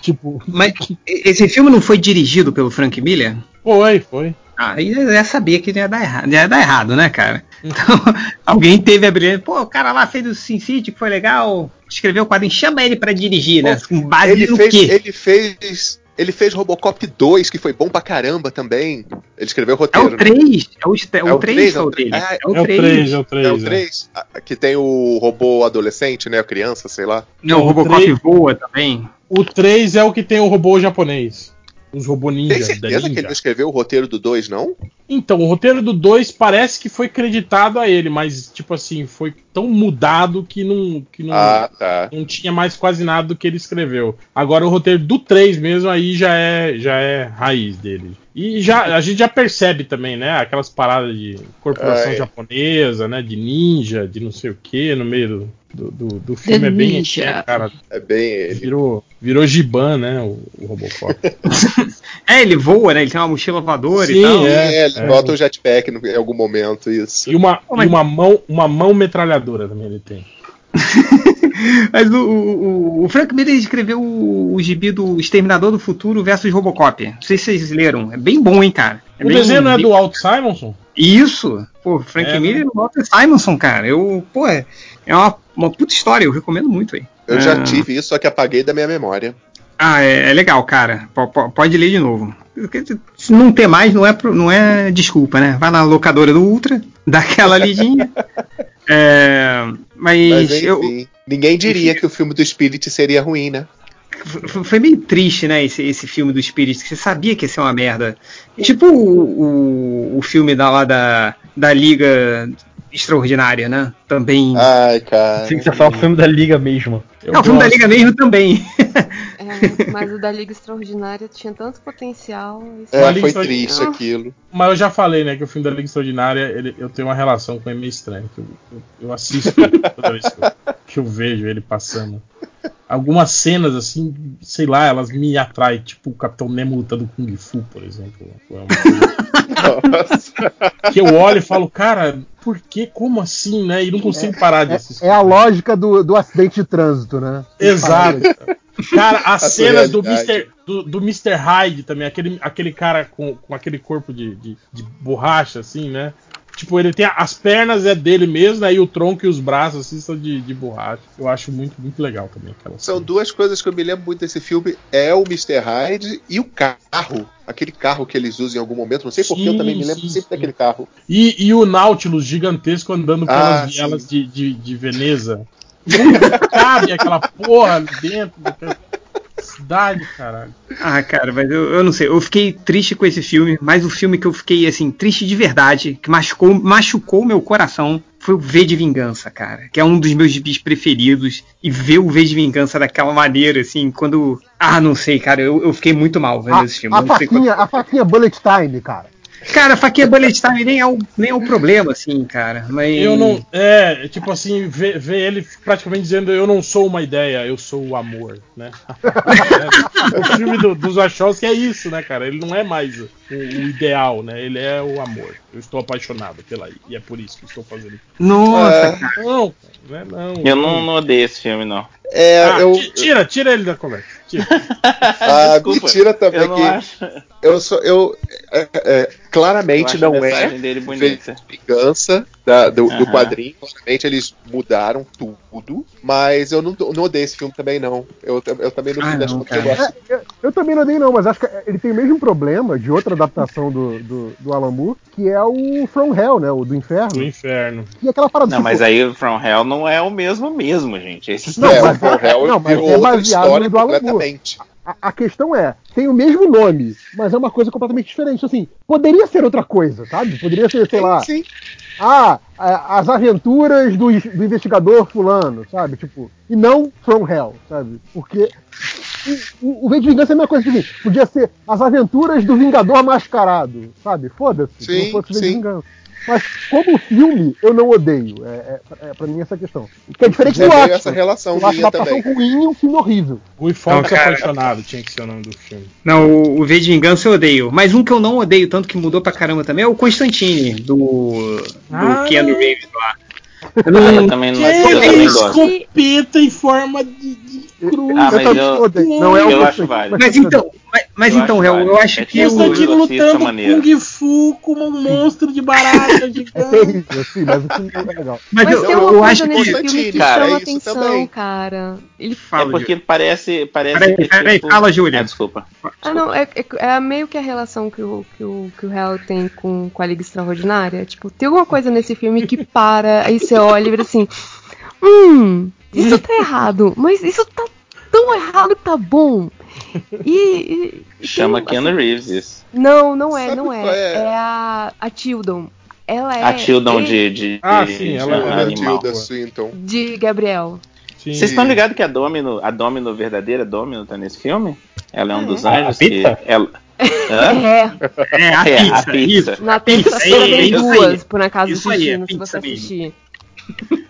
[SPEAKER 2] Tipo,
[SPEAKER 3] Mas esse filme não foi dirigido pelo Frank Miller?
[SPEAKER 2] foi, foi.
[SPEAKER 3] Aí eu já sabia que ia dar errado, ia dar errado né, cara?
[SPEAKER 2] Hum.
[SPEAKER 3] Então, alguém teve a brilhante. Pô, o cara lá fez o Sin City, que foi legal. Escreveu o quadrinho, chama ele pra dirigir, né? Com base
[SPEAKER 10] Ele
[SPEAKER 3] no
[SPEAKER 10] fez,
[SPEAKER 3] quê?
[SPEAKER 10] ele fez. Ele fez Robocop 2, que foi bom pra caramba também. Ele escreveu o
[SPEAKER 3] É
[SPEAKER 10] roteiro. né?
[SPEAKER 3] o 3. É o, é o,
[SPEAKER 10] É o
[SPEAKER 3] 3
[SPEAKER 10] três,
[SPEAKER 3] é
[SPEAKER 10] é
[SPEAKER 3] o
[SPEAKER 10] o
[SPEAKER 3] dele.
[SPEAKER 10] três.
[SPEAKER 3] É
[SPEAKER 2] É
[SPEAKER 3] o
[SPEAKER 2] o 3,
[SPEAKER 3] 3.
[SPEAKER 2] é o 3.
[SPEAKER 10] É o 3, que tem o robô adolescente, né? A criança, sei lá.
[SPEAKER 3] Não, o
[SPEAKER 2] É o
[SPEAKER 3] Robocop
[SPEAKER 2] três.
[SPEAKER 3] voa também.
[SPEAKER 2] O 3 é o que tem o robô japonês. Os robô
[SPEAKER 10] Tem
[SPEAKER 2] ninja, da
[SPEAKER 10] certeza que ele
[SPEAKER 2] ninja.
[SPEAKER 10] não escreveu o roteiro do 2, não?
[SPEAKER 2] Então, o roteiro do 2 parece que foi creditado a ele, mas, tipo assim, foi tão mudado que não, que não,
[SPEAKER 10] Ah, tá.
[SPEAKER 2] não tinha mais quase nada do que ele escreveu. Agora o roteiro do 3 mesmo aí já é já é raiz dele. E já a gente já percebe também, né, aquelas paradas de corporação
[SPEAKER 10] Ah, é.
[SPEAKER 2] japonesa, né, de ninja, de não sei o que, no meio do, do, do filme é bem assim,
[SPEAKER 6] ninja.
[SPEAKER 2] né, cara,
[SPEAKER 10] É bem ele.
[SPEAKER 2] virou virou Giban, né, o, o Robocop.
[SPEAKER 3] É, ele voa, né? Ele tem uma mochila voadora
[SPEAKER 2] Sim,
[SPEAKER 3] e tal.
[SPEAKER 2] é.
[SPEAKER 10] É, ele bota o jetpack no- em algum momento, isso.
[SPEAKER 2] E uma, e uma mão uma mão metralhadora também ele tem.
[SPEAKER 3] Mas o, o- o Frank Miller escreveu o, o gibi do Exterminador do Futuro versus Robocop. Não sei se vocês leram. É bem bom, hein, cara. É
[SPEAKER 2] o
[SPEAKER 3] bem-
[SPEAKER 2] desenho não é
[SPEAKER 3] bem-
[SPEAKER 2] do Walt Simonson?
[SPEAKER 3] Isso! Pô, Frank
[SPEAKER 2] É,
[SPEAKER 3] Miller e Walter Simonson, cara. Eu, pô, é é uma, uma puta história, eu recomendo muito aí.
[SPEAKER 10] Eu já
[SPEAKER 3] Ah.
[SPEAKER 10] tive isso, só que apaguei da minha memória.
[SPEAKER 3] Ah, é, é legal, cara. Po- po- pode ler de novo. Porque Se não ter mais, não é, pro- não é desculpa, né? Vai na locadora do Ultra, dá aquela lidinha. É, mas
[SPEAKER 10] Mas enfim,
[SPEAKER 3] eu,
[SPEAKER 10] ninguém diria que o filme do Spirit seria ruim, né?
[SPEAKER 3] F- Foi meio triste, né, esse, esse filme do Spirit, que você sabia que ia ser uma merda. Tipo o, o, o filme da, lá da, da Liga Extraordinária, né? Também.
[SPEAKER 4] Ah,
[SPEAKER 10] Ai, cara.
[SPEAKER 13] Assim que você fala o filme da Liga mesmo.
[SPEAKER 2] Eu
[SPEAKER 3] é o filme da
[SPEAKER 2] gosto.
[SPEAKER 3] Liga mesmo também.
[SPEAKER 6] É, mas o da Liga Extraordinária tinha tanto potencial. Isso
[SPEAKER 10] É,
[SPEAKER 2] Maligno
[SPEAKER 10] foi
[SPEAKER 2] foi-
[SPEAKER 10] triste
[SPEAKER 6] Ah.
[SPEAKER 10] aquilo.
[SPEAKER 2] Mas eu já falei, né, que o filme da Liga Extraordinária, ele- eu tenho uma relação com ele meio estranha. que eu, eu- eu assisto ele toda vez que eu, que eu vejo ele passando. Algumas cenas, assim, sei lá, elas me atraem, tipo o Capitão Nemo lutando com Kung Fu, por exemplo. É uma coisa
[SPEAKER 10] Nossa.
[SPEAKER 2] que eu olho e falo, cara, por que? Como assim, né? E não consigo parar de assistir.
[SPEAKER 5] É, é a lógica do, do acidente de trânsito, né?
[SPEAKER 2] Exato. Cara, as
[SPEAKER 10] sua
[SPEAKER 2] cenas do
[SPEAKER 10] realidade.
[SPEAKER 2] Mr. Do, do Mr. Hyde também, aquele, aquele cara com, com aquele corpo de, de, de borracha, assim, né? Tipo, ele tem a- as pernas é dele mesmo, aí o tronco e os braços assim são de, de borracha. Eu acho muito, muito legal também aquela
[SPEAKER 10] São
[SPEAKER 2] cena.
[SPEAKER 10] duas coisas que eu me lembro muito desse filme: é o Mr. Hyde e o carro. Aquele carro que eles usam em algum momento. Não sei por que eu
[SPEAKER 2] Sim,
[SPEAKER 10] também me lembro
[SPEAKER 2] sim,
[SPEAKER 10] sempre
[SPEAKER 2] sim.
[SPEAKER 10] daquele carro.
[SPEAKER 2] E, e o Nautilus gigantesco andando pelas
[SPEAKER 10] Ah,
[SPEAKER 2] vielas de, de, de Veneza. Não cabe aquela porra ali dentro daquela cidade, caralho.
[SPEAKER 3] Ah, cara, mas eu, eu não sei. Eu fiquei triste com esse filme, mas o filme que eu fiquei, assim, triste de verdade, que machucou, machucou meu coração, foi o V de Vingança, cara. Que é um dos meus gibis preferidos. E ver o V de Vingança daquela maneira, assim, quando. Ah, não sei, cara. Eu, eu fiquei muito mal vendo
[SPEAKER 5] A,
[SPEAKER 3] esse filme.
[SPEAKER 5] a
[SPEAKER 3] eu não sei qual-
[SPEAKER 5] faquinha, a faquinha Bullet Time, cara.
[SPEAKER 3] Cara, a faquinha Bullet Time nem é o, nem é o problema, assim, cara. Mas.
[SPEAKER 2] Eu não. É, tipo assim, ver, ver ele praticamente dizendo: Eu não sou uma ideia, eu sou o amor, né? É, o filme do, dos Wachowski é isso, né, cara? Ele não é mais o, o ideal, né? Ele é o amor. Eu estou apaixonado pela I, e é por isso que estou fazendo.
[SPEAKER 3] Nossa,
[SPEAKER 9] É.
[SPEAKER 3] cara.
[SPEAKER 2] Não, não é não.
[SPEAKER 9] Eu não, não odeio esse filme, não.
[SPEAKER 10] É,
[SPEAKER 2] Ah,
[SPEAKER 10] eu.
[SPEAKER 2] ti- Tira, tira ele da conversa. Tira.
[SPEAKER 10] Ah,
[SPEAKER 9] Desculpa,
[SPEAKER 10] mentira também
[SPEAKER 9] Eu não
[SPEAKER 10] que.
[SPEAKER 9] acho.
[SPEAKER 10] Eu sou. Eu, é, é,
[SPEAKER 9] Eu
[SPEAKER 10] Claramente
[SPEAKER 9] acho a
[SPEAKER 10] não é
[SPEAKER 9] mensagem dele bonita.
[SPEAKER 10] vingança da- do, do
[SPEAKER 9] Aham.
[SPEAKER 10] quadrinho. Claramente eles mudaram tudo. Mas eu não, não odeio esse filme também, não. Eu, eu também,
[SPEAKER 9] Ah,
[SPEAKER 10] no fim das contas, eu gosto.
[SPEAKER 5] É, eu, eu também não odeio, não, mas acho que ele tem o mesmo problema de outra adaptação do, do, do Alan Moore, que é o From Hell, né? O do Inferno. Do
[SPEAKER 2] Inferno.
[SPEAKER 5] E aquela parada
[SPEAKER 9] Não,
[SPEAKER 5] tipo,
[SPEAKER 9] mas aí o From Hell não é o mesmo mesmo, gente. Esse
[SPEAKER 5] Não, mas- não, mas é
[SPEAKER 9] outra
[SPEAKER 5] baseado
[SPEAKER 9] história
[SPEAKER 5] no do Alan Moore.
[SPEAKER 9] completamente.
[SPEAKER 5] A, a questão é, tem o mesmo nome, mas é uma coisa completamente diferente. Assim, poderia ser outra coisa, sabe? Poderia ser, sei lá.
[SPEAKER 10] Sim.
[SPEAKER 5] Ah, a- as aventuras do, is- do investigador fulano, sabe? Tipo, e não From Hell, sabe? Porque o- o, o V de Vingança é a mesma coisa que assim, Podia ser as aventuras do Vingador Mascarado, sabe? Foda-se, se não
[SPEAKER 10] Sim,
[SPEAKER 5] fosse o V de
[SPEAKER 10] sim.
[SPEAKER 5] Vingança. Mas como filme, eu não odeio. É, é, é pra mim essa questão. Que é diferente
[SPEAKER 10] É
[SPEAKER 5] do
[SPEAKER 10] meio
[SPEAKER 5] Atlas.
[SPEAKER 10] essa relação
[SPEAKER 5] Eu acho
[SPEAKER 10] minha
[SPEAKER 5] uma adaptação
[SPEAKER 10] também.
[SPEAKER 5] ruim e um filme horrível.
[SPEAKER 2] Rui Fox
[SPEAKER 3] Não, cara.
[SPEAKER 2] Apaixonado tinha que ser o nome do filme.
[SPEAKER 3] Não, o, o V de Vingança eu odeio. Mas um que eu não odeio tanto, que mudou pra caramba também, é o Constantine, do, do
[SPEAKER 2] Ah.
[SPEAKER 3] Keanu Reeves lá.
[SPEAKER 9] Eu também não- eu né, também gosto.
[SPEAKER 2] escopeta em forma de, de cruz.
[SPEAKER 9] Ah, mas eu,
[SPEAKER 2] é
[SPEAKER 3] é
[SPEAKER 9] eu acho válido.
[SPEAKER 3] Mas então, mas, mas
[SPEAKER 9] Eu
[SPEAKER 3] então,
[SPEAKER 9] acho
[SPEAKER 3] Real, eu
[SPEAKER 9] válido.
[SPEAKER 3] acho
[SPEAKER 9] É
[SPEAKER 3] que o.
[SPEAKER 9] Constantine lutando maneiro.
[SPEAKER 2] Kung Fu como um monstro de barata gigante.
[SPEAKER 5] Sim, É mas o filme é legal.
[SPEAKER 3] Mas,
[SPEAKER 6] Mas
[SPEAKER 3] eu,
[SPEAKER 6] tem uma
[SPEAKER 3] eu
[SPEAKER 6] coisa
[SPEAKER 3] acho
[SPEAKER 6] nesse
[SPEAKER 3] que.
[SPEAKER 6] filme que
[SPEAKER 9] cara,
[SPEAKER 6] chama
[SPEAKER 9] é isso
[SPEAKER 6] atenção,
[SPEAKER 9] também.
[SPEAKER 6] cara. Ele
[SPEAKER 9] É
[SPEAKER 3] Fala,
[SPEAKER 9] porque parece, parece
[SPEAKER 3] Peraí,
[SPEAKER 9] que.
[SPEAKER 3] peraí,
[SPEAKER 9] tipo-
[SPEAKER 3] fala, Júlia.
[SPEAKER 9] Ah, desculpa.
[SPEAKER 6] Ah, não, é, é- é meio que a relação que o, que o, que o Hell tem com, com a Liga Extraordinária. Tipo, tem alguma coisa nesse filme que para, aí você olha e vira assim: Hum, isso tá errado, mas isso tá tão errado que tá bom. E. e-
[SPEAKER 9] Chama Keanu Reeves isso.
[SPEAKER 6] não, não é, não
[SPEAKER 9] qual
[SPEAKER 6] é.
[SPEAKER 9] é?
[SPEAKER 6] É a, a Tildon. Ela é.
[SPEAKER 9] A Tildon
[SPEAKER 6] e-
[SPEAKER 9] de, de,
[SPEAKER 2] Ah,
[SPEAKER 9] de-
[SPEAKER 2] sim,
[SPEAKER 9] de
[SPEAKER 2] ela é a
[SPEAKER 9] animal.
[SPEAKER 10] Tilda Swinton.
[SPEAKER 6] de Gabriel.
[SPEAKER 9] Vocês estão ligados que a Domino, a Domino verdadeira, a Domino tá nesse filme? Ela é um dos
[SPEAKER 15] Ah, é?
[SPEAKER 9] anjos
[SPEAKER 15] A pizza?
[SPEAKER 9] que. Ela... Hã?
[SPEAKER 6] É.
[SPEAKER 9] É, a
[SPEAKER 3] pizza,
[SPEAKER 9] pizza.
[SPEAKER 6] Na
[SPEAKER 3] Isso
[SPEAKER 6] terça-feira
[SPEAKER 3] aí,
[SPEAKER 6] tem
[SPEAKER 3] isso aí.
[SPEAKER 6] duas, por acaso,
[SPEAKER 3] Isso aí,
[SPEAKER 6] assistindo, se
[SPEAKER 3] pizza
[SPEAKER 6] você
[SPEAKER 3] mesmo.
[SPEAKER 6] assistir.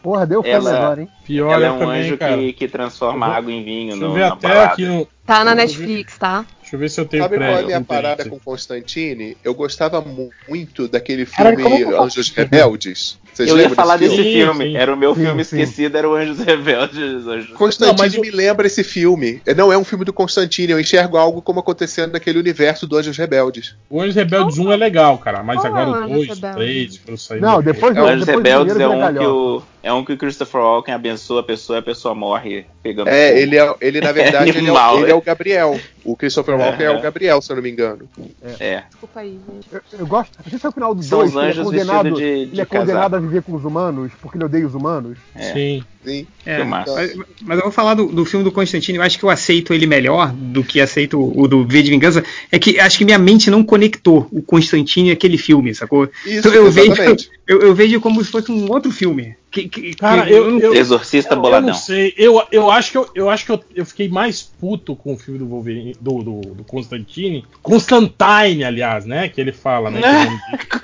[SPEAKER 5] Porra, deu fome
[SPEAKER 9] Ela-
[SPEAKER 5] agora, hein?
[SPEAKER 2] Pior
[SPEAKER 9] ela é
[SPEAKER 2] eu
[SPEAKER 9] um
[SPEAKER 2] também,
[SPEAKER 9] anjo
[SPEAKER 2] cara.
[SPEAKER 9] que, que transforma água em vinho
[SPEAKER 2] Deixa eu
[SPEAKER 9] no,
[SPEAKER 2] ver
[SPEAKER 9] na
[SPEAKER 2] até
[SPEAKER 9] balada.
[SPEAKER 2] aqui no.
[SPEAKER 6] Tá na Netflix, tá?
[SPEAKER 2] Deixa eu ver se eu tenho
[SPEAKER 10] Sabe qual é a
[SPEAKER 2] pré- um
[SPEAKER 10] minha
[SPEAKER 2] eu tenho.
[SPEAKER 10] parada com Constantine? Eu gostava mu- muito daquele
[SPEAKER 2] Cara,
[SPEAKER 10] filme
[SPEAKER 2] como que eu-
[SPEAKER 10] Anjos Rebeldes. Vocês
[SPEAKER 9] Eu ia
[SPEAKER 10] lembram
[SPEAKER 9] falar desse
[SPEAKER 10] filme?
[SPEAKER 9] filme. é Era o meu filme esquecido, era o Anjos Rebeldes. Anjos-
[SPEAKER 10] Constantine me lembra esse filme. Não é um filme do Constantine, eu enxergo algo como acontecendo naquele universo do Anjos Rebeldes.
[SPEAKER 2] O Anjos Rebeldes 1 é legal, cara, mas
[SPEAKER 6] Qual é o
[SPEAKER 2] agora o
[SPEAKER 6] Anjos
[SPEAKER 2] 2,
[SPEAKER 6] Rebeldes?
[SPEAKER 2] 3 foram saindo.
[SPEAKER 5] Não, depois
[SPEAKER 9] É,
[SPEAKER 5] não.
[SPEAKER 9] o Anjos
[SPEAKER 5] depois do
[SPEAKER 9] Rebeldes é
[SPEAKER 5] primeiro vira
[SPEAKER 9] um, que
[SPEAKER 5] galhofa.
[SPEAKER 9] o, é um que o Christopher Walken abençoa a pessoa e a pessoa morre pegando
[SPEAKER 10] É,
[SPEAKER 9] fogo.
[SPEAKER 10] ele, é, ele na verdade, ele, é,
[SPEAKER 9] animal,
[SPEAKER 10] o- ele
[SPEAKER 9] é.
[SPEAKER 10] é o Gabriel. O Christopher Walken é o Gabriel, se eu não me engano.
[SPEAKER 9] É.
[SPEAKER 6] Desculpa aí, gente.
[SPEAKER 5] Eu, eu gosto. Não sei se é o final do
[SPEAKER 9] São
[SPEAKER 5] 2,
[SPEAKER 9] os
[SPEAKER 5] ele é
[SPEAKER 9] anjos
[SPEAKER 5] condenado,
[SPEAKER 9] vestidos de- de
[SPEAKER 5] ele é
[SPEAKER 9] casaco.
[SPEAKER 5] condenado a viver com os humanos, porque ele odeia os humanos.
[SPEAKER 9] É.
[SPEAKER 2] Sim.
[SPEAKER 10] Sim. Então,
[SPEAKER 3] É,
[SPEAKER 9] Filmaço.
[SPEAKER 3] mas, mas eu vou falar do, do filme do Constantino. Eu acho que eu aceito ele melhor do que aceito o do V de Vingança. É que acho que minha mente não conectou o Constantino e aquele filme, sacou?
[SPEAKER 10] Isso,
[SPEAKER 3] então eu vejo,
[SPEAKER 10] exatamente.
[SPEAKER 3] eu, eu vejo como se fosse um outro filme. Que, que-
[SPEAKER 2] Cara,
[SPEAKER 3] que-
[SPEAKER 2] eu, eu,
[SPEAKER 9] Exorcista
[SPEAKER 2] eu
[SPEAKER 9] Tá boladão.
[SPEAKER 2] não sei. Eu, eu acho que, eu, eu, acho que eu, eu fiquei mais puto com o filme do Wolverine, do, do, do Constantine. Constantine, aliás, né? Que ele fala, né? que é o nome dele.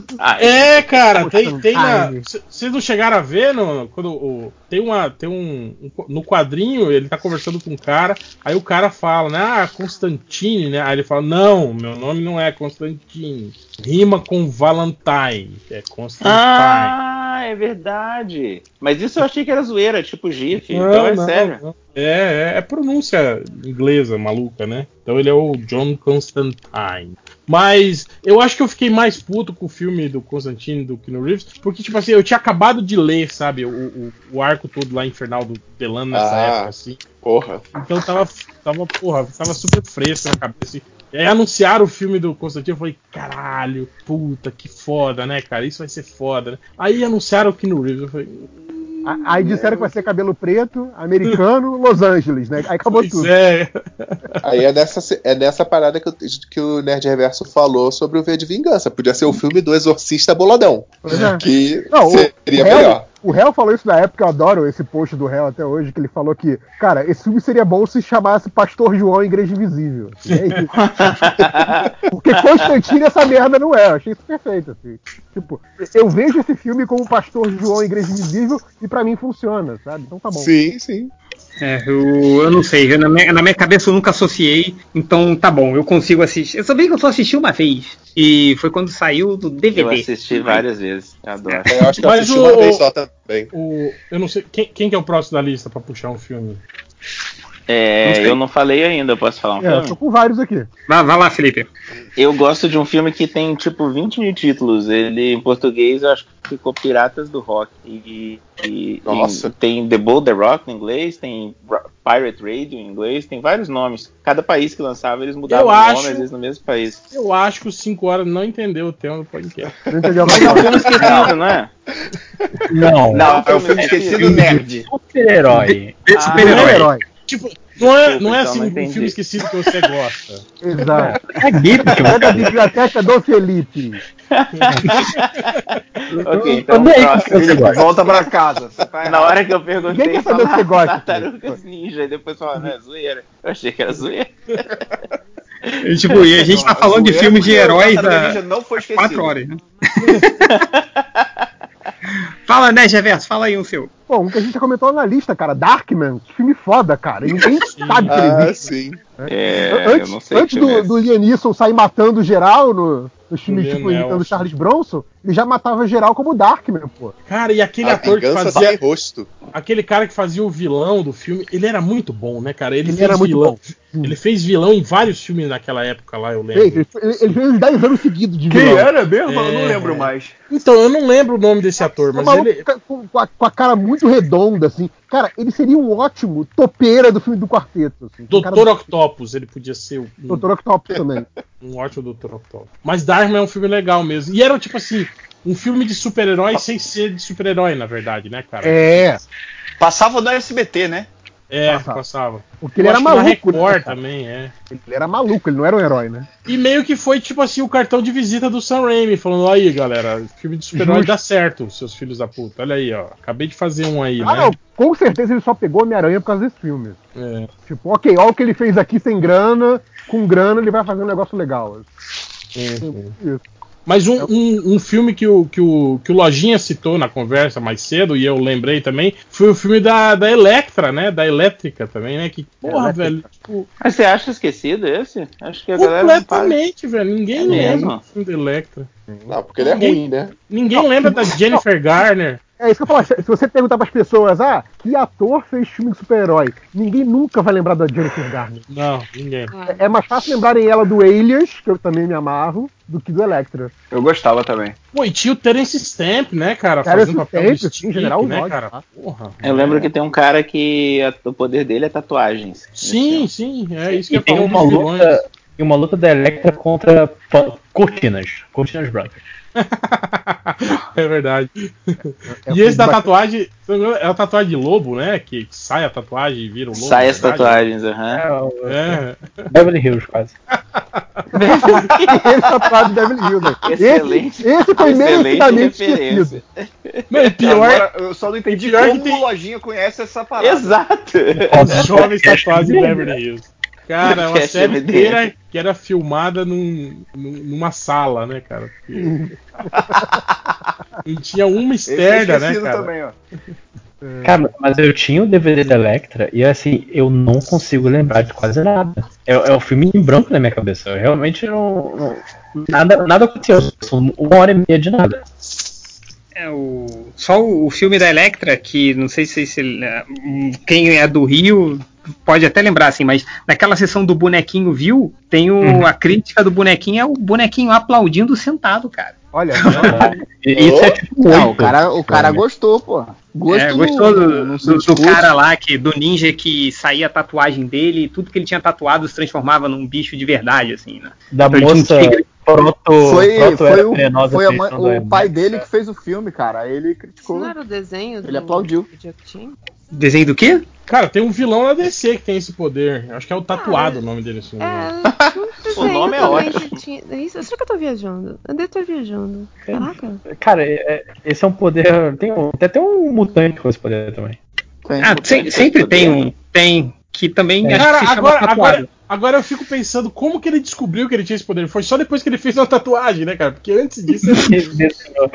[SPEAKER 9] Constantine.
[SPEAKER 2] É, cara, tem, tem na. c- Vocês não chegaram a ver no, quando o- tem uma tem um, um qu- no quadrinho ele tá conversando com um cara, aí o cara fala, né, ah, Constantine, né? Aí ele fala, não, meu nome não é Constantine, rima com Valentine, é Constantine.
[SPEAKER 9] Ah, é verdade. Mas isso eu achei que era zoeira, tipo GIF.
[SPEAKER 2] Não,
[SPEAKER 9] então é
[SPEAKER 2] não,
[SPEAKER 9] sério.
[SPEAKER 2] não. É, é, é pronúncia inglesa maluca, né? Então ele é o John Constantine. Mas eu acho que eu fiquei mais puto com o filme do Constantine do Keanu Reeves, porque, tipo assim, eu tinha acabado de ler, sabe, o, o, o arco todo lá infernal do Delano nessa
[SPEAKER 10] Ah.
[SPEAKER 2] época, assim.
[SPEAKER 10] Porra.
[SPEAKER 2] Então tava, tava, porra, tava super fresco na cabeça. assim. E aí anunciaram o filme do Constantino, eu falei, caralho, puta, que foda, né, cara? Isso vai ser foda, né? Aí anunciaram o Keanu Reeves, eu falei,
[SPEAKER 5] A- Aí disseram que vai ser cabelo preto, americano, Los Angeles, né? Aí acabou
[SPEAKER 2] pois
[SPEAKER 5] tudo.
[SPEAKER 2] é.
[SPEAKER 10] Aí é nessa, é nessa parada que, o- que o Nerd Reverso falou sobre o V de Vingança. Podia ser o filme do Exorcista Boladão.
[SPEAKER 5] Pois é.
[SPEAKER 10] Que
[SPEAKER 5] Não, o-
[SPEAKER 10] seria
[SPEAKER 5] o Hell-
[SPEAKER 10] melhor.
[SPEAKER 5] O Hell falou isso na época, eu adoro esse post do Hell até hoje, que ele falou que, cara, esse filme seria bom se chamasse Pastor João Igreja Invisível. E é isso. Porque Constantino essa merda não é, eu achei isso perfeito, assim. Tipo, eu vejo esse filme como Pastor João Igreja Invisível e pra mim funciona, sabe? Então tá bom.
[SPEAKER 10] Sim, sim.
[SPEAKER 3] É, eu, eu não sei. eu- na, minha, na minha cabeça eu nunca associei. Então tá bom, eu consigo assistir. Eu sabia que eu só assisti uma vez. E foi quando saiu do DVD.
[SPEAKER 9] Eu assisti várias vezes. eu Adoro.
[SPEAKER 10] É, Eu acho que eu
[SPEAKER 2] Mas
[SPEAKER 10] assisti
[SPEAKER 2] o-
[SPEAKER 10] uma vez só tá? também.
[SPEAKER 2] O, eu não sei. Quem, quem que é o próximo da lista pra puxar um filme?
[SPEAKER 9] É,
[SPEAKER 5] sei.
[SPEAKER 9] eu não falei ainda, eu posso falar um
[SPEAKER 5] É, eu tô
[SPEAKER 9] filme?
[SPEAKER 5] com vários aqui.
[SPEAKER 9] Vai, lá, Felipe. Eu gosto de um filme que tem tipo 20 mil títulos. Ele em português eu acho que ficou Piratas do Rock. E, e-
[SPEAKER 10] Nossa.
[SPEAKER 9] e tem The Bold The Rock em inglês, tem Ra- Pirate Radio em inglês, tem vários nomes. Cada país que lançava eles mudavam
[SPEAKER 2] Eu
[SPEAKER 9] o nome,
[SPEAKER 2] acho-
[SPEAKER 9] às vezes no mesmo país.
[SPEAKER 2] Eu acho que os 5 horas não entendeu o tema do podcast. Não
[SPEAKER 5] entendeu
[SPEAKER 9] Mas é um filme esquecido, não é?
[SPEAKER 2] Não.
[SPEAKER 9] Não, é um filme esquecido nerd.
[SPEAKER 13] Super-herói.
[SPEAKER 9] Ah, super-herói.
[SPEAKER 2] Tipo, não é,
[SPEAKER 9] Desculpa,
[SPEAKER 2] não é
[SPEAKER 9] então,
[SPEAKER 2] assim
[SPEAKER 9] não
[SPEAKER 2] um
[SPEAKER 9] entendi.
[SPEAKER 2] filme esquecido que você gosta.
[SPEAKER 5] Exato.
[SPEAKER 2] É geek,
[SPEAKER 5] É da biblioteca do Felipe.
[SPEAKER 9] Ok, então
[SPEAKER 5] Onde é que
[SPEAKER 9] próximo.
[SPEAKER 5] você gosta?
[SPEAKER 4] Volta pra casa. tá
[SPEAKER 9] Na hora que eu perguntei,
[SPEAKER 4] Ninguém quer saber o que você
[SPEAKER 9] falaram
[SPEAKER 4] gosta.
[SPEAKER 9] Tartarugas Ninja, e depois falaram, não, é zoeira. Eu achei que era zoeira.
[SPEAKER 3] E, tipo, e a gente tá falando de
[SPEAKER 9] Zoeira
[SPEAKER 3] filmes de
[SPEAKER 9] porque o
[SPEAKER 3] heróis
[SPEAKER 9] Tartaruga
[SPEAKER 3] da
[SPEAKER 9] Ninja não foi esquecido.
[SPEAKER 3] quatro horas, né? fala, né, Geverso? Fala aí um seu.
[SPEAKER 5] Pô, um que a gente já comentou na lista, cara. Darkman. Que filme foda, cara. E Ninguém sabe que ele existe.
[SPEAKER 10] Ah, sim.
[SPEAKER 9] É,
[SPEAKER 5] tá antes
[SPEAKER 9] eu não sei
[SPEAKER 5] antes
[SPEAKER 9] que filme é
[SPEAKER 5] do,
[SPEAKER 9] esse.
[SPEAKER 5] do Liam Neeson sair matando geral no, nos filmes
[SPEAKER 2] Liam
[SPEAKER 5] tipo, imitando
[SPEAKER 2] Neeson.
[SPEAKER 5] Charles Bronson, ele já matava geral como Darkman, pô.
[SPEAKER 2] Cara, e aquele
[SPEAKER 5] A
[SPEAKER 2] ator que
[SPEAKER 5] vingança
[SPEAKER 2] fazia.
[SPEAKER 5] sem
[SPEAKER 10] rosto.
[SPEAKER 2] Aquele cara que fazia o vilão do filme, ele era muito bom, né, cara? Ele, fez
[SPEAKER 5] era muito
[SPEAKER 2] vilão. Ele fez vilão em vários filmes naquela época lá, eu lembro.
[SPEAKER 5] Ele, ele, ele fez uns 10 anos seguidos de
[SPEAKER 2] Quem
[SPEAKER 5] vilão.
[SPEAKER 2] era mesmo? Eu não lembro mais. É. Então, eu não lembro o nome desse ator,
[SPEAKER 5] Um
[SPEAKER 2] mas
[SPEAKER 5] maluco
[SPEAKER 2] ele.
[SPEAKER 5] ca- com, com a, com a cara muito redonda, assim. Cara, ele seria um ótimo topeira do filme do quarteto. Assim. Um cara
[SPEAKER 2] Doutor Octopus, ele podia ser um,
[SPEAKER 5] Doutor Octopus também.
[SPEAKER 2] um ótimo Doutor Octopus. Mas Darkman é um filme legal mesmo. E era tipo assim, um filme de super-herói sem ser de super-herói, na verdade, né, cara?
[SPEAKER 5] É.
[SPEAKER 4] Passava no SBT, né?
[SPEAKER 2] É, passava.
[SPEAKER 5] Porque ele
[SPEAKER 2] Eu
[SPEAKER 5] era
[SPEAKER 2] acho que na
[SPEAKER 5] maluco, né,
[SPEAKER 2] Record
[SPEAKER 5] cara?
[SPEAKER 2] também, é.
[SPEAKER 5] Ele era maluco, ele não era um herói, né?
[SPEAKER 2] E meio que foi, tipo assim, o cartão de visita do Sam Raimi, falando, aí, galera, filme de super-herói
[SPEAKER 5] Justo.
[SPEAKER 2] dá certo, seus filhos da puta. Olha aí, ó. Acabei de fazer um aí,
[SPEAKER 5] Ah,
[SPEAKER 2] né?
[SPEAKER 5] não, com certeza ele só pegou Homem-Aranha por causa desse filme.
[SPEAKER 2] É.
[SPEAKER 5] Tipo, ok, olha o que ele fez aqui sem grana, com grana ele vai fazer um negócio legal.
[SPEAKER 10] Uhum.
[SPEAKER 5] Isso.
[SPEAKER 2] Mas um, um, um filme que o, que, o, que o Lojinha citou na conversa mais cedo, e eu lembrei também, foi o filme da, da Electra, né? Da Elétrica também, né? Que, porra,
[SPEAKER 9] Elétrica.
[SPEAKER 2] velho, tipo,
[SPEAKER 9] Mas você acha esquecido esse? Acho que a galera não fala.
[SPEAKER 2] completamente, velho. Ninguém
[SPEAKER 9] É
[SPEAKER 2] lembra
[SPEAKER 9] mesmo?
[SPEAKER 2] do filme da Electra.
[SPEAKER 10] Não, porque ele é
[SPEAKER 2] Ninguém-
[SPEAKER 10] ruim, né?
[SPEAKER 2] Ninguém lembra da Jennifer Garner.
[SPEAKER 5] É isso que eu falo. Se se você perguntar pras pessoas, ah, que ator fez filme de super-herói? Ninguém nunca vai lembrar da Jennifer Garner.
[SPEAKER 2] Não, ninguém.
[SPEAKER 5] É mais fácil lembrarem ela do Alias, que eu também me amarro, do que do Electra.
[SPEAKER 4] Eu gostava também.
[SPEAKER 2] Pô, e tinha o Terence Stamp, né, cara?
[SPEAKER 5] Terence
[SPEAKER 2] fazendo papel
[SPEAKER 5] Stamp,
[SPEAKER 2] de
[SPEAKER 5] sim,
[SPEAKER 2] Stick,
[SPEAKER 5] General
[SPEAKER 2] né,
[SPEAKER 5] Zod,
[SPEAKER 2] cara?
[SPEAKER 5] tá?
[SPEAKER 2] Porra.
[SPEAKER 9] Eu lembro que tem um cara que a- o poder dele é tatuagens.
[SPEAKER 2] Sim, sim, é isso que
[SPEAKER 13] E
[SPEAKER 2] eu
[SPEAKER 13] tem
[SPEAKER 2] falo
[SPEAKER 13] uma
[SPEAKER 2] dos vilões.
[SPEAKER 13] luta, e uma luta da Electra contra fa- cortinas. Cortinas brancas.
[SPEAKER 2] É verdade. e esse da tatuagem, é a tatuagem de lobo, né? Que sai a tatuagem e vira o lobo.
[SPEAKER 9] Sai
[SPEAKER 2] na
[SPEAKER 9] as
[SPEAKER 2] verdade.
[SPEAKER 9] tatuagens, aham.
[SPEAKER 2] É.
[SPEAKER 13] Beverly Hills, quase.
[SPEAKER 5] Esse tatuado tá do Devil Hill, né?
[SPEAKER 9] Excelente.
[SPEAKER 5] Esse, esse foi merecidamente esquecido.
[SPEAKER 9] referência.
[SPEAKER 2] Não, e pior,
[SPEAKER 4] Agora, É eu só não entendi
[SPEAKER 2] pior
[SPEAKER 4] como
[SPEAKER 2] que tem-
[SPEAKER 4] o Lojinha conhece essa parada.
[SPEAKER 9] Exato.
[SPEAKER 2] As jovens tatuagens de tá Beverly Hills. Cara, é uma
[SPEAKER 9] Podcast
[SPEAKER 2] série
[SPEAKER 9] MDM.
[SPEAKER 2] inteira que era filmada num- num- numa sala, né, cara? Porque- E tinha uma externa, né, cara?
[SPEAKER 4] ó.
[SPEAKER 2] É.
[SPEAKER 13] Cara, mas eu tinha o DVD da Electra e assim, eu não consigo lembrar de quase nada. É, é um filme em branco na minha cabeça. Eu realmente não. não- nada, nada aconteceu. São Uma hora e meia de nada.
[SPEAKER 3] É o... Só o, o filme da Electra, que não sei se, se eh, hum, quem é do Rio pode até lembrar, assim, mas naquela sessão do bonequinho viu, tem o-
[SPEAKER 13] Uhum.
[SPEAKER 3] a crítica do bonequinho, é o bonequinho aplaudindo sentado, cara.
[SPEAKER 5] Olha,
[SPEAKER 13] Isso é tipo um
[SPEAKER 4] Não, o
[SPEAKER 13] oito,
[SPEAKER 4] cara, o cara
[SPEAKER 13] realmente.
[SPEAKER 4] gostou, pô. Gosto
[SPEAKER 3] é, gostou
[SPEAKER 4] no-
[SPEAKER 3] do,
[SPEAKER 4] no
[SPEAKER 3] do- do
[SPEAKER 4] discurso.
[SPEAKER 3] cara lá, que, do ninja que saía a tatuagem dele, e tudo que ele tinha tatuado se transformava num bicho de verdade, assim, né?
[SPEAKER 13] Da
[SPEAKER 3] Então, tinha um
[SPEAKER 13] moça
[SPEAKER 3] tigre.
[SPEAKER 13] proto,
[SPEAKER 4] Foi,
[SPEAKER 13] proto
[SPEAKER 4] foi,
[SPEAKER 13] era
[SPEAKER 4] o,
[SPEAKER 13] venenosa
[SPEAKER 4] foi a
[SPEAKER 13] feição
[SPEAKER 4] mãe-
[SPEAKER 13] do
[SPEAKER 4] o
[SPEAKER 13] Hermes.
[SPEAKER 4] pai dele que fez o filme, cara. Ele criticou.
[SPEAKER 6] Não era o desenho
[SPEAKER 4] Ele aplaudiu.
[SPEAKER 3] Desenho do quê?
[SPEAKER 2] Cara, tem um vilão na DC que tem esse poder. Acho que é o tatuado o nome dele. assim. se
[SPEAKER 6] é.
[SPEAKER 2] não me engano.
[SPEAKER 6] O
[SPEAKER 2] nome é ótimo.
[SPEAKER 6] Isso, será que eu tô viajando? Eu devo estar viajando. Caraca.
[SPEAKER 13] Cara, é- é- esse é um poder. Tem, um- tem até um mutante com esse poder também.
[SPEAKER 3] Ah, se- sempre tem um. Tem. Que também
[SPEAKER 13] É.
[SPEAKER 3] acho que
[SPEAKER 2] Cara,
[SPEAKER 3] se chama
[SPEAKER 2] agora,
[SPEAKER 3] tatuado.
[SPEAKER 2] agora, agora eu fico pensando como que ele descobriu que ele tinha esse poder. Foi só depois que ele fez uma tatuagem, né, cara? Porque antes disso, ele,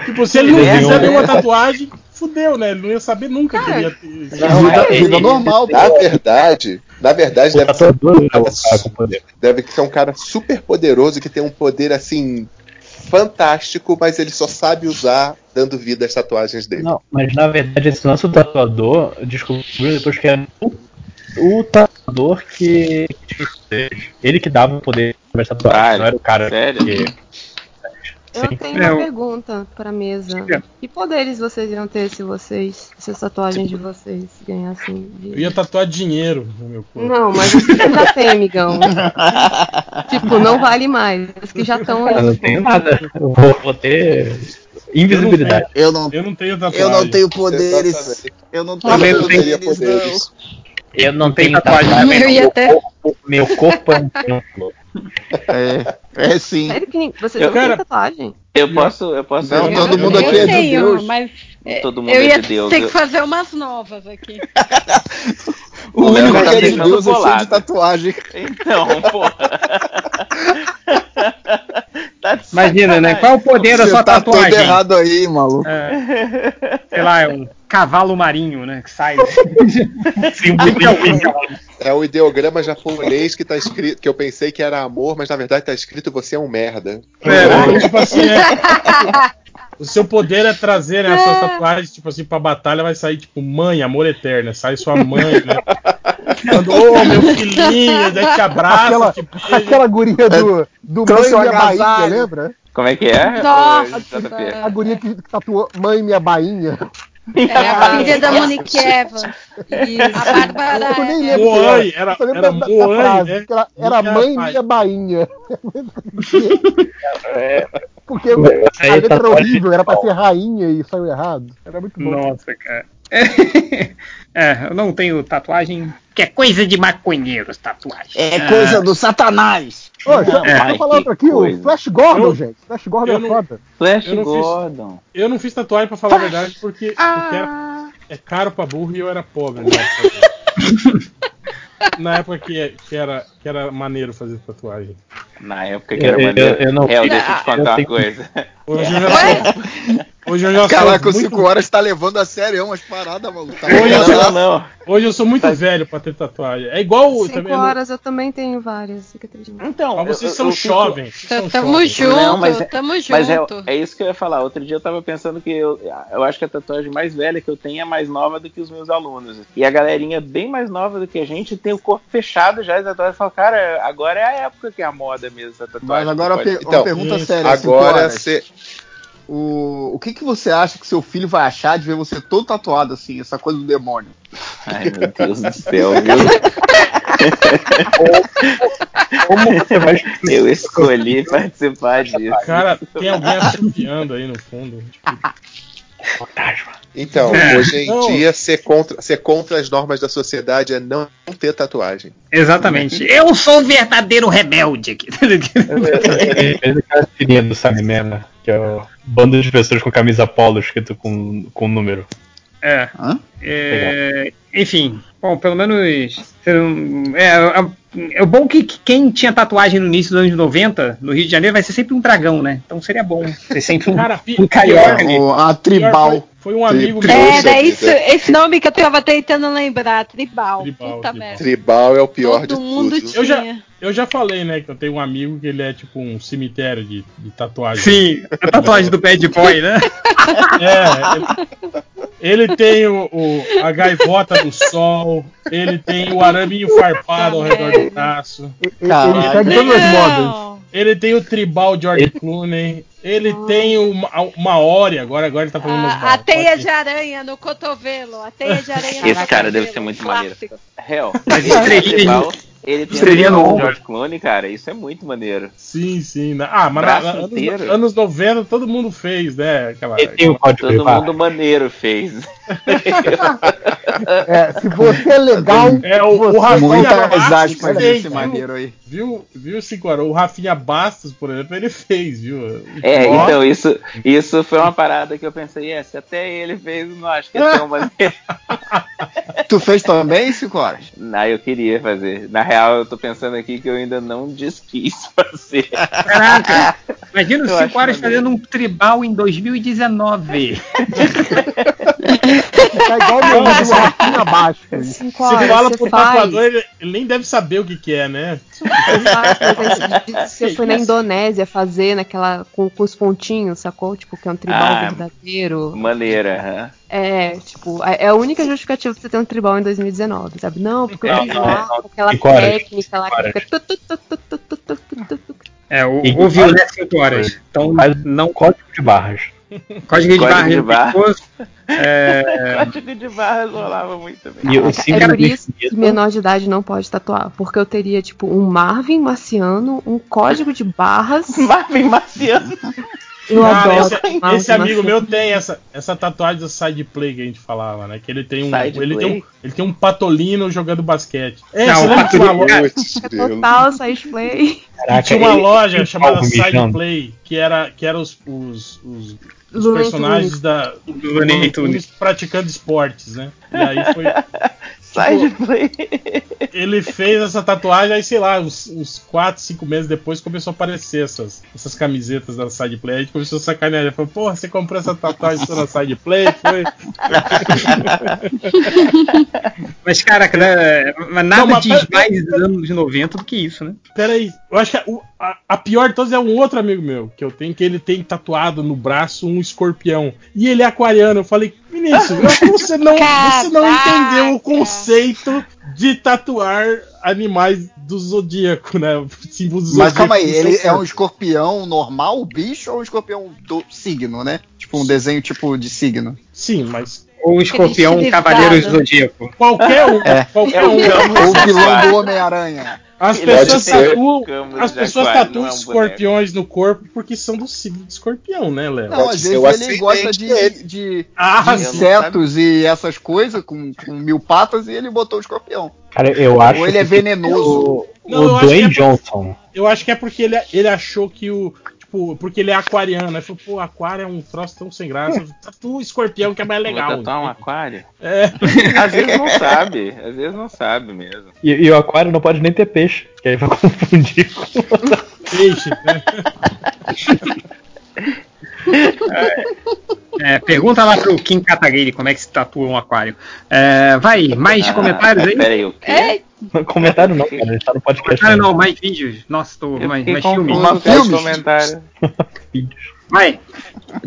[SPEAKER 2] tipo, se ele não
[SPEAKER 13] Desenhou,
[SPEAKER 2] fizer nenhuma
[SPEAKER 13] né?
[SPEAKER 2] tatuagem, fudeu, né? Ele não ia saber nunca que ele ia ter. esse
[SPEAKER 10] Não, é
[SPEAKER 2] poder.
[SPEAKER 10] na- Na verdade, na verdade, deve ser, um deve ser um cara super poderoso que tem um poder assim fantástico, mas ele só sabe usar dando vida às tatuagens dele.
[SPEAKER 13] Não, mas na verdade esse lance do tatuador descobriu depois que era é o tratador que. Ele que dava o poder de conversar com
[SPEAKER 9] Ah,
[SPEAKER 13] não era o cara
[SPEAKER 9] sério?
[SPEAKER 13] que.
[SPEAKER 6] Eu
[SPEAKER 13] Sim.
[SPEAKER 6] tenho
[SPEAKER 13] É,
[SPEAKER 6] uma
[SPEAKER 13] eu-
[SPEAKER 6] pergunta pra mesa. Que poderes vocês iam ter se vocês, se as tatuagens de vocês ganhassem?
[SPEAKER 2] Eu
[SPEAKER 6] vida?
[SPEAKER 2] ia tatuar dinheiro no meu corpo.
[SPEAKER 6] Não, mas as que você já tem, amigão. tipo, não vale mais. As que já estão
[SPEAKER 13] Eu não
[SPEAKER 6] aí.
[SPEAKER 13] tenho nada. Eu vou, vou ter invisibilidade.
[SPEAKER 4] Eu não,
[SPEAKER 2] eu não tenho tatuagem.
[SPEAKER 4] Eu não tenho poderes. Eu não tenho
[SPEAKER 13] Também não
[SPEAKER 4] poderes.
[SPEAKER 13] tenho Eu não tenho tatuagem. também, não. Meu corpo- Meu corpo é um templo.
[SPEAKER 4] É, é sim.
[SPEAKER 6] Sério que nem- vocês
[SPEAKER 9] Eu-
[SPEAKER 6] não têm
[SPEAKER 9] Cara,
[SPEAKER 6] tatuagem?
[SPEAKER 9] Eu posso. Eu posso um
[SPEAKER 4] Não, todo mundo aqui é de
[SPEAKER 11] tenho,
[SPEAKER 4] Deus.
[SPEAKER 11] mas é,
[SPEAKER 9] Todo mundo
[SPEAKER 11] eu
[SPEAKER 9] é
[SPEAKER 11] ia
[SPEAKER 9] de Deus.
[SPEAKER 11] ter que
[SPEAKER 9] Eu-
[SPEAKER 11] fazer umas novas aqui.
[SPEAKER 4] O
[SPEAKER 9] Léo
[SPEAKER 4] único
[SPEAKER 9] tá
[SPEAKER 4] que é de
[SPEAKER 9] deixando
[SPEAKER 4] Deus é cheio de
[SPEAKER 9] bolado.
[SPEAKER 4] tatuagem.
[SPEAKER 9] Então, porra. Tá de
[SPEAKER 3] Imagina, né?
[SPEAKER 9] sacanagem.
[SPEAKER 3] Qual é o poder da
[SPEAKER 4] Você
[SPEAKER 3] sua
[SPEAKER 4] tá
[SPEAKER 3] tatuagem?
[SPEAKER 4] todo errado aí, maluco.
[SPEAKER 3] Sei lá, é um cavalo marinho, né? Que sai.
[SPEAKER 10] É o ideograma japonês que tá escrito, que eu pensei que era amor, mas na verdade tá escrito você é um merda.
[SPEAKER 2] É, tipo assim, é- O seu poder é trazer né, as suas tatuagens, tipo assim, pra batalha vai sair, tipo, mãe, amor eterno, né? sai sua mãe, né? Falando, ô meu filhinho, daí te abraça,
[SPEAKER 5] Aquela,
[SPEAKER 2] te beija.
[SPEAKER 5] aquela guria do, do
[SPEAKER 9] Trouxe
[SPEAKER 5] Mãe
[SPEAKER 9] uma
[SPEAKER 5] Minha Bainha,
[SPEAKER 9] agasalho.
[SPEAKER 5] lembra?
[SPEAKER 9] Como é que é?
[SPEAKER 11] Nossa,
[SPEAKER 9] ô, JP?
[SPEAKER 5] A guria que tatuou Mãe Minha Bainha.
[SPEAKER 11] É a filha da Monique Evans. A Bárbara.
[SPEAKER 5] Eu nem
[SPEAKER 11] é-
[SPEAKER 5] lembro.
[SPEAKER 2] Moai,
[SPEAKER 5] quem
[SPEAKER 2] era-
[SPEAKER 5] Eu só lembro
[SPEAKER 2] era
[SPEAKER 5] da,
[SPEAKER 2] Moai,
[SPEAKER 5] da frase,
[SPEAKER 2] né?
[SPEAKER 5] que ela- era
[SPEAKER 2] Minha
[SPEAKER 5] Mãe
[SPEAKER 2] Bainha.
[SPEAKER 5] Minha Bainha.
[SPEAKER 13] É,
[SPEAKER 5] Porque a
[SPEAKER 13] Essa aí
[SPEAKER 5] letra
[SPEAKER 13] tá
[SPEAKER 5] era horrível,
[SPEAKER 13] quase-
[SPEAKER 5] era pra ser rainha e saiu errado. Era muito bom.
[SPEAKER 3] Nossa, cara. É, eu não tenho tatuagem. Que é coisa de maconheiros, tatuagem.
[SPEAKER 4] É coisa do satanás.
[SPEAKER 5] Ô, deixa,
[SPEAKER 3] É.
[SPEAKER 5] deixa eu falar outro aqui,
[SPEAKER 9] coisa.
[SPEAKER 5] o Flash Gordon,
[SPEAKER 2] Eu-
[SPEAKER 5] gente. Flash Gordon
[SPEAKER 2] eu
[SPEAKER 5] é
[SPEAKER 2] não-
[SPEAKER 5] foda.
[SPEAKER 9] Flash
[SPEAKER 2] Eu não fiz-
[SPEAKER 9] Gordon.
[SPEAKER 2] Eu não fiz tatuagem pra falar a verdade, porque,
[SPEAKER 5] Ah!
[SPEAKER 2] porque era- é caro pra burro e eu era pobre. né? Na época que, que, era, que era maneiro fazer tatuagem.
[SPEAKER 9] Na época que era
[SPEAKER 13] Eu- eu-
[SPEAKER 9] maneiro.
[SPEAKER 13] eu não-
[SPEAKER 9] É, eu deixa eu te
[SPEAKER 13] eu
[SPEAKER 9] contar uma
[SPEAKER 13] tenho-
[SPEAKER 9] coisa.
[SPEAKER 2] Hoje eu já sou. Hoje eu já
[SPEAKER 4] Caraca, o
[SPEAKER 2] sou
[SPEAKER 4] 5
[SPEAKER 2] muito,
[SPEAKER 4] horas tá levando a sério umas paradas, maluco. Tá
[SPEAKER 2] Olha
[SPEAKER 4] ligado?
[SPEAKER 9] Não, não.
[SPEAKER 2] hoje eu sou muito velho pra ter tatuagem. É igual. eu
[SPEAKER 6] Cinco
[SPEAKER 2] também, não-
[SPEAKER 6] horas eu também tenho várias cicatrizes.
[SPEAKER 9] Então,
[SPEAKER 2] Mas vocês
[SPEAKER 9] eu-
[SPEAKER 2] são
[SPEAKER 9] eu fico-
[SPEAKER 2] jovens. vocês são
[SPEAKER 11] Tamo
[SPEAKER 2] jovens.
[SPEAKER 11] junto,
[SPEAKER 9] Não, mas é-
[SPEAKER 11] tamo junto.
[SPEAKER 9] Mas é, é isso que eu ia falar. Outro dia eu tava pensando que eu, eu acho que a tatuagem mais velha que eu tenho é mais nova do que os meus alunos. E a galerinha é bem mais nova do que a gente tem o corpo fechado já de tatuagem. Fala, cara, agora é a época que é a moda mesmo essa tatuagem.
[SPEAKER 4] Mas agora uma
[SPEAKER 9] Pode-
[SPEAKER 4] pe-
[SPEAKER 10] Então,
[SPEAKER 4] uma pergunta
[SPEAKER 2] isso.
[SPEAKER 4] séria. assim, cinco
[SPEAKER 10] Agora é
[SPEAKER 4] horas.
[SPEAKER 10] você.
[SPEAKER 4] O, o que, que você acha que seu filho vai achar de ver você todo tatuado assim, essa coisa do demônio?
[SPEAKER 9] Ai, meu Deus do céu, viu?
[SPEAKER 13] Como você vai
[SPEAKER 9] Eu escolhi participar disso.
[SPEAKER 2] Cara, tem alguém assobiando aí no fundo. Tipo,
[SPEAKER 10] Então,
[SPEAKER 9] É.
[SPEAKER 10] hoje em
[SPEAKER 2] Não.
[SPEAKER 10] dia, ser contra, ser contra as normas da sociedade é não ter tatuagem.
[SPEAKER 3] Exatamente. Eu sou o verdadeiro rebelde aqui.
[SPEAKER 5] É
[SPEAKER 13] Fez aquela tirinha do Salimena, que é o bando de pessoas com camisa polo escrito com, com número.
[SPEAKER 3] É.
[SPEAKER 4] Hã?
[SPEAKER 3] É, enfim, bom, pelo menos. você não- É, é- é bom que que quem tinha tatuagem no início dos anos 90, no Rio de Janeiro, vai ser sempre um dragão, né? Então seria bom ter sempre um,
[SPEAKER 2] Cara, pi-
[SPEAKER 3] um carioca ali.
[SPEAKER 4] O-
[SPEAKER 2] pior
[SPEAKER 4] a
[SPEAKER 2] foi,
[SPEAKER 4] tribal.
[SPEAKER 2] foi um amigo
[SPEAKER 10] Tri-
[SPEAKER 2] meu.
[SPEAKER 10] Poxa
[SPEAKER 11] É, daí
[SPEAKER 10] vida.
[SPEAKER 11] isso, esse nome que eu tava tentando lembrar, Tribal.
[SPEAKER 2] Tribal,
[SPEAKER 11] Puta
[SPEAKER 2] Tribal.
[SPEAKER 11] merda.
[SPEAKER 10] Tribal é o pior
[SPEAKER 11] Todo
[SPEAKER 10] de
[SPEAKER 11] mundo
[SPEAKER 10] tudo.
[SPEAKER 11] tinha.
[SPEAKER 2] Eu já, eu já falei, né, que eu tenho um amigo que ele é tipo um cemitério de, de tatuagem.
[SPEAKER 3] Sim, a tatuagem do Bad Boy, né?
[SPEAKER 2] É. Ele, ele tem o, o- a gaivota do sol, ele tem o araminho farpado ao redor do braço,
[SPEAKER 5] E- e- Ele
[SPEAKER 4] Caralho.
[SPEAKER 5] segue todas as modas.
[SPEAKER 11] Não.
[SPEAKER 2] ele tem o tribal George Clooney, ele tem uma, uma Ori agora, agora ele tá
[SPEAKER 3] Ah,
[SPEAKER 2] falando umas
[SPEAKER 11] A, a teia
[SPEAKER 2] baratas.
[SPEAKER 11] de aranha no cotovelo. A teia de aranha no
[SPEAKER 9] Esse cara
[SPEAKER 11] cotovelo.
[SPEAKER 9] deve ser muito maneiro.
[SPEAKER 11] Clássico.
[SPEAKER 9] Real.
[SPEAKER 3] Mas estrelinha-
[SPEAKER 9] Tribal, Ele tem
[SPEAKER 3] estrelinha
[SPEAKER 9] um
[SPEAKER 3] no
[SPEAKER 9] do
[SPEAKER 3] ombro.
[SPEAKER 9] George Clooney, cara. Isso é muito maneiro.
[SPEAKER 2] Sim, sim. na- Ah, mas na,
[SPEAKER 9] Braço
[SPEAKER 2] na- anos,
[SPEAKER 9] inteiro.
[SPEAKER 2] anos 90 todo mundo fez, né? Aquela,
[SPEAKER 13] E tem o código
[SPEAKER 9] Todo
[SPEAKER 13] privado.
[SPEAKER 9] mundo maneiro fez.
[SPEAKER 5] É, se você é legal,
[SPEAKER 2] É, o, o
[SPEAKER 5] você-
[SPEAKER 2] Rafinha
[SPEAKER 4] Muitas
[SPEAKER 2] Bastos fez,
[SPEAKER 4] aspas desse
[SPEAKER 2] viu?
[SPEAKER 4] maneiro aí.
[SPEAKER 2] Viu, viu Cicora? O Rafinha Bastos, por exemplo, ele fez, viu?
[SPEAKER 9] É,
[SPEAKER 2] Ó,
[SPEAKER 9] então isso, isso foi uma parada que eu pensei, é, se até ele fez, não acho que é tão maneiro.
[SPEAKER 4] Tu fez também, cinco horas?
[SPEAKER 9] não, Ah, eu queria fazer. Na real, eu tô pensando aqui que eu ainda não desquis fazer.
[SPEAKER 3] Caraca, imagina os
[SPEAKER 9] Eu
[SPEAKER 3] 5
[SPEAKER 9] acho
[SPEAKER 3] horas
[SPEAKER 9] maneiro.
[SPEAKER 3] fazendo um tribal em 2019.
[SPEAKER 5] Tá igual o meu
[SPEAKER 2] Não,
[SPEAKER 5] amigo
[SPEAKER 2] você-
[SPEAKER 5] aqui abaixo. cara.
[SPEAKER 2] Se fala pro tatuador, ele, ele nem deve saber o que, que é, né? É
[SPEAKER 6] Você
[SPEAKER 2] assim,
[SPEAKER 6] foi na Indonésia fazer naquela. Com, com os pontinhos, sacou? Tipo, que é um tribal
[SPEAKER 9] Ah.
[SPEAKER 6] verdadeiro.
[SPEAKER 9] Maneira, aham.
[SPEAKER 6] É, tipo, a- é a única justificativa pra você ter um tribal em 2019, sabe? Não, porque eu
[SPEAKER 9] Não,
[SPEAKER 6] fiz
[SPEAKER 9] não,
[SPEAKER 6] lá
[SPEAKER 9] não.
[SPEAKER 6] com aquela
[SPEAKER 9] E quora?
[SPEAKER 6] técnica lá que fica. tu, tu, tu, tu, tu, tu, tu, tu, tu, tu.
[SPEAKER 16] É, o,
[SPEAKER 13] E-
[SPEAKER 16] ouviu, né? 5 horas. Então, não.
[SPEAKER 13] Código de barras.
[SPEAKER 16] Código de
[SPEAKER 13] Código
[SPEAKER 16] barra
[SPEAKER 13] de
[SPEAKER 16] no
[SPEAKER 13] barra.
[SPEAKER 16] pescoço. É,
[SPEAKER 12] Código de barras rolava muito também.
[SPEAKER 13] E o
[SPEAKER 6] É
[SPEAKER 13] símbolo
[SPEAKER 6] por
[SPEAKER 13] do
[SPEAKER 6] isso que
[SPEAKER 13] infinito-
[SPEAKER 6] menor de idade não pode tatuar. Porque eu teria, tipo, um Marvin marciano, um código de barras.
[SPEAKER 12] Marvin marciano.
[SPEAKER 6] Eu
[SPEAKER 2] Cara,
[SPEAKER 6] adoro.
[SPEAKER 2] Ah, esse,
[SPEAKER 6] Marvin
[SPEAKER 2] esse
[SPEAKER 6] marciano.
[SPEAKER 2] amigo meu tem essa, essa tatuagem do side play que a gente falava, né? Que ele tem um,
[SPEAKER 6] Side
[SPEAKER 2] ele
[SPEAKER 6] play?
[SPEAKER 2] tem um, ele tem um patolino jogando basquete. É,
[SPEAKER 6] Não,
[SPEAKER 2] você
[SPEAKER 6] o
[SPEAKER 2] lembra que tinha uma
[SPEAKER 6] patolino-
[SPEAKER 2] loja,
[SPEAKER 6] Total, side play.
[SPEAKER 2] tinha uma
[SPEAKER 13] ele-
[SPEAKER 2] loja
[SPEAKER 13] ele-
[SPEAKER 2] chamada
[SPEAKER 13] algo
[SPEAKER 2] Side
[SPEAKER 13] mijando.
[SPEAKER 2] Play que era que era os os, os- os
[SPEAKER 6] Looney
[SPEAKER 2] personagens
[SPEAKER 6] Tunes.
[SPEAKER 2] da
[SPEAKER 16] Looney
[SPEAKER 2] Looney Tunes praticando esportes, né? E aí foi
[SPEAKER 12] Side
[SPEAKER 2] tipo,
[SPEAKER 12] play.
[SPEAKER 2] ele fez essa tatuagem, aí sei lá, uns, uns 4, 5 meses depois começou a aparecer essas, essas camisetas da Side Play. A gente começou a sacanear. Falou, porra, você comprou essa tatuagem só na Side Play? Foi.
[SPEAKER 16] Mas, cara, cara, mas nada
[SPEAKER 2] Não, mas
[SPEAKER 16] diz
[SPEAKER 2] pera-
[SPEAKER 16] mais dos anos 90 do que isso, né?
[SPEAKER 2] Peraí, eu acho que a, o- a- a pior de todas é um outro amigo meu que eu tenho, que ele tem tatuado no braço um escorpião. E ele é aquariano. Eu falei, Vinícius, eu acho que você não, você não entendeu o conceito de tatuar animais do zodíaco, né? Símbolos do
[SPEAKER 4] Mas
[SPEAKER 2] zodíaco
[SPEAKER 4] calma aí,
[SPEAKER 2] no
[SPEAKER 4] ele
[SPEAKER 2] seu
[SPEAKER 4] é um
[SPEAKER 2] corpo.
[SPEAKER 4] escorpião normal, bicho, ou um escorpião do signo, né? Tipo, um desenho tipo de signo.
[SPEAKER 2] Sim, mas.
[SPEAKER 16] Ou um
[SPEAKER 4] escorpião
[SPEAKER 16] escorpião cavaleiro do zodíaco.
[SPEAKER 2] Qualquer um,
[SPEAKER 4] É.
[SPEAKER 2] qualquer
[SPEAKER 4] É o
[SPEAKER 2] um.
[SPEAKER 4] vilão- o vilão do Homem-Aranha.
[SPEAKER 2] As
[SPEAKER 4] Ele pode
[SPEAKER 2] pessoas
[SPEAKER 4] ser
[SPEAKER 2] tatuam,
[SPEAKER 4] Camus
[SPEAKER 2] as
[SPEAKER 4] de
[SPEAKER 2] pessoas
[SPEAKER 4] Aquário,
[SPEAKER 2] tatuam
[SPEAKER 4] não é um
[SPEAKER 2] escorpiões no corpo porque são do signo de escorpião, né, Léo?
[SPEAKER 4] Não, às vezes ele é gosta de, de,
[SPEAKER 2] Ah,
[SPEAKER 4] de
[SPEAKER 2] sim.
[SPEAKER 4] insetos e essas coisas com, com mil patas e ele botou o escorpião.
[SPEAKER 13] Cara, eu acho.
[SPEAKER 4] Ou ele é
[SPEAKER 13] que
[SPEAKER 4] venenoso.
[SPEAKER 13] O,
[SPEAKER 2] Não, eu
[SPEAKER 13] o
[SPEAKER 2] acho
[SPEAKER 13] Dwayne
[SPEAKER 2] que é
[SPEAKER 13] Johnson.
[SPEAKER 2] Eu acho que é porque ele, ele achou que o. Tipo, porque ele é aquariano. Aí falou, pô, aquário é um troço tão sem graça. Tatua o escorpião que é mais legal.
[SPEAKER 9] Vou tatuar um aquário?
[SPEAKER 2] É.
[SPEAKER 9] Às vezes não sabe, às vezes não sabe mesmo.
[SPEAKER 13] E, e o aquário não pode nem ter peixe, que aí vai confundir com
[SPEAKER 2] Peixe, né?
[SPEAKER 16] É, pergunta lá pro Kim Kataguiri como é que se tatua um aquário. É, vai, mais
[SPEAKER 13] Ah,
[SPEAKER 16] comentários aí?
[SPEAKER 13] peraí, o quê?
[SPEAKER 16] É,
[SPEAKER 13] Comentário não, cara. Ele tá no podcast.
[SPEAKER 16] comentário não, mais vídeos. Nossa, tô.
[SPEAKER 9] Eu
[SPEAKER 16] Mais,
[SPEAKER 9] fiquei
[SPEAKER 16] mais filmes.
[SPEAKER 9] confuso com esse comentário.
[SPEAKER 16] Vai.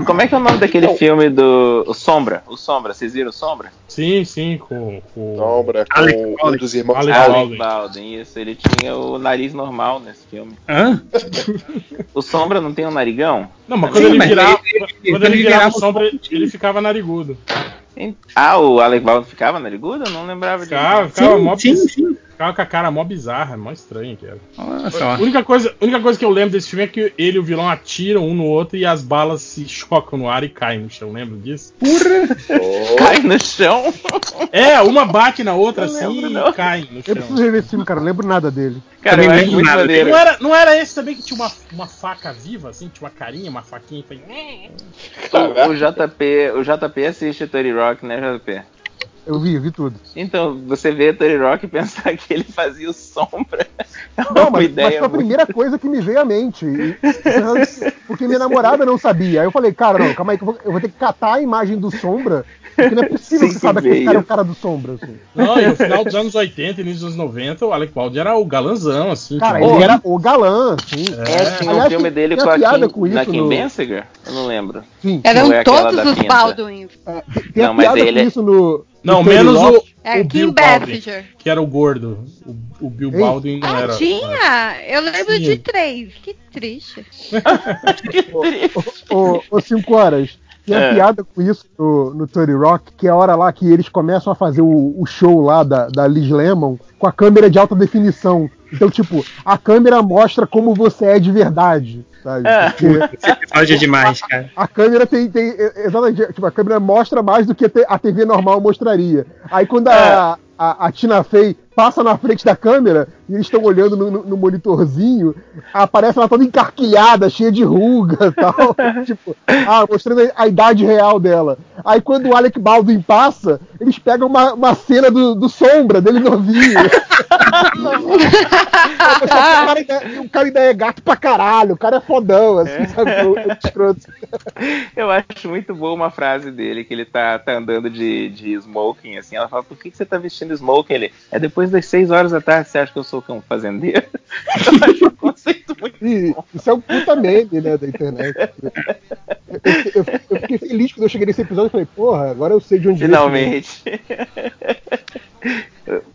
[SPEAKER 9] Como é que é o nome daquele filme do. O Sombra? O Sombra, vocês viram o Sombra?
[SPEAKER 2] Sim, sim, com. com...
[SPEAKER 10] Sombra, com
[SPEAKER 9] Alec
[SPEAKER 10] um dos irmãos
[SPEAKER 9] Alec
[SPEAKER 10] Alec.
[SPEAKER 9] Baldwin. isso. Ele tinha o nariz normal nesse filme.
[SPEAKER 16] Hã?
[SPEAKER 9] O Sombra não tem um narigão?
[SPEAKER 2] Não, mas
[SPEAKER 9] Também?
[SPEAKER 2] quando ele virava. Quando ele virava o sombra, ele ficava narigudo.
[SPEAKER 9] um Ah, o Alec Baldwin ficava narigudo? Eu não lembrava disso.
[SPEAKER 2] Ficava, ficava mó bis- Ficava com a cara mó bizarra, mó estranha que era.
[SPEAKER 9] só.
[SPEAKER 2] A única coisa, a única coisa que eu lembro desse filme é que ele e o vilão atiram um no outro e as balas se chocam no ar e caem no chão, lembra disso?
[SPEAKER 9] Cai no chão?
[SPEAKER 2] É, uma bate na outra assim e cai no
[SPEAKER 5] Eu
[SPEAKER 2] chão.
[SPEAKER 5] preciso rever esse filme, cara. Eu não lembro nada dele.
[SPEAKER 9] Cara, eu
[SPEAKER 5] Também
[SPEAKER 9] acho
[SPEAKER 5] lembro
[SPEAKER 9] muito
[SPEAKER 5] nada dele.
[SPEAKER 9] maneiro.
[SPEAKER 2] Não era, não era esse também que tinha uma, uma faca viva, assim? Tinha uma carinha, uma faquinha. Foi...
[SPEAKER 9] O, o JP, o JP assiste 30 Rock, né, JP?
[SPEAKER 5] Eu vi, eu vi tudo.
[SPEAKER 9] Então, você vê 30 Rock e pensar que ele fazia o sombra. É uma
[SPEAKER 5] Não, mas, mas
[SPEAKER 9] ideia
[SPEAKER 5] foi a
[SPEAKER 9] muito...
[SPEAKER 5] primeira coisa que me veio à mente. E- Porque minha namorada não sabia. Aí eu falei, cara, não, calma aí, que eu vou, eu vou ter que catar a imagem do Sombra. Porque não é possível
[SPEAKER 9] Sem
[SPEAKER 5] que você saiba que
[SPEAKER 9] saber
[SPEAKER 5] esse cara é o
[SPEAKER 9] isso.
[SPEAKER 5] cara do Sombra. assim.
[SPEAKER 2] Não, e no final dos anos 80, início dos anos 90, o Alec Baldwin era o galanzão, assim.
[SPEAKER 5] Cara,
[SPEAKER 2] tipo,
[SPEAKER 5] ele era o galã, assim.
[SPEAKER 9] É, tinha um
[SPEAKER 5] Aliás,
[SPEAKER 9] filme
[SPEAKER 5] tem-
[SPEAKER 9] dele
[SPEAKER 5] tem
[SPEAKER 9] com a
[SPEAKER 5] piada
[SPEAKER 9] Kim,
[SPEAKER 5] com isso
[SPEAKER 9] da Kim
[SPEAKER 5] no-
[SPEAKER 9] Bensinger? Eu não lembro.
[SPEAKER 5] Sim.
[SPEAKER 11] Eram
[SPEAKER 9] Ou é aquela
[SPEAKER 11] um todos
[SPEAKER 9] da
[SPEAKER 11] os
[SPEAKER 9] pinta?
[SPEAKER 11] Baldwin.
[SPEAKER 5] É, Tem
[SPEAKER 9] Não,
[SPEAKER 5] a
[SPEAKER 9] mas
[SPEAKER 5] piada
[SPEAKER 9] ele- é-
[SPEAKER 5] com isso no.
[SPEAKER 2] Não,
[SPEAKER 5] no
[SPEAKER 2] menos
[SPEAKER 5] Tony
[SPEAKER 2] o,
[SPEAKER 5] Lopes.
[SPEAKER 11] É,
[SPEAKER 2] o
[SPEAKER 11] Kim
[SPEAKER 2] Bill Baldwin,
[SPEAKER 11] Bessinger.
[SPEAKER 2] que era o gordo. O, o Bill Baldwin não era...
[SPEAKER 11] Ah, Tinha! Eu lembro
[SPEAKER 2] Tinha.
[SPEAKER 11] de três. Que triste.
[SPEAKER 5] Ô, ô, cinco horas. Tem a
[SPEAKER 2] É.
[SPEAKER 5] piada com isso no, no 30 Rock, que é a hora lá que eles começam a fazer o, o show lá da, da Liz Lemon com a câmera de alta definição. Então, tipo, a câmera mostra como você é de verdade. Sabe?
[SPEAKER 17] é.
[SPEAKER 5] Porque
[SPEAKER 16] Esse episódio é demais, cara.
[SPEAKER 5] a câmera tem. tem exatamente, tipo, a câmera mostra mais do que a te- a TV normal mostraria. Aí quando a, a, a Tina Fey passa na frente da câmera e eles estão olhando no, no- no monitorzinho, aparece ela toda encarquilhada, cheia de ruga e tal. tipo, ah, mostrando a, a idade real dela. Aí quando o Alec Baldwin passa, eles pegam uma, uma cena do, do sombra dele novinho. o, cara ainda, o cara ainda é gato pra caralho, o cara é fodão, assim, sabe? O- o escroto.
[SPEAKER 9] Eu acho muito boa uma frase dele, que ele tá, tá andando de, de smoking, assim. Ela fala, por que, que você tá vestindo smoking? Ele, é depois das 6 horas da tarde, você acha que eu sou um fazendeiro?
[SPEAKER 5] E isso é um puta meme, né, da internet. Eu, eu- eu fiquei feliz quando eu cheguei nesse episódio e falei, porra, agora eu sei de onde veio esse meme.
[SPEAKER 9] Finalmente.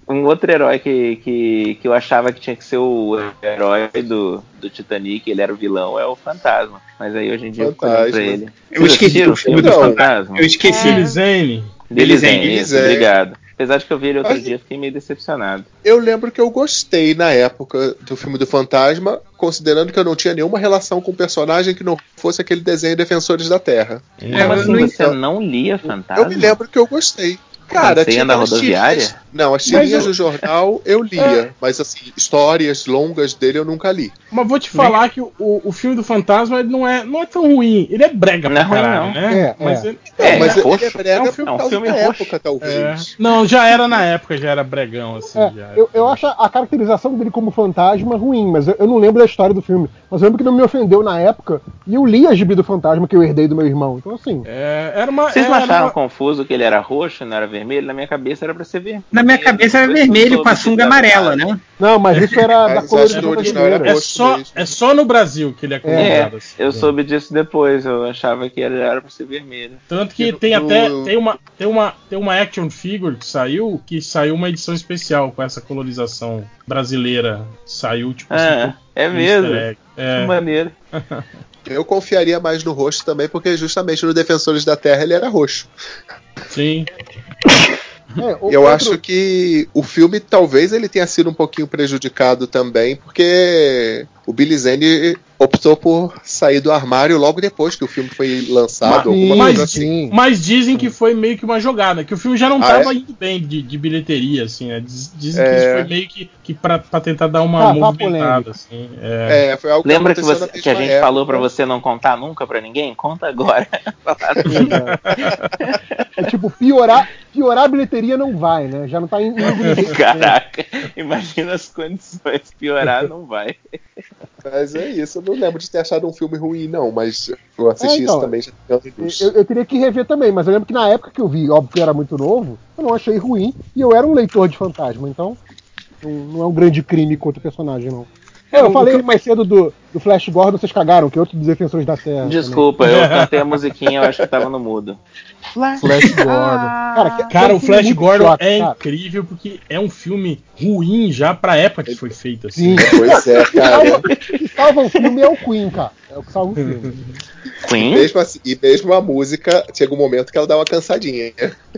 [SPEAKER 9] um outro herói que, que, que eu achava que tinha que ser o herói do, do Titanic, ele era o vilão, é o Fantasma. Mas aí hoje em dia eu fico olhando pra
[SPEAKER 10] Fantasma.
[SPEAKER 9] ele.
[SPEAKER 10] Eu
[SPEAKER 9] Vocês
[SPEAKER 10] esqueci
[SPEAKER 9] assistiram
[SPEAKER 10] o filme
[SPEAKER 9] do
[SPEAKER 10] do
[SPEAKER 9] Fantasma.
[SPEAKER 10] Eu esqueci.
[SPEAKER 9] É.
[SPEAKER 10] Billy
[SPEAKER 2] Zane.
[SPEAKER 9] Billy Zane,
[SPEAKER 10] Billy
[SPEAKER 9] isso,
[SPEAKER 10] Zane.
[SPEAKER 9] obrigado. Apesar de que eu vi ele outro
[SPEAKER 10] é. Mas-
[SPEAKER 9] dia, fiquei meio decepcionado.
[SPEAKER 10] Eu lembro que eu gostei na época do filme do Fantasma, considerando que eu não tinha nenhuma relação com o personagem que não fosse aquele desenho Defensores da Terra.
[SPEAKER 2] É,
[SPEAKER 9] Como assim você não lia Fantasma?
[SPEAKER 10] Eu me lembro que eu gostei. Cara,
[SPEAKER 9] Você ia na
[SPEAKER 10] aquelas
[SPEAKER 9] rodoviária?
[SPEAKER 10] tirinhas- Não,
[SPEAKER 2] Mas
[SPEAKER 10] as tirinhas
[SPEAKER 2] eu-
[SPEAKER 10] do jornal eu lia, mas assim, histórias longas dele eu nunca li.
[SPEAKER 2] Mas vou te falar que o, o filme do Fantasma ele não, é, não é tão ruim. Ele é brega pra
[SPEAKER 10] Não,
[SPEAKER 2] caralho,
[SPEAKER 10] não.
[SPEAKER 2] né?
[SPEAKER 10] É,
[SPEAKER 2] mas
[SPEAKER 10] é.
[SPEAKER 2] ele
[SPEAKER 10] Não, mas ele é
[SPEAKER 2] roxo.
[SPEAKER 10] brega
[SPEAKER 4] um
[SPEAKER 9] um
[SPEAKER 10] por causa da
[SPEAKER 2] roxo.
[SPEAKER 10] época, talvez.
[SPEAKER 2] É. Não, já era na época, já era bregão, assim.
[SPEAKER 5] É,
[SPEAKER 2] já era.
[SPEAKER 5] eu, eu acho a caracterização dele como fantasma ruim, mas eu, eu não lembro da história do filme. Mas eu lembro que não me ofendeu na época e eu li a gibi do fantasma que eu herdei do meu irmão. Então, assim.
[SPEAKER 2] É, era uma.
[SPEAKER 9] Vocês não
[SPEAKER 2] era
[SPEAKER 9] acharam
[SPEAKER 2] uma-
[SPEAKER 9] confuso que ele era roxo, não era vermelho? Na minha cabeça era pra ser vermelho.
[SPEAKER 3] Na minha cabeça era
[SPEAKER 9] Depois
[SPEAKER 3] vermelho
[SPEAKER 9] eu
[SPEAKER 3] com a
[SPEAKER 9] soube
[SPEAKER 3] sunga
[SPEAKER 9] que era
[SPEAKER 3] amarela,
[SPEAKER 9] errado.
[SPEAKER 3] né?
[SPEAKER 5] Não, mas isso era
[SPEAKER 9] Mas
[SPEAKER 5] da
[SPEAKER 9] as
[SPEAKER 5] coloração
[SPEAKER 9] cores
[SPEAKER 5] brasileira.
[SPEAKER 9] não
[SPEAKER 2] É só, é só no Brasil que ele é
[SPEAKER 9] É,
[SPEAKER 2] colocado. assim.
[SPEAKER 9] eu soube disso depois, eu achava que ele era pra ser vermelho.
[SPEAKER 2] Tanto que tem até tem uma, tem uma tem uma action figure que saiu que saiu uma edição especial com essa colorização brasileira saiu tipo
[SPEAKER 9] Ah,
[SPEAKER 2] assim,
[SPEAKER 9] é
[SPEAKER 2] um
[SPEAKER 9] mesmo?
[SPEAKER 2] easter egg. É.
[SPEAKER 9] Que maneiro.
[SPEAKER 10] Eu confiaria mais no roxo também, porque justamente no Defensores da Terra ele era roxo.
[SPEAKER 2] Sim.
[SPEAKER 5] É,
[SPEAKER 10] Eu acho que o filme talvez ele tenha sido um pouquinho prejudicado também, porque o Billy Zane optou por sair do armário logo depois que o filme foi lançado. Tá, alguma
[SPEAKER 2] mas,
[SPEAKER 10] coisa assim.
[SPEAKER 2] mas dizem que foi meio que uma jogada, que o filme já não
[SPEAKER 10] Ah,
[SPEAKER 2] tava
[SPEAKER 10] é?
[SPEAKER 2] indo bem de, de bilheteria, assim, né? Diz- Dizem que
[SPEAKER 10] É.
[SPEAKER 2] isso foi meio que, que pra, pra tentar dar uma
[SPEAKER 10] Ah, tá polêmico.
[SPEAKER 2] movimentada, assim. É.
[SPEAKER 10] foi algo que
[SPEAKER 9] Lembra que,
[SPEAKER 10] aconteceu
[SPEAKER 9] você-
[SPEAKER 10] na
[SPEAKER 9] que a
[SPEAKER 10] mesma
[SPEAKER 9] gente
[SPEAKER 10] época.
[SPEAKER 9] falou pra você não contar nunca pra ninguém? Conta agora.
[SPEAKER 5] É tipo, piorar, piorar a bilheteria não vai, né? Já não tá indo.
[SPEAKER 9] Caraca, imagina as condições. Piorar não vai.
[SPEAKER 10] Mas é isso, eu não lembro de ter achado um filme ruim, não, mas eu assisti
[SPEAKER 5] É, então,
[SPEAKER 10] isso também já tem anos.
[SPEAKER 5] Eu, eu teria que rever também, mas eu lembro que na época que eu vi, óbvio que eu era muito novo, eu não achei ruim e eu era um leitor de fantasma, então não, não é um grande crime contra o personagem, não. É, eu falei mais cedo do, do Flash Gordon, vocês cagaram, que é outro dos defensores da Terra. também.
[SPEAKER 9] Desculpa, eu cantei a musiquinha, eu acho que tava no mudo.
[SPEAKER 5] Flash Gordon. Cara, que-
[SPEAKER 2] Cara,
[SPEAKER 5] é um
[SPEAKER 2] o
[SPEAKER 5] filme
[SPEAKER 2] Flash
[SPEAKER 5] muito
[SPEAKER 2] Gordon
[SPEAKER 5] idiota,
[SPEAKER 2] é
[SPEAKER 5] cara.
[SPEAKER 2] incrível porque é um filme ruim já pra época que foi feito, assim.
[SPEAKER 10] Pois é, cara.
[SPEAKER 5] O que salva o filme é o Queen, cara. É o que salva o filme.
[SPEAKER 10] E mesmo, assim- e mesmo a música, chega um momento que ela dá uma cansadinha.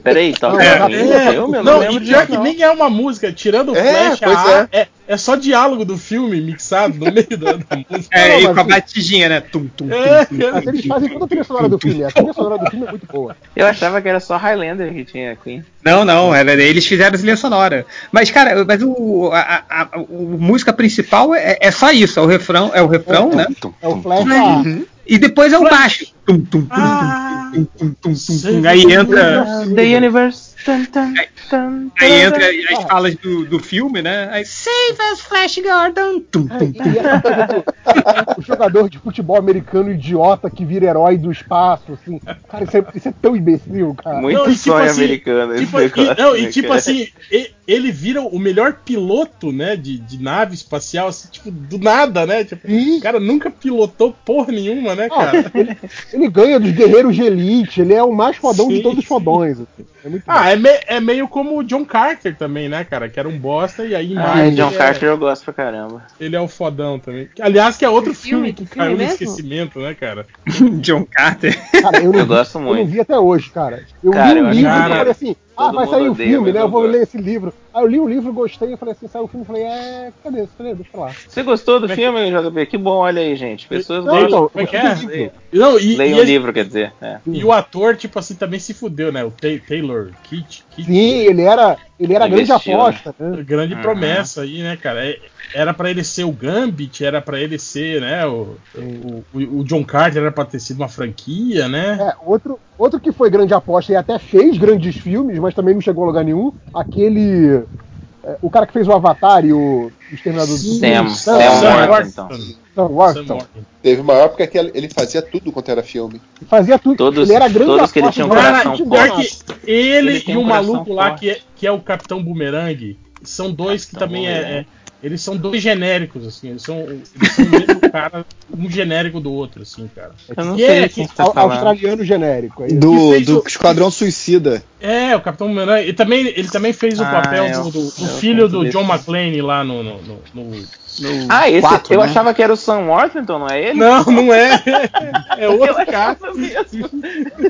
[SPEAKER 9] Peraí, toca
[SPEAKER 2] É,
[SPEAKER 9] pra mim.
[SPEAKER 2] é,
[SPEAKER 9] tá Eu, meu, não
[SPEAKER 2] não,
[SPEAKER 9] lembro
[SPEAKER 2] e pior
[SPEAKER 9] disso,
[SPEAKER 2] que
[SPEAKER 9] não.
[SPEAKER 2] nem é uma música, tirando o
[SPEAKER 10] É,
[SPEAKER 2] Flash, a
[SPEAKER 10] pois
[SPEAKER 2] A- é. É, só diálogo do filme mixado no meio da, da música.
[SPEAKER 3] É, e
[SPEAKER 2] Não,
[SPEAKER 3] com a
[SPEAKER 2] mas- assim,
[SPEAKER 3] batidinha, né? Tum, tum,
[SPEAKER 2] É,
[SPEAKER 3] tum, tum,
[SPEAKER 5] Mas eles
[SPEAKER 3] tum,
[SPEAKER 5] fazem toda a trilha sonora do filme. A trilha sonora do filme é muito boa.
[SPEAKER 9] Eu achava que era só Highlander que tinha Queen.
[SPEAKER 3] Não, não, é- é- eles fizeram trilha sonora. Mas, cara, mas o, a, a, a- o- música principal é, é só isso, é o refrão, é o refrão, né?
[SPEAKER 5] É o Flash.
[SPEAKER 3] Uhum. E depois é o baixo. Tum, tum, tum,
[SPEAKER 5] Ah,
[SPEAKER 3] tum, tum, tum, tum, tum. Aí entra.
[SPEAKER 9] The Universe. Tan, tan, tan,
[SPEAKER 3] Aí
[SPEAKER 9] tan,
[SPEAKER 3] entra
[SPEAKER 9] tan.
[SPEAKER 3] as falas do, do filme, né? Aí Save us, Flash Gordon! Tum, tum, tum.
[SPEAKER 5] o jogador de futebol americano idiota que vira herói do espaço, assim. Cara, isso é, isso é tão imbecil, cara.
[SPEAKER 9] Muito
[SPEAKER 2] Não, e tipo
[SPEAKER 9] sonho
[SPEAKER 2] assim,
[SPEAKER 9] americano esse
[SPEAKER 2] Tipo, e,
[SPEAKER 9] negócio,
[SPEAKER 2] não, e
[SPEAKER 9] né,
[SPEAKER 2] tipo
[SPEAKER 9] cara?
[SPEAKER 2] assim, e- ele vira o melhor piloto, né, de, de nave espacial, assim, tipo, do nada, né? Tipo, o cara nunca pilotou porra nenhuma, né,
[SPEAKER 5] Ah,
[SPEAKER 2] cara?
[SPEAKER 5] ele, ele ganha dos guerreiros de elite, ele é o mais fodão
[SPEAKER 2] Sim,
[SPEAKER 5] de todos os fodões. assim. É muito
[SPEAKER 2] Ah, é, me- é meio como o John Carter também, né, cara? Que era um bosta e aí em
[SPEAKER 9] Ai,
[SPEAKER 2] Marte
[SPEAKER 9] Ah, John
[SPEAKER 2] ele é-
[SPEAKER 9] Carter eu gosto pra caramba.
[SPEAKER 2] Ele é o fodão também. Que, Aliás, que é outro filme, que
[SPEAKER 9] filme
[SPEAKER 2] caiu no
[SPEAKER 9] mesmo?
[SPEAKER 2] esquecimento, né, cara?
[SPEAKER 3] John Carter.
[SPEAKER 5] Cara, eu, não,
[SPEAKER 9] Eu gosto
[SPEAKER 5] eu não
[SPEAKER 9] muito.
[SPEAKER 5] vi até hoje, cara. Eu
[SPEAKER 9] Cara,
[SPEAKER 5] li
[SPEAKER 9] eu
[SPEAKER 5] um
[SPEAKER 9] acho
[SPEAKER 5] livro e
[SPEAKER 9] maneiro.
[SPEAKER 5] falei assim, ah,
[SPEAKER 9] Todo
[SPEAKER 5] vai
[SPEAKER 9] mundo
[SPEAKER 5] sair um
[SPEAKER 9] odeia,
[SPEAKER 5] filme,
[SPEAKER 9] mas
[SPEAKER 5] né?
[SPEAKER 9] eu
[SPEAKER 5] Eu vou
[SPEAKER 9] gosto.
[SPEAKER 5] ler esse livro. Aí eu li o livro, gostei, eu falei assim, saiu o filme, eu falei, é, cadê? Falei, deixa lá.
[SPEAKER 9] Você gostou do filme, JB? Que bom, olha aí, gente. Pessoas
[SPEAKER 5] Não,
[SPEAKER 9] gostam.
[SPEAKER 5] então, como é que é?
[SPEAKER 2] Não, e,
[SPEAKER 9] Leiam
[SPEAKER 2] e
[SPEAKER 9] o
[SPEAKER 2] ele-
[SPEAKER 9] livro, quer dizer. é.
[SPEAKER 2] e o ator, tipo assim, também se fudeu, né? O Ta- Taylor Kitsch. Kitsch.
[SPEAKER 5] Sim, ele era, ele era a grande
[SPEAKER 2] Investiu,
[SPEAKER 5] aposta. né?
[SPEAKER 2] Grande
[SPEAKER 5] Aham.
[SPEAKER 2] promessa aí, né, cara? É- Era pra ele ser o Gambit, era pra ele ser, né? O, o, o- o John Carter era pra ter sido uma franquia, né?
[SPEAKER 5] É, outro, outro que foi grande aposta e até fez grandes filmes, mas também não chegou a lugar nenhum, aquele é, o cara que fez o Avatar e o Exterminador do
[SPEAKER 9] Sam,
[SPEAKER 5] Futuro,
[SPEAKER 9] Sam então. Worthington.
[SPEAKER 5] Sam Worthington.
[SPEAKER 10] Teve uma época que ele fazia tudo quanto era filme.
[SPEAKER 5] Fazia tudo.
[SPEAKER 9] Todos-
[SPEAKER 5] ele era grande
[SPEAKER 9] todos que ele
[SPEAKER 5] aposta,
[SPEAKER 9] tinha um
[SPEAKER 5] né?
[SPEAKER 9] coração
[SPEAKER 5] Era de
[SPEAKER 9] forte.
[SPEAKER 5] graça.
[SPEAKER 2] Ele,
[SPEAKER 9] Ele tem
[SPEAKER 2] e o
[SPEAKER 9] um coração
[SPEAKER 2] maluco lá que é, que é o Capitão Boomerang são dois que também é, é- Eles são dois genéricos, assim. Eles são, eles são o mesmo cara, um genérico do outro, assim, cara. E é- que-
[SPEAKER 9] tá
[SPEAKER 5] au- australiano genérico. é isso.
[SPEAKER 4] Do,
[SPEAKER 2] Que fez
[SPEAKER 4] do
[SPEAKER 2] o-
[SPEAKER 4] Esquadrão Suicida.
[SPEAKER 2] É, o Capitão Boomerang. Ele também, ele também fez o
[SPEAKER 4] Ah,
[SPEAKER 2] papel
[SPEAKER 4] é,
[SPEAKER 2] do, do-
[SPEAKER 4] eu-
[SPEAKER 2] do
[SPEAKER 4] eu
[SPEAKER 2] filho do
[SPEAKER 9] confundi.
[SPEAKER 2] John McClane lá no. no, no- no- no
[SPEAKER 9] Ah, esse
[SPEAKER 2] quatro,
[SPEAKER 9] eu
[SPEAKER 2] né?
[SPEAKER 9] achava que era o Sam Worthington, não é ele?
[SPEAKER 2] Não, não é. É outro
[SPEAKER 9] cara.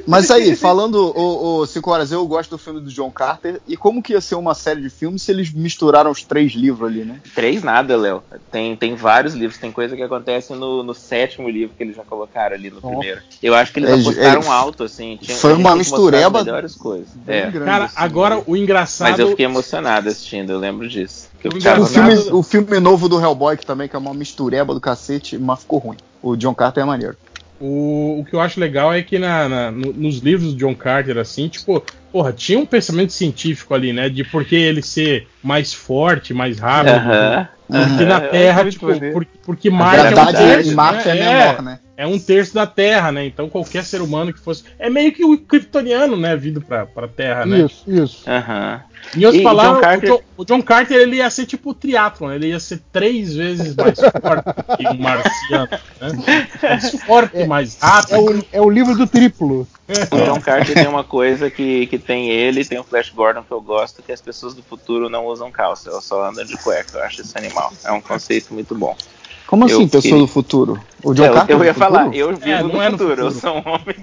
[SPEAKER 4] Mas aí, falando o, o Cinco Horas, eu gosto do filme do John Carter. E como que ia ser uma série de filmes se eles misturaram os três livros ali, né?
[SPEAKER 9] Três nada, Léo. Tem, tem vários livros, tem coisa que acontece no, no sétimo livro que eles já colocaram ali no primeiro. Eu acho que eles
[SPEAKER 2] É,
[SPEAKER 9] apostaram
[SPEAKER 2] é,
[SPEAKER 9] alto, assim.
[SPEAKER 2] foi uma
[SPEAKER 9] eles mostraram
[SPEAKER 2] mistureba
[SPEAKER 9] melhores coisas.
[SPEAKER 2] bem
[SPEAKER 9] É.
[SPEAKER 2] grande, Cara, assim. agora o engraçado-
[SPEAKER 9] Mas eu fiquei emocionado assistindo, eu lembro disso. Que eu
[SPEAKER 4] O
[SPEAKER 9] ficava-
[SPEAKER 4] filme, o filme novo do Hellboy que também, que é uma mistureba do cacete, mas ficou ruim. O John Carter é maneiro.
[SPEAKER 2] O, o que eu acho legal é que na, na- no- nos livros do John Carter, assim, tipo, porra, tinha um pensamento científico ali, né? De por que ele ser mais forte, mais rápido.
[SPEAKER 9] Aham.
[SPEAKER 2] Porque
[SPEAKER 9] Aham.
[SPEAKER 2] na
[SPEAKER 5] É,
[SPEAKER 9] Eu
[SPEAKER 2] Terra,
[SPEAKER 9] acho
[SPEAKER 2] tipo,
[SPEAKER 9] muito maneiro.
[SPEAKER 2] porque, porque
[SPEAKER 9] A
[SPEAKER 2] Marte é um
[SPEAKER 9] gravidade
[SPEAKER 2] terço.
[SPEAKER 9] de Marte é menor, né?
[SPEAKER 2] É um terço da Terra, né? Então qualquer ser humano que fosse. É meio que o kryptoniano, né? Vindo pra, pra Terra, né?
[SPEAKER 5] Isso, isso.
[SPEAKER 9] Aham.
[SPEAKER 2] Em outras
[SPEAKER 9] E
[SPEAKER 2] palavras,
[SPEAKER 9] John Carter-
[SPEAKER 2] o, John, o John Carter ele ia ser tipo o triatlon, ele ia ser três vezes mais forte que um marciano, né? Mais forte, mais
[SPEAKER 5] É
[SPEAKER 2] rápido.
[SPEAKER 5] o, é o livro do triplo.
[SPEAKER 9] O John Carter tem uma coisa que, que tem ele, tem o Flash Gordon que eu gosto, que as pessoas do futuro não usam calça, elas só andam de cueca. Eu acho isso animal. É um conceito muito bom.
[SPEAKER 4] Como
[SPEAKER 9] Eu
[SPEAKER 4] assim, pessoa
[SPEAKER 9] queria-
[SPEAKER 4] do futuro? O John
[SPEAKER 9] eu,
[SPEAKER 4] Carter
[SPEAKER 9] eu
[SPEAKER 4] é
[SPEAKER 9] ia
[SPEAKER 4] do
[SPEAKER 9] falar,
[SPEAKER 4] futuro?
[SPEAKER 9] eu vivo
[SPEAKER 2] É,
[SPEAKER 9] no,
[SPEAKER 2] não
[SPEAKER 9] futuro,
[SPEAKER 2] é no
[SPEAKER 9] eu
[SPEAKER 2] futuro.
[SPEAKER 9] sou um homem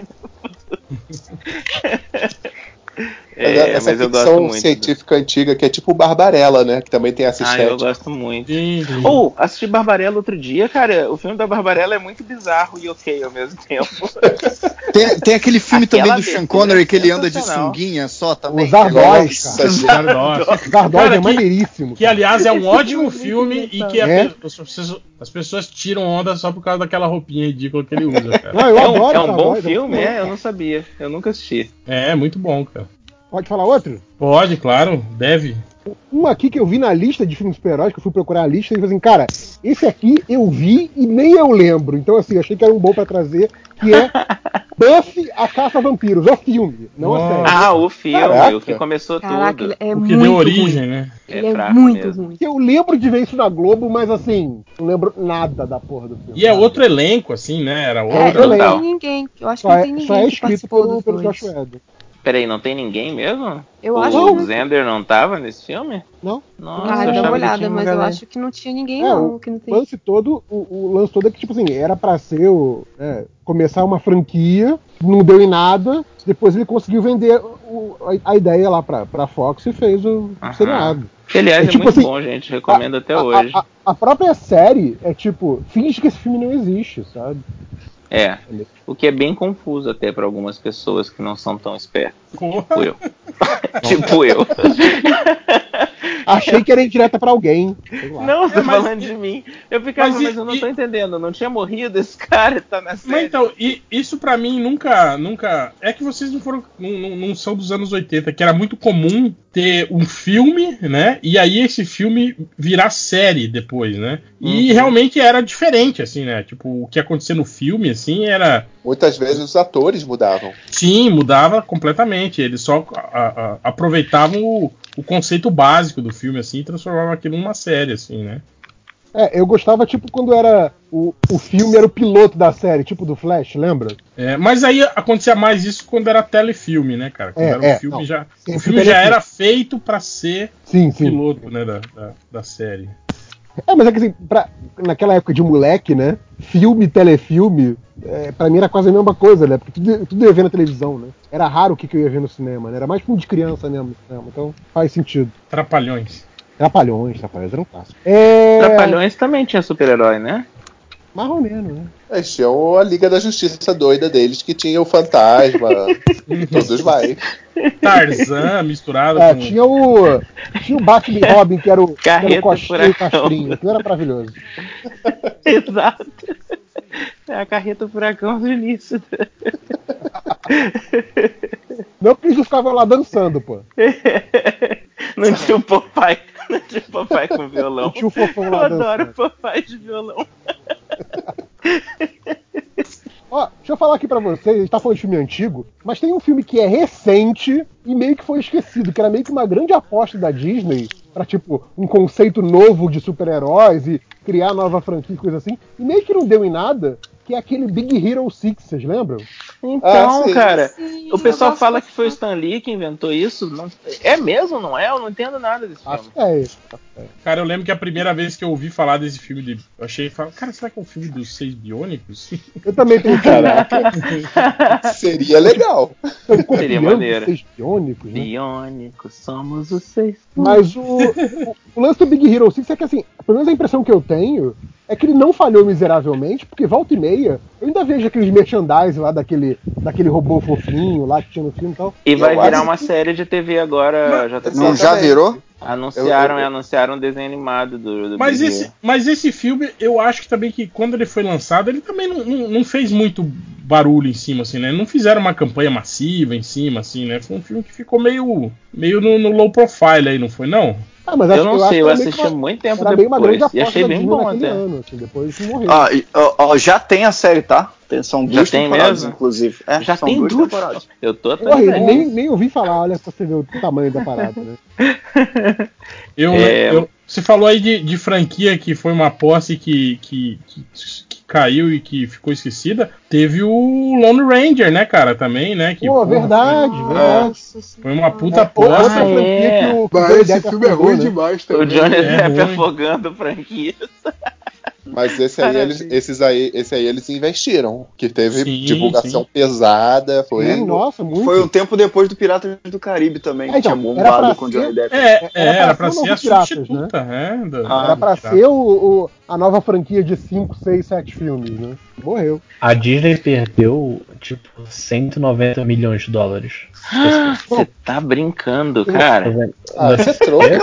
[SPEAKER 9] do futuro.
[SPEAKER 10] Mas
[SPEAKER 9] é,
[SPEAKER 10] essa
[SPEAKER 9] mas eu
[SPEAKER 10] ficção
[SPEAKER 9] gosto muito.
[SPEAKER 10] científica antiga, que é tipo Barbarella, né? Que também tem essa
[SPEAKER 9] Ah,
[SPEAKER 10] estética.
[SPEAKER 9] eu gosto muito. Ou, assisti Barbarella outro dia, cara. O filme da Barbarella é muito bizarro e ok ao mesmo tempo.
[SPEAKER 4] Tem, tem aquele filme
[SPEAKER 9] Aquela
[SPEAKER 4] também do
[SPEAKER 9] abertura
[SPEAKER 4] Sean Connery que ele
[SPEAKER 9] é
[SPEAKER 4] anda de
[SPEAKER 9] sensacional.
[SPEAKER 4] sunguinha só tá também.
[SPEAKER 5] Os Zardoz,
[SPEAKER 4] Nossa,
[SPEAKER 5] cara.
[SPEAKER 2] Zardoz.
[SPEAKER 5] Zardoz
[SPEAKER 2] Cara,
[SPEAKER 5] é
[SPEAKER 2] que-
[SPEAKER 5] maneiríssimo.
[SPEAKER 2] Que, aliás, é um ótimo filme e que a
[SPEAKER 5] É.
[SPEAKER 2] pe- as pessoas- as pessoas tiram onda só por causa daquela roupinha ridícula que ele usa, cara.
[SPEAKER 5] Não, eu
[SPEAKER 9] é um,
[SPEAKER 5] adoro
[SPEAKER 9] é um bom
[SPEAKER 5] Zardoz, é
[SPEAKER 9] filme,
[SPEAKER 5] muito
[SPEAKER 9] é? Eu não sabia. Eu nunca assisti.
[SPEAKER 2] É, muito bom, cara.
[SPEAKER 5] Pode falar outro?
[SPEAKER 2] Pode, claro, deve.
[SPEAKER 5] Um aqui que eu vi na lista de filmes super-heróis, que eu fui procurar a lista, e falei assim, cara, esse aqui eu vi e nem eu lembro. Então, assim, achei que era um bom pra trazer, que é Buffy a Caça a Vampiros, o filme, não a série.
[SPEAKER 9] Ah, o filme,
[SPEAKER 5] Caraca.
[SPEAKER 9] o que começou
[SPEAKER 5] Caraca,
[SPEAKER 9] tudo.
[SPEAKER 5] ele é
[SPEAKER 2] O que deu origem, né?
[SPEAKER 9] É Ele é fraco
[SPEAKER 5] muito
[SPEAKER 9] muito mesmo.
[SPEAKER 5] ruim. Eu lembro de ver isso na Globo, mas assim, não lembro nada da porra do filme.
[SPEAKER 2] E é outro elenco, assim, né? Era outro.
[SPEAKER 6] É, não tem ninguém. Eu acho que
[SPEAKER 5] Só
[SPEAKER 6] não
[SPEAKER 5] é,
[SPEAKER 6] tem
[SPEAKER 5] só é
[SPEAKER 6] ninguém que
[SPEAKER 5] escrito
[SPEAKER 6] participou
[SPEAKER 5] pelo,
[SPEAKER 6] dos
[SPEAKER 5] pelo
[SPEAKER 6] dois.
[SPEAKER 5] Josh Whedon.
[SPEAKER 9] Peraí, não tem ninguém mesmo?
[SPEAKER 6] Eu
[SPEAKER 9] o
[SPEAKER 6] acho
[SPEAKER 9] O
[SPEAKER 6] que-
[SPEAKER 9] Zender não tava nesse filme?
[SPEAKER 5] Não?
[SPEAKER 6] Ah,
[SPEAKER 9] Nossa, eu
[SPEAKER 6] dá
[SPEAKER 9] achava
[SPEAKER 6] uma
[SPEAKER 9] que
[SPEAKER 6] olhada,
[SPEAKER 9] tinha um uma
[SPEAKER 6] mas eu
[SPEAKER 9] galera.
[SPEAKER 6] acho que não tinha ninguém,
[SPEAKER 5] É,
[SPEAKER 6] não.
[SPEAKER 5] o
[SPEAKER 6] Que não tem...
[SPEAKER 5] lance todo, o, o lance todo é que, tipo assim, era pra ser o, né, começar uma franquia, não deu em nada, depois ele conseguiu vender o- a, a ideia lá pra, pra Fox e fez o seriado.
[SPEAKER 9] Que, aliás,
[SPEAKER 5] É
[SPEAKER 9] é,
[SPEAKER 5] tipo
[SPEAKER 9] muito
[SPEAKER 5] assim,
[SPEAKER 9] bom, gente. Recomendo até hoje.
[SPEAKER 5] A, a própria série é tipo, finge que esse filme não existe, sabe?
[SPEAKER 9] É. O que é bem confuso até pra algumas pessoas que não são tão espertas. Tipo eu. tipo eu.
[SPEAKER 5] Achei que era indireta pra alguém.
[SPEAKER 9] Não, você tá falando de mim. Eu ficava, mas, eu não tô entendendo. Não tinha morrido esse cara tá na série.
[SPEAKER 2] Mas então, e isso pra mim nunca, nunca. É que vocês não foram, não, não- não são dos anos 80, que era muito comum ter um filme, né? E aí esse filme virar série depois, né? E
[SPEAKER 9] Uhum.
[SPEAKER 2] realmente era diferente, assim, né? Tipo, o que acontecia no filme, assim, era
[SPEAKER 10] Muitas vezes os atores mudavam.
[SPEAKER 2] Sim, mudava completamente. Eles só a- a- aproveitavam o, o conceito básico do filme, assim, e transformavam aquilo numa série, assim, né?
[SPEAKER 5] É, eu gostava, tipo, quando era. O, o filme era o piloto da série, tipo do Flash, lembra?
[SPEAKER 2] É, mas aí acontecia mais isso quando era telefilme, né, cara? Quando
[SPEAKER 5] É,
[SPEAKER 2] era
[SPEAKER 5] é,
[SPEAKER 2] o filme,
[SPEAKER 5] não.
[SPEAKER 2] já,
[SPEAKER 5] Sempre
[SPEAKER 2] o filme já
[SPEAKER 5] telefilme.
[SPEAKER 2] era feito pra ser
[SPEAKER 5] Sim, sim.
[SPEAKER 2] piloto, né, da, da, da série.
[SPEAKER 5] É, mas é que assim, pra- naquela época de moleque, né? Filme, telefilme, é, pra mim era quase a mesma coisa, né? Porque tudo, tudo eu ia ver na televisão, né? Era raro o que, que eu ia ver no cinema, né? Era mais filme de criança mesmo no cinema, então faz sentido.
[SPEAKER 2] Trapalhões.
[SPEAKER 5] Trapalhões, Trapalhões era um clássico. É...
[SPEAKER 9] Trapalhões também tinha super-herói, né?
[SPEAKER 5] Mais ou menos, né?
[SPEAKER 10] Eles tinham é a Liga da Justiça doida deles, que tinha o Fantasma, e todos vai.
[SPEAKER 2] Tarzan misturado
[SPEAKER 5] É,
[SPEAKER 2] com.
[SPEAKER 5] tinha o. Tinha o Batman e Robin, que era o, que era
[SPEAKER 2] Carreta
[SPEAKER 5] o Costinho e o
[SPEAKER 2] Furacão.
[SPEAKER 5] Castrinho, que era maravilhoso.
[SPEAKER 9] Exato. É a carreta furacão do início.
[SPEAKER 5] Não porque eles ficavam lá dançando, pô.
[SPEAKER 9] Não tinha o Popeye.
[SPEAKER 12] de papai tipo, com violão.
[SPEAKER 5] O tio fofão lá
[SPEAKER 12] Eu adoro
[SPEAKER 5] dançando.
[SPEAKER 12] papai de violão.
[SPEAKER 5] Ó, deixa eu falar aqui pra vocês, a gente tá falando de filme antigo, mas tem um filme que é recente e meio que foi esquecido, que era meio que uma grande aposta da Disney pra, tipo, um conceito novo de super-heróis e criar nova franquia e coisa assim, e meio que não deu em nada, que é aquele Big Hero 6, vocês lembram? Ah,
[SPEAKER 12] Então, cara, o pessoal fala que foi o Stan Lee que inventou isso. Não, é mesmo, não é? Eu não entendo nada desse filme.
[SPEAKER 5] É,
[SPEAKER 2] Cara, eu lembro que a primeira vez que eu ouvi falar desse filme, de... eu achei, fala, cara, será que é um filme dos seis biônicos?
[SPEAKER 5] Eu também tenho
[SPEAKER 10] Seria legal.
[SPEAKER 5] Então,
[SPEAKER 12] Seria maneiro.
[SPEAKER 5] Biônicos,
[SPEAKER 12] né? Biônicos, somos os seis.
[SPEAKER 5] Mas o, o- o lance do Big Hero 6 é que, assim, pelo menos a impressão que eu tenho é que ele não falhou miseravelmente, porque volta e meia eu ainda vejo aqueles merchandise lá daquele, daquele robô fofinho lá que tinha no filme e tal.
[SPEAKER 12] E vai
[SPEAKER 5] Eu
[SPEAKER 12] virar
[SPEAKER 5] acho
[SPEAKER 12] uma série de TV agora, JP.
[SPEAKER 4] Não, já virou?
[SPEAKER 12] Anunciaram,
[SPEAKER 4] Eu-
[SPEAKER 12] é,
[SPEAKER 4] eu-
[SPEAKER 12] anunciaram um desenho animado do, do
[SPEAKER 2] Mas
[SPEAKER 12] Big
[SPEAKER 2] esse,
[SPEAKER 12] Hero.
[SPEAKER 2] mas esse filme, eu acho que também que quando ele foi lançado, ele também não, não, não fez muito barulho em cima, assim, né? Não fizeram uma campanha massiva em cima, assim, né? Foi um filme que ficou meio, meio no, no low profile aí, não foi, não?
[SPEAKER 5] Ah, mas
[SPEAKER 12] eu não sei, eu assisti há muito tempo
[SPEAKER 5] era bem uma grande
[SPEAKER 12] depois. E
[SPEAKER 5] aposta
[SPEAKER 12] achei
[SPEAKER 5] da
[SPEAKER 12] bem
[SPEAKER 5] Disney
[SPEAKER 12] bom
[SPEAKER 5] naquele
[SPEAKER 12] até.
[SPEAKER 5] ano, assim, depois morreu.
[SPEAKER 4] Ah, e- ó, ó, já tem a série, tá? Tem- São
[SPEAKER 12] Já
[SPEAKER 4] duas
[SPEAKER 12] tem
[SPEAKER 4] temporadas,
[SPEAKER 12] mesmo?
[SPEAKER 4] inclusive. É,
[SPEAKER 12] Já
[SPEAKER 4] são
[SPEAKER 12] tem É. duas?
[SPEAKER 4] temporadas.
[SPEAKER 12] Eu tô até.
[SPEAKER 5] Porra, eu nem, nem ouvi falar, olha pra você ver o tamanho da parada, né?
[SPEAKER 2] Eu,
[SPEAKER 12] É.
[SPEAKER 2] eu- você falou aí de, de franquia que foi uma posse que, que, que- que caiu e que ficou esquecida. Teve o Lone Ranger, né, cara, também, né? Que,
[SPEAKER 5] Pô,
[SPEAKER 2] porra,
[SPEAKER 5] verdade, verdade.
[SPEAKER 2] Foi uma puta
[SPEAKER 5] É, outra
[SPEAKER 2] posse.
[SPEAKER 5] franquia
[SPEAKER 12] Ah, é.
[SPEAKER 5] que o- que o
[SPEAKER 10] Bah,
[SPEAKER 5] Johnny
[SPEAKER 10] esse
[SPEAKER 5] Depp
[SPEAKER 10] filme é
[SPEAKER 5] afundou,
[SPEAKER 10] ruim
[SPEAKER 5] né?
[SPEAKER 10] demais
[SPEAKER 12] O
[SPEAKER 10] também. É.
[SPEAKER 12] Johnny Depp
[SPEAKER 2] É ruim.
[SPEAKER 12] afogando franquia.
[SPEAKER 10] Mas esse aí, eles, esses aí, esse aí eles investiram. Que teve
[SPEAKER 2] Sim,
[SPEAKER 10] divulgação
[SPEAKER 2] sim.
[SPEAKER 10] pesada. Foi.
[SPEAKER 5] Hum, Nossa, muito.
[SPEAKER 4] Foi um tempo depois do Piratas do Caribe também, que
[SPEAKER 5] É, então,
[SPEAKER 4] tinha
[SPEAKER 5] era pra
[SPEAKER 4] bombado com o Johnny
[SPEAKER 5] ser-
[SPEAKER 4] Depp.
[SPEAKER 2] É, é,
[SPEAKER 5] Era pra
[SPEAKER 2] era pra
[SPEAKER 5] ser o
[SPEAKER 2] ser a
[SPEAKER 5] Novo Piratas, né?
[SPEAKER 2] substituta, né? do-
[SPEAKER 10] Ah,
[SPEAKER 5] Era
[SPEAKER 2] do
[SPEAKER 5] pra
[SPEAKER 10] tá.
[SPEAKER 2] Piratas.
[SPEAKER 5] ser o, o- a nova franquia de 5, 6, 7 filmes, né? Morreu.
[SPEAKER 13] A Disney perdeu, tipo, 190 milhões de dólares.
[SPEAKER 12] Você tá brincando, cara.
[SPEAKER 10] Ah, você troca.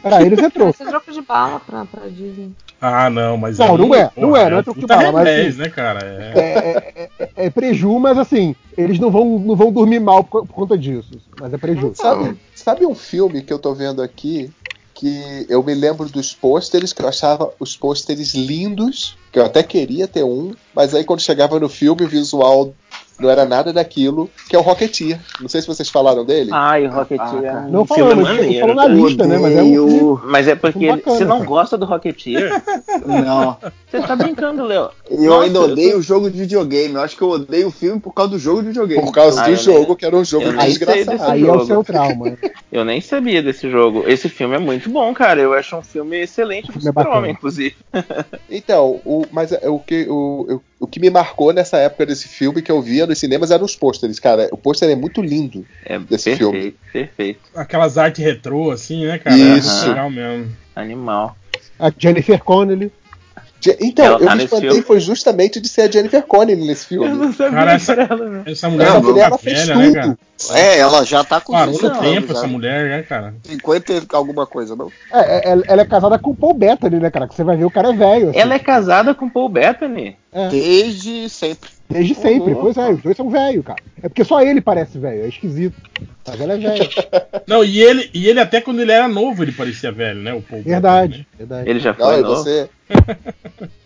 [SPEAKER 5] Pra eles é troco.
[SPEAKER 6] Você troco de bala pra, pra Disney.
[SPEAKER 2] Ah, não, mas.
[SPEAKER 5] Não,
[SPEAKER 2] aí,
[SPEAKER 5] não é, não
[SPEAKER 2] porra,
[SPEAKER 5] é, não é troco de
[SPEAKER 2] puta
[SPEAKER 5] bala, mas
[SPEAKER 2] revés,
[SPEAKER 5] assim-
[SPEAKER 2] né, cara? É.
[SPEAKER 5] É, é, é- é preju, mas assim, eles não vão, não vão dormir mal por, por conta disso. Mas é preju.
[SPEAKER 10] Sabe, sabe um filme que eu tô vendo aqui que eu me lembro dos pôsteres, que eu achava os pôsteres lindos, que eu até queria ter um, mas aí quando chegava no filme, o visual não era nada daquilo, que é o Rocketeer. Não sei se vocês falaram dele.
[SPEAKER 12] Ai, Rocketeer. é um
[SPEAKER 5] Não
[SPEAKER 12] filme
[SPEAKER 5] falamos,
[SPEAKER 12] maneiro,
[SPEAKER 5] falou na
[SPEAKER 12] cara.
[SPEAKER 5] lista, né? Mas é um filme-
[SPEAKER 4] Eu,
[SPEAKER 12] Mas é porque
[SPEAKER 5] Bacana,
[SPEAKER 12] você não
[SPEAKER 5] cara.
[SPEAKER 12] gosta do Rocketeer?
[SPEAKER 4] não,
[SPEAKER 12] Você tá brincando, Léo.
[SPEAKER 4] eu
[SPEAKER 12] Nossa,
[SPEAKER 4] ainda
[SPEAKER 12] eu tô-
[SPEAKER 4] odeio o jogo de videogame. Eu acho que eu odeio o filme por causa do jogo de videogame.
[SPEAKER 10] Por causa
[SPEAKER 12] Ah,
[SPEAKER 10] do
[SPEAKER 12] eu
[SPEAKER 10] jogo, que era um jogo
[SPEAKER 12] eu nem sei
[SPEAKER 10] desgraçado.
[SPEAKER 12] desse
[SPEAKER 5] Aí é
[SPEAKER 12] jogo.
[SPEAKER 5] o seu trauma. né?
[SPEAKER 12] Eu nem sabia desse jogo. Esse filme é muito bom, cara. Eu acho um filme excelente pro
[SPEAKER 5] Filme é
[SPEAKER 12] Super-Homem,
[SPEAKER 5] bacana.
[SPEAKER 12] inclusive.
[SPEAKER 10] Então, o, mas é, o que, o, eu- o que me marcou nessa época desse filme que eu via nos cinemas eram os pôsteres, cara. O pôster é muito lindo.
[SPEAKER 12] É
[SPEAKER 10] Desse
[SPEAKER 12] perfeito,
[SPEAKER 10] filme.
[SPEAKER 12] perfeito.
[SPEAKER 2] Aquelas artes retrô, assim, né, cara?
[SPEAKER 10] Isso.
[SPEAKER 2] Legal mesmo.
[SPEAKER 12] Animal.
[SPEAKER 5] A Jennifer Connelly.
[SPEAKER 10] Je- Então,
[SPEAKER 12] Ela tá
[SPEAKER 10] eu me
[SPEAKER 12] nesse
[SPEAKER 10] espantei
[SPEAKER 12] filme.
[SPEAKER 10] foi justamente de ser a Jennifer Connelly nesse filme.
[SPEAKER 12] sabia
[SPEAKER 2] Cara, essa-
[SPEAKER 12] ela,
[SPEAKER 5] né?
[SPEAKER 12] não.
[SPEAKER 2] Essa mulher
[SPEAKER 4] Não,
[SPEAKER 2] tá
[SPEAKER 4] não,
[SPEAKER 2] ficando
[SPEAKER 10] ela fez
[SPEAKER 2] velha,
[SPEAKER 10] tudo.
[SPEAKER 2] né, cara?
[SPEAKER 4] É, ela já tá com
[SPEAKER 2] Parou no
[SPEAKER 4] 60
[SPEAKER 2] tempo
[SPEAKER 4] anos,
[SPEAKER 2] essa
[SPEAKER 4] já.
[SPEAKER 2] mulher, né, cara?
[SPEAKER 4] 50 e alguma coisa, não?
[SPEAKER 5] É, é, ela- ela é casada com o Paul Bettany, né, cara? Que você vai ver o cara é velho. assim. É.
[SPEAKER 12] Ela é casada com Paul Bettany. Uhum.
[SPEAKER 4] Desde sempre.
[SPEAKER 5] Desde sempre. Pois é, os dois são velhos, cara. É porque só ele parece velho, é esquisito. Mas ela é velha.
[SPEAKER 2] Não, e ele, e ele até quando ele era novo, ele parecia velho, né? O Paul Bettany, né?
[SPEAKER 5] Verdade, verdade.
[SPEAKER 12] Ele já
[SPEAKER 10] Não,
[SPEAKER 12] foi
[SPEAKER 10] e
[SPEAKER 12] novo.
[SPEAKER 10] você.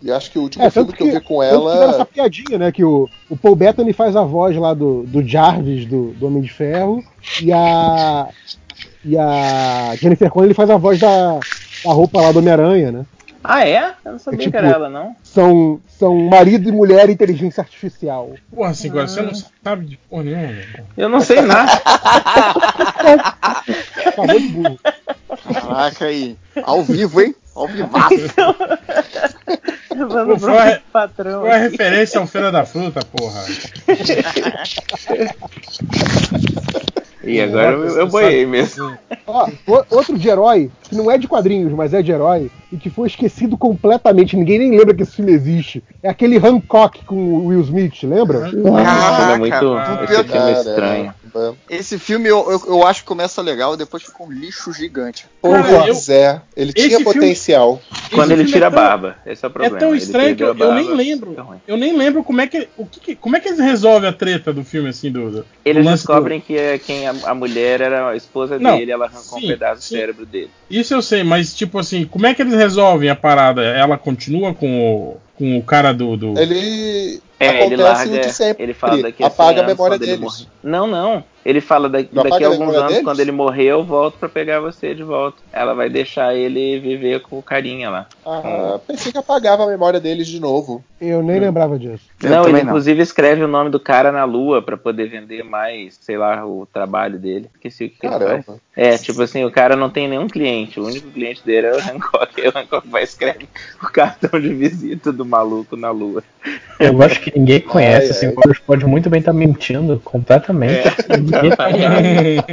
[SPEAKER 10] E acho que o último
[SPEAKER 5] É,
[SPEAKER 10] filme
[SPEAKER 5] tanto
[SPEAKER 10] que, eu vi com
[SPEAKER 5] tanto que tiveram essa
[SPEAKER 10] ela.
[SPEAKER 5] piadinha, né? Que o, o Paul Bettany faz a voz lá do, do Jarvis, do, do Homem de Ferro, e a. E a Jennifer Connelly faz a voz da, da roupa lá do Homem-Aranha, né?
[SPEAKER 12] Ah, é? Eu não sabia
[SPEAKER 5] É tipo-
[SPEAKER 12] que era ela, não.
[SPEAKER 5] São, são marido e mulher e inteligência artificial.
[SPEAKER 2] Porra, assim, agora você não sabe de porra nenhuma, velho.
[SPEAKER 12] Eu não sei nada.
[SPEAKER 5] Acabou de burro.
[SPEAKER 4] Caraca aí. Ao vivo, hein? Ao vivaço.
[SPEAKER 12] Levando
[SPEAKER 2] Pô, foi-
[SPEAKER 12] pro patrão.
[SPEAKER 2] Qual é a referência ao Feira da Fruta, porra?
[SPEAKER 12] E agora eu, eu boiei mesmo.
[SPEAKER 5] Ó, o- outro de herói, que não é de quadrinhos, mas é de herói, e que foi esquecido completamente, ninguém nem lembra que esse filme existe. É aquele Hancock com o Will Smith, lembra?
[SPEAKER 2] Uhum.
[SPEAKER 12] Esse filme é muito.
[SPEAKER 10] Caraca.
[SPEAKER 12] Esse filme é
[SPEAKER 10] Cara,
[SPEAKER 12] estranho.
[SPEAKER 4] Esse filme eu, eu, eu acho que começa legal, depois fica um lixo gigante.
[SPEAKER 10] Cara, Pois é, ele
[SPEAKER 2] esse
[SPEAKER 10] tinha
[SPEAKER 2] filme-
[SPEAKER 10] potencial.
[SPEAKER 9] Quando ele
[SPEAKER 2] filme
[SPEAKER 9] tira
[SPEAKER 2] é
[SPEAKER 9] a
[SPEAKER 2] tão-
[SPEAKER 9] barba. Esse é o problema.
[SPEAKER 2] É tão
[SPEAKER 9] ele
[SPEAKER 2] estranho que eu,
[SPEAKER 9] perdeu a
[SPEAKER 2] eu nem
[SPEAKER 9] barba.
[SPEAKER 2] lembro. Eu nem lembro como é que. O que, que- como é que eles resolvem a treta do filme, assim, do. do
[SPEAKER 9] Eles
[SPEAKER 2] do lance do-
[SPEAKER 9] descobrem que é quem a, a mulher era a esposa
[SPEAKER 2] Não,
[SPEAKER 9] dele, ela arrancou
[SPEAKER 2] sim,
[SPEAKER 9] um pedaço
[SPEAKER 2] sim.
[SPEAKER 9] do cérebro dele.
[SPEAKER 2] Isso eu sei, mas tipo assim, como é que eles resolvem a parada? Ela continua com o, com o cara do. do...
[SPEAKER 10] Ele.
[SPEAKER 9] É, ele
[SPEAKER 10] acontece
[SPEAKER 9] larga,
[SPEAKER 10] o que sempre.
[SPEAKER 9] ele fala daqui a 100
[SPEAKER 10] apaga a
[SPEAKER 9] anos
[SPEAKER 10] memória
[SPEAKER 9] quando ele
[SPEAKER 10] deles.
[SPEAKER 9] morrer. Não, não. Ele fala da,
[SPEAKER 10] Não
[SPEAKER 9] daqui
[SPEAKER 10] apaga
[SPEAKER 9] a
[SPEAKER 10] a
[SPEAKER 9] alguns
[SPEAKER 10] memória
[SPEAKER 9] anos,
[SPEAKER 10] deles?
[SPEAKER 9] quando ele morrer, eu volto pra pegar você de volta. Ela vai deixar ele viver com o carinha lá.
[SPEAKER 10] Ah, pensei que apagava a memória deles de novo.
[SPEAKER 5] Eu nem lembrava disso.
[SPEAKER 9] não, ele inclusive escreve o nome do cara na lua pra poder vender mais, sei lá, o trabalho dele. Esqueci o que, que ele
[SPEAKER 10] Caramba.
[SPEAKER 9] faz. É, tipo assim, o cara não tem nenhum cliente. O único cliente dele é o Hancock. E o Hancock vai escrever o cartão de visita do maluco na lua.
[SPEAKER 13] Eu acho que ninguém conhece,
[SPEAKER 9] Ai,
[SPEAKER 13] assim,
[SPEAKER 9] ai.
[SPEAKER 13] o Boros pode muito bem estar mentindo
[SPEAKER 9] É,
[SPEAKER 13] completamente.
[SPEAKER 2] É,
[SPEAKER 13] Ninguém tá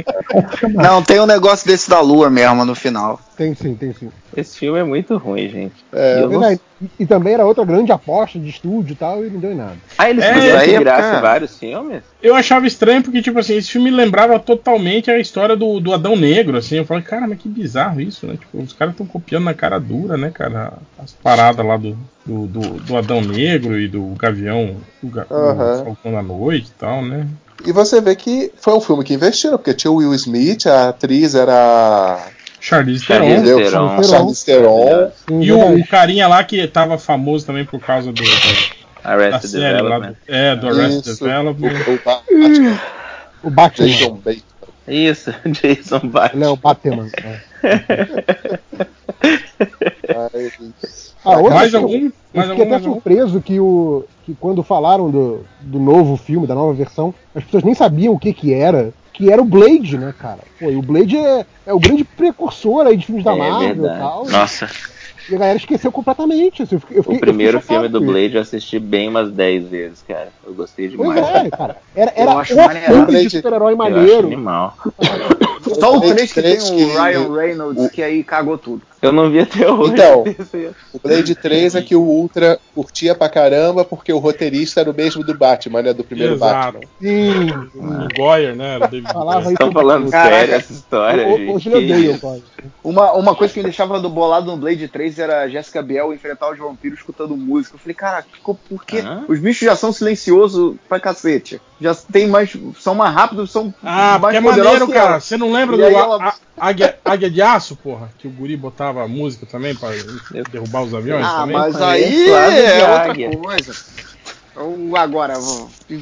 [SPEAKER 4] Não, tem um negócio desse da lua mesmo no final.
[SPEAKER 5] Tem sim, tem sim.
[SPEAKER 9] Esse filme é muito ruim, gente.
[SPEAKER 5] Tá
[SPEAKER 4] É,
[SPEAKER 9] E É, eu
[SPEAKER 5] vendo
[SPEAKER 9] não-
[SPEAKER 5] aí? E, e também era outra grande aposta de estúdio e tal, e não deu em nada.
[SPEAKER 9] Ah, eles
[SPEAKER 2] É,
[SPEAKER 9] fizeram
[SPEAKER 2] isso aí
[SPEAKER 9] de
[SPEAKER 2] é-
[SPEAKER 9] graça
[SPEAKER 2] é.
[SPEAKER 9] vários filmes?
[SPEAKER 2] Eu achava estranho porque, tipo assim, esse filme lembrava totalmente a história do, do Adão Negro, assim. Eu falei, cara, mas que bizarro isso, né? Tipo, os caras estão copiando na cara dura, né, cara? As paradas lá do, do, do, do Adão Negro e do Gavião, do, ga, do
[SPEAKER 10] Aham.
[SPEAKER 2] Falcão da Noite e tal, né?
[SPEAKER 10] E você vê que foi um filme que investiram, porque tinha o Will Smith, a atriz era.
[SPEAKER 2] Charlize
[SPEAKER 10] Charlize
[SPEAKER 2] Theron.
[SPEAKER 10] Theron. Charlize Theron.
[SPEAKER 2] E o, o carinha lá que tava famoso também por causa do. do da
[SPEAKER 9] Arrested
[SPEAKER 2] série lá do,
[SPEAKER 9] Development.
[SPEAKER 2] É, do Arrested
[SPEAKER 10] Isso.
[SPEAKER 2] Development.
[SPEAKER 10] O, o Ba-
[SPEAKER 5] O Batman.
[SPEAKER 10] Jason Bateman.
[SPEAKER 9] Isso, Jason Bateman.
[SPEAKER 5] Ele é o Batman. né?
[SPEAKER 10] Ai,
[SPEAKER 5] Ah, outro
[SPEAKER 2] mais
[SPEAKER 5] filme,
[SPEAKER 2] algum?
[SPEAKER 5] Eu
[SPEAKER 2] Mais
[SPEAKER 5] fiquei
[SPEAKER 2] algum?
[SPEAKER 5] até
[SPEAKER 2] Mais algum?
[SPEAKER 5] surpreso que, o, que quando falaram do, do novo filme, da nova versão, as pessoas nem sabiam o que que era, que era o Blade, né, cara? Pô, e o Blade é, é o grande precursor aí de filmes da
[SPEAKER 9] É
[SPEAKER 5] Marvel e tal.
[SPEAKER 9] Nossa,
[SPEAKER 5] E a galera esqueceu completamente. assim, eu fiquei- eu fiquei-
[SPEAKER 9] o
[SPEAKER 5] eu
[SPEAKER 9] primeiro
[SPEAKER 5] fiquei
[SPEAKER 9] filme do
[SPEAKER 5] chocado com
[SPEAKER 9] Blade eu assisti bem umas 10 vezes, cara. Eu gostei
[SPEAKER 5] isso.
[SPEAKER 9] demais.
[SPEAKER 5] Pois é, cara. Era, era
[SPEAKER 9] Eu
[SPEAKER 5] o
[SPEAKER 9] acho
[SPEAKER 5] filme
[SPEAKER 9] maneiro.
[SPEAKER 5] de super-herói
[SPEAKER 9] Eu acho
[SPEAKER 5] maneiro.
[SPEAKER 9] animal.
[SPEAKER 18] Só o 3 que tem
[SPEAKER 10] três
[SPEAKER 18] o
[SPEAKER 10] que-
[SPEAKER 18] Ryan Reynolds, que aí cagou tudo.
[SPEAKER 9] Eu não vi até hoje.
[SPEAKER 10] Então, o Blade 3 é que o Ultra curtia pra caramba, porque o roteirista era o mesmo do Batman, né? Do primeiro
[SPEAKER 2] Exato.
[SPEAKER 10] Batman.
[SPEAKER 5] Sim,
[SPEAKER 2] o Goyer, né? O David
[SPEAKER 5] Falava
[SPEAKER 2] Goyer.
[SPEAKER 18] Estão
[SPEAKER 9] falando
[SPEAKER 18] Caraca.
[SPEAKER 9] sério essa história,
[SPEAKER 5] Ho-
[SPEAKER 9] gente.
[SPEAKER 5] Hoje ele
[SPEAKER 9] Que
[SPEAKER 5] odeia,
[SPEAKER 9] isso?
[SPEAKER 5] cara.
[SPEAKER 18] Uma, uma coisa que me deixava do bolado no Blade 3 era a Jessica Biel enfrentar os vampiros escutando música. Eu falei, caraca, ficou porque
[SPEAKER 9] Hã?
[SPEAKER 18] os bichos já são silenciosos pra cacete. Já tem mais. São mais rápidos, são
[SPEAKER 2] Ah,
[SPEAKER 18] mais
[SPEAKER 2] porque é
[SPEAKER 18] poderosos
[SPEAKER 2] maneiro,
[SPEAKER 18] que
[SPEAKER 2] cara.
[SPEAKER 18] ela.
[SPEAKER 2] Você não lembra
[SPEAKER 18] E
[SPEAKER 2] do
[SPEAKER 18] aí
[SPEAKER 2] a-
[SPEAKER 18] ela-
[SPEAKER 2] a- águia, águia de Aço, porra? Que o guri botava a música também pra derrubar os aviões?
[SPEAKER 18] Ah,
[SPEAKER 2] também?
[SPEAKER 18] mas
[SPEAKER 9] Parece
[SPEAKER 18] aí
[SPEAKER 9] asa de
[SPEAKER 18] é outra
[SPEAKER 9] águia.
[SPEAKER 18] coisa. Então, Agora,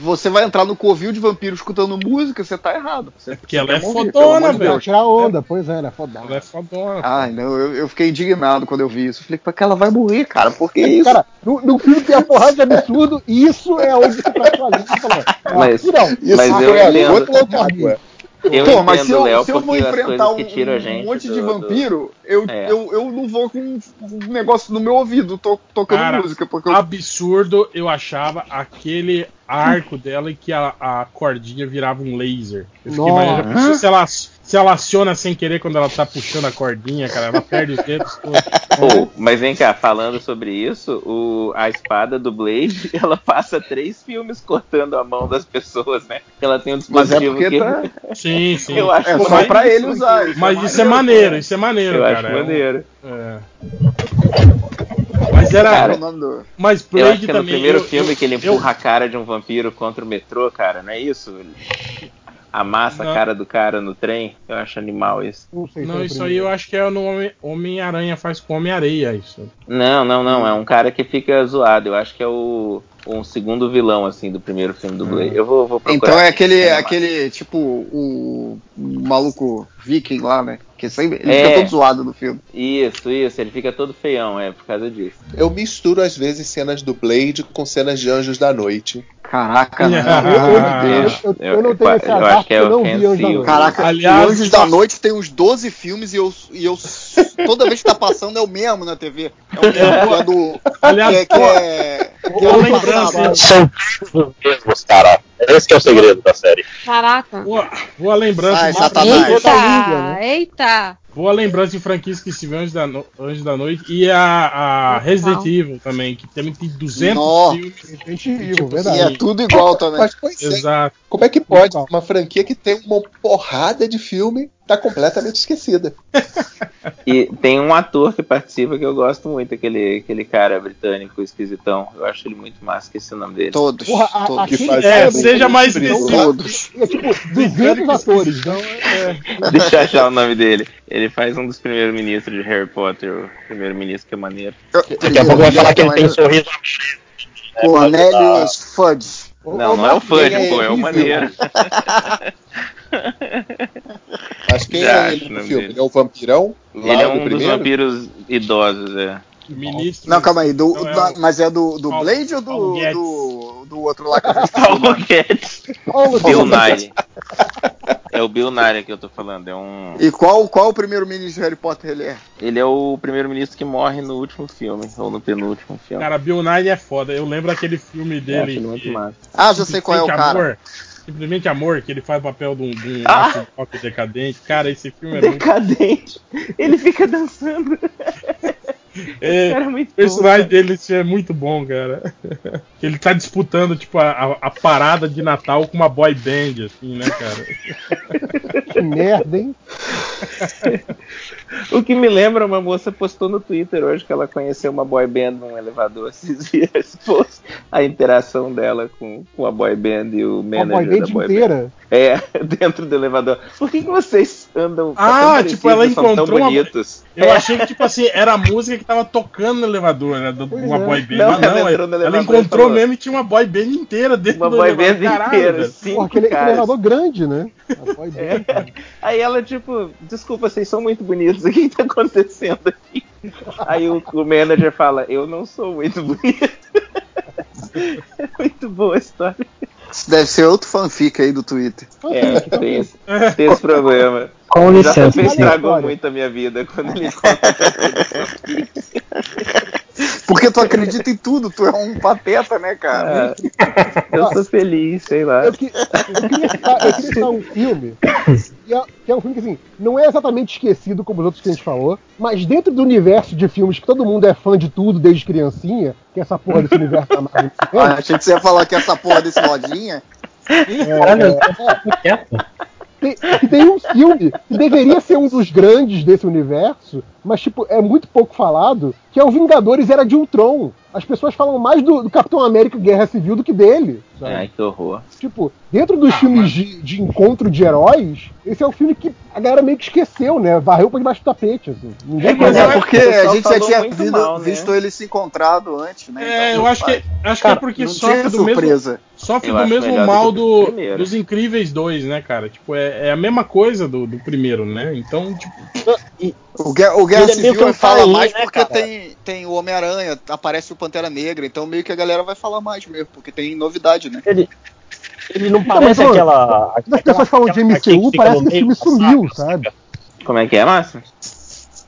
[SPEAKER 18] você vai entrar no covil de vampiro escutando música, você tá errado. Você
[SPEAKER 2] Porque ela é
[SPEAKER 18] Pelo amor de-
[SPEAKER 2] fodona,
[SPEAKER 18] pelo amor de
[SPEAKER 2] velho.
[SPEAKER 18] Deus.
[SPEAKER 5] Tirar onda, pois é, né? Fodão.
[SPEAKER 2] Ela é
[SPEAKER 9] Tá
[SPEAKER 2] fodona.
[SPEAKER 18] Ai, não, eu, eu fiquei indignado quando eu vi isso. Eu falei, pra que ela vai morrer, cara? Por que isso?
[SPEAKER 5] Cara, no, no filme tem a porrada de absurdo, e isso é onde você tá falando. Você falou, ah,
[SPEAKER 9] Mas-
[SPEAKER 5] não,
[SPEAKER 9] mas
[SPEAKER 5] isso
[SPEAKER 9] eu
[SPEAKER 5] aí
[SPEAKER 18] é
[SPEAKER 9] entendo.
[SPEAKER 5] outro lugar.
[SPEAKER 9] Eu
[SPEAKER 18] Pô, mas se
[SPEAKER 9] entendo,
[SPEAKER 18] eu,
[SPEAKER 9] Léo,
[SPEAKER 18] se eu vou
[SPEAKER 9] porque as
[SPEAKER 18] enfrentar
[SPEAKER 9] coisas
[SPEAKER 18] um,
[SPEAKER 9] que tiram a gente
[SPEAKER 18] um monte
[SPEAKER 9] do-
[SPEAKER 18] de
[SPEAKER 9] do-
[SPEAKER 18] vampiro, eu,
[SPEAKER 9] É.
[SPEAKER 18] eu, eu não vou com um um negócio no meu ouvido to- tocando
[SPEAKER 2] Cara,
[SPEAKER 18] música, porque eu.
[SPEAKER 2] Absurdo eu achava aquele arco dela em que a, a cordinha virava um laser. Eu fiquei
[SPEAKER 5] Nossa.
[SPEAKER 2] imaginando, já pensou se ela se ela aciona sem querer quando ela tá puxando a cordinha, cara, ela perde os dedos todos.
[SPEAKER 18] Oh.
[SPEAKER 9] Pô, mas vem cá, falando sobre isso, o- a espada do Blade, ela passa três filmes cortando a mão das pessoas, né? Ela tem um
[SPEAKER 18] Mas é
[SPEAKER 9] dispositivo
[SPEAKER 18] porque
[SPEAKER 9] que.
[SPEAKER 18] tá.
[SPEAKER 2] Sim, sim.
[SPEAKER 9] Eu acho
[SPEAKER 18] É
[SPEAKER 9] que
[SPEAKER 18] só pra ele usar. isso
[SPEAKER 2] Mas
[SPEAKER 18] é
[SPEAKER 2] isso é
[SPEAKER 18] maneiro.
[SPEAKER 2] maneiro, isso é maneiro,
[SPEAKER 9] Eu
[SPEAKER 2] cara.
[SPEAKER 9] acho
[SPEAKER 2] É um-
[SPEAKER 9] maneiro.
[SPEAKER 2] é. Mas era.
[SPEAKER 9] Cara,
[SPEAKER 18] O nome
[SPEAKER 9] Então
[SPEAKER 18] do-
[SPEAKER 2] mas
[SPEAKER 9] Eu acho
[SPEAKER 2] Blade
[SPEAKER 9] que é no
[SPEAKER 2] também.
[SPEAKER 9] primeiro
[SPEAKER 2] eu-
[SPEAKER 9] filme
[SPEAKER 2] eu-
[SPEAKER 9] que ele
[SPEAKER 2] eu-
[SPEAKER 9] empurra a cara de um vampiro contra o metrô, cara, não é isso? Ele Amassa
[SPEAKER 2] Não.
[SPEAKER 9] a cara do cara no trem. Eu acho animal isso.
[SPEAKER 5] Não, sei se é
[SPEAKER 2] Não,
[SPEAKER 5] o
[SPEAKER 2] isso aí
[SPEAKER 5] primeiro.
[SPEAKER 2] eu acho que é no Homem- Homem-Aranha faz com Homem-Areia, isso.
[SPEAKER 9] Não, não, não. É um cara que fica zoado. Eu acho que é o um segundo vilão, assim, do primeiro filme do Blade. Eu vou, vou procurar.
[SPEAKER 18] Então é aquele,
[SPEAKER 9] É,
[SPEAKER 18] aquele tipo, o maluco viking lá, né? Que sempre, ele
[SPEAKER 9] É.
[SPEAKER 18] fica todo zoado no filme.
[SPEAKER 9] Isso, isso. Ele fica todo feião, é, por causa disso.
[SPEAKER 10] Eu misturo às vezes cenas do Blade com cenas de Anjos da Noite.
[SPEAKER 18] Caraca,
[SPEAKER 5] Eu,
[SPEAKER 18] né?
[SPEAKER 5] eu-
[SPEAKER 9] Ah,
[SPEAKER 5] eu- eu- eu não tenho esse
[SPEAKER 9] eu
[SPEAKER 5] azar
[SPEAKER 9] acho que
[SPEAKER 5] porque
[SPEAKER 9] é
[SPEAKER 5] eu não vi Anjos da
[SPEAKER 9] ofensivo.
[SPEAKER 5] Noite.
[SPEAKER 18] Caraca,
[SPEAKER 2] Aliás,
[SPEAKER 18] Anjos
[SPEAKER 2] tá-
[SPEAKER 18] da Noite tem uns 12 filmes e eu, e eu toda vez que tá passando é o mesmo na TV. É o mesmo, que é do.
[SPEAKER 2] Aliás,
[SPEAKER 18] que é, que é, que é
[SPEAKER 2] Uma
[SPEAKER 18] do
[SPEAKER 2] lembrança.
[SPEAKER 18] passado.
[SPEAKER 13] São todos os mesmos, cara.
[SPEAKER 17] Esse que é o segredo da série.
[SPEAKER 11] Caraca.
[SPEAKER 2] Boa, boa lembrança.
[SPEAKER 11] Ai,
[SPEAKER 2] Mata-
[SPEAKER 11] Satanás.
[SPEAKER 2] Toda a tá língua, né?
[SPEAKER 11] Eita, eita.
[SPEAKER 2] Boa lembrança de franquias que se vê Anjo da, no... Anjo da Noite e a, a Resident Evil também, que também tem 200
[SPEAKER 10] Nó.
[SPEAKER 2] filmes.
[SPEAKER 5] Tipo,
[SPEAKER 10] E
[SPEAKER 5] assim,
[SPEAKER 10] é tudo igual também. Mas, pois é.
[SPEAKER 2] Exato.
[SPEAKER 10] Como é que pode uma franquia que tem uma porrada de filme tá completamente esquecida?
[SPEAKER 9] E tem um ator que participa que eu gosto muito, aquele, aquele cara britânico esquisitão. Eu acho ele muito massa, esqueci o nome dele.
[SPEAKER 4] Todos.
[SPEAKER 5] Porra, a- todos. aquele
[SPEAKER 2] É, seja mais um
[SPEAKER 9] Todos.
[SPEAKER 5] É tipo 200 atores, então é...
[SPEAKER 9] Deixa eu achar o nome dele. Ele faz um dos primeiros ministros de Harry Potter, o primeiro ministro que é maneiro.
[SPEAKER 17] Daqui a pouco vai falar que ele tem um sorriso.
[SPEAKER 18] é
[SPEAKER 4] Cornelius Fudge.
[SPEAKER 9] Não, não é o Fudge, pô, é o maneiro.
[SPEAKER 10] Acho que
[SPEAKER 9] Já
[SPEAKER 10] é
[SPEAKER 9] acho
[SPEAKER 10] ele
[SPEAKER 9] o
[SPEAKER 10] no
[SPEAKER 9] nome
[SPEAKER 10] filme.
[SPEAKER 9] dele.
[SPEAKER 10] Ele é o vampirão? Lá
[SPEAKER 9] Ele é
[SPEAKER 10] do
[SPEAKER 9] um dos
[SPEAKER 10] primeiro?
[SPEAKER 9] vampiros idosos, é.
[SPEAKER 2] Ministro.
[SPEAKER 4] Não, calma aí. Do,
[SPEAKER 9] Não, é
[SPEAKER 4] da-
[SPEAKER 9] o-
[SPEAKER 4] mas é do, do Blade ou do, do, do outro lá que eu
[SPEAKER 9] Paulo Guedes.
[SPEAKER 4] Paulo
[SPEAKER 9] Bill
[SPEAKER 4] Guedes.
[SPEAKER 9] Nye. É o Bill Nye que eu tô falando. É um.
[SPEAKER 4] E qual, qual o primeiro-ministro de Harry Potter ele é?
[SPEAKER 9] Ele é o primeiro-ministro que morre no último filme, ou no penúltimo filme.
[SPEAKER 2] Cara, Bill Nye é foda. Eu lembro aquele filme dele.
[SPEAKER 9] acho muito
[SPEAKER 2] que-
[SPEAKER 9] massa.
[SPEAKER 4] Ah, já sei qual é o
[SPEAKER 2] Simplesmente
[SPEAKER 4] cara.
[SPEAKER 2] Amor, simplesmente amor, que ele faz o papel de um, de um
[SPEAKER 4] Ah!
[SPEAKER 2] astro rock decadente. Cara, esse filme é
[SPEAKER 9] né?
[SPEAKER 2] muito.
[SPEAKER 12] Decadente. Ele fica dançando.
[SPEAKER 2] É,
[SPEAKER 12] cara é muito
[SPEAKER 2] o personagem
[SPEAKER 12] bom,
[SPEAKER 2] dele é muito bom, cara. Que ele tá disputando, tipo, a, a- a parada de Natal com uma boy band, assim, né, cara?
[SPEAKER 5] Que merda, hein?
[SPEAKER 9] O que me lembra, uma moça postou no Twitter hoje que ela conheceu uma boy band num elevador. Vocês viram esse post? A interação dela com, com a boy band e o
[SPEAKER 5] Uma
[SPEAKER 9] manager
[SPEAKER 5] boy band
[SPEAKER 9] da boy band.
[SPEAKER 5] inteira.
[SPEAKER 9] É, dentro do elevador. Por que, que vocês andam
[SPEAKER 2] Ah,
[SPEAKER 9] tão
[SPEAKER 2] tipo, ela
[SPEAKER 9] parecidos, são
[SPEAKER 2] encontrou
[SPEAKER 9] tão
[SPEAKER 2] uma.
[SPEAKER 9] bonitos?
[SPEAKER 2] Eu
[SPEAKER 9] É.
[SPEAKER 2] achei que, tipo assim, era a música que tava tocando no elevador, né? do- Uma
[SPEAKER 9] é.
[SPEAKER 2] boy band.
[SPEAKER 9] Não,
[SPEAKER 2] Mas
[SPEAKER 9] ela
[SPEAKER 2] não,
[SPEAKER 9] entrou no
[SPEAKER 2] ela,
[SPEAKER 9] elevador e
[SPEAKER 2] encontrou
[SPEAKER 9] falou.
[SPEAKER 2] mesmo e tinha uma boy band inteira dentro
[SPEAKER 9] Uma
[SPEAKER 2] do
[SPEAKER 9] boy
[SPEAKER 2] elevador.
[SPEAKER 9] band inteira,
[SPEAKER 2] velho.
[SPEAKER 9] cinco
[SPEAKER 5] Porra, aquele, aquele
[SPEAKER 9] caras.
[SPEAKER 5] elevador grande, né?
[SPEAKER 9] É. Aí ela, tipo, desculpa, vocês são muito bonitos, o que que tá acontecendo aqui? Aí o, o manager fala, eu não sou muito bonito. É muito boa a história.
[SPEAKER 4] Isso deve ser outro fanfic aí do Twitter.
[SPEAKER 9] É, tem esse, tem esse problema.
[SPEAKER 4] Com
[SPEAKER 9] Já
[SPEAKER 4] licença,
[SPEAKER 9] também
[SPEAKER 4] sim.
[SPEAKER 9] estragou
[SPEAKER 4] Olha.
[SPEAKER 9] muito a minha vida quando ele conta.
[SPEAKER 4] Porque tu acredita em tudo, tu é um pateta, né, cara?
[SPEAKER 9] Eu sou feliz, sei lá.
[SPEAKER 5] Tá, Eu queria citar, eu queria citar um filme que é, que é um filme que assim, não é exatamente esquecido como os outros que a gente falou, mas dentro do universo de filmes que todo mundo é fã de tudo desde criancinha, que é essa porra desse universo da Marvel.
[SPEAKER 4] Ah, achei que você ia falar que essa porra desse lojinha.
[SPEAKER 5] É, tem, que tem um filme que deveria ser um dos grandes desse universo, mas tipo, é muito pouco falado, que é o Vingadores Era de Ultron. As pessoas falam mais do, do Capitão América Guerra Civil do que dele.
[SPEAKER 9] Ai, que horror.
[SPEAKER 5] Tipo, dentro dos filmes de, de encontro de heróis, esse é o filme que a galera meio que esqueceu, né? Varreu pra debaixo do tapete, assim. Ninguém
[SPEAKER 4] É, mas é
[SPEAKER 5] conhece.
[SPEAKER 4] porque a gente já tinha visto, visto ele se encontrado antes, né?
[SPEAKER 2] É,
[SPEAKER 4] Então,
[SPEAKER 2] eu acho
[SPEAKER 4] faz.
[SPEAKER 2] que, acho
[SPEAKER 4] Cara,
[SPEAKER 2] que é porque
[SPEAKER 4] não
[SPEAKER 2] sofre
[SPEAKER 4] tinha
[SPEAKER 2] do
[SPEAKER 4] surpresa.
[SPEAKER 2] mesmo, sofre
[SPEAKER 4] Eu
[SPEAKER 2] do
[SPEAKER 4] acho
[SPEAKER 2] mesmo
[SPEAKER 4] melhor
[SPEAKER 2] mal
[SPEAKER 4] do que
[SPEAKER 2] do-
[SPEAKER 4] o primeiro.
[SPEAKER 2] dos Incríveis 2, né, cara? Tipo, é, é a mesma coisa do, do primeiro, né? Então, tipo.
[SPEAKER 4] O Guerra, o Guerra
[SPEAKER 2] Ele é meio
[SPEAKER 4] Civil
[SPEAKER 2] que um
[SPEAKER 4] fala
[SPEAKER 2] faí,
[SPEAKER 4] mais
[SPEAKER 2] né,
[SPEAKER 4] porque
[SPEAKER 2] cara?
[SPEAKER 4] tem, tem o Homem-Aranha, aparece o Pantera Negra, então meio que a galera vai falar mais mesmo, porque tem novidade, né?
[SPEAKER 17] Ele, ele não
[SPEAKER 5] parece Então, aquela- Quando as pessoas falam de MCU,
[SPEAKER 17] fica
[SPEAKER 5] parece
[SPEAKER 17] no
[SPEAKER 5] que o
[SPEAKER 17] meio
[SPEAKER 5] filme
[SPEAKER 17] da
[SPEAKER 5] sumiu, sabe?
[SPEAKER 9] Como é que é, Márcio?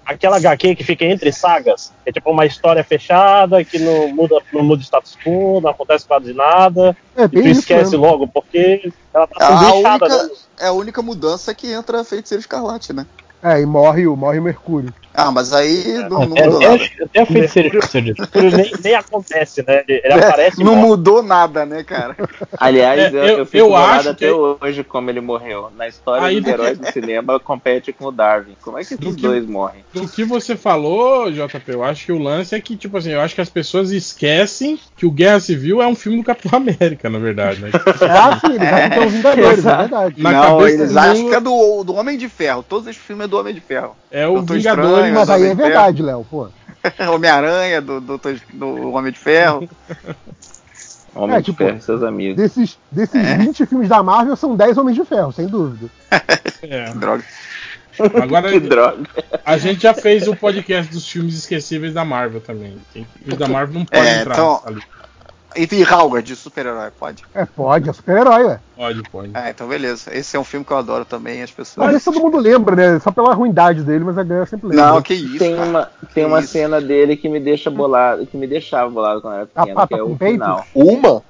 [SPEAKER 17] Aquela HQ que fica entre sagas. É tipo uma história fechada que não muda, não muda o status quo, não acontece quase nada.
[SPEAKER 5] É,
[SPEAKER 17] e
[SPEAKER 4] bem
[SPEAKER 17] tu
[SPEAKER 4] isso
[SPEAKER 17] esquece
[SPEAKER 4] mesmo.
[SPEAKER 17] logo, porque ela tá
[SPEAKER 4] A
[SPEAKER 17] sendo inchada,
[SPEAKER 4] única,
[SPEAKER 17] né?
[SPEAKER 4] é a única mudança que entra Feiticeiro Escarlate, né?
[SPEAKER 5] É, e morre, o- morre o Mercúrio.
[SPEAKER 4] Ah, mas aí não,
[SPEAKER 9] É,
[SPEAKER 4] não
[SPEAKER 17] Até-
[SPEAKER 4] mudou
[SPEAKER 17] até-
[SPEAKER 4] nada.
[SPEAKER 17] até o feiticeiro que você disse. nem, nem acontece, né? Ele, ele aparece e
[SPEAKER 4] É, não
[SPEAKER 17] morre.
[SPEAKER 4] mudou nada, né, cara?
[SPEAKER 9] Aliás,
[SPEAKER 17] É,
[SPEAKER 9] eu,
[SPEAKER 17] eu-
[SPEAKER 9] eu fico
[SPEAKER 17] eu
[SPEAKER 9] bolado
[SPEAKER 17] acho
[SPEAKER 9] até
[SPEAKER 17] que-
[SPEAKER 9] hoje como ele morreu. Na história
[SPEAKER 2] Aí do
[SPEAKER 9] dos
[SPEAKER 2] que-
[SPEAKER 9] heróis do cinema, compete com o Darwin. Como é que esses dois morrem?
[SPEAKER 2] Do que você falou, JP, eu acho que o lance é que, tipo assim, eu acho que as pessoas esquecem que o Guerra Civil é um filme do Capitão América, na verdade, né?
[SPEAKER 5] Ah, sim, eles
[SPEAKER 4] tá
[SPEAKER 2] tá
[SPEAKER 5] acham que é os Vingadores, é
[SPEAKER 2] Exato.
[SPEAKER 5] verdade.
[SPEAKER 2] Na
[SPEAKER 4] não,
[SPEAKER 2] cabeça
[SPEAKER 4] eles
[SPEAKER 2] do-
[SPEAKER 4] acham que é do, do Homem de Ferro. Todos esses filmes é do Homem de Ferro.
[SPEAKER 2] É o
[SPEAKER 4] Doutor
[SPEAKER 2] Vingadores,
[SPEAKER 4] Estranho,
[SPEAKER 5] Mas
[SPEAKER 4] do
[SPEAKER 5] aí
[SPEAKER 4] Homem
[SPEAKER 5] é
[SPEAKER 4] de Ferro.
[SPEAKER 5] verdade, Léo, pô.
[SPEAKER 4] Homem-Aranha, do, Doutor- do Homem de Ferro.
[SPEAKER 9] Homem
[SPEAKER 5] É,
[SPEAKER 9] de
[SPEAKER 5] tipo,
[SPEAKER 9] Ferro, e seus amigos.
[SPEAKER 5] Desses, desses 20 filmes da Marvel, são 10 Homens de Ferro, sem dúvida.
[SPEAKER 4] Droga.
[SPEAKER 2] É. Agora,
[SPEAKER 9] que droga.
[SPEAKER 2] A gente já fez o podcast dos filmes esquecíveis da Marvel também. Tem filmes da Marvel não pode
[SPEAKER 4] É,
[SPEAKER 2] entrar.
[SPEAKER 4] então-
[SPEAKER 2] ali.
[SPEAKER 4] E tem Howard, de super-herói, pode?
[SPEAKER 5] É, pode, é super-herói, ué.
[SPEAKER 2] Pode, pode.
[SPEAKER 4] Ah, então beleza. Esse é um filme que eu adoro também, as pessoas.
[SPEAKER 5] Mas esse todo mundo lembra, né? Só pela ruindade dele, mas a galera sempre lembra.
[SPEAKER 4] Não, que isso,
[SPEAKER 9] Tem
[SPEAKER 4] cara.
[SPEAKER 9] uma, tem uma cena dele que me deixa bolado, que me deixava bolado quando eu era
[SPEAKER 5] A
[SPEAKER 9] pequeno, que
[SPEAKER 5] pata
[SPEAKER 9] é o
[SPEAKER 5] com peito?
[SPEAKER 9] final.
[SPEAKER 10] Uma?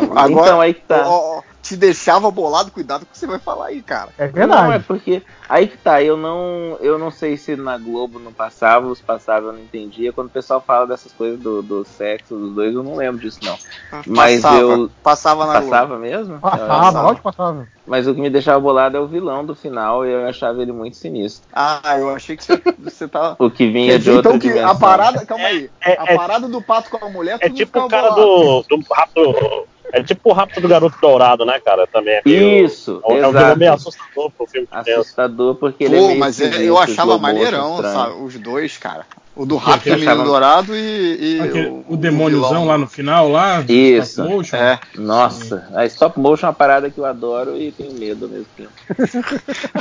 [SPEAKER 9] Não,
[SPEAKER 4] agora.
[SPEAKER 9] então aí que tá.
[SPEAKER 4] Ó, ó, te deixava bolado, cuidado com o que você vai falar aí, cara.
[SPEAKER 9] É Não, é porque. Aí que tá, eu não. Eu não sei se na Globo não passava, os passavam eu não entendia. Quando o pessoal fala dessas coisas do, do sexo dos dois, eu não lembro disso, não. Mas
[SPEAKER 4] Ah, Passava.
[SPEAKER 9] eu.
[SPEAKER 4] Passava na
[SPEAKER 9] Passava
[SPEAKER 4] Globo.
[SPEAKER 9] mesmo?
[SPEAKER 5] Ah, Passava, lógico que passava.
[SPEAKER 9] Mas o que me deixava bolado é o vilão do final, e eu achava ele muito sinistro.
[SPEAKER 4] Ah, eu achei que você, você tava.
[SPEAKER 9] O que vinha de
[SPEAKER 4] Quer dizer,
[SPEAKER 9] outra
[SPEAKER 4] então que a
[SPEAKER 9] dimensão.
[SPEAKER 4] parada. Calma aí.
[SPEAKER 17] é-
[SPEAKER 4] a parada do pato com a mulher,
[SPEAKER 17] É
[SPEAKER 4] Tá tudo
[SPEAKER 17] tipo
[SPEAKER 4] ficava
[SPEAKER 17] o cara
[SPEAKER 4] bolado.
[SPEAKER 17] do, do rapto. É tipo o rapto do garoto dourado, né, cara? Também é meio-
[SPEAKER 9] Isso,
[SPEAKER 17] é um- É um vilão
[SPEAKER 9] exato.
[SPEAKER 17] meio assustador pro filme que tem.
[SPEAKER 9] Assustador, porque ele é
[SPEAKER 4] Pô,
[SPEAKER 9] meio
[SPEAKER 4] mas eu-
[SPEAKER 9] sinistro,
[SPEAKER 4] eu achava
[SPEAKER 9] slow motion,
[SPEAKER 4] maneirão,
[SPEAKER 9] estranho.
[SPEAKER 4] sabe? Os dois, cara. O do
[SPEAKER 9] Eu
[SPEAKER 4] Rato e o Menino
[SPEAKER 9] achava-
[SPEAKER 4] Dourado e. e
[SPEAKER 2] Aquele-
[SPEAKER 4] o,
[SPEAKER 2] o demôniozão
[SPEAKER 4] vilão.
[SPEAKER 2] lá no final, lá.
[SPEAKER 9] Isso. É.
[SPEAKER 2] stop motion.
[SPEAKER 9] Nossa, a stop motion é uma parada que eu adoro e tenho medo ao mesmo tempo.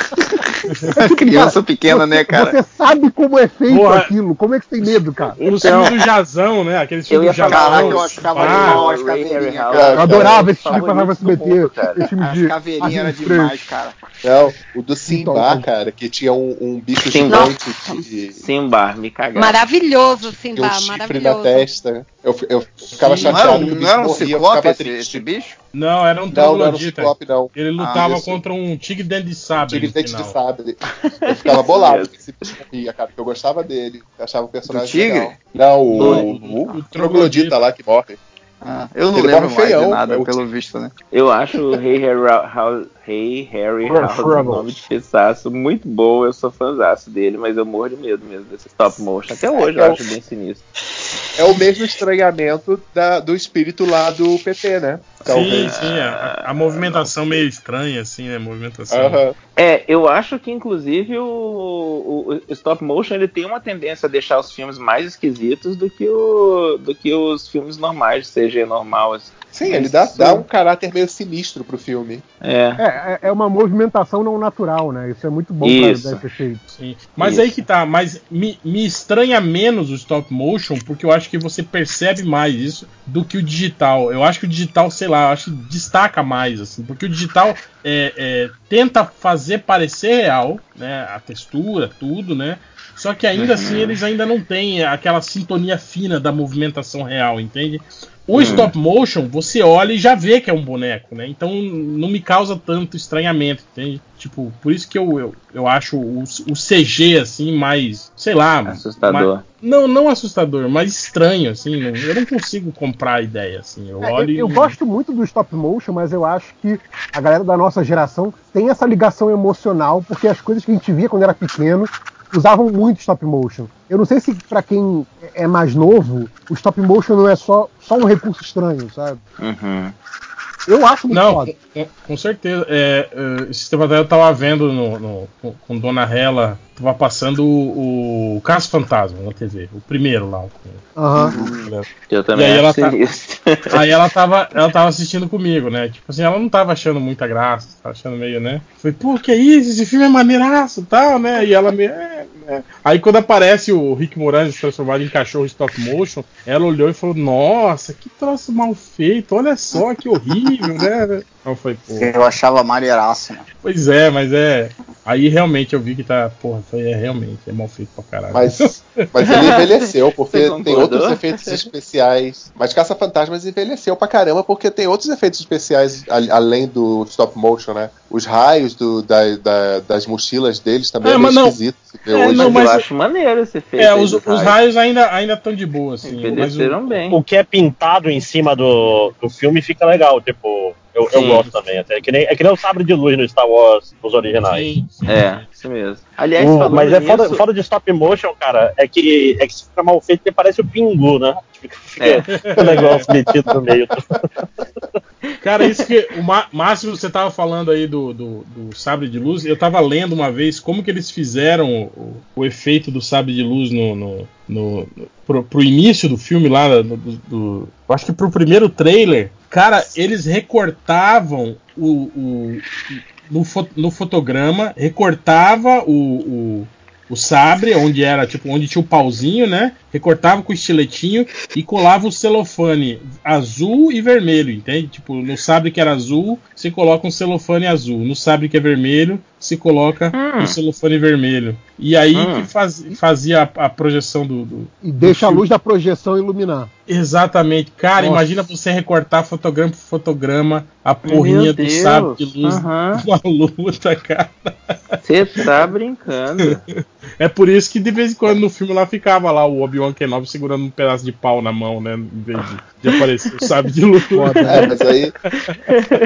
[SPEAKER 4] Criança pequena, né, cara?
[SPEAKER 5] É Você sabe como é feito
[SPEAKER 2] Porra.
[SPEAKER 5] aquilo. Como é que você tem medo, cara?
[SPEAKER 2] Os
[SPEAKER 4] Então, É.
[SPEAKER 2] filmes do Jazão, né? Aqueles
[SPEAKER 5] Eu
[SPEAKER 2] filmes
[SPEAKER 5] ia
[SPEAKER 2] do Jazão. Ah,
[SPEAKER 5] falar, caraca, eu achava animal, as caveirinhas,
[SPEAKER 4] Ah,
[SPEAKER 5] cara. Eu adorava esse tipo filme pra SBT, esse filme de-
[SPEAKER 4] caveirinhas era
[SPEAKER 5] As três.
[SPEAKER 4] demais, cara.
[SPEAKER 10] Não, o do Simba, cara, que tinha um, um bicho
[SPEAKER 9] Simba.
[SPEAKER 10] gigante de.
[SPEAKER 9] Simba, me cagava.
[SPEAKER 11] Maravilhoso, Simba,
[SPEAKER 10] um chifre na
[SPEAKER 11] maravilhoso.
[SPEAKER 10] testa. Eu, eu ficava
[SPEAKER 4] Não era
[SPEAKER 10] chateado.
[SPEAKER 4] um-
[SPEAKER 10] que o bicho
[SPEAKER 4] não era um
[SPEAKER 10] morria, eu
[SPEAKER 4] ciclope
[SPEAKER 10] ficava
[SPEAKER 4] esse-
[SPEAKER 10] triste.
[SPEAKER 4] esse bicho?
[SPEAKER 2] Não, era um
[SPEAKER 10] Não, não era um
[SPEAKER 2] troglodita.
[SPEAKER 10] ciclope, não.
[SPEAKER 2] Ele lutava
[SPEAKER 10] Ah, isso.
[SPEAKER 2] contra um tigre dente de sabre.
[SPEAKER 10] Tigre
[SPEAKER 2] no
[SPEAKER 10] dente de
[SPEAKER 2] final.
[SPEAKER 10] sabre. Eu ficava bolado que esse bicho morria, cara, porque eu gostava dele. Eu achava o personagem
[SPEAKER 4] Do tigre?
[SPEAKER 10] legal. Não, o, o, o troglodita lá que morre.
[SPEAKER 4] Ah, Eu não
[SPEAKER 10] Ele
[SPEAKER 4] lembro
[SPEAKER 10] morre
[SPEAKER 4] mais de
[SPEAKER 10] feião,
[SPEAKER 4] nada,
[SPEAKER 10] é o
[SPEAKER 4] pelo visto, né?
[SPEAKER 9] Eu acho o Hey Harry House, hey, Harry
[SPEAKER 4] Rugrats.
[SPEAKER 9] House um nome de pesaço muito bom. Eu sou fãzaço dele, mas eu morro de medo mesmo desse stop motion. Até hoje eu
[SPEAKER 10] É o-
[SPEAKER 9] acho bem sinistro.
[SPEAKER 10] É o mesmo estranhamento da- do espírito lá do PT, né?
[SPEAKER 2] Sim, sim. A, a movimentação meio estranha, assim, né? Movimentação.
[SPEAKER 9] É, eu acho que inclusive o, o- o stop motion ele tem uma tendência a deixar os filmes mais esquisitos do que, o, do que os filmes normais, seja normal. assim.
[SPEAKER 10] Sim, ele dá, dá um caráter meio sinistro pro filme.
[SPEAKER 9] É.
[SPEAKER 5] É, é uma movimentação não natural, né? Isso é muito bom
[SPEAKER 2] Isso.
[SPEAKER 5] pra dar esse efeito.
[SPEAKER 2] Sim. Mas aí que tá, mas me, me estranha menos o stop motion, porque eu acho que você percebe mais isso do que o digital. Eu acho que o digital, sei lá, eu acho que destaca mais, assim, porque o digital é, é, tenta fazer parecer real, né? A textura, tudo, né? Só que ainda assim eles ainda não têm aquela sintonia fina da movimentação real, entende?
[SPEAKER 9] Hum.
[SPEAKER 2] O stop motion, você olha e já vê que é um boneco, né? Então não me causa tanto estranhamento, entende? Tipo, por isso que eu, eu, eu acho o, o CG, assim, mais, sei
[SPEAKER 10] Ah,
[SPEAKER 2] lá.
[SPEAKER 9] Assustador.
[SPEAKER 2] mais- não, não assustador, mas estranho, assim. não- eu não consigo comprar a ideia, assim. Eu
[SPEAKER 5] É,
[SPEAKER 2] olho
[SPEAKER 5] eu, eu
[SPEAKER 2] e-
[SPEAKER 5] gosto muito do stop motion, mas eu acho que a galera da nossa geração tem essa ligação emocional, porque as coisas que a gente via quando era pequeno usavam muito stop motion. Eu não sei se pra quem é mais novo, o stop motion não é só, só um recurso estranho, sabe?
[SPEAKER 9] Uhum.
[SPEAKER 5] Eu acho muito
[SPEAKER 2] Não,
[SPEAKER 5] foda.
[SPEAKER 2] com, com certeza. É, é, esse tempo atrás eu tava vendo no, no- com, com Dona Hela, tava passando o, o Caso Fantasma na TV, o primeiro lá. o-
[SPEAKER 5] Aham.
[SPEAKER 9] Eu também
[SPEAKER 2] e aí
[SPEAKER 9] acho
[SPEAKER 2] ela, tá-
[SPEAKER 9] sinistro.
[SPEAKER 2] aí ela tava, ela tava assistindo comigo, né? Tipo assim, ela não tava achando muita graça, tava achando meio, né? Falei, pô, que isso? Esse filme é maneiraço e tal, né? E ela me. "É, né?" Aí quando aparece o Rick Moranis transformado em cachorro stop motion, ela olhou e falou, nossa, que troço mal feito, olha só, que horrível, né? Eu falei, pô.
[SPEAKER 4] Eu achava maneiraço, mano.
[SPEAKER 2] Pois é, mas é. Aí realmente eu vi que tá. Porra, foi, é realmente, é mal feito pra caralho.
[SPEAKER 10] Mas, mas ele envelheceu,
[SPEAKER 2] Você
[SPEAKER 10] porque tem
[SPEAKER 2] concordou?
[SPEAKER 10] outros efeitos especiais. Mas Caça-Fantasmas envelheceu pra caramba, porque tem outros efeitos especiais a- além do stop motion, né? Os raios do- da- da- das mochilas deles também
[SPEAKER 2] É,
[SPEAKER 10] é, meio
[SPEAKER 2] mas não.
[SPEAKER 10] esquisito. se vê
[SPEAKER 2] É,
[SPEAKER 10] hoje.
[SPEAKER 2] não, mas-
[SPEAKER 9] maneiro esse efeito.
[SPEAKER 2] É,
[SPEAKER 9] aí
[SPEAKER 2] os,
[SPEAKER 9] dos
[SPEAKER 2] os raios ainda ainda estão de boa, assim. Mas o,
[SPEAKER 9] Envelheceram bem.
[SPEAKER 17] O que é pintado em cima do, do filme fica legal, tipo, eu, eu
[SPEAKER 9] Sim.
[SPEAKER 17] gosto também. Até. É, que nem, é que nem o sabre de luz no Star Wars, os originais.
[SPEAKER 9] É, isso mesmo. Aliás,
[SPEAKER 17] O-
[SPEAKER 9] falando
[SPEAKER 17] mas é fora,
[SPEAKER 9] nisso-
[SPEAKER 17] fora de stop motion, cara, é que, é que se fica mal feito, ele parece o Pingu, né? Fica, fica
[SPEAKER 2] É.
[SPEAKER 17] o Um negócio metido no meio.
[SPEAKER 2] Cara, isso que o Ma- Márcio, você tava falando aí do, do, do sabre de luz. Eu tava lendo uma vez como que eles fizeram o, o efeito do sabre de luz no, no, no- no- pro, pro início do filme lá, do, do- do- eu acho que pro primeiro trailer. Cara, eles recortavam o, o- no, fo- no fotograma, recortava o- o o sabre, onde era, tipo, onde tinha o pauzinho, né? recortava com estiletinho e colava o celofane azul e vermelho, entende? Tipo, no sabre que era azul, você coloca um celofane azul. No sabre que é vermelho, se coloca
[SPEAKER 5] Hum.
[SPEAKER 2] um celofane vermelho. E aí
[SPEAKER 5] Hum.
[SPEAKER 2] que faz- fazia a, a projeção do, do-
[SPEAKER 5] E deixa a luz da projeção iluminar.
[SPEAKER 2] Exatamente. Cara,
[SPEAKER 5] Nossa.
[SPEAKER 2] imagina você recortar fotograma por fotograma a
[SPEAKER 5] Meu
[SPEAKER 2] porrinha do
[SPEAKER 5] Deus,
[SPEAKER 2] sábio de luz
[SPEAKER 5] aham.
[SPEAKER 2] uma luta, cara.
[SPEAKER 12] Você tá brincando.
[SPEAKER 2] É por isso que de vez em quando no filme lá ficava lá o Obi-Wan Kenobi segurando um pedaço de pau na mão, né? Em vez de, de aparecer o sábio de luz.
[SPEAKER 10] É, mas aí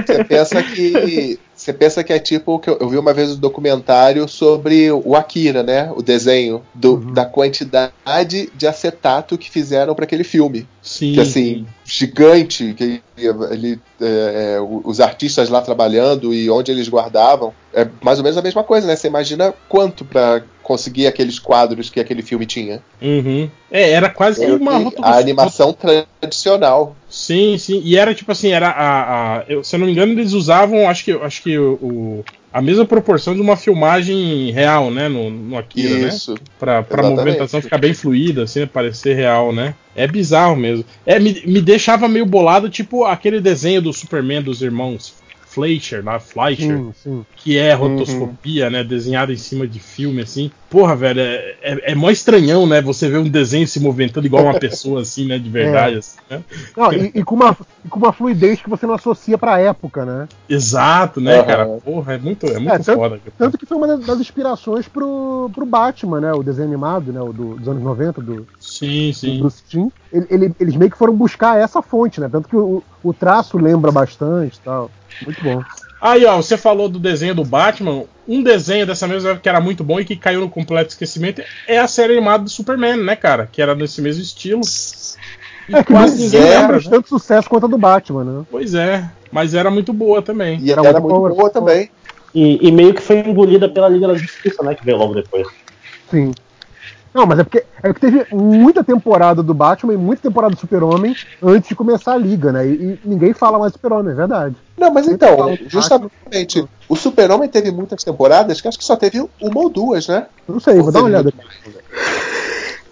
[SPEAKER 10] você pensa que você pensa que é tipo o que eu, eu vi uma vez um documentário sobre o Akira, né? O desenho do-
[SPEAKER 2] Uhum.
[SPEAKER 10] da quantidade de acetato que fizeram para aquele filme.
[SPEAKER 2] Sim.
[SPEAKER 10] Que assim gigante, que ele, é, é, o- os artistas lá trabalhando e onde eles guardavam é mais ou menos a mesma coisa, né? Você imagina quanto para conseguir aqueles quadros que aquele filme tinha?
[SPEAKER 2] Uhum. É, era quase que
[SPEAKER 10] Era
[SPEAKER 2] uma
[SPEAKER 10] que-
[SPEAKER 2] roto-
[SPEAKER 10] a animação tradicional.
[SPEAKER 2] Sim, sim. E era tipo assim, era a. a- eu- se eu não me engano, eles usavam, acho que, acho que o, o- a mesma proporção de uma filmagem real, né? No, no Akira,
[SPEAKER 10] Isso.
[SPEAKER 2] né? Pra, pra
[SPEAKER 10] Exatamente.
[SPEAKER 2] movimentação ficar bem fluida, assim, né, parecer real, né? É bizarro mesmo. É, me, me deixava meio bolado, tipo aquele desenho do Superman dos irmãos Fleischer, lá, Fleischer
[SPEAKER 5] Sim, sim.
[SPEAKER 2] que é
[SPEAKER 10] Uhum.
[SPEAKER 2] rotoscopia, né? Desenhada em cima de filme, assim. Porra, velho, é, é, é mó estranhão, né? Você ver um desenho se movimentando igual uma pessoa, assim, né? De verdade,
[SPEAKER 5] É.
[SPEAKER 2] assim, né?
[SPEAKER 5] Não, e, e com uma, e com uma fluidez que você não associa pra época, né?
[SPEAKER 2] Exato, né,
[SPEAKER 5] Aham.
[SPEAKER 2] cara? Porra, é muito, é muito
[SPEAKER 5] É, tanto-
[SPEAKER 2] foda. cara.
[SPEAKER 5] Tanto que foi uma das- das inspirações pro, pro Batman, né? O desenho animado, né? O do- dos anos 90, do,
[SPEAKER 2] Sim, sim.
[SPEAKER 5] do Bruce Timm. Ele- ele- eles meio que foram buscar essa fonte, né? Tanto que o, o traço lembra bastante e tal. Muito bom.
[SPEAKER 2] Aí, ó, você falou do desenho do Batman. Um desenho dessa mesma época que era muito bom e que caiu no completo esquecimento é a série animada do Superman, né, cara? Que era nesse mesmo estilo. E
[SPEAKER 5] É que não
[SPEAKER 2] quase ninguém lembra,
[SPEAKER 5] fizeram tanto sucesso quanto a do Batman, né?
[SPEAKER 2] Pois é, mas era muito boa também.
[SPEAKER 10] E
[SPEAKER 5] era Era muito muito boa boa
[SPEAKER 10] também.
[SPEAKER 17] E, e meio que foi engolida pela Liga da Justiça, né? Que veio logo depois.
[SPEAKER 5] Sim. Não, mas é porque, é porque teve muita temporada do Batman e muita temporada do Super-Homem antes de começar a liga, né? E, e ninguém fala mais do Super-Homem, é verdade.
[SPEAKER 10] Não, mas então, justamente, o Super-Homem teve muitas temporadas que acho que só teve uma ou duas, né?
[SPEAKER 5] Não sei, vou dar uma olhada.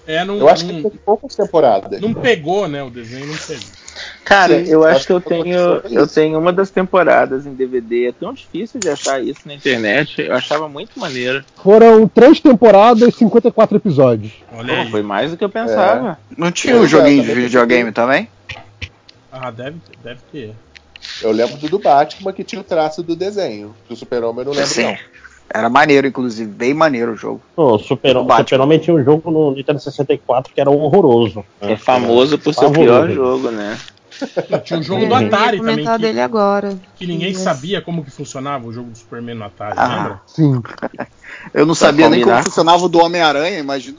[SPEAKER 2] É, não,
[SPEAKER 10] Eu acho
[SPEAKER 2] não-
[SPEAKER 10] que teve poucas temporadas.
[SPEAKER 2] não pegou, né? O desenho não pegou.
[SPEAKER 12] Cara,
[SPEAKER 2] Sim,
[SPEAKER 12] eu acho,
[SPEAKER 2] acho
[SPEAKER 12] que eu
[SPEAKER 2] que eu vou
[SPEAKER 12] tenho
[SPEAKER 2] te falar
[SPEAKER 12] eu
[SPEAKER 2] isso.
[SPEAKER 12] tenho uma das temporadas em DVD. É tão difícil de achar isso na internet. Eu achava muito maneiro.
[SPEAKER 5] Foram três temporadas e 54 episódios.
[SPEAKER 2] Olha
[SPEAKER 12] Foi mais do que eu pensava.
[SPEAKER 4] Não tinha um joguinho de videogame também?
[SPEAKER 2] Ah, deve, deve ter.
[SPEAKER 10] Eu lembro do do Batman que tinha o traço do desenho. Do Super-Homem eu não lembro,
[SPEAKER 4] Sim.
[SPEAKER 10] não.
[SPEAKER 4] Era maneiro, inclusive, bem maneiro o jogo.
[SPEAKER 17] O Super- Super-Homem tinha um jogo no Nintendo 64 que era horroroso. né?
[SPEAKER 12] É famoso por ser o
[SPEAKER 17] Pavoroso.
[SPEAKER 12] pior jogo, né?
[SPEAKER 2] Tinha o um jogo
[SPEAKER 6] É, eu
[SPEAKER 2] do
[SPEAKER 17] Uhum.
[SPEAKER 6] ia
[SPEAKER 2] Atari também.
[SPEAKER 6] comentar
[SPEAKER 2] Que,
[SPEAKER 6] dele agora.
[SPEAKER 2] que ninguém
[SPEAKER 6] Mas-
[SPEAKER 2] sabia como que funcionava o jogo do Superman no Atari, lembra?
[SPEAKER 5] Sim.
[SPEAKER 4] Eu não
[SPEAKER 10] Pra
[SPEAKER 4] sabia nem como
[SPEAKER 10] combinar.
[SPEAKER 4] funcionava o do Homem-Aranha, imagina.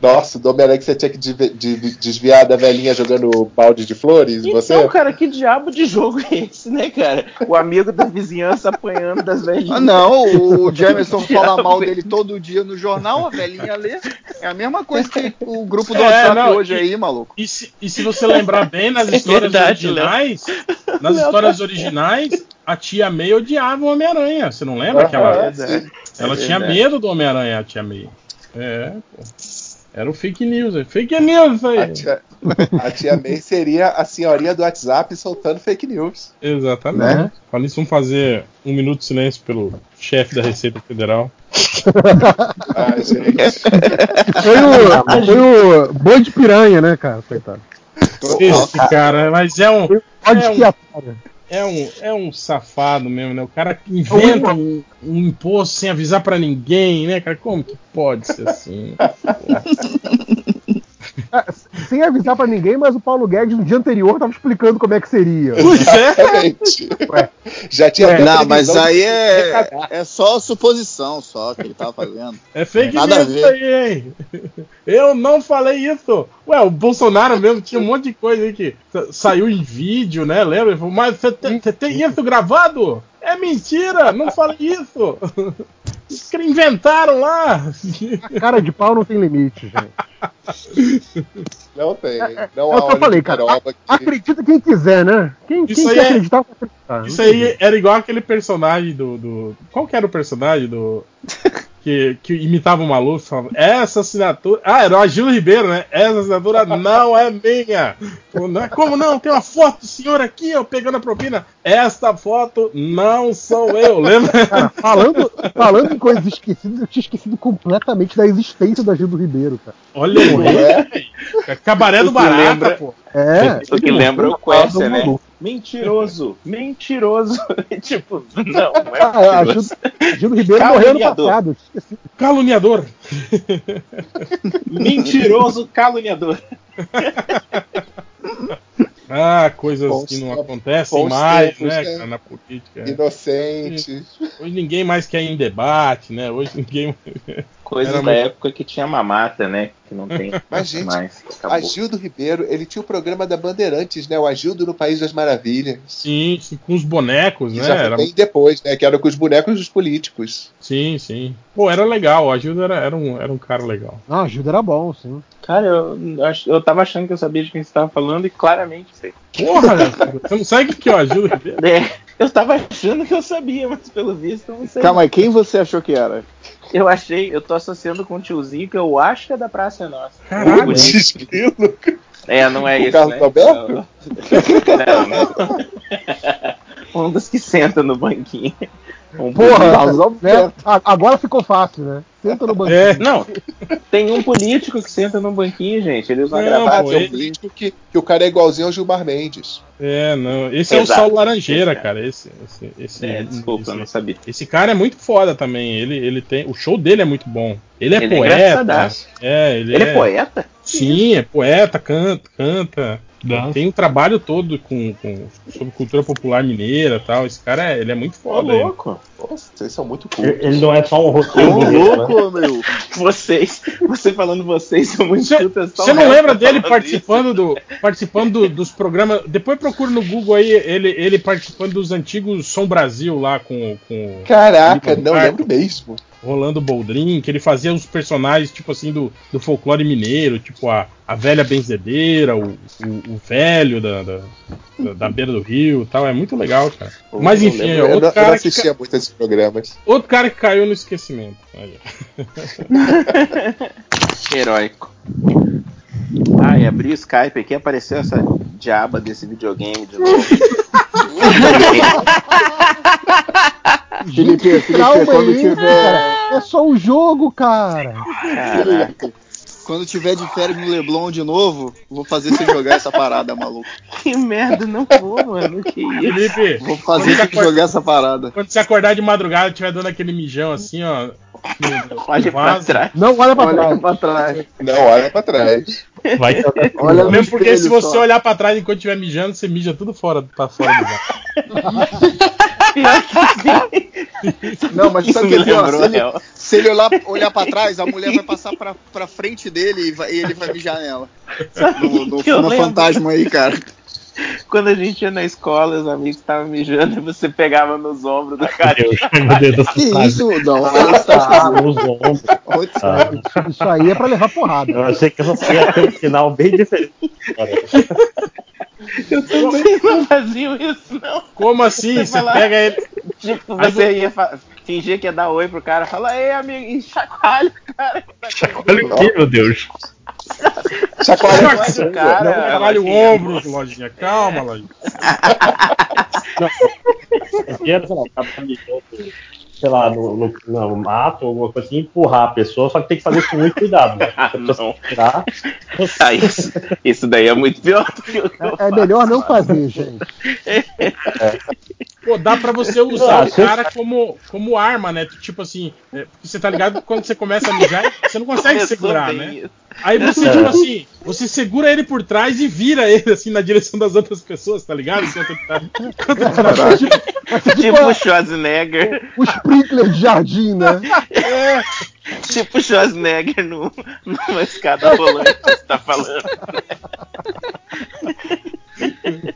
[SPEAKER 10] Nossa, do Homem-Aranha que você tinha que deve- de- desviar da velhinha jogando balde de flores, você? é-
[SPEAKER 12] Então, cara, que diabo de jogo é esse, né, cara? O amigo da vizinhança apanhando das velhinhas.
[SPEAKER 4] Ah, não, o o Jamerson fala mal dele todo dia no jornal, a velhinha lê. É a mesma coisa que o grupo do
[SPEAKER 2] É,
[SPEAKER 4] WhatsApp
[SPEAKER 2] não,
[SPEAKER 4] hoje
[SPEAKER 2] e-
[SPEAKER 4] aí, maluco.
[SPEAKER 2] E se, e se você lembrar bem, nas
[SPEAKER 4] É
[SPEAKER 2] histórias
[SPEAKER 4] verdade,
[SPEAKER 2] originais, nas
[SPEAKER 4] Léo
[SPEAKER 2] histórias
[SPEAKER 4] tá-
[SPEAKER 2] originais, a tia May odiava o Homem-Aranha. Você não lembra que ela,
[SPEAKER 12] É verdade.
[SPEAKER 2] ela
[SPEAKER 12] É
[SPEAKER 2] tinha
[SPEAKER 12] verdade.
[SPEAKER 2] medo do Homem-Aranha, a tia May? É, pô. Era o fake news, é fake news isso aí.
[SPEAKER 10] A tia, a tia May seria a senhorinha do WhatsApp soltando fake news.
[SPEAKER 2] Exatamente.
[SPEAKER 10] Né?
[SPEAKER 2] Fala isso, vamos fazer um minuto de silêncio pelo chefe da Receita Federal.
[SPEAKER 4] Ah,
[SPEAKER 10] Ai, gente.
[SPEAKER 5] Foi o, foi o boi de piranha, né, cara? Coitado.
[SPEAKER 2] Esse cara, mas é um.
[SPEAKER 5] Pode
[SPEAKER 2] é um-
[SPEAKER 5] expiatória.
[SPEAKER 2] É um, é um safado mesmo, né? O cara
[SPEAKER 5] É
[SPEAKER 2] que inventa um, um imposto sem avisar pra ninguém, né, cara? Como que pode ser assim?
[SPEAKER 5] Ah, s- Sem avisar pra ninguém, mas o Paulo Guedes no dia anterior tava explicando como é que seria.
[SPEAKER 10] Exatamente. Já
[SPEAKER 2] É,
[SPEAKER 10] tinha até
[SPEAKER 4] Não,
[SPEAKER 10] televisão
[SPEAKER 4] mas
[SPEAKER 10] de-
[SPEAKER 4] aí é, é só suposição só que ele tá fazendo.
[SPEAKER 2] É fake
[SPEAKER 4] Nada a
[SPEAKER 2] news isso aí, hein? Eu não falei isso. Ué, o Bolsonaro mesmo tinha um monte de coisa aí que sa- saiu em vídeo, né? Lembra? Ele falou, mas você te- você tem isso gravado? É mentira, não falei isso. Os caras inventaram lá.
[SPEAKER 5] A cara de pau não tem limite, gente.
[SPEAKER 10] Não tem.
[SPEAKER 5] Eu
[SPEAKER 10] Não há
[SPEAKER 5] só
[SPEAKER 10] óleo
[SPEAKER 5] falei,
[SPEAKER 10] de
[SPEAKER 5] cara.
[SPEAKER 10] peroba que-
[SPEAKER 5] a- Acredita quem quiser, né? Quem,
[SPEAKER 2] Isso
[SPEAKER 5] quem
[SPEAKER 2] aí
[SPEAKER 5] quer
[SPEAKER 2] é-
[SPEAKER 5] acreditar, vai acreditar.
[SPEAKER 2] Isso aí era igual aquele personagem do. do... Qual que era o personagem do. que, que imitava o Maluf, falava, essa assinatura. Ah, era o Agilo Ribeiro, né? Essa assinatura não é minha. Falou, "Não é- Como não? Tem uma foto do senhor aqui, ó, pegando a propina. Esta foto não sou eu, lembra?
[SPEAKER 5] Cara, falando, falando em coisas esquecidas, eu tinha esquecido completamente da existência do Agildo Ribeiro, cara.
[SPEAKER 2] Olha
[SPEAKER 9] é?
[SPEAKER 2] aí. É Cabaré do
[SPEAKER 5] Tu
[SPEAKER 2] Barata,
[SPEAKER 5] lembra-
[SPEAKER 2] pô.
[SPEAKER 5] É.
[SPEAKER 9] O que lembra o
[SPEAKER 5] Quest,
[SPEAKER 9] Quester, né? Mentiroso, mentiroso. tipo, não, não é
[SPEAKER 5] Ah,
[SPEAKER 9] mentiroso.
[SPEAKER 5] Agildo, Agildo Ribeiro morreu ano
[SPEAKER 9] Caluniador.
[SPEAKER 5] passado. eu Esqueci.
[SPEAKER 2] Caluniador.
[SPEAKER 9] Mentiroso caluniador.
[SPEAKER 2] Ah, coisas que não
[SPEAKER 10] Bons
[SPEAKER 2] acontecem
[SPEAKER 10] tempos,
[SPEAKER 2] mais,
[SPEAKER 10] tempos,
[SPEAKER 2] né,
[SPEAKER 10] né?
[SPEAKER 2] cara, na política. é.
[SPEAKER 10] Inocente.
[SPEAKER 2] Hoje ninguém mais quer ir em debate, né? Hoje ninguém.
[SPEAKER 9] Coisas
[SPEAKER 2] Era
[SPEAKER 9] da
[SPEAKER 2] muito-
[SPEAKER 9] época que tinha mamata, né? Que não tem
[SPEAKER 10] Mas, gente,
[SPEAKER 9] mais. Acabou.
[SPEAKER 10] Agildo Ribeiro, ele tinha o programa da Bandeirantes, né? O Agildo no País das Maravilhas.
[SPEAKER 2] Sim, sim, com os bonecos,
[SPEAKER 10] Que
[SPEAKER 2] né?
[SPEAKER 10] já foi
[SPEAKER 2] Era-
[SPEAKER 10] bem depois, né? Que era com os bonecos dos políticos.
[SPEAKER 2] Sim, sim. Pô, era legal, o Agildo era, era, um, era um cara legal.
[SPEAKER 5] Ah, Agildo era bom, sim.
[SPEAKER 9] Cara, eu, ach- eu tava achando que eu sabia de quem você tava falando e claramente sei.
[SPEAKER 2] Porra, você não sabe o que é o Agildo Ribeiro?
[SPEAKER 9] É, eu tava achando que eu sabia, mas pelo visto eu não sei.
[SPEAKER 18] Calma aí, quem você achou que era?
[SPEAKER 9] Eu achei, eu tô associando com o tiozinho que eu acho que é da Praça é Nossa.
[SPEAKER 2] Caralho,
[SPEAKER 9] O
[SPEAKER 10] esquilo.
[SPEAKER 9] É, não é
[SPEAKER 10] O
[SPEAKER 9] isso.
[SPEAKER 10] Carlos
[SPEAKER 9] né?
[SPEAKER 10] Alberto?
[SPEAKER 9] Não, não. um dos que senta no banquinho. Um
[SPEAKER 5] Porra,
[SPEAKER 9] Carlos
[SPEAKER 5] né? A- agora ficou fácil, né? Senta no banquinho.
[SPEAKER 2] É,
[SPEAKER 9] Não, tem um político que senta no banquinho, gente. Ele é usa uma
[SPEAKER 10] Não,
[SPEAKER 9] gravata.
[SPEAKER 10] pô, ele- um Que, que o cara é igualzinho ao Gilmar Mendes.
[SPEAKER 2] É, não. Esse é
[SPEAKER 9] Exato.
[SPEAKER 2] o Saulo Laranjeira, cara. Esse, esse, esse,
[SPEAKER 9] É, desculpa, eu não sabia.
[SPEAKER 2] Esse cara é muito foda também. Ele, ele tem, o show dele é muito bom. Ele é
[SPEAKER 9] Ele é
[SPEAKER 2] poeta.
[SPEAKER 9] engraçadaço.
[SPEAKER 2] É, ele,
[SPEAKER 9] Ele é poeta?
[SPEAKER 2] Sim, é poeta, canta, canta. Tem um trabalho todo com, com- sobre cultura popular mineira, e tal. Esse cara, é, ele é muito
[SPEAKER 9] Ô,
[SPEAKER 2] foda. ele.
[SPEAKER 9] louco.
[SPEAKER 10] Nossa, vocês são muito
[SPEAKER 17] Ele ele não é só um roteiro
[SPEAKER 9] Ô,
[SPEAKER 17] bonito, né?
[SPEAKER 9] louco, meu. Vocês, você falando vocês são muito chutas.
[SPEAKER 2] Você não lembra dele participando, do, participando do- dos programas? Depois procura no Google aí ele, ele participando dos antigos Som Brasil lá com. com
[SPEAKER 10] Caraca,
[SPEAKER 2] com-
[SPEAKER 10] não lembro
[SPEAKER 18] é
[SPEAKER 10] mesmo.
[SPEAKER 2] Rolando Boldrin, que ele fazia uns personagens tipo assim do, do folclore mineiro, tipo a, a velha benzedeira, o, o, o velho da, da, da- da beira do rio e tal. É muito legal, cara. Mas
[SPEAKER 10] Eu
[SPEAKER 2] enfim,
[SPEAKER 10] lembro.
[SPEAKER 2] é
[SPEAKER 10] eu, não,
[SPEAKER 2] outro
[SPEAKER 10] eu não
[SPEAKER 2] cara, que,
[SPEAKER 10] assistia muito a esses programas.
[SPEAKER 2] outro cara que caiu no esquecimento. Aí, ó.
[SPEAKER 9] Heróico. Ai, abri o Skype aqui apareceu essa diaba desse videogame de novo.
[SPEAKER 18] Felipe, Felipe,
[SPEAKER 5] Calma
[SPEAKER 18] quando
[SPEAKER 5] aí,
[SPEAKER 18] tiver.
[SPEAKER 5] cara. É só o jogo, cara.
[SPEAKER 9] Caraca.
[SPEAKER 4] Quando tiver de férias no Leblon de novo, vou fazer você jogar essa parada, maluco.
[SPEAKER 9] Que merda, não vou, mano. Que isso?
[SPEAKER 2] Felipe,
[SPEAKER 4] Vou fazer você jogar essa parada.
[SPEAKER 2] Quando você acordar de madrugada e estiver dando aquele mijão assim, ó. no- no
[SPEAKER 9] Olha pra
[SPEAKER 2] vaso,
[SPEAKER 9] trás.
[SPEAKER 5] Não olha pra
[SPEAKER 18] Olha
[SPEAKER 5] trás.
[SPEAKER 18] pra trás.
[SPEAKER 10] Não, olha pra trás.
[SPEAKER 2] Vai jogar tudo.
[SPEAKER 18] Olha no
[SPEAKER 2] Mesmo porque
[SPEAKER 18] espelho
[SPEAKER 2] se você
[SPEAKER 18] só.
[SPEAKER 2] olhar pra trás enquanto estiver mijando, você mija tudo fora, pra fora do vaso.
[SPEAKER 4] Não, mas
[SPEAKER 9] Isso
[SPEAKER 4] sabe o
[SPEAKER 9] me
[SPEAKER 4] que é pior?
[SPEAKER 9] lembrou,
[SPEAKER 4] Se ele,
[SPEAKER 9] real.
[SPEAKER 4] se ele olhar, olhar pra trás, a mulher vai passar pra, pra frente dele e, vai- e ele vai mijar nela.
[SPEAKER 9] Sabe
[SPEAKER 4] No, no,
[SPEAKER 9] que eu
[SPEAKER 4] no
[SPEAKER 9] lembro?
[SPEAKER 4] fantasma aí, cara.
[SPEAKER 9] Quando a gente ia na escola, os amigos estavam mijando e você pegava nos ombros do cara.
[SPEAKER 17] Meu Deus, meu Deus, essa
[SPEAKER 4] Que
[SPEAKER 2] Tá,
[SPEAKER 17] frase.
[SPEAKER 4] isso? Não, isso tá
[SPEAKER 17] Ah, os ombros.
[SPEAKER 4] esquisito.
[SPEAKER 17] Ah,
[SPEAKER 5] Isso aí é pra levar porrada.
[SPEAKER 17] eu achei que eu ia ter um final bem diferente.
[SPEAKER 9] Eu também não fazia isso, não.
[SPEAKER 2] Como assim? Você
[SPEAKER 9] falar.
[SPEAKER 2] pega ele.
[SPEAKER 9] Tipo, você ia fa- fingir que ia dar oi pro cara, fala, ei, amigo, e chacoalha o cara.
[SPEAKER 13] Olha o que, meu Deus.
[SPEAKER 9] Tá
[SPEAKER 10] Chacoalha a
[SPEAKER 9] Chacoalha o
[SPEAKER 10] sangue.
[SPEAKER 9] cara.
[SPEAKER 2] Caralho, o
[SPEAKER 9] Lojinha.
[SPEAKER 2] ombro, Lojinha. Calma, Lojinha.
[SPEAKER 17] E era, sei lá, o cara tá mijando, sei lá, no, no, no mato, alguma coisa assim, empurrar a pessoa, só que tem que fazer isso com muito cuidado. Né?
[SPEAKER 9] Ah,
[SPEAKER 17] A pessoa
[SPEAKER 9] não.
[SPEAKER 17] se tirar,
[SPEAKER 9] Ah, isso, isso daí é muito pior do que o que eu
[SPEAKER 5] É
[SPEAKER 9] faço.
[SPEAKER 5] melhor não fazer, gente.
[SPEAKER 2] Pô, dá pra você usar
[SPEAKER 17] Ah,
[SPEAKER 2] o cara como, como arma, né? Tipo assim, é, porque você tá ligado que quando você começa a mijar, você não consegue
[SPEAKER 9] Começou
[SPEAKER 2] segurar,
[SPEAKER 9] bem
[SPEAKER 2] né?
[SPEAKER 9] isso.
[SPEAKER 2] Aí você,
[SPEAKER 17] É.
[SPEAKER 2] tipo assim, você segura ele por trás e vira ele, assim, na direção das outras pessoas, tá ligado? Enquanto ele tá- enquanto ele tá
[SPEAKER 9] Tipo o Schwarzenegger,
[SPEAKER 5] O sprinkler de jardim, né?
[SPEAKER 9] tipo o Schwarzenegger no, numa escada rolante, você tá falando.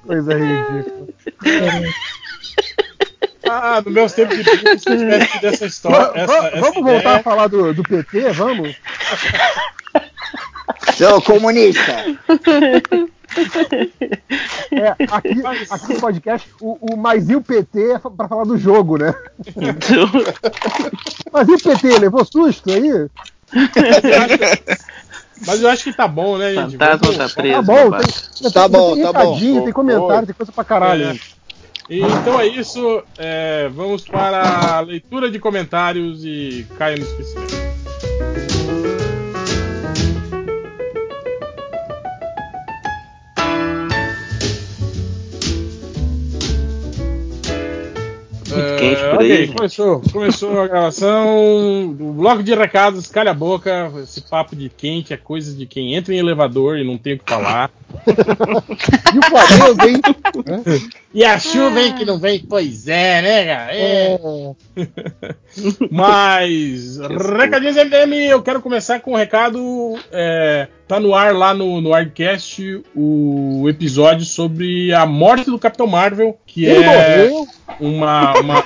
[SPEAKER 5] Coisa ridícula.
[SPEAKER 2] Ah, no meus tempos de briga, se eu tivesse tido essa história.
[SPEAKER 5] Va-
[SPEAKER 2] Essa,
[SPEAKER 5] va-
[SPEAKER 2] essa
[SPEAKER 5] vamos
[SPEAKER 2] ideia-
[SPEAKER 5] voltar a falar do, do PT, vamos?
[SPEAKER 4] Seu comunista.
[SPEAKER 5] É, aqui, aqui no podcast, o, o mais e o PT é fa- pra falar do jogo, né? Mas e o PT? Levou susto aí?
[SPEAKER 2] Mas eu acho que tá bom, né, gente?
[SPEAKER 5] Fantasma
[SPEAKER 2] Vamos-
[SPEAKER 5] tá preso, Tá bom, rapaz. tem- Tá bom, tem tá bom. recadinho, tem comentário,
[SPEAKER 2] Foi.
[SPEAKER 5] tem coisa pra caralho.
[SPEAKER 2] E, Então é isso. é, vamos para a leitura de comentários e caia no esquecimento. É,
[SPEAKER 1] quente por
[SPEAKER 2] ok,
[SPEAKER 1] aí, gente.
[SPEAKER 2] começou, começou a gravação. O bloco de recados, calha a boca. Esse papo de quente é coisa de quem entra em elevador e não tem o que falar.
[SPEAKER 5] e o Flamengo, hein?
[SPEAKER 2] E a chuva, hein, que não vem? Pois é, né, cara? É. Mas, recadinhos MDM, eu quero começar com um recado. É, tá no ar lá no, no Arcast o episódio sobre a morte do Capitão Marvel, que
[SPEAKER 1] Ele
[SPEAKER 2] é
[SPEAKER 1] morreu?
[SPEAKER 2] uma, uma,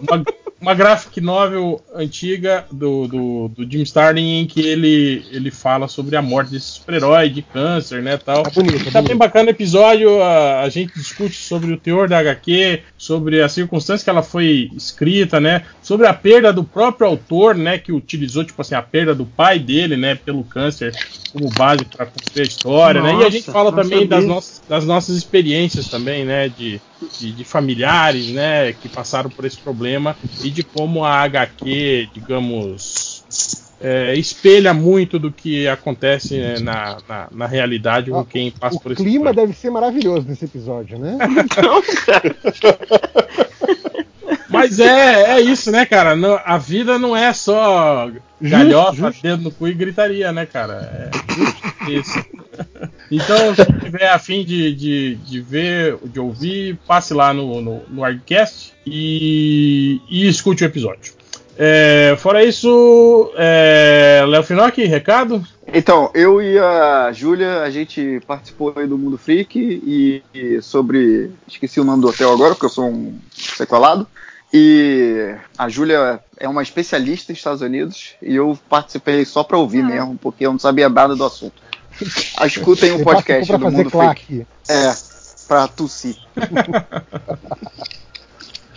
[SPEAKER 2] uma, uma graphic novel antiga do, do, do Jim Starlin em que ele, ele fala sobre a morte desse super-herói, de câncer, né, tal. Tá,
[SPEAKER 5] bonito,
[SPEAKER 2] tá bem bacana o episódio, a, a gente discute sobre o teor da HQ, sobre as circunstâncias que ela foi escrita, né, sobre a perda do próprio autor, né, que utilizou, tipo assim, a perda do pai dele, né, pelo câncer como base para construir a história, né, e a gente
[SPEAKER 1] Nossa,
[SPEAKER 2] fala
[SPEAKER 1] não
[SPEAKER 2] também das
[SPEAKER 1] sabia.
[SPEAKER 2] nossas nossas- das nossas experiências também, né? De, de, de familiares, né? Que passaram por esse problema e de como a HQ, digamos, é, espelha muito do que acontece né, na, na, na realidade com quem passa por
[SPEAKER 5] O
[SPEAKER 2] esse
[SPEAKER 5] clima deve ser maravilhoso nesse episódio, né?
[SPEAKER 2] Mas é, é isso, né, cara? Não- a vida não é só galhofa, dedo no cu e gritaria, né, cara? É isso. Então, se tiver afim de, de, de ver, de ouvir, passe lá no, no, no Arcast e, e escute o episódio. É, fora isso, é, Léo Finocchi, recado?
[SPEAKER 4] Então, eu e a Júlia, a gente participou aí do Mundo Freak e, e sobre. Esqueci o nome do hotel agora, porque eu sou um sequelado. E a Júlia é uma especialista nos Estados Unidos e eu participei só pra
[SPEAKER 5] Ah.
[SPEAKER 4] ouvir mesmo, porque eu não sabia nada do assunto. Escutem o
[SPEAKER 5] Ele
[SPEAKER 4] podcast
[SPEAKER 5] participou pra
[SPEAKER 4] do
[SPEAKER 5] fazer
[SPEAKER 4] Mundo
[SPEAKER 5] claque.
[SPEAKER 4] Freak. É, pra tossir.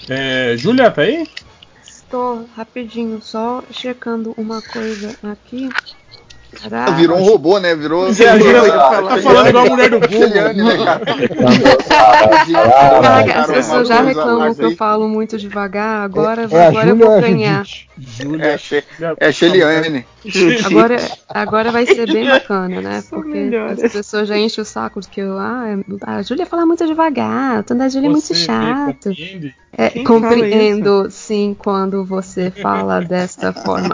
[SPEAKER 2] É, Júlia, tá aí?
[SPEAKER 6] Tô rapidinho, só checando uma coisa aqui. Caraca.
[SPEAKER 4] Virou um robô, né? Virou.
[SPEAKER 6] Zé,
[SPEAKER 4] virou-
[SPEAKER 6] Júlia,
[SPEAKER 4] virou-
[SPEAKER 6] tá
[SPEAKER 4] virou-
[SPEAKER 6] falando igual a mulher do
[SPEAKER 4] virou- Eliane, né, cara?
[SPEAKER 6] Caraca, as
[SPEAKER 4] Ah, Cara,
[SPEAKER 6] pessoas
[SPEAKER 4] uma
[SPEAKER 6] já
[SPEAKER 4] coisa
[SPEAKER 6] reclamam
[SPEAKER 4] né? mais
[SPEAKER 6] que eu
[SPEAKER 4] aí.
[SPEAKER 6] falo muito devagar, agora,
[SPEAKER 4] é a
[SPEAKER 6] agora eu
[SPEAKER 4] Júlia
[SPEAKER 6] vou ganhar.
[SPEAKER 4] É, a She- é a Sheliane.
[SPEAKER 6] Agora, é- agora vai ser bem bacana, né? Porque
[SPEAKER 8] melhor.
[SPEAKER 6] as pessoas já enchem o saco de que eu. Ah, a Júlia fala muito devagar, o tom da Júlia é muito chato. É,
[SPEAKER 8] Quem fala
[SPEAKER 6] compreendo, sim, quando você fala desta forma.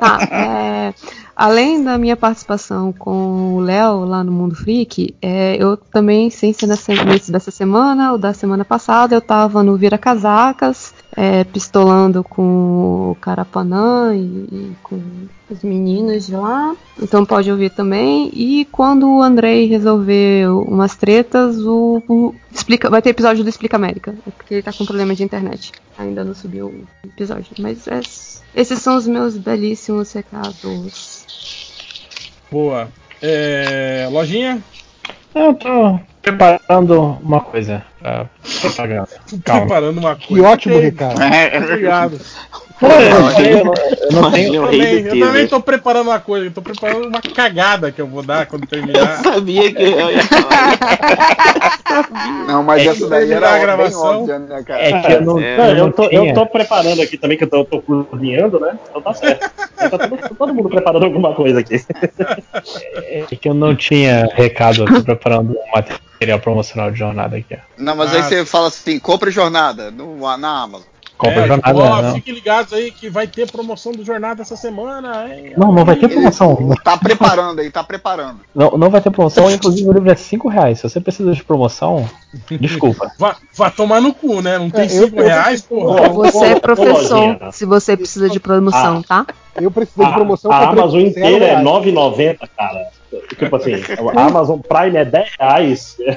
[SPEAKER 6] Tá, é, além da minha participação com o Léo lá no Mundo Freak, é, eu também, sem ser nessa, nesse dessa semana ou da semana passada, eu tava no Vira Casacas, é, pistolando com o Carapanã e, e com os meninos de lá. Então pode ouvir também. E quando o Andrei resolveu umas tretas, o, o- explica, vai ter episódio do Explica América, porque ele tá com problema de internet. Ainda não subiu o episódio. Mas é- esses são os meus belíssimos recados.
[SPEAKER 2] Boa. É, lojinha?
[SPEAKER 5] É,
[SPEAKER 17] É,
[SPEAKER 13] Eu tô preparando uma coisa pra propaganda. Calma.
[SPEAKER 2] Preparando uma coisa. tá
[SPEAKER 13] Que ótimo
[SPEAKER 2] Tem-
[SPEAKER 13] recado.
[SPEAKER 2] Obrigado.
[SPEAKER 13] Pô, eu tenho- eu não tenho-
[SPEAKER 2] Eu
[SPEAKER 13] eu
[SPEAKER 2] também,
[SPEAKER 13] tenho-
[SPEAKER 2] eu também tô preparando uma coisa, eu tô preparando uma cagada que eu vou dar quando terminar.
[SPEAKER 12] sabia que eu ia
[SPEAKER 4] Não, mas
[SPEAKER 2] É
[SPEAKER 4] essa
[SPEAKER 2] que
[SPEAKER 4] daí era
[SPEAKER 2] terminar a
[SPEAKER 4] bem
[SPEAKER 2] gravação.
[SPEAKER 4] óbvia, né, cara?
[SPEAKER 17] É que eu não.
[SPEAKER 4] É.
[SPEAKER 17] Não, eu, tô, eu tô preparando aqui também, que eu tô, tô cozinhando, né? Então tá certo. Tá todo, todo mundo preparando alguma coisa aqui.
[SPEAKER 13] É que eu não tinha recado, eu tô preparando um material promocional de jornada aqui. ó.
[SPEAKER 4] Não, mas aí você fala assim, compra jornada no, na Amazon.
[SPEAKER 13] Compra jornada,
[SPEAKER 2] ó,
[SPEAKER 13] não.
[SPEAKER 2] fiquem ligados aí que vai ter promoção do Jornada essa semana. hein?
[SPEAKER 13] Não, não vai ter promoção.
[SPEAKER 4] Tá preparando aí, tá preparando.
[SPEAKER 13] Não, não vai ter promoção, inclusive o livro é 5 reais. Se você precisa de promoção, desculpa. É,
[SPEAKER 2] Vá, vá tomar no cu, né? Não tem
[SPEAKER 13] eu-
[SPEAKER 2] 5 reais, porra.
[SPEAKER 6] Você é professor,
[SPEAKER 17] lojinha.
[SPEAKER 6] se você precisa de promoção, tá?
[SPEAKER 5] tá? Ah, Eu preciso
[SPEAKER 17] A, Ah, a Amazon inteira é R$ 9,90, cara. Tipo assim, a Amazon Prime é 10 reais.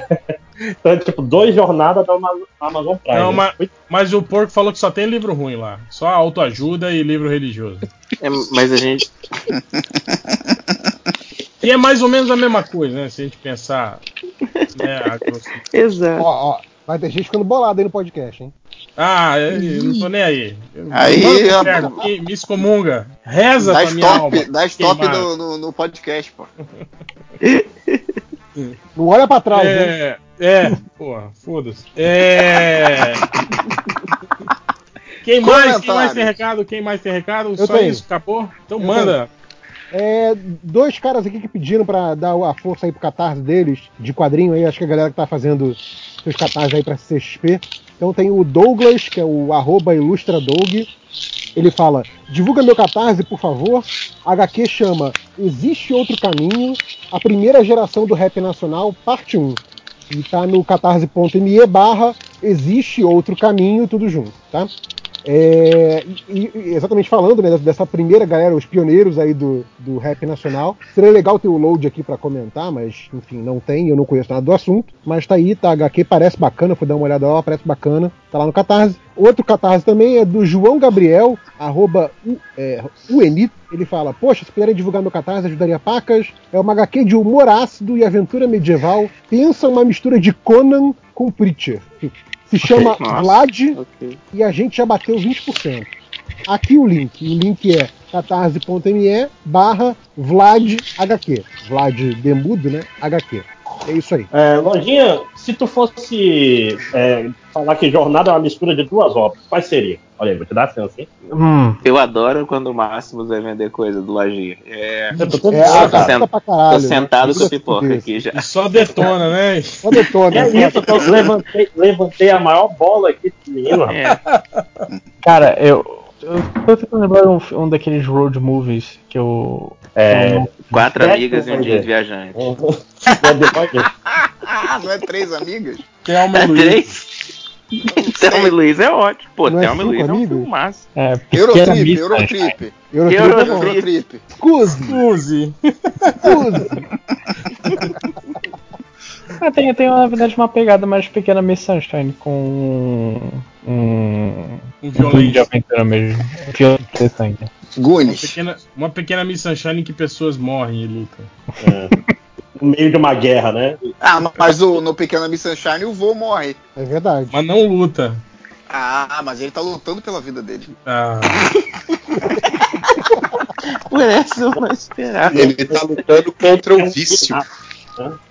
[SPEAKER 17] Então, é tipo, dois jornadas da Ama- Amazon Prime.
[SPEAKER 2] Não, mas, mas o porco falou que só tem livro ruim lá. Só autoajuda e livro religioso.
[SPEAKER 12] mas a gente.
[SPEAKER 2] é E é mais ou menos a mesma coisa, né? Se a gente pensar
[SPEAKER 5] É, Exato. Ó, ó, vai ter gente ficando bolada aí no podcast, hein?
[SPEAKER 2] Ah, eu, eu não tô nem aí. Eu-
[SPEAKER 4] Aí,
[SPEAKER 2] Manda pro
[SPEAKER 4] ó,
[SPEAKER 2] inferno, que me excomunga. Reza
[SPEAKER 4] Dá
[SPEAKER 2] pra minha alma.
[SPEAKER 4] stop, dá stop
[SPEAKER 2] Queimada.
[SPEAKER 4] no, no- no podcast, pô.
[SPEAKER 5] Não olha pra trás, né?
[SPEAKER 2] É, é, porra, foda-se. É. Quem mais, quem mais tem recado? Quem mais tem recado?
[SPEAKER 5] Eu
[SPEAKER 2] Só
[SPEAKER 5] tenho.
[SPEAKER 2] isso, acabou? Então
[SPEAKER 5] Eu
[SPEAKER 2] manda.
[SPEAKER 5] É, dois caras aqui que pediram pra dar a força aí pro catarse deles, de quadrinho aí, acho que a galera que tá fazendo seus catarses aí pra CXP. Então tem o Douglas, que é o arroba ilustradoug. Ele fala: divulga meu catarse, por favor. HQ chama Existe Outro Caminho, a primeira geração do rap nacional, parte 1. E tá no catarse.me barra Existe Outro Caminho, tudo junto, tá? É, e, e exatamente falando né, dessa primeira galera, os pioneiros aí do, do rap nacional. Seria legal ter o load aqui pra comentar, mas enfim, não tem, eu não conheço nada do assunto. Mas tá aí, tá HQ, parece bacana, fui dar uma olhada lá, parece bacana, tá lá no Catarse. Outro Catarse também é do João Gabriel, arroba U- é, UNI. Ele fala: Poxa, se puderem divulgar meu Catarse, ajudaria pacas. É uma HQ de humor ácido e aventura medieval. Pensa uma mistura de Conan com Preacher. Se chama
[SPEAKER 1] nossa.
[SPEAKER 5] Vlad e a gente já bateu 20%. Aqui o link. O link é catarse.me barra Vlad HQ. Vlad Demudo, né? HQ. É isso aí.
[SPEAKER 17] É, Lojinha, se tu fosse é, falar que jornada é uma mistura de duas obras, quais seria? Olha aí, vou te dar a chance, hein?
[SPEAKER 9] Eu adoro quando o Máximos vai vender coisa do lojinha. É,
[SPEAKER 17] Eu tô
[SPEAKER 9] tô,
[SPEAKER 17] todo chato,
[SPEAKER 9] sen-
[SPEAKER 17] cara.
[SPEAKER 5] pra caralho,
[SPEAKER 9] tô sentado
[SPEAKER 17] né?
[SPEAKER 9] com a pipoca aqui já.
[SPEAKER 2] Só detona, né?
[SPEAKER 5] Só detona.
[SPEAKER 17] É isso, eu levantei, levantei a maior bola aqui desse menino,
[SPEAKER 13] É.
[SPEAKER 17] rapaz.
[SPEAKER 13] Cara, eu. Eu tô tentando lembrar um, um daqueles road movies que eu.
[SPEAKER 9] É,
[SPEAKER 13] eu-
[SPEAKER 9] quatro
[SPEAKER 13] Jack,
[SPEAKER 9] amigas e um
[SPEAKER 13] mas
[SPEAKER 9] dia
[SPEAKER 13] é.
[SPEAKER 9] de viajante.
[SPEAKER 4] Ah, não é três amigas?
[SPEAKER 2] Thelma
[SPEAKER 9] e Luiz. Thelma e Luiz é ótimo. Pô,
[SPEAKER 5] Não é
[SPEAKER 9] Thelma e
[SPEAKER 5] cinco
[SPEAKER 9] Luiz é um
[SPEAKER 5] amigos?
[SPEAKER 9] filmaço.
[SPEAKER 13] É,
[SPEAKER 9] Pequena
[SPEAKER 5] Eurotrip,
[SPEAKER 9] Miss
[SPEAKER 5] Eurotrip.
[SPEAKER 9] Eurotrip.
[SPEAKER 5] Eurotrip. é bom.
[SPEAKER 9] Eurotrip.
[SPEAKER 5] Cuse.
[SPEAKER 2] Cuse.
[SPEAKER 5] Cuse.
[SPEAKER 13] Ah, tem, tem na verdade uma pegada mais pequena Miss Sunshine com um. Um, um filme de aventura mesmo. Um filme de sangue.
[SPEAKER 2] Uma pequena, uma pequena Miss Sunshine em que pessoas morrem e lutam.
[SPEAKER 17] É. No meio de uma guerra,
[SPEAKER 13] É.
[SPEAKER 17] né?
[SPEAKER 4] Ah, mas o, no Pequena Miss Sunshine o vô morre.
[SPEAKER 5] É verdade.
[SPEAKER 2] Mas não luta.
[SPEAKER 4] Ah, mas ele tá lutando pela vida dele.
[SPEAKER 2] Ah.
[SPEAKER 9] Por essa eu não esperava.
[SPEAKER 10] Ele tá lutando contra o vício.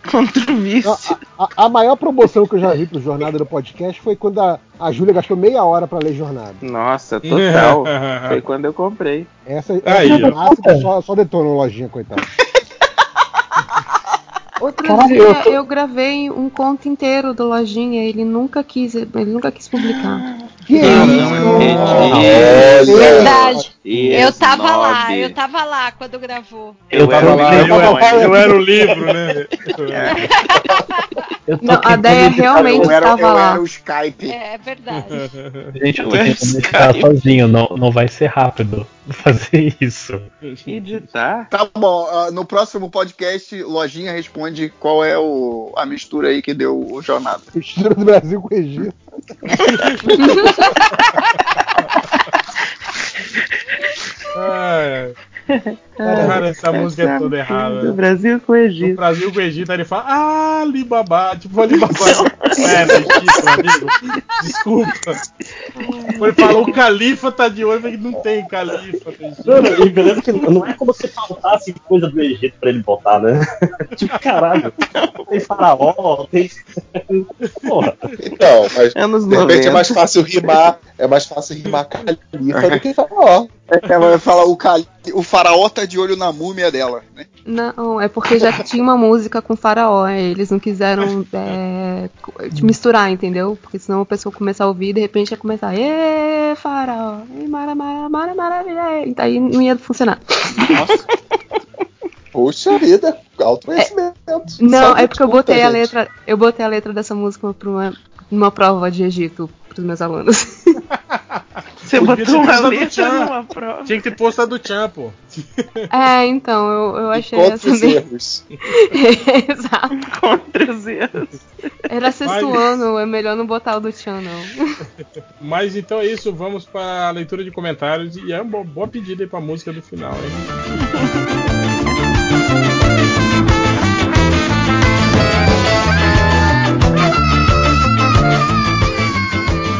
[SPEAKER 9] Contra o vício.
[SPEAKER 5] A, a- a maior promoção que eu já vi pro Jornada do Podcast foi quando a, a Júlia gastou meia hora pra ler Jornada.
[SPEAKER 9] Nossa, total. Foi quando eu comprei.
[SPEAKER 5] Essa, essa
[SPEAKER 9] Aí,
[SPEAKER 5] é
[SPEAKER 9] ó.
[SPEAKER 5] um clássico, só, só detonou lojinha, coitado.
[SPEAKER 6] Outro
[SPEAKER 5] Caralho,
[SPEAKER 6] dia
[SPEAKER 5] eu
[SPEAKER 6] eu,
[SPEAKER 5] tô-
[SPEAKER 6] gravei um conto inteiro do Lojinha, ele nunca quis, ele nunca quis publicar.
[SPEAKER 5] Que
[SPEAKER 9] um
[SPEAKER 17] é
[SPEAKER 9] Olha.
[SPEAKER 11] É Verdade. eu
[SPEAKER 9] Yes,
[SPEAKER 11] tava lá,
[SPEAKER 9] Nob.
[SPEAKER 11] eu tava lá quando gravou.
[SPEAKER 9] Eu tava lá, eu era- eu era o
[SPEAKER 2] livro, né?
[SPEAKER 6] Não, a Deia realmente
[SPEAKER 4] eu era,
[SPEAKER 6] estava
[SPEAKER 4] eu
[SPEAKER 6] lá.
[SPEAKER 4] era o Skype.
[SPEAKER 11] É verdade.
[SPEAKER 13] Gente, eu vou tentar ficar sozinho, não, não vai ser rápido fazer isso.
[SPEAKER 9] Editar?
[SPEAKER 4] Tá bom, ah, no próximo podcast, Lojinha responde qual é o, a mistura aí que deu o jornada.
[SPEAKER 5] Mistura do Brasil com o Egito.
[SPEAKER 2] Ah, Cara, essa música é toda errada.
[SPEAKER 9] Do Brasil com o
[SPEAKER 2] No
[SPEAKER 9] Egito.
[SPEAKER 2] Brasil com o Egito, aí ele fala, ah, Alibaba, tipo Alibaba. é, legítimo, amigo. Desculpa. Ele falou, o califa tá de olho, eu falei, não tem califa. tem gente."
[SPEAKER 17] Mano, e beleza que não é como se faltasse coisa do Egito pra ele botar, né? Tipo, caralho, tem faraó, tem. Porra.
[SPEAKER 10] Então, mas
[SPEAKER 9] Anos
[SPEAKER 10] de repente
[SPEAKER 9] 90.
[SPEAKER 10] é mais fácil rimar. É mais fácil rimar califa do que faraó.
[SPEAKER 4] Ela vai falar o, cali- o faraó tá de olho na múmia dela. Né?
[SPEAKER 6] Não, é porque já tinha uma música com faraó, aí eles não quiseram é, co- te misturar, entendeu? Porque senão a pessoa começa a ouvir e de repente ia começar, ê, faraó, ê, mara, mara, mara, maravilha, ê", aí não ia funcionar.
[SPEAKER 10] Puxa vida,
[SPEAKER 6] É
[SPEAKER 10] autoconhecimento.
[SPEAKER 6] Não,
[SPEAKER 10] Sabe
[SPEAKER 6] é porque eu
[SPEAKER 10] tudo,
[SPEAKER 6] botei a
[SPEAKER 10] gente.
[SPEAKER 6] letra, eu botei a letra dessa música pra uma, numa prova de Egito pros meus alunos.
[SPEAKER 9] Você
[SPEAKER 2] Podia ter
[SPEAKER 9] botou uma
[SPEAKER 2] postado
[SPEAKER 9] letra
[SPEAKER 2] do Tchan.
[SPEAKER 9] numa prova.
[SPEAKER 2] Tinha que ter posto a do Tchan, pô.
[SPEAKER 6] É, então, eu, eu achei
[SPEAKER 2] contra
[SPEAKER 6] essa
[SPEAKER 2] os
[SPEAKER 6] meio-
[SPEAKER 2] erros.
[SPEAKER 6] Exato.
[SPEAKER 9] Contra os erros.
[SPEAKER 6] Era sexto
[SPEAKER 2] Mas-
[SPEAKER 6] ano, é melhor não botar o do Tchan, não.
[SPEAKER 2] Mas então é isso, vamos para a leitura de comentários e é uma boa- boa pedida aí pra música do final, hein?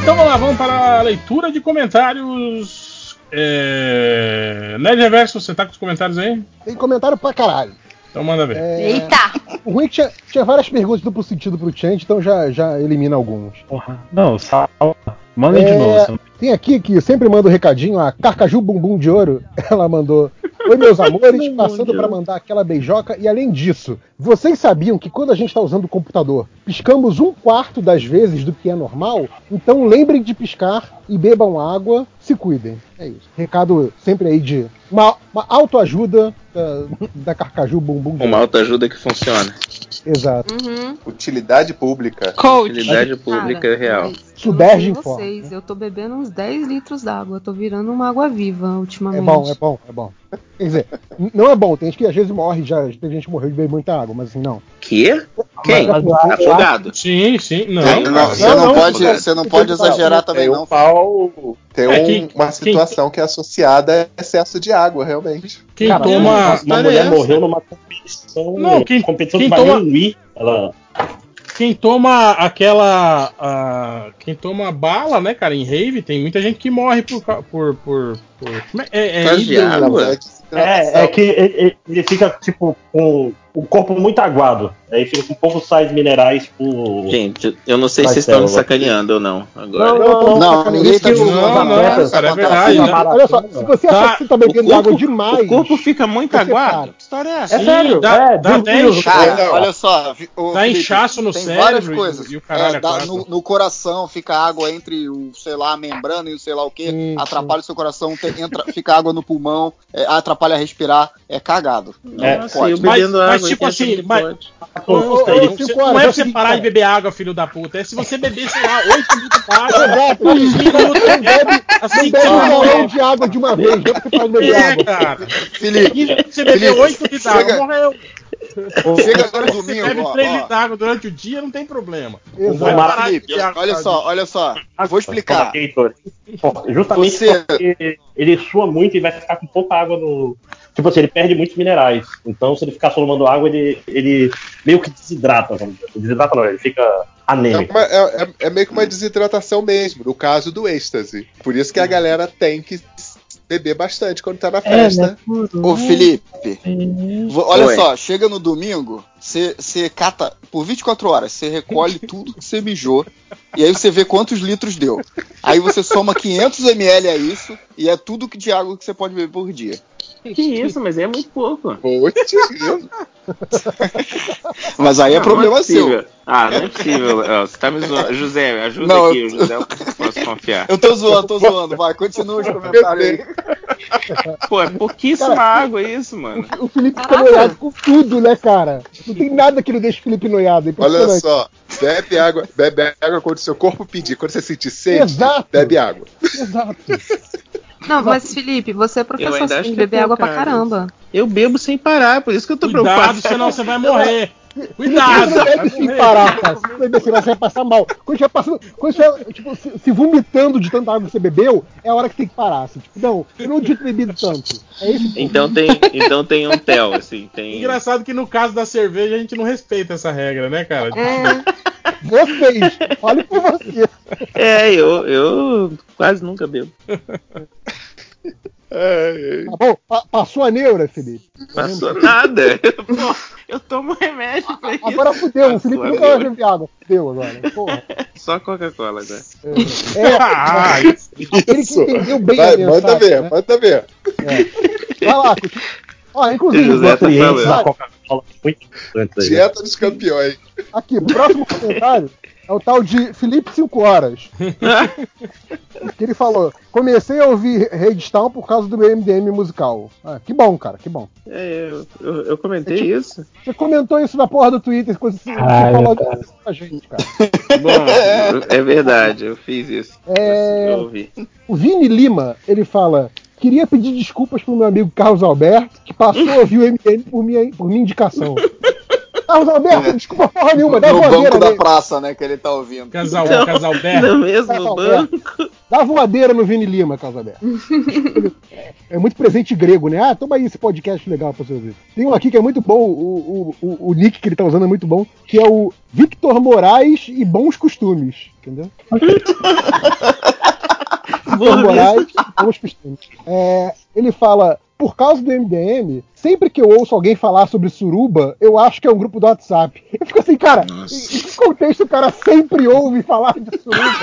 [SPEAKER 2] Então Vamos lá, vamos para a leitura de comentários. É... Nerd Reverso, você tá com os comentários aí?
[SPEAKER 5] Tem comentário pra caralho.
[SPEAKER 2] Então manda ver.
[SPEAKER 5] É, O ruim é que tinha, tinha várias perguntas de duplo sentido pro Change, então já, já elimina alguns.
[SPEAKER 13] Não, salva. Manda
[SPEAKER 5] É,
[SPEAKER 13] de novo. essa-
[SPEAKER 5] Tem aqui que sempre manda um recadinho, a Carcaju Bumbum de Ouro. Ela mandou: Oi, meus amores, passando para mandar aquela beijoca. E além disso, vocês sabiam que quando a gente está usando o computador, piscamos um quarto das vezes do que é normal? Então lembrem de piscar e bebam água, se cuidem. É isso. Recado sempre aí de uma, uma autoajuda da, da Carcaju Bumbum de
[SPEAKER 9] Uma
[SPEAKER 5] Ouro.
[SPEAKER 9] autoajuda que funciona.
[SPEAKER 5] Exato. É
[SPEAKER 10] Uhum. Utilidade pública.
[SPEAKER 5] Coach.
[SPEAKER 9] Utilidade pública é
[SPEAKER 6] Cara,
[SPEAKER 9] real.
[SPEAKER 5] Suberge
[SPEAKER 6] Eu
[SPEAKER 5] em
[SPEAKER 6] não sei
[SPEAKER 5] forma. né?
[SPEAKER 6] vocês, eu tô bebendo uns 10 litros d'água, eu tô virando uma água viva
[SPEAKER 5] É
[SPEAKER 6] ultimamente.
[SPEAKER 5] bom, é bom, é bom. Quer dizer, n- não é bom, tem gente que às vezes morre, já teve gente que morreu de beber muita água, mas assim, não.
[SPEAKER 9] Que?
[SPEAKER 5] Quem? Afogado.
[SPEAKER 2] Sim, sim. Não,
[SPEAKER 10] Você não,
[SPEAKER 2] cara.
[SPEAKER 10] você não
[SPEAKER 2] Não, não,
[SPEAKER 10] pode,
[SPEAKER 2] cara.
[SPEAKER 10] você não pode exagerar também,
[SPEAKER 2] Tem um
[SPEAKER 10] não. Pau, tem
[SPEAKER 2] É,
[SPEAKER 10] um-
[SPEAKER 2] quem-
[SPEAKER 10] uma situação que é associada a excesso de água, realmente.
[SPEAKER 2] Quem toma-
[SPEAKER 10] Uma
[SPEAKER 2] Cara,
[SPEAKER 10] mulher
[SPEAKER 2] é
[SPEAKER 10] morreu
[SPEAKER 17] numa competição.
[SPEAKER 2] Não, quem,
[SPEAKER 17] competição
[SPEAKER 2] quem
[SPEAKER 17] de
[SPEAKER 2] toma-
[SPEAKER 17] Barangui, ela
[SPEAKER 2] Quem toma aquela. ah, quem toma bala, né, cara, em rave, tem muita gente que morre por. ca- por, por, por- como é- é, é,
[SPEAKER 17] Por causa de
[SPEAKER 2] hidro-
[SPEAKER 17] água? É, é que ele, ele- ele fica, tipo, com o corpo muito aguado. Aí fica com poucos sais minerais tipo, por.
[SPEAKER 9] Gente, eu não sei se vocês estão me sacaneando ou não agora.
[SPEAKER 5] Não, não, não,
[SPEAKER 9] não,
[SPEAKER 5] sacaneando.
[SPEAKER 9] ninguém tá
[SPEAKER 5] Não,
[SPEAKER 9] dizendo
[SPEAKER 5] não,
[SPEAKER 9] nada.
[SPEAKER 5] cara,
[SPEAKER 9] Essa
[SPEAKER 5] é
[SPEAKER 9] batata
[SPEAKER 5] verdade,
[SPEAKER 9] na
[SPEAKER 5] né?
[SPEAKER 9] maratona.
[SPEAKER 5] Olha só, se você acha que você tá bebendo
[SPEAKER 9] o corpo-
[SPEAKER 5] água demais,
[SPEAKER 9] O corpo fica muito
[SPEAKER 5] você
[SPEAKER 9] aguado.
[SPEAKER 5] para.
[SPEAKER 9] Que história é essa?
[SPEAKER 5] É sério,
[SPEAKER 2] dá- é, dá até desvio, incha- cara.
[SPEAKER 9] Cara,
[SPEAKER 2] olha
[SPEAKER 9] só.
[SPEAKER 2] Dá inchaço no
[SPEAKER 4] tem
[SPEAKER 2] cérebro
[SPEAKER 4] várias
[SPEAKER 2] e-
[SPEAKER 4] coisas.
[SPEAKER 2] e o caralho
[SPEAKER 4] É, dá-
[SPEAKER 2] quatro.
[SPEAKER 4] no, no coração fica água entre o, sei lá, a membrana e o sei lá o que, atrapalha o seu coração, tem- entra, fica água no pulmão, é, atrapalha a respirar, é cagado.
[SPEAKER 2] É,
[SPEAKER 4] Não
[SPEAKER 2] mas,
[SPEAKER 4] pode.
[SPEAKER 2] mas,
[SPEAKER 4] então,
[SPEAKER 2] tipo assim, mas, Ô, ô, ô,
[SPEAKER 4] Tem.
[SPEAKER 2] você-
[SPEAKER 4] Cinco
[SPEAKER 2] não
[SPEAKER 4] horas,
[SPEAKER 2] é pra
[SPEAKER 4] é o
[SPEAKER 2] você
[SPEAKER 4] seguinte,
[SPEAKER 2] parar
[SPEAKER 4] cara.
[SPEAKER 2] de beber água, filho da puta. É se você beber, sei lá, 8 litros d'água,
[SPEAKER 5] Exato.
[SPEAKER 2] um minuto,
[SPEAKER 5] Não bebe-
[SPEAKER 2] assim,
[SPEAKER 5] não bebe um
[SPEAKER 2] cara,
[SPEAKER 5] galão de água de uma vez, não é porque pode beber
[SPEAKER 2] É,
[SPEAKER 5] água.
[SPEAKER 2] cara.
[SPEAKER 5] Felipe,
[SPEAKER 2] você bebeu
[SPEAKER 5] Felipe,
[SPEAKER 2] 8 litros d'água,
[SPEAKER 5] chega-
[SPEAKER 2] morreu.
[SPEAKER 4] Chega agora
[SPEAKER 2] Você
[SPEAKER 4] domingo,
[SPEAKER 2] bebe
[SPEAKER 4] ó,
[SPEAKER 2] 3
[SPEAKER 4] ó.
[SPEAKER 2] litros d'água durante o dia, não tem problema.
[SPEAKER 4] Exato.
[SPEAKER 2] Vai parar de
[SPEAKER 4] Felipe,
[SPEAKER 2] beber água,
[SPEAKER 4] olha
[SPEAKER 2] cara.
[SPEAKER 4] só, olha só. Vou explicar.
[SPEAKER 17] Justamente
[SPEAKER 4] Você-
[SPEAKER 17] porque ele sua muito e vai ficar com pouca água no. Tipo assim, ele perde muitos minerais. Então, se ele ficar solomando água, ele, ele meio que desidrata. Vamos dizer. assim. Desidrata não, ele fica
[SPEAKER 10] É,
[SPEAKER 17] anêmico.
[SPEAKER 10] uma- é- é- é meio que uma desidratação mesmo, no caso do êxtase. Por isso que a galera tem que beber bastante quando tá na
[SPEAKER 5] É, né?
[SPEAKER 10] festa.
[SPEAKER 9] Uhum.
[SPEAKER 4] Ô, Felipe, vo- olha
[SPEAKER 10] Oi.
[SPEAKER 4] só, chega no domingo, você cata por 24 horas, você recolhe tudo que você mijou, e aí você vê quantos litros deu. Aí você soma 500 ml a isso, e é tudo que de água que você pode beber por dia.
[SPEAKER 9] Que isso, mas é muito pouco.
[SPEAKER 4] Mas aí é
[SPEAKER 9] Não,
[SPEAKER 4] problema
[SPEAKER 9] não é possível.
[SPEAKER 4] seu.
[SPEAKER 9] Ah, não é possível. Léo. Você tá me zoando. José, ajuda
[SPEAKER 4] Não,
[SPEAKER 9] aqui.
[SPEAKER 4] eu-
[SPEAKER 9] O José, eu posso confiar.
[SPEAKER 4] Eu tô zoando, tô zoando, vai, continua os comentários aí.
[SPEAKER 9] Pô, é pouquíssima água isso, mano.
[SPEAKER 5] O Felipe fica noiado com tudo, né, cara? Não tem nada que não deixe o Felipe noiado. é
[SPEAKER 10] Olha
[SPEAKER 5] impressionante.
[SPEAKER 10] só, bebe água, bebe água quando seu corpo pedir. Quando você sentir sede,
[SPEAKER 5] Exato.
[SPEAKER 10] bebe água.
[SPEAKER 6] Não, mas Felipe, você é
[SPEAKER 9] Eu
[SPEAKER 6] professor,
[SPEAKER 9] ainda
[SPEAKER 6] você
[SPEAKER 9] acho
[SPEAKER 6] tem que
[SPEAKER 9] que
[SPEAKER 6] beber
[SPEAKER 9] é
[SPEAKER 6] água
[SPEAKER 9] pouca
[SPEAKER 6] pra caramba.
[SPEAKER 9] Eu bebo sem parar, por isso que eu tô
[SPEAKER 2] Cuidado,
[SPEAKER 9] preocupado.
[SPEAKER 2] senão você vai morrer.
[SPEAKER 5] Você
[SPEAKER 2] Cuidado.
[SPEAKER 5] não
[SPEAKER 2] vai
[SPEAKER 5] bebe sem
[SPEAKER 2] morrer.
[SPEAKER 5] né? parar, cara. Se você beber, você vai- você vai passar mal. Quando você vai passando, quando você vai, tipo, se, se vomitando de tanta água que você bebeu, é a hora que tem que parar. Assim. Tipo, não, eu não devia ter bebido tanto. É isso.
[SPEAKER 9] Então tem, então tem um tel, assim, tem.
[SPEAKER 2] Engraçado que no caso da cerveja a gente não respeita essa regra, né, cara?
[SPEAKER 5] É. Vocês, olhe por você.
[SPEAKER 9] É, eu, eu quase nunca bebo.
[SPEAKER 5] Tá bom? Pa- passou a neura, Felipe.
[SPEAKER 9] Passou nada. Eu, tomo- eu tomo remédio pra isso.
[SPEAKER 5] Agora fudeu, o Felipe
[SPEAKER 9] a
[SPEAKER 5] nunca vai
[SPEAKER 9] neura.
[SPEAKER 5] beber água. Fudeu agora. Porra.
[SPEAKER 9] Só Coca-Cola agora.
[SPEAKER 5] É,
[SPEAKER 2] Ah,
[SPEAKER 5] aquele que entendeu bem
[SPEAKER 10] Vai,
[SPEAKER 5] a mensagem. né? É.
[SPEAKER 10] manda ver, manda ver.
[SPEAKER 5] Vai lá, continua. Ó, inclusive,
[SPEAKER 10] José tá
[SPEAKER 5] nutrientes,
[SPEAKER 10] falando. né?
[SPEAKER 5] sabe?
[SPEAKER 4] É um-
[SPEAKER 17] Coca-Cola muito importante aí.
[SPEAKER 10] Dieta dos campeões.
[SPEAKER 5] Aqui, o próximo comentário é o tal de Felipe 5 Horas. que ele falou: Comecei a ouvir Redstone por causa do meu MDM musical. Ah, que bom, cara, que bom.
[SPEAKER 9] É, eu, eu, eu comentei isso.
[SPEAKER 5] Você comentou isso na porra do Twitter quando você, você
[SPEAKER 9] Ah,
[SPEAKER 5] falou
[SPEAKER 9] cara.
[SPEAKER 5] disso pra gente, cara.
[SPEAKER 9] Bom, é verdade, eu fiz isso.
[SPEAKER 5] É,
[SPEAKER 9] Eu ouvi.
[SPEAKER 5] o Vini Lima, ele fala. Queria pedir desculpas pro meu amigo Carlos Alberto, que passou a ouvir o MDM por minha, por minha indicação. Carlos Alberto, desculpa porra nenhuma, dá
[SPEAKER 4] É. no
[SPEAKER 5] voadeira
[SPEAKER 4] banco da
[SPEAKER 5] nele.
[SPEAKER 4] praça, né, que ele tá ouvindo.
[SPEAKER 2] Casal, Não, casal Berto. no mesmo
[SPEAKER 5] Casal Berto. Dá voadeira no Vini Lima, Carlos Alberto. É- é muito presente grego, né? Ah, toma aí esse podcast legal pra você ouvir. Tem um aqui que é muito bom, o, o, o, o nick que ele tá usando é muito bom, que é o Victor Moraes e Bons Costumes. Entendeu? Vitor Moraes, bons costumes. É, ele fala, por causa do MDM, sempre que eu ouço alguém falar sobre suruba, eu acho que é um grupo do WhatsApp. Eu fico assim, cara, em que contexto o cara sempre ouve falar de né? suruba?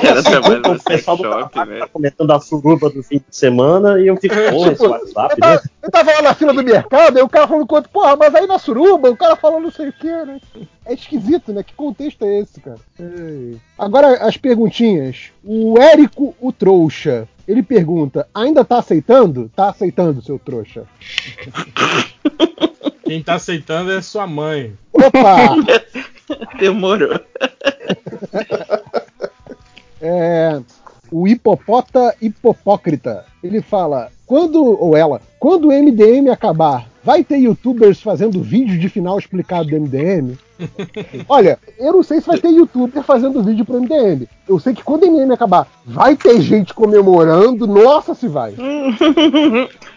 [SPEAKER 17] Cara, Então, o pessoal do trabalho tá comentando a suruba do fim de semana e eu fico,
[SPEAKER 4] É,
[SPEAKER 17] porra, esse
[SPEAKER 5] Tipo,
[SPEAKER 17] WhatsApp,
[SPEAKER 5] eu, tava,
[SPEAKER 17] né?
[SPEAKER 5] eu tava lá na fila do mercado, e o cara falando com o outro, porra, mas aí na suruba, o cara falou não sei o que, né? É esquisito, né? Que contexto é esse, cara? Ei. Agora as perguntinhas. O Érico, o trouxa, ele pergunta: ainda tá aceitando? Tá aceitando, seu trouxa.
[SPEAKER 2] Quem tá aceitando é sua mãe.
[SPEAKER 5] Opa!
[SPEAKER 2] Demorou.
[SPEAKER 5] É, o hipopota hipopócrita. Ele fala, quando, ou ela, quando o MDM acabar, vai ter youtubers fazendo vídeo de final explicado do MDM? Olha, eu não sei se vai ter youtuber fazendo vídeo pro MDM. Eu sei que quando o MDM acabar, vai ter gente comemorando, nossa, se vai.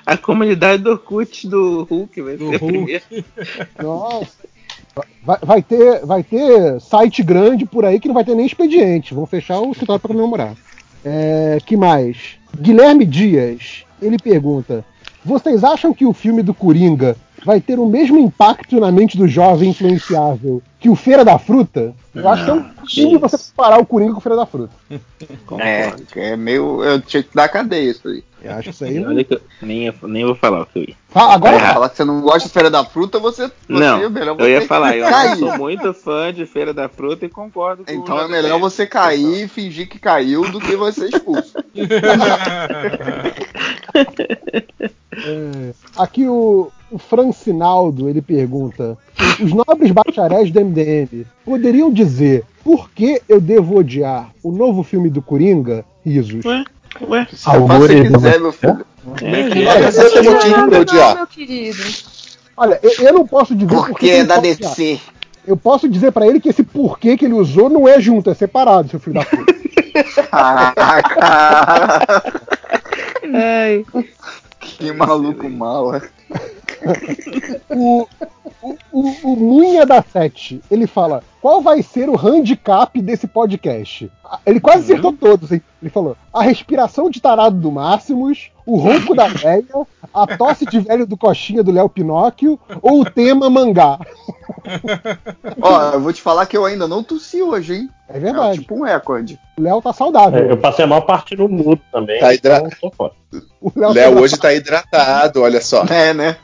[SPEAKER 12] A comunidade do Orkut do Hulk vai ser a
[SPEAKER 5] Hulk.
[SPEAKER 12] primeira.
[SPEAKER 5] Nossa. Vai, vai ter, vai ter site grande por aí que não vai ter nem expediente. Vão fechar o escritório para comemorar. É, que mais? Guilherme Dias, ele pergunta: Vocês acham que o filme do Coringa vai ter o mesmo impacto na mente do jovem influenciável que o Feira da Fruta? Eu acho que é um crime você comparar o Coringa com o Feira da Fruta.
[SPEAKER 4] É, que é meio. Eu tinha que dar cadeia isso aí.
[SPEAKER 5] Eu acho que isso aí.
[SPEAKER 12] Olha que eu nem, ia- nem vou falar o que eu ia.
[SPEAKER 5] Fala, agora
[SPEAKER 12] Tá errado.
[SPEAKER 4] falar que você não gosta de feira da fruta, você. você
[SPEAKER 12] Não,
[SPEAKER 4] é melhor
[SPEAKER 12] eu ia
[SPEAKER 4] você
[SPEAKER 12] falar, eu
[SPEAKER 4] cair.
[SPEAKER 12] sou muito fã de Feira da Fruta e concordo com
[SPEAKER 4] Então
[SPEAKER 12] o
[SPEAKER 4] é melhor você cair e fingir que caiu do que você expulso.
[SPEAKER 12] É,
[SPEAKER 5] É, Aqui o, o Francinaldo ele pergunta: Os nobres bacharéis do MDM poderiam dizer por que eu devo odiar o novo filme do Coringa? Risos.
[SPEAKER 12] Ué, ué.
[SPEAKER 5] Salvador
[SPEAKER 4] meu filho.
[SPEAKER 5] Olha,
[SPEAKER 4] Esse é motivo pra odiar.
[SPEAKER 11] meu querido.
[SPEAKER 5] Olha, eu, eu não posso dizer
[SPEAKER 4] Porque
[SPEAKER 5] que
[SPEAKER 4] é
[SPEAKER 5] ele
[SPEAKER 4] da
[SPEAKER 5] pode
[SPEAKER 4] DC.
[SPEAKER 5] odiar. Eu posso dizer pra ele que esse porquê que ele usou não é junto, é separado, seu filho da puta.
[SPEAKER 4] Caraca! Que maluco mal, é.
[SPEAKER 5] o, o, o, o Munha da Sete, ele fala: qual vai ser o handicap desse podcast? Ah, Ele quase acertou todos, hein? Ele falou: a respiração de tarado do Máximos, o ronco da velha, a tosse de velho do Coxinha do Léo Pinóquio ou o tema mangá.
[SPEAKER 4] Ó, eu vou te falar que eu ainda não tossi hoje, hein?
[SPEAKER 5] É verdade.
[SPEAKER 4] tipo um recorde.
[SPEAKER 5] O Léo tá saudável.
[SPEAKER 17] É, Eu passei a maior parte no mudo também.
[SPEAKER 10] Tá hidra-
[SPEAKER 17] então eu tô fora.
[SPEAKER 10] Léo hoje tá hidratado, olha só.
[SPEAKER 4] É, né?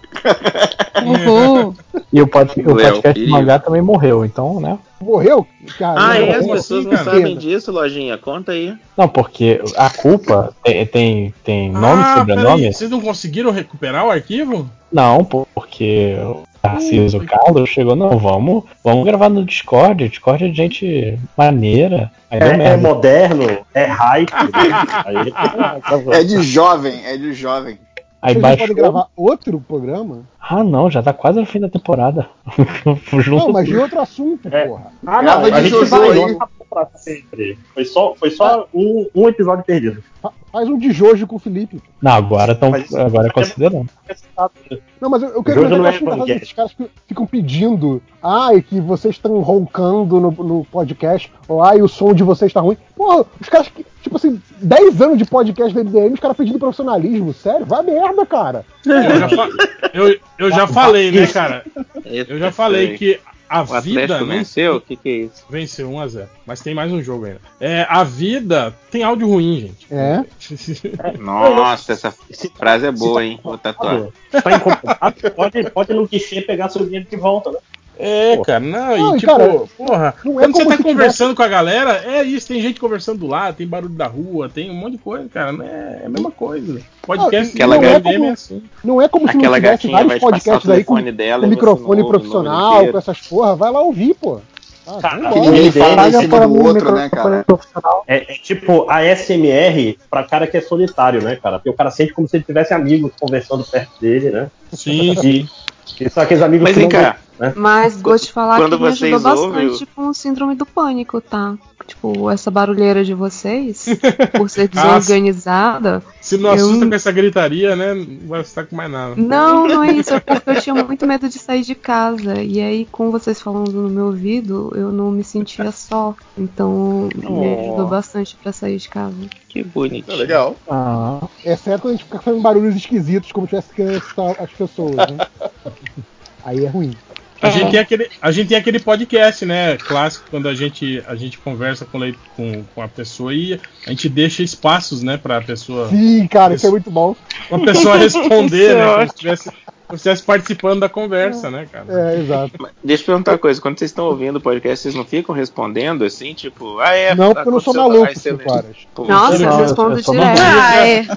[SPEAKER 13] E o, pod- o
[SPEAKER 10] Léo,
[SPEAKER 13] podcast
[SPEAKER 10] querido.
[SPEAKER 13] mangá também morreu, então, né?
[SPEAKER 5] Morreu?
[SPEAKER 12] Ah,
[SPEAKER 5] Caramba,
[SPEAKER 12] é? As
[SPEAKER 5] como
[SPEAKER 12] pessoas
[SPEAKER 5] assim,
[SPEAKER 12] não
[SPEAKER 5] cara?
[SPEAKER 12] sabem disso, Lojinha. Conta aí.
[SPEAKER 13] Não, porque a culpa tem, tem, tem nome e
[SPEAKER 2] Ah,
[SPEAKER 13] sobrenome?
[SPEAKER 2] peraí, vocês não conseguiram recuperar o arquivo?
[SPEAKER 13] Não, porque o Narciso Carlos chegou, não, vamos, vamos gravar no Discord. O Discord é de gente maneira. Aí deu
[SPEAKER 17] É, é
[SPEAKER 13] merda.
[SPEAKER 17] moderno, é hype. Aí- tá
[SPEAKER 4] É de jovem, é de jovem.
[SPEAKER 13] Aí
[SPEAKER 5] Tá Vocês não
[SPEAKER 13] baixou.
[SPEAKER 5] podem gravar outro programa?
[SPEAKER 13] Ah, não, já tá quase no fim da temporada.
[SPEAKER 5] Não, mas de outro assunto, porra.
[SPEAKER 17] Ah, não,
[SPEAKER 5] Grava
[SPEAKER 17] a
[SPEAKER 5] de
[SPEAKER 17] gente
[SPEAKER 5] Jojo
[SPEAKER 17] vai
[SPEAKER 5] aí.
[SPEAKER 17] pra sempre. Foi só, foi só um, um episódio perdido.
[SPEAKER 5] Faz um de Jojo com o Felipe.
[SPEAKER 13] Não, agora estão. Agora é considerando.
[SPEAKER 5] Não, mas eu, eu quero
[SPEAKER 13] Jojo não é
[SPEAKER 5] ver que eu acho engraçado
[SPEAKER 13] evangélico.
[SPEAKER 5] esses caras que ficam pedindo. Ai, que vocês estão roncando no, no podcast. Ou ai, o som de vocês tá ruim. Porra, os caras, que, tipo assim, 10 anos de podcast da MDM, os caras pedindo profissionalismo. Sério, vai merda, cara.
[SPEAKER 2] Eu já, fa- eu- eu já falei, né, cara? Eu já falei que a
[SPEAKER 12] O Atlético
[SPEAKER 2] vida não
[SPEAKER 12] venceu? O que, que é isso?
[SPEAKER 2] Venceu 1x0. Mas tem mais um jogo ainda. É, a vida tem áudio ruim, gente.
[SPEAKER 5] É.
[SPEAKER 12] Nossa, essa frase é boa, hein? Vou tatuar.
[SPEAKER 17] Tá incomodado? Pode, pode no guichê pegar seu dinheiro de volta, né?
[SPEAKER 2] É, cara, não,
[SPEAKER 5] Não,
[SPEAKER 2] e
[SPEAKER 5] e,
[SPEAKER 2] tipo,
[SPEAKER 5] cara,
[SPEAKER 2] porra,
[SPEAKER 5] não é
[SPEAKER 2] quando você
[SPEAKER 5] como
[SPEAKER 2] tá
[SPEAKER 5] se
[SPEAKER 2] conversando com a galera, é isso, tem gente conversando do lado, tem barulho da rua, tem um monte de coisa, cara, não é, é a mesma coisa. Podcast
[SPEAKER 5] Não, e
[SPEAKER 2] do
[SPEAKER 5] não é
[SPEAKER 2] MDM
[SPEAKER 5] como-
[SPEAKER 2] é assim.
[SPEAKER 5] Não é como se não
[SPEAKER 2] Aquela
[SPEAKER 5] tivesse
[SPEAKER 2] gatinha vai
[SPEAKER 5] vários
[SPEAKER 2] te passar
[SPEAKER 5] podcasts
[SPEAKER 2] o
[SPEAKER 5] aí com,
[SPEAKER 2] telefone dela
[SPEAKER 5] com
[SPEAKER 2] e você não
[SPEAKER 5] microfone
[SPEAKER 2] ouve o número
[SPEAKER 5] profissional,
[SPEAKER 2] inteiro.
[SPEAKER 5] com essas porra. Vai lá ouvir, pô. Ah, vai
[SPEAKER 17] que
[SPEAKER 5] embora.
[SPEAKER 17] ninguém fala
[SPEAKER 5] Paga
[SPEAKER 17] em cima
[SPEAKER 5] para
[SPEAKER 17] do
[SPEAKER 5] mim,
[SPEAKER 17] outro,
[SPEAKER 5] um microfone
[SPEAKER 17] né, cara?
[SPEAKER 5] profissional.
[SPEAKER 17] É, é tipo a SMR pra cara que é solitário, né, cara? Porque o cara sente como se ele tivesse amigos conversando perto dele, né?
[SPEAKER 2] Sim,
[SPEAKER 17] sim. Que são aqueles amigos
[SPEAKER 9] Mas
[SPEAKER 17] que
[SPEAKER 9] vem
[SPEAKER 17] não-
[SPEAKER 9] cá.
[SPEAKER 17] né?
[SPEAKER 6] Mas vou te falar
[SPEAKER 9] Quando
[SPEAKER 6] que me ajudou
[SPEAKER 9] vocês ouvem-
[SPEAKER 6] bastante com o síndrome do pânico, tá? Tipo, essa barulheira de vocês, por ser
[SPEAKER 2] Ah,
[SPEAKER 6] desorganizada.
[SPEAKER 2] Se não
[SPEAKER 6] eu-
[SPEAKER 2] assusta com essa gritaria, né? Não vai assustar com mais nada.
[SPEAKER 6] Não, não é isso. É porque eu tinha muito medo de sair de casa. E aí, com vocês falando no meu ouvido, eu não me sentia só. Então, me
[SPEAKER 9] Oh.
[SPEAKER 6] ajudou bastante pra sair de casa.
[SPEAKER 9] Que bonito.
[SPEAKER 10] legal.
[SPEAKER 5] Ah. Exceto quando a gente fica fazendo barulhos esquisitos, como se tivesse querendo assustar as pessoas, né? Aí é ruim.
[SPEAKER 2] A gente, tem aquele, a gente tem aquele podcast, né? Clássico, quando a gente, a gente conversa com, leit- com, com a pessoa e a gente deixa espaços, né, pra pessoa.
[SPEAKER 5] Sim, cara, isso é muito bom. é
[SPEAKER 2] Uma pessoa responder, né? Como se
[SPEAKER 5] ótimo.
[SPEAKER 2] estivesse como se estivesse participando da conversa, né, cara?
[SPEAKER 5] É, exato.
[SPEAKER 9] Deixa eu perguntar uma coisa, quando vocês estão ouvindo o podcast, vocês não ficam respondendo assim, tipo, ah, é.
[SPEAKER 5] Não, porque eu não sou
[SPEAKER 9] aconteceu-
[SPEAKER 5] maluco, assim,
[SPEAKER 9] aí você
[SPEAKER 5] cinco
[SPEAKER 9] lembra.
[SPEAKER 5] horas.
[SPEAKER 9] Pô,
[SPEAKER 11] Nossa,
[SPEAKER 9] não,
[SPEAKER 11] eu respondo
[SPEAKER 9] só não
[SPEAKER 11] direto.
[SPEAKER 9] vi.
[SPEAKER 11] Ah, é.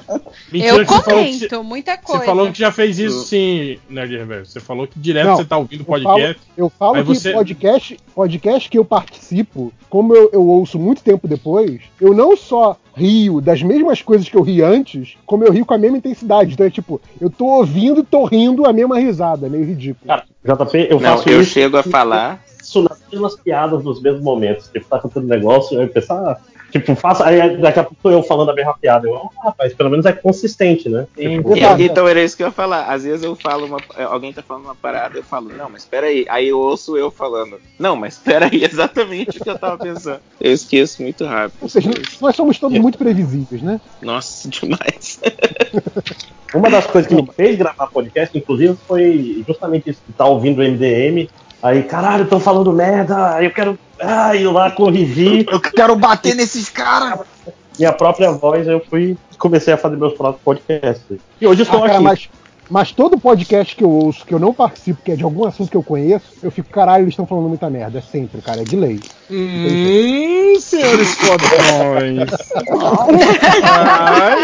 [SPEAKER 2] Mentira,
[SPEAKER 11] eu
[SPEAKER 2] que você falou que
[SPEAKER 11] comento muita
[SPEAKER 2] Você
[SPEAKER 11] é coisa.
[SPEAKER 2] falou que já fez isso sim, Nerd Reverso. Você falou que direto
[SPEAKER 5] Não,
[SPEAKER 2] você tá ouvindo
[SPEAKER 5] Eu falo-
[SPEAKER 2] podcast.
[SPEAKER 5] Eu falo,
[SPEAKER 2] aí
[SPEAKER 5] que
[SPEAKER 2] você-
[SPEAKER 5] podcast, podcast que eu participo, como eu, eu ouço muito tempo depois, eu não só rio das mesmas coisas que eu ri antes, como eu rio com a mesma intensidade. Então é tipo, eu tô ouvindo e tô rindo a mesma risada, é meio ridículo.
[SPEAKER 17] JP, eu
[SPEAKER 9] Não,
[SPEAKER 17] faço
[SPEAKER 9] eu
[SPEAKER 17] isso.
[SPEAKER 9] chego a falar.
[SPEAKER 17] Isso nas mesmas piadas nos mesmos momentos. Tipo, tá acontecendo um negócio, eu penso, ah, tipo, faço. Aí daqui a pouco eu falando a mesma piada. Eu, ah, rapaz, pelo menos é consistente, né? Tipo,
[SPEAKER 9] E- então era isso que eu ia falar. Às vezes eu falo uma. Alguém tá falando uma parada, eu falo, não, mas peraí. Aí eu ouço eu falando. Não, mas peraí, exatamente o que eu tava pensando. Eu esqueço muito rápido.
[SPEAKER 5] Ou seja, nós somos todos
[SPEAKER 2] É.
[SPEAKER 5] muito previsíveis, né?
[SPEAKER 9] Nossa, demais.
[SPEAKER 17] Uma das coisas que me fez gravar podcast, inclusive, foi justamente isso. Tá ouvindo o MDM, aí, caralho, estão falando merda, eu quero. Ah, eu lá corrigir. Eu
[SPEAKER 18] quero bater nesses caras.
[SPEAKER 17] Minha própria voz, eu fui comecei a fazer meus próprios podcasts. E hoje estou
[SPEAKER 5] Ah, cara,
[SPEAKER 17] aqui.
[SPEAKER 5] Mas, mas todo podcast que eu ouço, que eu não participo, que é de algum assunto que eu conheço, eu fico, caralho, eles estão falando muita merda. É sempre, cara, é de lei.
[SPEAKER 2] Hum, senhores fodões. Ai.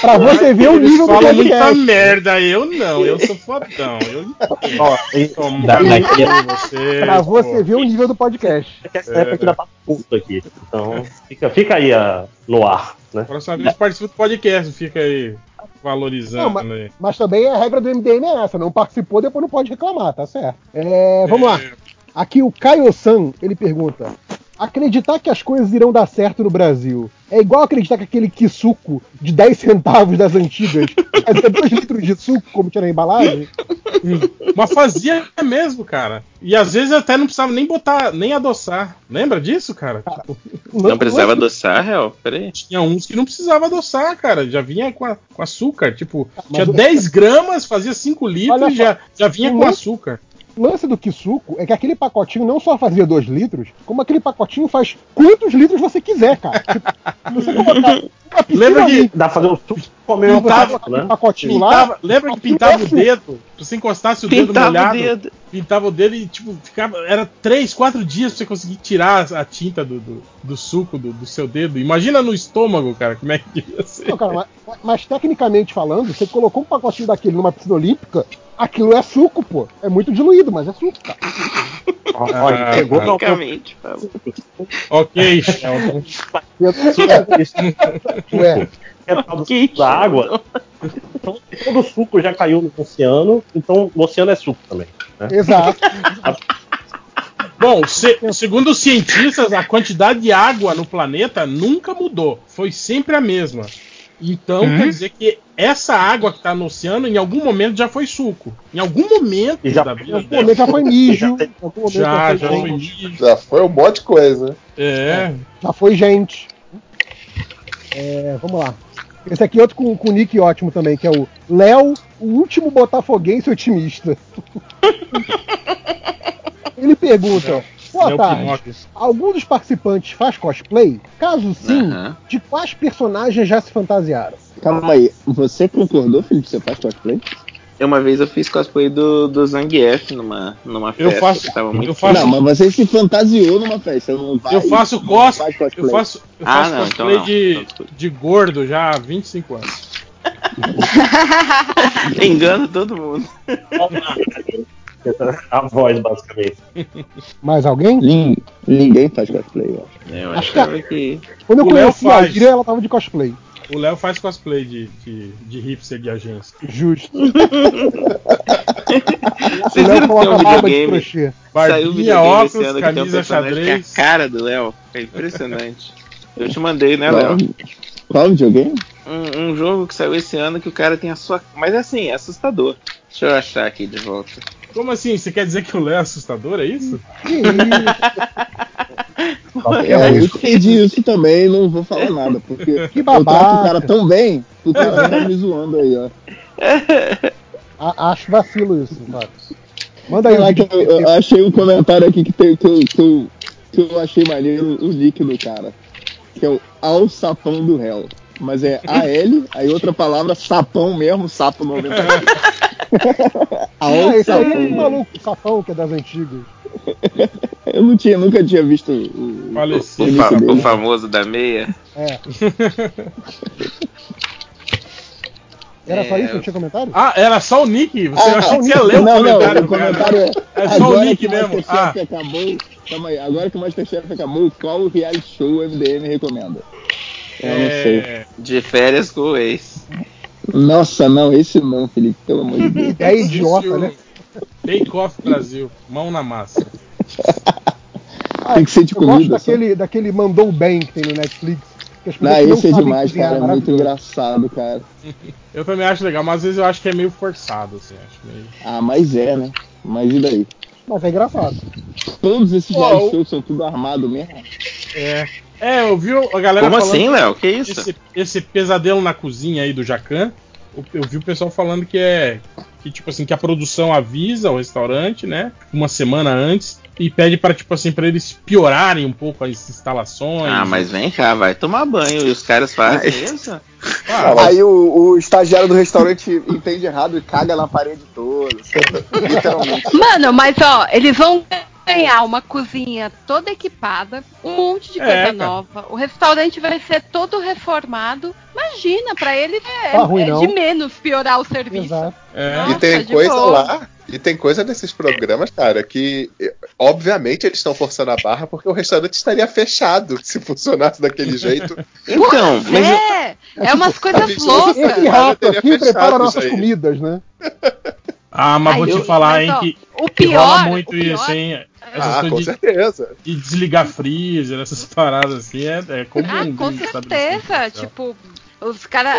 [SPEAKER 5] Pra você ver o
[SPEAKER 2] Eles
[SPEAKER 5] nível do
[SPEAKER 2] falam
[SPEAKER 5] podcast.
[SPEAKER 2] muita merda, eu não, eu sou fodão. Eu
[SPEAKER 17] Ó, e-
[SPEAKER 2] tomo
[SPEAKER 17] dá- dá-
[SPEAKER 2] você. É,
[SPEAKER 5] Pra você ver o nível do podcast.
[SPEAKER 17] Essa é época que dá pra puto aqui. Então, fica, fica aí ah, no ar, né?
[SPEAKER 2] Próxima vez participa do podcast, fica aí valorizando né?
[SPEAKER 5] Não, mas-
[SPEAKER 2] aí.
[SPEAKER 5] Mas também a regra do MDM é essa, não participou, depois não pode reclamar, tá certo. É, vamos lá. Aqui o Caio San, ele pergunta: acreditar que as coisas irão dar certo no Brasil é igual acreditar que aquele kisuco de 10 centavos das antigas faz 2 litros de suco, como tinha na embalagem?
[SPEAKER 2] Mas fazia mesmo, cara. E às vezes até não precisava nem botar, nem adoçar. Lembra disso, cara?
[SPEAKER 5] Ah,
[SPEAKER 2] Tipo,
[SPEAKER 9] Não precisava adoçar, real? Peraí.
[SPEAKER 2] Tinha uns que não precisava adoçar, cara. Já vinha com, a- com açúcar. Tipo, tinha
[SPEAKER 5] o-
[SPEAKER 2] 10 gramas, fazia 5 litros
[SPEAKER 5] Ah, Olha
[SPEAKER 2] e já, já vinha
[SPEAKER 5] o
[SPEAKER 2] com
[SPEAKER 5] lance-
[SPEAKER 2] açúcar.
[SPEAKER 5] O lance do Kisuko é que aquele pacotinho não só fazia 2 litros, como aquele pacotinho faz quantos litros você quiser, cara. Tipo, você colocar uma piscina
[SPEAKER 2] Lembra de-
[SPEAKER 5] ali,
[SPEAKER 17] Dá pra fazer um suco e comer uma
[SPEAKER 2] Pintava,
[SPEAKER 17] coisa, né?
[SPEAKER 5] pacotinho
[SPEAKER 2] pintava-
[SPEAKER 5] lá.
[SPEAKER 2] lembra que
[SPEAKER 5] aquilo é
[SPEAKER 2] pintava o
[SPEAKER 5] suco.
[SPEAKER 2] dedo? Se você encostasse o dedo
[SPEAKER 9] Pintava o
[SPEAKER 2] molhado,
[SPEAKER 9] dedo.
[SPEAKER 2] pintava o dedo e tipo, ficava. Era 3, 4 dias pra você conseguir tirar a tinta do, do, do suco do, do seu dedo. Imagina no estômago, cara, como é que devia ser.
[SPEAKER 5] Não, cara, mas, mas tecnicamente falando, você colocou um pacotinho daquele numa piscina olímpica, aquilo é suco, pô. É muito diluído, mas é suco, cara.
[SPEAKER 17] Olha,
[SPEAKER 2] Ah,
[SPEAKER 17] pegou não,
[SPEAKER 9] Basicamente.
[SPEAKER 2] Ok, Sheldon.
[SPEAKER 5] É um Ué,
[SPEAKER 17] é tal do suco da água. Então, todo suco já caiu no oceano, então o oceano é suco também. Né?
[SPEAKER 5] exato.
[SPEAKER 2] Bom, se- segundo os cientistas, a quantidade de água no planeta nunca mudou. Foi sempre a mesma. Então,
[SPEAKER 5] Uhum.
[SPEAKER 2] quer dizer que essa água que está no oceano, em algum momento já foi suco. Em algum momento
[SPEAKER 17] E já-
[SPEAKER 2] da vida
[SPEAKER 5] Em algum momento já foi mijo. em algum momento
[SPEAKER 2] Já, já
[SPEAKER 5] já,
[SPEAKER 2] foi
[SPEAKER 5] foi gente,
[SPEAKER 2] mijo.
[SPEAKER 10] Já foi um monte de coisa.
[SPEAKER 2] É.
[SPEAKER 5] já foi gente. É, vamos lá. Esse aqui é outro com, com nick ótimo também, que é o Léo, o último botafoguense otimista. Ele pergunta, boa
[SPEAKER 2] Léo
[SPEAKER 5] tarde,
[SPEAKER 2] Pinóquio.
[SPEAKER 5] algum dos participantes faz cosplay? Caso sim,
[SPEAKER 12] Aham.
[SPEAKER 5] de quais personagens já se fantasiaram?
[SPEAKER 12] Calma aí, você concordou, Felipe? Você faz cosplay?
[SPEAKER 9] É. Uma vez eu fiz cosplay do, do Zangief numa, numa
[SPEAKER 2] Eu
[SPEAKER 9] festa.
[SPEAKER 2] faço-
[SPEAKER 9] que tava muito
[SPEAKER 2] eu faço-
[SPEAKER 12] Não, mas você se fantasiou numa festa. Não vai,
[SPEAKER 2] Eu faço
[SPEAKER 12] não
[SPEAKER 2] cos-
[SPEAKER 12] faz
[SPEAKER 2] Eu faço, eu
[SPEAKER 9] Ah,
[SPEAKER 2] faço
[SPEAKER 9] não, então
[SPEAKER 2] cosplay
[SPEAKER 9] não.
[SPEAKER 2] de, de gordo já há 25 anos.
[SPEAKER 9] Engano todo mundo.
[SPEAKER 17] A voz, basicamente.
[SPEAKER 5] Mais alguém?
[SPEAKER 12] Nin- Ninguém faz cosplay, ó.
[SPEAKER 9] Eu achava que.
[SPEAKER 5] Quando eu
[SPEAKER 2] O Léo
[SPEAKER 5] conheci a
[SPEAKER 2] faz.
[SPEAKER 5] Gira, ela tava de cosplay.
[SPEAKER 2] O Léo faz cosplay de, de, de hipster de agência.
[SPEAKER 5] Justo.
[SPEAKER 2] Vocês
[SPEAKER 5] viram que tem um videogame?
[SPEAKER 9] Saiu o
[SPEAKER 2] Barbinha,
[SPEAKER 9] videogame esse
[SPEAKER 2] óculos,
[SPEAKER 9] ano que tem um
[SPEAKER 2] camisa
[SPEAKER 9] personagem que é a
[SPEAKER 2] xadrez.
[SPEAKER 9] cara do Léo. É impressionante. Eu te mandei, né,
[SPEAKER 12] Qual-
[SPEAKER 9] Léo?
[SPEAKER 12] Qual videogame?
[SPEAKER 9] Um, um jogo que saiu esse ano que o cara tem a sua. Mas assim, é assustador. Deixa eu achar aqui de volta.
[SPEAKER 2] Como assim? Você quer dizer que o Léo é assustador, é isso?
[SPEAKER 12] É, eu sei disso também, não vou falar nada, porque
[SPEAKER 5] Que
[SPEAKER 12] eu trato
[SPEAKER 5] babaca.
[SPEAKER 12] o cara tão bem, tu tá vendo me zoando aí, ó.
[SPEAKER 5] A- acho vacilo isso, cara.
[SPEAKER 12] Manda aí. Lá que eu, eu achei um comentário aqui que, tem, que, eu, que, eu, que eu achei maneiro o nick do cara. Que é o Ao Sapão do Réu. Mas é AL, aí outra palavra, sapão mesmo, sapo 98. Ao
[SPEAKER 5] Ah, esse aí é um
[SPEAKER 12] Sapão.
[SPEAKER 5] maluco, sapão, que é das antigas.
[SPEAKER 12] Eu não tinha, nunca tinha visto o.
[SPEAKER 9] O,
[SPEAKER 12] nick
[SPEAKER 9] fa-
[SPEAKER 12] dele.
[SPEAKER 9] o famoso da meia.
[SPEAKER 5] É. Era só
[SPEAKER 9] É.
[SPEAKER 5] isso? Não tinha comentário?
[SPEAKER 2] Ah, era só o Nick? Você
[SPEAKER 12] Ah,
[SPEAKER 2] achou
[SPEAKER 12] não,
[SPEAKER 2] que ia ler o
[SPEAKER 12] não, não,
[SPEAKER 2] comentário?
[SPEAKER 12] o
[SPEAKER 2] do cara?
[SPEAKER 12] comentário é-
[SPEAKER 2] é só o
[SPEAKER 12] agora
[SPEAKER 2] Nick
[SPEAKER 12] que
[SPEAKER 2] mesmo. Ah,
[SPEAKER 12] Masterchef acabou, calma aí, agora que o Masterchef acabou, qual reality show o MDM recomenda? Eu não
[SPEAKER 2] É,
[SPEAKER 12] sei.
[SPEAKER 9] De férias com o ex.
[SPEAKER 12] Nossa, não, esse não, Felipe, pelo amor de Deus.
[SPEAKER 5] É idiota,
[SPEAKER 2] o-
[SPEAKER 5] né?
[SPEAKER 2] Bake Ah. Off Brasil, mão na massa.
[SPEAKER 12] Tem que ser de
[SPEAKER 5] Ah, eu gosto
[SPEAKER 12] comida. só.
[SPEAKER 5] daquele, daquele Mandou Bem que tem no Netflix. Que as
[SPEAKER 12] Não,
[SPEAKER 5] pessoas
[SPEAKER 12] esse
[SPEAKER 5] não
[SPEAKER 12] é
[SPEAKER 5] sabem
[SPEAKER 12] demais,
[SPEAKER 5] cozinhar,
[SPEAKER 12] cara, é muito
[SPEAKER 5] maravilhoso.
[SPEAKER 12] engraçado, cara.
[SPEAKER 2] Eu também acho legal, mas às vezes eu acho que é meio forçado, assim, acho meio.
[SPEAKER 12] Ah, mas é, né? Mas e daí?
[SPEAKER 5] Mas é engraçado.
[SPEAKER 12] Todos esses
[SPEAKER 2] Pô,
[SPEAKER 12] reality
[SPEAKER 2] o-
[SPEAKER 12] shows são tudo armado mesmo.
[SPEAKER 2] É. É, eu vi a galera.
[SPEAKER 9] Como
[SPEAKER 2] falando-
[SPEAKER 9] assim, Léo? Que isso?
[SPEAKER 2] Esse, esse pesadelo na cozinha aí do Jacan. eu- Eu vi o pessoal falando que é. Que, tipo assim, que a produção avisa o restaurante, né? Uma semana antes. E pede pra, tipo assim, pra eles piorarem um pouco as instalações.
[SPEAKER 9] Ah, mas vem cá, vai tomar banho. E os caras
[SPEAKER 2] é
[SPEAKER 9] fazem isso?
[SPEAKER 12] Ah,
[SPEAKER 4] Aí o, o estagiário do restaurante entende errado e caga na parede toda. assim, Literalmente.
[SPEAKER 11] Mano, mas ó, eles vão ganhar uma cozinha toda equipada, um monte de
[SPEAKER 2] É,
[SPEAKER 11] coisa
[SPEAKER 2] cara.
[SPEAKER 11] nova. O restaurante vai ser todo reformado. Imagina, pra ele é,
[SPEAKER 5] Tá ruim,
[SPEAKER 11] é
[SPEAKER 5] não.
[SPEAKER 11] de menos piorar o serviço.
[SPEAKER 2] É.
[SPEAKER 10] E tem
[SPEAKER 11] de
[SPEAKER 10] coisa
[SPEAKER 11] boa.
[SPEAKER 10] lá, e tem coisa nesses programas, cara, que eh, obviamente eles estão forçando a barra porque o restaurante estaria fechado se funcionasse daquele jeito.
[SPEAKER 9] Então, mas eu-
[SPEAKER 11] É, é umas coisas
[SPEAKER 10] Esse-
[SPEAKER 11] loucas.
[SPEAKER 5] Esse rato aqui prepara nossas comidas, né?
[SPEAKER 2] Ah, mas
[SPEAKER 11] Aí
[SPEAKER 2] vou te
[SPEAKER 11] eu-
[SPEAKER 2] falar,
[SPEAKER 11] mas,
[SPEAKER 2] hein,
[SPEAKER 11] ó,
[SPEAKER 2] que,
[SPEAKER 11] o
[SPEAKER 2] que rola
[SPEAKER 11] pior-
[SPEAKER 2] muito
[SPEAKER 11] o pior-
[SPEAKER 2] isso, hein? Essas
[SPEAKER 10] Ah, com
[SPEAKER 2] coisas de,
[SPEAKER 10] certeza.
[SPEAKER 2] de desligar freezer, essas paradas assim, é, é comum.
[SPEAKER 11] Ah, com
[SPEAKER 2] viu, sabe?
[SPEAKER 11] certeza. Tipo, os caras.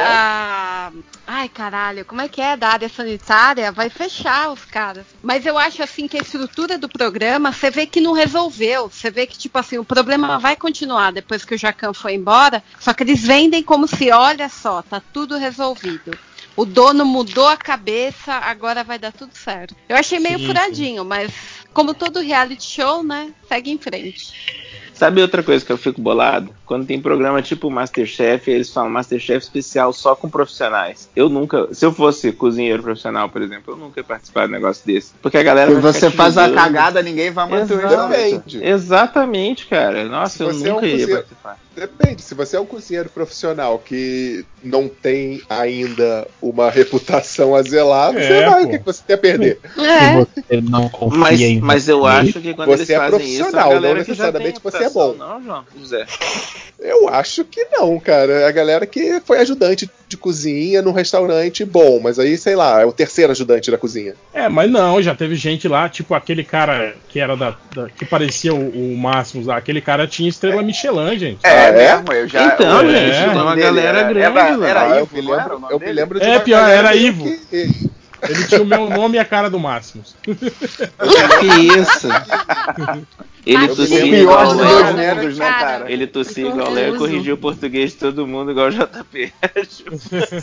[SPEAKER 11] Ai, caralho, como é que é? Da área sanitária, vai fechar os caras. Mas eu acho assim que a estrutura do programa, você vê que não resolveu. Você vê que, tipo assim, o problema vai continuar depois que o Jacan foi embora. Só que eles vendem como se, olha só, tá tudo resolvido. O dono mudou a cabeça, agora vai dar tudo certo. Eu achei meio
[SPEAKER 9] Sim,
[SPEAKER 11] furadinho, mas como todo reality show, né? Segue em frente.
[SPEAKER 9] Sabe outra coisa que eu fico bolado? Quando tem programa tipo Masterchef, eles falam Masterchef especial só com profissionais. Eu nunca, se eu fosse cozinheiro profissional, por exemplo, eu nunca ia participar de um negócio desse. Porque a galera.
[SPEAKER 4] Se
[SPEAKER 9] vai ficar
[SPEAKER 4] você
[SPEAKER 9] te
[SPEAKER 4] faz a
[SPEAKER 9] julgando.
[SPEAKER 4] cagada, ninguém vai manter o restaurante.
[SPEAKER 10] Depende.
[SPEAKER 9] Exatamente, cara. Nossa, eu
[SPEAKER 10] Você é um
[SPEAKER 9] nunca ia
[SPEAKER 10] cozinheiro.
[SPEAKER 9] participar.
[SPEAKER 10] Depende, se você é um cozinheiro profissional que não tem ainda uma reputação a zelar, você
[SPEAKER 2] É,
[SPEAKER 10] vai,
[SPEAKER 2] pô.
[SPEAKER 10] o que que você tem a perder?
[SPEAKER 11] É.
[SPEAKER 13] Você não confia
[SPEAKER 9] Mas,
[SPEAKER 13] em
[SPEAKER 9] mas eu acho que quando
[SPEAKER 10] Você
[SPEAKER 9] eles
[SPEAKER 10] é
[SPEAKER 9] fazem isso, a
[SPEAKER 10] profissional,
[SPEAKER 9] galera
[SPEAKER 10] não
[SPEAKER 9] que já tem
[SPEAKER 10] necessariamente você é
[SPEAKER 9] reputação,
[SPEAKER 10] bom.
[SPEAKER 9] Não, João, José.
[SPEAKER 10] Eu acho que não, cara. É A galera que foi ajudante de cozinha num restaurante bom, mas aí, sei lá, é o terceiro ajudante da cozinha.
[SPEAKER 2] É, mas não, já teve gente lá, tipo aquele cara que era da. da- que parecia o, o Máximos lá, aquele cara tinha estrela Michelin, gente.
[SPEAKER 4] É,
[SPEAKER 10] Ah, é?
[SPEAKER 4] mesmo, eu já.
[SPEAKER 9] Então,
[SPEAKER 4] eu,
[SPEAKER 9] gente,
[SPEAKER 2] é.
[SPEAKER 9] é uma
[SPEAKER 4] dele
[SPEAKER 9] galera
[SPEAKER 4] era-
[SPEAKER 9] grande
[SPEAKER 4] era-
[SPEAKER 9] lá.
[SPEAKER 4] era
[SPEAKER 10] Ah, eu
[SPEAKER 4] Ivo,
[SPEAKER 10] me
[SPEAKER 4] não era
[SPEAKER 10] lembro,
[SPEAKER 4] o nome
[SPEAKER 10] eu me
[SPEAKER 4] dele?
[SPEAKER 10] lembro de
[SPEAKER 2] É,
[SPEAKER 10] uma
[SPEAKER 2] pior,
[SPEAKER 10] galera
[SPEAKER 2] era
[SPEAKER 10] que-
[SPEAKER 2] Ivo.
[SPEAKER 10] que-
[SPEAKER 2] Ele tinha o meu nome e a cara do Máximos.
[SPEAKER 9] Que isso? Ele
[SPEAKER 11] Mas
[SPEAKER 9] tossiu
[SPEAKER 11] sim,
[SPEAKER 9] igual o
[SPEAKER 4] pior dos
[SPEAKER 9] Léo.
[SPEAKER 4] dois
[SPEAKER 11] Cara,
[SPEAKER 4] mundos, né, cara?
[SPEAKER 9] Ele tossiu igual o Léo e corrigiu o português de todo mundo igual o JP.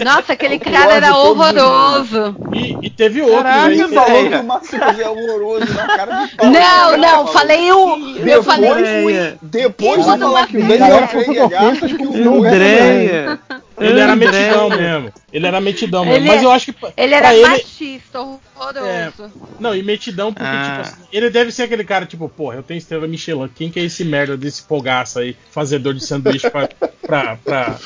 [SPEAKER 11] Nossa, aquele
[SPEAKER 4] pior
[SPEAKER 11] cara
[SPEAKER 4] de
[SPEAKER 11] era
[SPEAKER 4] todos os
[SPEAKER 11] horroroso.
[SPEAKER 2] E, e teve outro.
[SPEAKER 9] Caralho,
[SPEAKER 4] Ele
[SPEAKER 9] velho.
[SPEAKER 4] falou que o Matheus é horroroso na cara de pau.
[SPEAKER 11] Não,
[SPEAKER 4] Ele
[SPEAKER 11] não,
[SPEAKER 4] falou.
[SPEAKER 11] falei o. Eu
[SPEAKER 4] Depois,
[SPEAKER 11] falei.
[SPEAKER 4] depois
[SPEAKER 11] Isso
[SPEAKER 4] de
[SPEAKER 11] não
[SPEAKER 4] falar que o
[SPEAKER 11] é
[SPEAKER 4] Daniel
[SPEAKER 5] verdade.
[SPEAKER 4] Craig é gato, que o
[SPEAKER 5] Não é
[SPEAKER 4] André
[SPEAKER 9] Andréia!
[SPEAKER 2] Ele era metidão mesmo. Ele era metidão
[SPEAKER 11] Ele
[SPEAKER 2] mesmo. Mas
[SPEAKER 11] é-
[SPEAKER 2] eu acho que. pra-
[SPEAKER 11] Ele era
[SPEAKER 2] pra ele-
[SPEAKER 11] machista, horroroso.
[SPEAKER 2] É, Não, e metidão, porque,
[SPEAKER 11] Ah.
[SPEAKER 2] tipo assim, ele deve ser aquele cara, tipo, porra, eu tenho estrela Michelin, quem que é esse merda desse fogaça aí, fazedor de sanduíche pra, pra, pra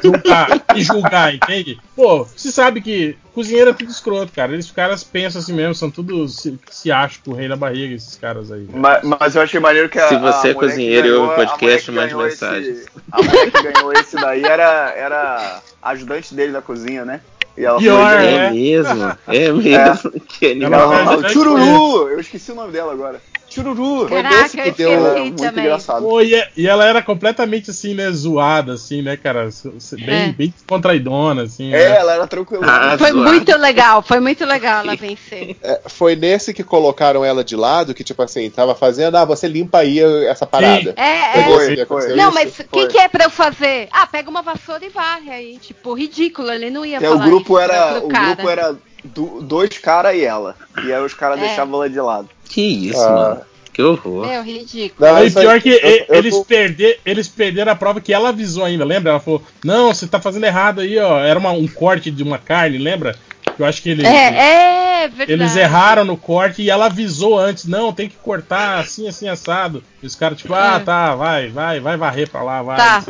[SPEAKER 2] julgar e julgar, entende? Pô, você sabe que cozinheiro é tudo escroto, cara. Eles caras pensam assim mesmo, são tudo se, se acha com o rei da barriga, esses caras aí.
[SPEAKER 4] Mas, mas eu achei maneiro que a.
[SPEAKER 9] Se você
[SPEAKER 4] a
[SPEAKER 9] é
[SPEAKER 4] mulher que
[SPEAKER 9] cozinheiro e
[SPEAKER 4] ganhou-
[SPEAKER 9] ouve o
[SPEAKER 4] a
[SPEAKER 9] podcast,
[SPEAKER 4] mulher
[SPEAKER 9] mande
[SPEAKER 4] que ganhou esse-
[SPEAKER 9] mensagens.
[SPEAKER 4] A mulher que ganhou esse daí era, era ajudante dele da cozinha, né? E ela
[SPEAKER 9] Pior,
[SPEAKER 2] né?
[SPEAKER 4] foi-
[SPEAKER 9] é mesmo, é mesmo. Que animal.
[SPEAKER 4] Ela- ela- Chururu! Eu esqueci o nome dela agora. Chururu!
[SPEAKER 9] Caraca, Foi desse que eu deu- esqueci
[SPEAKER 4] muito também. engraçado.
[SPEAKER 2] Pô, e, é- e ela era completamente assim, né, zoada, assim, né, cara? s- s- Bem,
[SPEAKER 11] É.
[SPEAKER 2] bem contraidona, assim.
[SPEAKER 4] É, ela era tranquila.
[SPEAKER 2] Ah,
[SPEAKER 11] Foi muito legal, foi muito legal ela vencer.
[SPEAKER 10] É, foi nesse que colocaram ela de lado, que tipo assim, tava fazendo, ah, você limpa aí essa parada.
[SPEAKER 11] É, é.
[SPEAKER 10] Foi, foi, aconteceu
[SPEAKER 11] Não,
[SPEAKER 10] isso?
[SPEAKER 11] mas o que, que é pra eu fazer? Ah, pega uma vassoura e varre aí. Tipo, ridículo, ele não ia
[SPEAKER 4] É, o
[SPEAKER 11] falar
[SPEAKER 4] grupo
[SPEAKER 11] isso pra-
[SPEAKER 4] era,
[SPEAKER 11] pro
[SPEAKER 4] o
[SPEAKER 11] cara.
[SPEAKER 4] grupo era do- dois caras e ela. E aí os caras
[SPEAKER 11] É.
[SPEAKER 4] deixavam ela de lado.
[SPEAKER 9] Que isso,
[SPEAKER 4] Ah.
[SPEAKER 9] mano. Que horror.
[SPEAKER 11] Meu, É, ridículo.
[SPEAKER 2] Não, aí pior que e-
[SPEAKER 9] eu
[SPEAKER 2] eles, perder, eles perderam a prova que ela avisou ainda, lembra? Ela falou, não, você tá fazendo errado aí, ó. Era uma- um corte de uma carne, lembra? Eu acho que eles,
[SPEAKER 11] É, é verdade.
[SPEAKER 2] eles erraram no corte e ela avisou antes, não, tem que cortar assim, assim, assado. E os caras, tipo, ah,
[SPEAKER 11] É.
[SPEAKER 2] tá, vai, vai, vai varrer pra lá, vai.
[SPEAKER 11] Tá.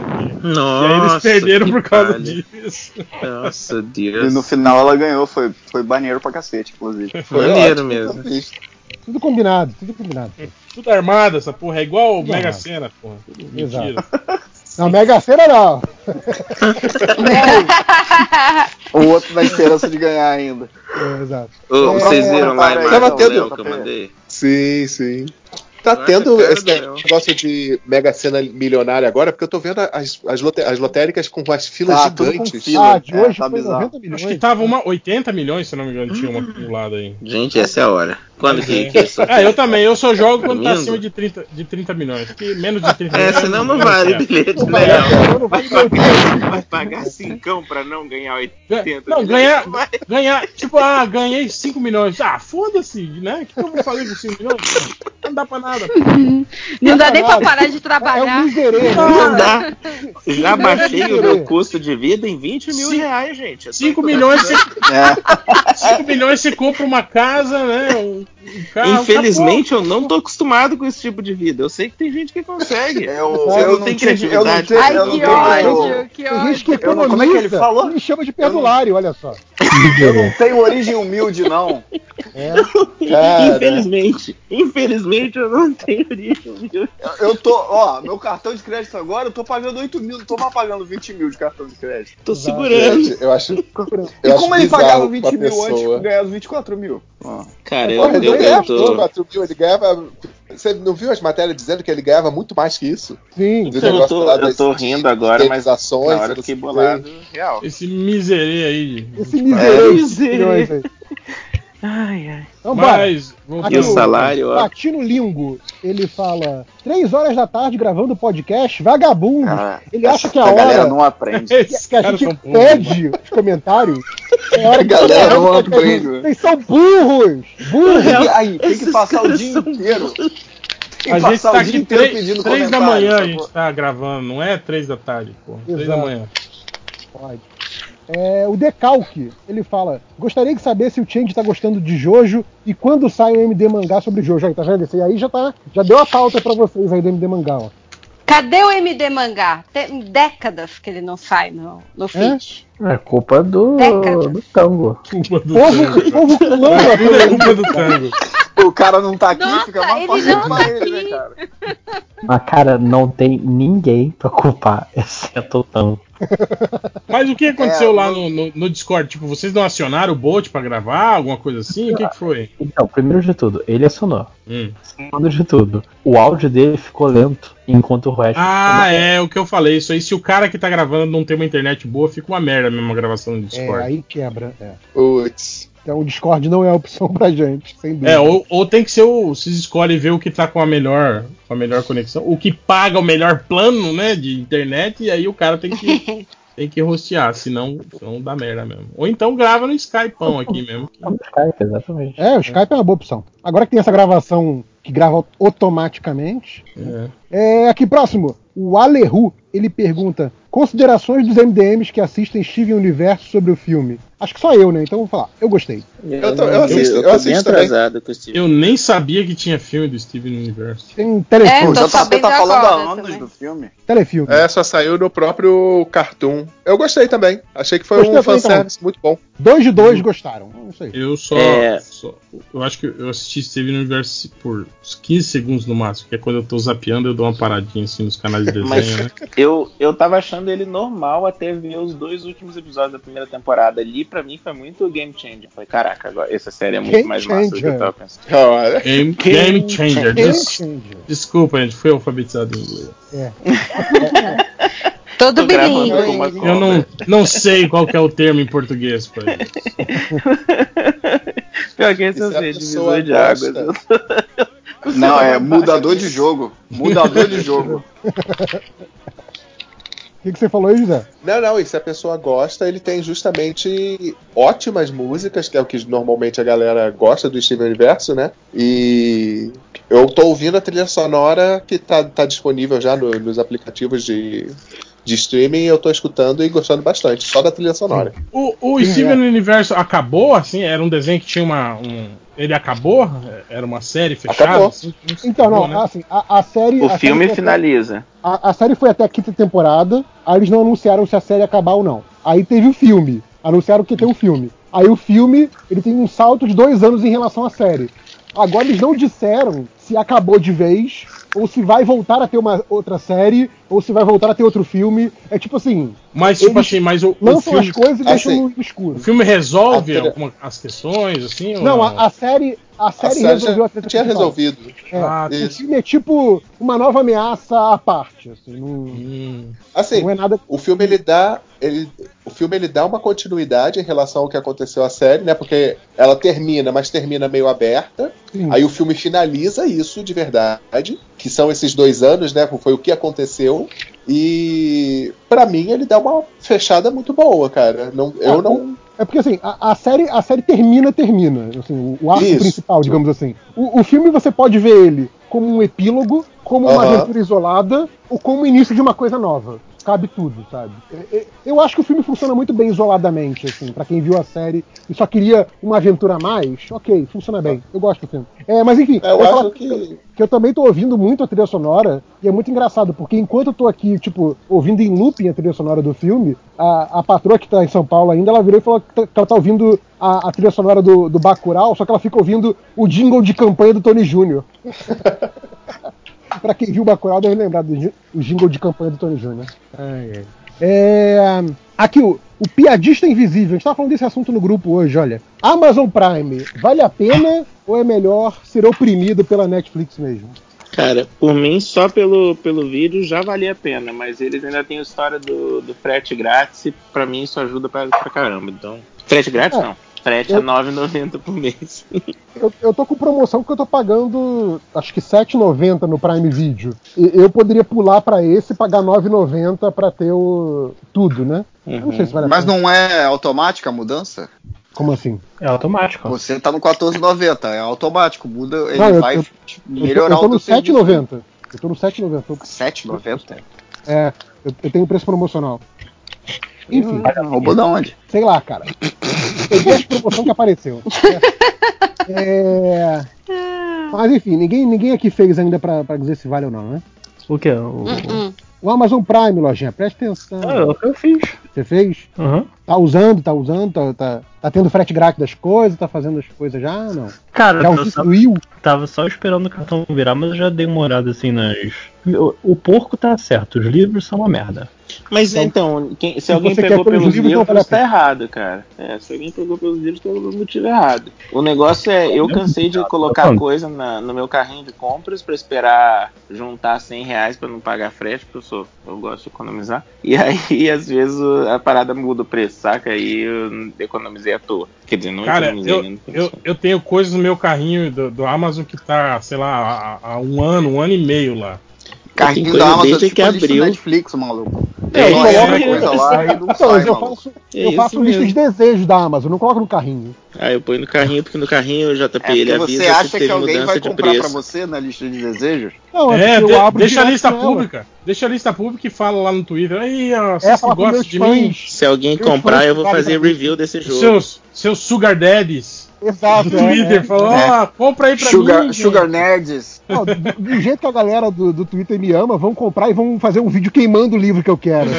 [SPEAKER 9] Nossa,
[SPEAKER 2] e aí eles perderam
[SPEAKER 9] que
[SPEAKER 2] por causa
[SPEAKER 9] palha.
[SPEAKER 2] disso.
[SPEAKER 4] É.
[SPEAKER 9] Nossa,
[SPEAKER 4] E
[SPEAKER 9] Deus.
[SPEAKER 4] no final ela ganhou, foi, foi maneiro pra cacete, inclusive. Foi
[SPEAKER 9] Maneiro
[SPEAKER 4] ótimo.
[SPEAKER 9] mesmo.
[SPEAKER 5] Tudo combinado, tudo combinado.
[SPEAKER 2] Tudo armado, essa porra, é igual o
[SPEAKER 5] Tudo
[SPEAKER 2] Mega
[SPEAKER 5] armado.
[SPEAKER 2] Sena, porra. Tudo
[SPEAKER 5] Exato.
[SPEAKER 4] Tá,
[SPEAKER 2] mentira.
[SPEAKER 5] Não, Mega Feira não.
[SPEAKER 4] O outro na esperança de ganhar ainda.
[SPEAKER 5] É, exato.
[SPEAKER 9] Ô,
[SPEAKER 5] É,
[SPEAKER 9] vocês viram lá a
[SPEAKER 4] para aí,
[SPEAKER 9] imagem
[SPEAKER 4] tava
[SPEAKER 9] do
[SPEAKER 4] tendo-
[SPEAKER 9] Léo que eu mandei?
[SPEAKER 10] Sim, sim. Tá
[SPEAKER 9] Nossa,
[SPEAKER 10] tendo
[SPEAKER 9] cara
[SPEAKER 10] esse
[SPEAKER 9] do Léo.
[SPEAKER 10] negócio de mega cena milionária agora, porque eu tô vendo as, as, lote- as lotéricas com as filas
[SPEAKER 4] Tá, tudo com
[SPEAKER 10] gigantes.
[SPEAKER 4] fila. Ah, de hoje É, tá
[SPEAKER 10] foi bizarro. 90
[SPEAKER 2] Acho que tava uma 80 milhões, se não me engano, tinha
[SPEAKER 11] Uhum.
[SPEAKER 2] uma acumulada aí.
[SPEAKER 9] Gente, essa é a hora. Quando que, que é isso?
[SPEAKER 2] Ah, eu também, eu só jogo quando tá
[SPEAKER 9] Domingo?
[SPEAKER 2] acima de 30, de 30 milhões. Porque menos de 30
[SPEAKER 9] É,
[SPEAKER 2] milhões.
[SPEAKER 9] senão não vale o
[SPEAKER 2] quero.
[SPEAKER 9] bilhete, né, Léo? Vai pagar- Vai pagar cincão pra não ganhar né? 80.
[SPEAKER 2] Não, ganhar, ganhar, tipo, ah, ganhei 5 milhões. Ah, foda-se, né? O que eu vou fazer com 5 milhões? Não dá pra nada.
[SPEAKER 11] Não dá nem pra parar
[SPEAKER 2] É,
[SPEAKER 11] de trabalhar.
[SPEAKER 9] Não dá. Já baixei o meu custo de vida em 20 mil
[SPEAKER 2] Cin-
[SPEAKER 9] reais, gente. Eu tô-
[SPEAKER 2] 5
[SPEAKER 9] tô-
[SPEAKER 2] milhões, você,
[SPEAKER 4] É.
[SPEAKER 2] 5 milhões você compra uma casa, né? Um, um carro.
[SPEAKER 9] Infelizmente, eu não tô acostumado com esse tipo de vida. Eu sei que tem gente que consegue.
[SPEAKER 4] É Eu,
[SPEAKER 9] Só
[SPEAKER 4] eu
[SPEAKER 9] não
[SPEAKER 4] não
[SPEAKER 9] tem
[SPEAKER 4] tive- eu não
[SPEAKER 9] criatividade.
[SPEAKER 4] tive- eu não tive-
[SPEAKER 11] que
[SPEAKER 5] Gente que
[SPEAKER 4] Eu não-
[SPEAKER 5] economiza,
[SPEAKER 4] como é que ele falou?
[SPEAKER 5] me chama de perdulário, olha só.
[SPEAKER 4] Eu não tenho origem humilde, não.
[SPEAKER 10] Cara.
[SPEAKER 9] Infelizmente. Infelizmente, eu não tenho origem. viu?
[SPEAKER 4] Eu- Eu tô, ó, meu cartão de crédito agora, eu tô pagando 8 mil, não tô mais pagando 20 mil de cartão de crédito.
[SPEAKER 9] Tô
[SPEAKER 10] Gente,
[SPEAKER 9] segurando.
[SPEAKER 10] Eu acho.
[SPEAKER 4] E
[SPEAKER 10] Eu acho
[SPEAKER 4] como ele
[SPEAKER 10] bizarro
[SPEAKER 4] pagava
[SPEAKER 10] pra
[SPEAKER 4] 20 mil antes
[SPEAKER 10] pessoa.
[SPEAKER 4] de ganhar os 24 mil? Ó.
[SPEAKER 9] Cara, eu,
[SPEAKER 10] Porra,
[SPEAKER 9] eu,
[SPEAKER 10] ele
[SPEAKER 9] eu
[SPEAKER 10] ganhava
[SPEAKER 9] tô.
[SPEAKER 10] 4 mil, ele ganhava. Você não viu as matérias dizendo que ele ganhava muito mais que isso?
[SPEAKER 5] Sim.
[SPEAKER 10] Do
[SPEAKER 9] Eu
[SPEAKER 10] negócio
[SPEAKER 9] tô,
[SPEAKER 10] lá
[SPEAKER 9] eu
[SPEAKER 10] das
[SPEAKER 9] tô rindo agora, mas na
[SPEAKER 10] indenizações,
[SPEAKER 9] hora eu
[SPEAKER 10] não
[SPEAKER 9] fiquei
[SPEAKER 10] sei o quê.
[SPEAKER 9] bolado. Real.
[SPEAKER 2] Esse miserê aí.
[SPEAKER 5] Esse
[SPEAKER 9] É,
[SPEAKER 5] miserê.
[SPEAKER 9] miserê.
[SPEAKER 5] milhões aí.
[SPEAKER 9] Ai, ai.
[SPEAKER 5] Então, bora.
[SPEAKER 2] Mas, vou-
[SPEAKER 5] Aqui
[SPEAKER 9] E o salário, ó.
[SPEAKER 5] Latino Lingo, ele fala: três horas da tarde gravando podcast, vagabundo. ele acha que é a
[SPEAKER 4] Ah, A galera
[SPEAKER 5] hora
[SPEAKER 4] não aprende.
[SPEAKER 2] Esses
[SPEAKER 5] que a
[SPEAKER 2] caras
[SPEAKER 5] gente
[SPEAKER 2] são burros,
[SPEAKER 5] pede os comentários é a hora
[SPEAKER 4] A
[SPEAKER 5] que
[SPEAKER 4] galera não
[SPEAKER 5] Vocês-
[SPEAKER 4] aprende.
[SPEAKER 5] Vocês são burros! Burros!
[SPEAKER 4] E aí, tem que passar o dia inteiro. Tem
[SPEAKER 2] A gente
[SPEAKER 4] que
[SPEAKER 2] tá
[SPEAKER 4] passar o dia
[SPEAKER 2] aqui
[SPEAKER 4] inteiro
[SPEAKER 2] 3,
[SPEAKER 4] pedindo
[SPEAKER 2] da
[SPEAKER 4] comentário.
[SPEAKER 2] manhã a
[SPEAKER 4] sacou?
[SPEAKER 2] gente tá gravando, não é 3 da tarde, pô. 3 da
[SPEAKER 5] Exato.
[SPEAKER 2] manhã.
[SPEAKER 5] Pode. É, o Decalque, ele fala: Gostaria de saber se o Change tá gostando de Jojo e quando sai o MD mangá sobre Jojo. Aí, tá vendo? Esse aí já, tá, já deu a pauta pra vocês aí do MD mangá, ó. É,
[SPEAKER 11] Cadê o MD Mangá? Tem décadas que ele não sai no, no feed.
[SPEAKER 13] É culpa do,
[SPEAKER 11] Década.
[SPEAKER 13] do tango.
[SPEAKER 2] Culpa do
[SPEAKER 5] Povo, o povo
[SPEAKER 2] A
[SPEAKER 5] clama,
[SPEAKER 2] vida é culpa do tango.
[SPEAKER 4] O cara não tá aqui,
[SPEAKER 11] Nossa,
[SPEAKER 4] fica mais
[SPEAKER 11] ele
[SPEAKER 4] fácil
[SPEAKER 11] não
[SPEAKER 4] pra
[SPEAKER 11] tá
[SPEAKER 4] ele,
[SPEAKER 11] aqui.
[SPEAKER 4] né, cara?
[SPEAKER 13] Mas, cara, não tem ninguém pra culpar, exceto o tango.
[SPEAKER 2] Mas o que aconteceu
[SPEAKER 4] É,
[SPEAKER 2] lá
[SPEAKER 4] não-
[SPEAKER 2] no, no- no Discord? Tipo, vocês não acionaram o bot pra gravar, alguma coisa assim? O que, que foi?
[SPEAKER 13] Então, primeiro de tudo, ele acionou.
[SPEAKER 2] Hum.
[SPEAKER 13] Segundo de tudo, o áudio dele ficou lento, enquanto o resto.
[SPEAKER 2] Ah, é o que eu falei. Isso aí, se o cara que tá gravando não tem uma internet boa, fica uma merda mesmo a gravação do
[SPEAKER 5] É,
[SPEAKER 2] Discord.
[SPEAKER 5] aí quebra. é.
[SPEAKER 10] Putz.
[SPEAKER 5] Então o Discord não é a opção pra gente, sem dúvida.
[SPEAKER 2] É, ou, ou tem que ser o. Vocês escolhem ver o que tá com a melhor, com a melhor conexão, o que paga o melhor plano, né, de internet, e aí o cara tem que. Tem que rostear, senão, senão dá merda mesmo. Ou então grava no Skypeão aqui mesmo.
[SPEAKER 13] no Skype, exatamente.
[SPEAKER 5] É, o Skype é uma boa opção. Agora que tem essa gravação que grava automaticamente.
[SPEAKER 2] É.
[SPEAKER 5] É, aqui próximo, o Aleru. ele pergunta: considerações dos MDMs que assistem Steven Universo sobre o filme. Acho que só eu, né? Então vou falar. Eu gostei.
[SPEAKER 10] Eu, tô- eu assisto, eu, assisto também.
[SPEAKER 2] Eu nem sabia que tinha filme do Steven Universe.
[SPEAKER 5] Tem
[SPEAKER 9] É,
[SPEAKER 5] um telefone.
[SPEAKER 9] então,
[SPEAKER 10] O JP tá falando há anos
[SPEAKER 4] do filme.
[SPEAKER 5] Telefilme.
[SPEAKER 10] É, só saiu no próprio Cartoon. Eu gostei também. Achei que foi
[SPEAKER 5] Gostei
[SPEAKER 10] um
[SPEAKER 5] também,
[SPEAKER 10] fanservice muito bom.
[SPEAKER 5] Dois de dois gostaram. Isso aí.
[SPEAKER 2] Eu só,
[SPEAKER 10] É.
[SPEAKER 2] só- Eu acho que eu assisti Steven Universe por uns 15 segundos no máximo, que é quando eu tô zapeando eu dou uma paradinha assim nos canais de
[SPEAKER 9] Mas
[SPEAKER 2] desenho, né?
[SPEAKER 9] eu, eu tava achando ele normal até ver os dois últimos episódios da primeira temporada ali. Pra mim foi muito game changer. Foi caraca, agora, essa série é muito
[SPEAKER 2] Game
[SPEAKER 9] mais massa do que eu
[SPEAKER 2] changer.
[SPEAKER 9] tava pensando.
[SPEAKER 2] Game, é game Changer. é
[SPEAKER 9] Game
[SPEAKER 2] Des- Desculpa, gente, fui alfabetizado em inglês.
[SPEAKER 11] Todo
[SPEAKER 2] gravando
[SPEAKER 11] bilíngue.
[SPEAKER 2] com uma
[SPEAKER 11] ele.
[SPEAKER 2] Eu não, não sei qual que é o termo em português pra isso.
[SPEAKER 9] Pior que esse eu
[SPEAKER 4] Se a
[SPEAKER 9] sei,
[SPEAKER 4] pessoa
[SPEAKER 9] divisor de águas.
[SPEAKER 4] gosta- Não, é mudador de jogo. Mudador de jogo.
[SPEAKER 5] O que, que você falou aí, José?
[SPEAKER 10] Não, não, e se a pessoa gosta, ele tem justamente ótimas músicas, que é o que normalmente a galera gosta do Steven Universo, né? E eu tô ouvindo a trilha sonora que tá, tá disponível já no- nos aplicativos de, de streaming, e eu tô escutando e gostando bastante, só da trilha sonora.
[SPEAKER 2] O, o
[SPEAKER 10] Sim,
[SPEAKER 2] Steven
[SPEAKER 10] é.
[SPEAKER 2] Universo acabou, assim? Era um desenho que tinha uma. um- Ele acabou? Era uma série fechada?
[SPEAKER 10] Acabou.
[SPEAKER 2] Assim?
[SPEAKER 5] Então, não,
[SPEAKER 2] Né?
[SPEAKER 5] assim, a, a série.
[SPEAKER 9] O
[SPEAKER 5] a série
[SPEAKER 9] filme
[SPEAKER 5] foi até-
[SPEAKER 9] finaliza.
[SPEAKER 5] a, a série foi até a quinta temporada, aí eles não anunciaram se a série ia acabar ou não. Aí teve o filme. Anunciaram que tem um filme. Aí o filme, ele tem um salto de dois anos em relação à série. Agora eles não disseram se acabou de vez, ou se vai voltar a ter uma outra série, ou se vai voltar a ter outro filme. É tipo assim.
[SPEAKER 2] Mas, tipo assim, mas o, o
[SPEAKER 5] lançam
[SPEAKER 2] filme.
[SPEAKER 5] as coisas e deixam
[SPEAKER 2] assim,
[SPEAKER 5] no escuro.
[SPEAKER 2] O filme resolve
[SPEAKER 5] A trilha-
[SPEAKER 2] alguma- as questões, assim? ou
[SPEAKER 5] Não, a, a série. A série,
[SPEAKER 10] série já
[SPEAKER 5] resolveu a treta
[SPEAKER 10] tinha
[SPEAKER 5] principal.
[SPEAKER 10] resolvido.
[SPEAKER 5] É,
[SPEAKER 10] Ah,
[SPEAKER 5] o
[SPEAKER 10] isso.
[SPEAKER 5] filme é tipo uma nova ameaça à parte. Assim, não,
[SPEAKER 10] Assim,
[SPEAKER 5] não é nada
[SPEAKER 10] o filme ele dá, ele, o filme ele dá uma continuidade em relação ao que aconteceu à série, né? Porque ela termina, mas termina meio aberta.
[SPEAKER 5] Sim.
[SPEAKER 10] Aí o filme finaliza isso de verdade, que são esses dois anos, né? Foi o que aconteceu. E pra mim ele dá uma fechada muito boa, cara. Não, eu não.
[SPEAKER 5] É porque assim, a, a série, a série termina, termina. Assim, o, o arco
[SPEAKER 10] Isso.
[SPEAKER 5] principal, digamos assim. O, o filme você pode ver ele como um epílogo, como uma
[SPEAKER 10] Aham.
[SPEAKER 5] aventura isolada, ou como o início de uma coisa nova. Cabe tudo, sabe? E- e- Eu acho que o filme funciona muito bem isoladamente, assim, para quem viu a série e só queria uma aventura a mais, ok, funciona bem. Eu gosto do filme. É, mas enfim,
[SPEAKER 10] Eu
[SPEAKER 5] ia
[SPEAKER 10] acho
[SPEAKER 5] falar-
[SPEAKER 10] que-
[SPEAKER 5] que eu também tô ouvindo muito a trilha sonora, e é muito engraçado, porque enquanto eu tô aqui, tipo, ouvindo em looping a trilha sonora do filme, a, a patroa que tá em São Paulo ainda, ela virou e falou que, tá- que ela tá ouvindo a, a trilha sonora do, do Bacurau, só que ela fica ouvindo o jingle de campanha do Tony Júnior. pra quem viu o Bacurau deve lembrar do jin- o jingle de campanha do Tony Júnior. É, aqui, o, o Piadista Invisível. A gente tava falando desse assunto no grupo hoje, olha. Amazon Prime, vale a pena ou é melhor ser oprimido pela Netflix mesmo?
[SPEAKER 9] Cara, por mim, só pelo, pelo vídeo já valia a pena, mas eles ainda têm a história do, do frete grátis, e pra mim isso ajuda pra, pra caramba. Então, frete grátis
[SPEAKER 5] É.
[SPEAKER 9] não. Frete é
[SPEAKER 5] Eu-
[SPEAKER 9] 9,90 por mês.
[SPEAKER 5] Eu, eu tô com promoção porque eu tô pagando, acho que R$7,90 no Prime Video. E eu poderia pular pra esse e pagar R$9,90 pra ter o tudo, né? Eu Não sei se vale a
[SPEAKER 4] Mas
[SPEAKER 5] pena.
[SPEAKER 4] não é automática a mudança?
[SPEAKER 5] Como assim?
[SPEAKER 7] É automático.
[SPEAKER 4] Você tá no 1490, é automático, muda, ele
[SPEAKER 5] Não, eu-
[SPEAKER 4] vai
[SPEAKER 5] eu-
[SPEAKER 4] te
[SPEAKER 5] Eu tô-
[SPEAKER 4] melhorar
[SPEAKER 5] eu tô
[SPEAKER 4] o
[SPEAKER 5] no
[SPEAKER 4] teu serviço.
[SPEAKER 5] R$7,90. Eu tô no R$7,90. Eu-
[SPEAKER 4] 7,90?
[SPEAKER 5] É, eu, eu tenho preço promocional. Enfim.
[SPEAKER 4] Roubou da onde?
[SPEAKER 5] Sei lá, cara. Peguei a promoção que apareceu. É... Mas enfim, ninguém, ninguém aqui fez ainda pra, pra dizer se vale ou não, né?
[SPEAKER 7] O que? O...
[SPEAKER 5] O Amazon Prime, lojinha, presta atenção.
[SPEAKER 7] Ah, eu, eu fiz.
[SPEAKER 5] Você fez?
[SPEAKER 7] Uhum.
[SPEAKER 5] Tá usando, tá usando, tá, tá, tá tendo frete grátis das coisas, tá fazendo as coisas já? Ah, Não.
[SPEAKER 7] Cara,
[SPEAKER 5] já
[SPEAKER 7] eu
[SPEAKER 5] usufruiu?
[SPEAKER 7] Tava só esperando o cartão virar, mas eu já dei uma olhada assim nas. O, o porco tá certo, os livros são uma merda.
[SPEAKER 9] Mas então, quem- se
[SPEAKER 7] se
[SPEAKER 9] alguém
[SPEAKER 7] você quer
[SPEAKER 9] pegou
[SPEAKER 7] pelos
[SPEAKER 9] pelos
[SPEAKER 7] livros, não
[SPEAKER 9] livros,
[SPEAKER 7] vale a
[SPEAKER 9] tá
[SPEAKER 7] pena.
[SPEAKER 9] errado, cara. É, se alguém pegou pelos livros, pelo motivo errado. O negócio é, eu cansei de colocar coisa na- no meu carrinho de compras pra esperar juntar 100 reais pra não pagar frete, porque eu, sou, eu gosto de economizar. E aí, às vezes, o- a parada muda o preço, saca? E eu economizei à toa. Quer dizer, não
[SPEAKER 2] Cara,
[SPEAKER 9] economizei né?
[SPEAKER 2] eu,
[SPEAKER 9] ainda.
[SPEAKER 2] eu, eu tenho coisas no meu carrinho do, do Amazon que tá, sei lá, há, há um ano, um ano e meio lá.
[SPEAKER 4] Carrinho da Amazon é tipo a lista Netflix, maluco.
[SPEAKER 5] Eu
[SPEAKER 17] Eu
[SPEAKER 5] coloco-
[SPEAKER 17] coloco coisa lá e não
[SPEAKER 5] Então,
[SPEAKER 17] sai,
[SPEAKER 5] mas eu
[SPEAKER 17] maluco.
[SPEAKER 5] faço,
[SPEAKER 9] É
[SPEAKER 5] eu
[SPEAKER 9] isso
[SPEAKER 5] faço lista
[SPEAKER 9] mesmo.
[SPEAKER 5] de desejos da Amazon, não coloco no carrinho.
[SPEAKER 9] Ah, eu ponho no carrinho, porque no carrinho o JP
[SPEAKER 4] É, porque
[SPEAKER 9] ele avisa
[SPEAKER 4] você
[SPEAKER 9] se
[SPEAKER 4] acha
[SPEAKER 9] teve
[SPEAKER 4] que alguém
[SPEAKER 9] mudança
[SPEAKER 4] vai
[SPEAKER 9] de
[SPEAKER 4] comprar pra
[SPEAKER 9] preço.
[SPEAKER 4] você na lista de desejos?
[SPEAKER 5] Não,
[SPEAKER 2] é,
[SPEAKER 5] eu
[SPEAKER 2] de-
[SPEAKER 5] abro
[SPEAKER 2] deixa a
[SPEAKER 5] direto
[SPEAKER 2] lista
[SPEAKER 5] nela.
[SPEAKER 2] pública. Deixa a lista pública e fala lá no Twitter. Aí, ó,
[SPEAKER 5] É,
[SPEAKER 2] vocês que
[SPEAKER 5] fala com
[SPEAKER 2] gostam
[SPEAKER 5] meus
[SPEAKER 2] de
[SPEAKER 5] fãs.
[SPEAKER 2] mim.
[SPEAKER 9] Se alguém
[SPEAKER 2] Meus
[SPEAKER 9] comprar,
[SPEAKER 2] fãs
[SPEAKER 9] eu vou
[SPEAKER 2] ficarem
[SPEAKER 9] fazer
[SPEAKER 2] pra mim.
[SPEAKER 9] review desse jogo.
[SPEAKER 2] Seus, seus Sugar Daddies.
[SPEAKER 5] Exato.
[SPEAKER 2] Do
[SPEAKER 5] é,
[SPEAKER 2] Twitter,
[SPEAKER 5] é.
[SPEAKER 2] falou, ó, compra aí pra
[SPEAKER 4] Sugar-
[SPEAKER 2] mim.
[SPEAKER 4] Sugar Nerds.
[SPEAKER 5] Não, do, do jeito que a galera do, do Twitter me ama, vão comprar e vão fazer um vídeo queimando o livro que eu quero.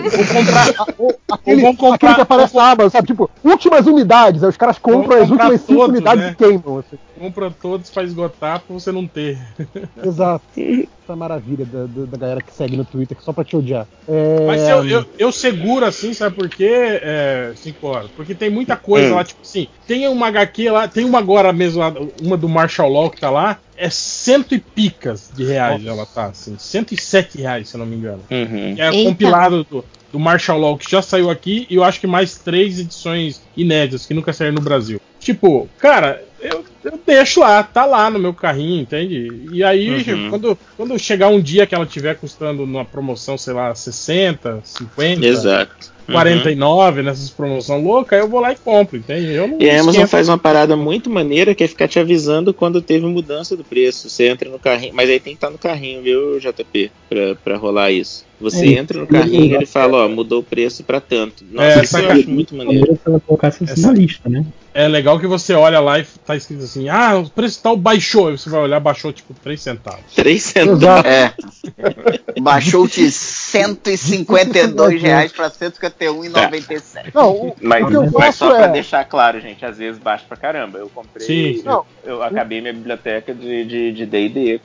[SPEAKER 2] É.
[SPEAKER 5] Aquele,
[SPEAKER 2] Ou vão comprar-
[SPEAKER 5] aquele que aparece na aba, sabe? Tipo, últimas unidades. Aí os caras compram
[SPEAKER 2] Vão
[SPEAKER 5] as últimas
[SPEAKER 2] comprar
[SPEAKER 5] cinco
[SPEAKER 2] todos,
[SPEAKER 5] unidades
[SPEAKER 2] né?
[SPEAKER 5] e queimam. assim.
[SPEAKER 2] Compra todos pra esgotar pra você não ter.
[SPEAKER 5] Exato. Essa é maravilha da, da- da galera que segue no Twitter, só pra te odiar. É,
[SPEAKER 2] Mas eu, eu, eu seguro assim, sabe por quê, é, cinco horas? Porque tem muita coisa
[SPEAKER 5] Hum.
[SPEAKER 2] lá, tipo assim, tem uma HQ lá, tem uma agora mesmo, lá, uma do Marshall Law que tá lá, é cento e picas de reais ela tá, assim, 107 reais, se eu não me engano. Que É
[SPEAKER 1] Eita.
[SPEAKER 2] compilado do, do Marshall Law que já saiu aqui e eu acho que mais três edições inéditas que nunca saíram no Brasil. Tipo, cara, eu, eu deixo lá, tá lá no meu carrinho, entende? E aí,
[SPEAKER 9] Uhum.
[SPEAKER 2] quando, quando chegar um dia que ela tiver custando numa promoção, sei lá, 60, 50,
[SPEAKER 9] Exato. Uhum.
[SPEAKER 2] 49, nessas promoções loucas, eu vou lá e compro, entende? Eu não
[SPEAKER 9] E a Amazon
[SPEAKER 2] esquento.
[SPEAKER 9] faz uma parada muito maneira que é ficar te avisando quando teve mudança do preço. Você entra no carrinho, mas aí tem que estar no carrinho, viu, JP, pra, pra rolar isso. Você
[SPEAKER 13] É,
[SPEAKER 9] entra no carrinho e ele fala, ó, mudou o preço pra tanto. Nossa,
[SPEAKER 2] É,
[SPEAKER 9] isso eu
[SPEAKER 2] saca-
[SPEAKER 9] acho muito maneiro.
[SPEAKER 13] Se ela colocasse isso na lista, né?
[SPEAKER 2] É legal que você olha lá e tá escrito assim: ah, o preço tal baixou. Aí você vai olhar, baixou tipo 3 centavos.
[SPEAKER 9] 3
[SPEAKER 4] Exato. É. Baixou-te R$ 152 reais
[SPEAKER 5] É.
[SPEAKER 4] pra R$ 151,97.
[SPEAKER 5] Não, o-
[SPEAKER 9] Mas,
[SPEAKER 5] o que eu
[SPEAKER 9] mas
[SPEAKER 5] faço
[SPEAKER 9] só pra
[SPEAKER 5] é-
[SPEAKER 9] deixar claro, gente, às vezes baixa pra caramba. Eu comprei.
[SPEAKER 2] Sim, sim.
[SPEAKER 9] Eu, eu acabei minha biblioteca de DD, de, D&D,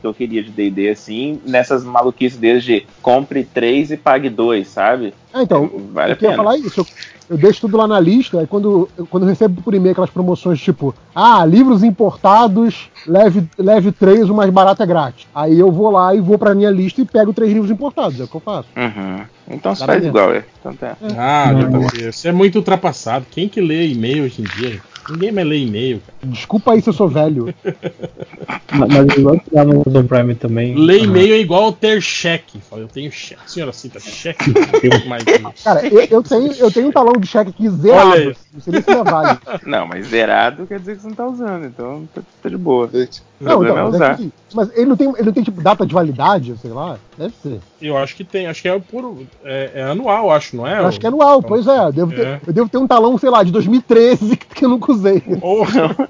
[SPEAKER 9] que eu queria de DD, assim, nessas maluquices deles de compre três e pague dois, sabe?
[SPEAKER 5] Ah, então,
[SPEAKER 9] Vale a
[SPEAKER 5] eu queria
[SPEAKER 9] pena.
[SPEAKER 5] falar isso. Eu, eu deixo tudo lá na lista, aí quando, eu- quando eu recebo por e-mail aquelas promoções tipo, ah, livros importados, leve, leve três, o mais barato é grátis. Aí eu vou lá e vou pra minha lista e pego três livros importados, é o que eu faço.
[SPEAKER 9] Uhum. Então você
[SPEAKER 5] Tá
[SPEAKER 9] faz
[SPEAKER 5] bem.
[SPEAKER 9] igual, é. Então tá.
[SPEAKER 2] Ah, JP, você é muito ultrapassado. Quem que lê e-mail hoje em dia? Ninguém mais lê e-mail, cara.
[SPEAKER 5] Desculpa aí se eu sou velho.
[SPEAKER 13] Mas- Mas igual que a Amazon Prime também. Ah,
[SPEAKER 2] Ler e-mail é igual ter cheque. Fala, eu tenho cheque. A senhora cita cheque? Mas,
[SPEAKER 5] Cara, eu, eu tenho, eu tenho um talão de cheque aqui zerado.
[SPEAKER 9] Olha aí.
[SPEAKER 5] assim, Não sei nem se é válido.
[SPEAKER 9] Não, mas zerado quer dizer que você não tá usando, então tá, tá de boa. O
[SPEAKER 5] Não,
[SPEAKER 9] problema é
[SPEAKER 5] então, mas, é
[SPEAKER 9] usar.
[SPEAKER 5] que- mas ele não tem, ele não tem tipo data de validade, sei lá. né? Deve ser.
[SPEAKER 2] eu acho que tem. Acho que é por. É, é anual, acho, não é?
[SPEAKER 5] Eu acho que é anual, pois é. Eu devo, ter,
[SPEAKER 2] É.
[SPEAKER 5] eu devo ter um talão, sei lá, de 2013 que, que eu nunca usei.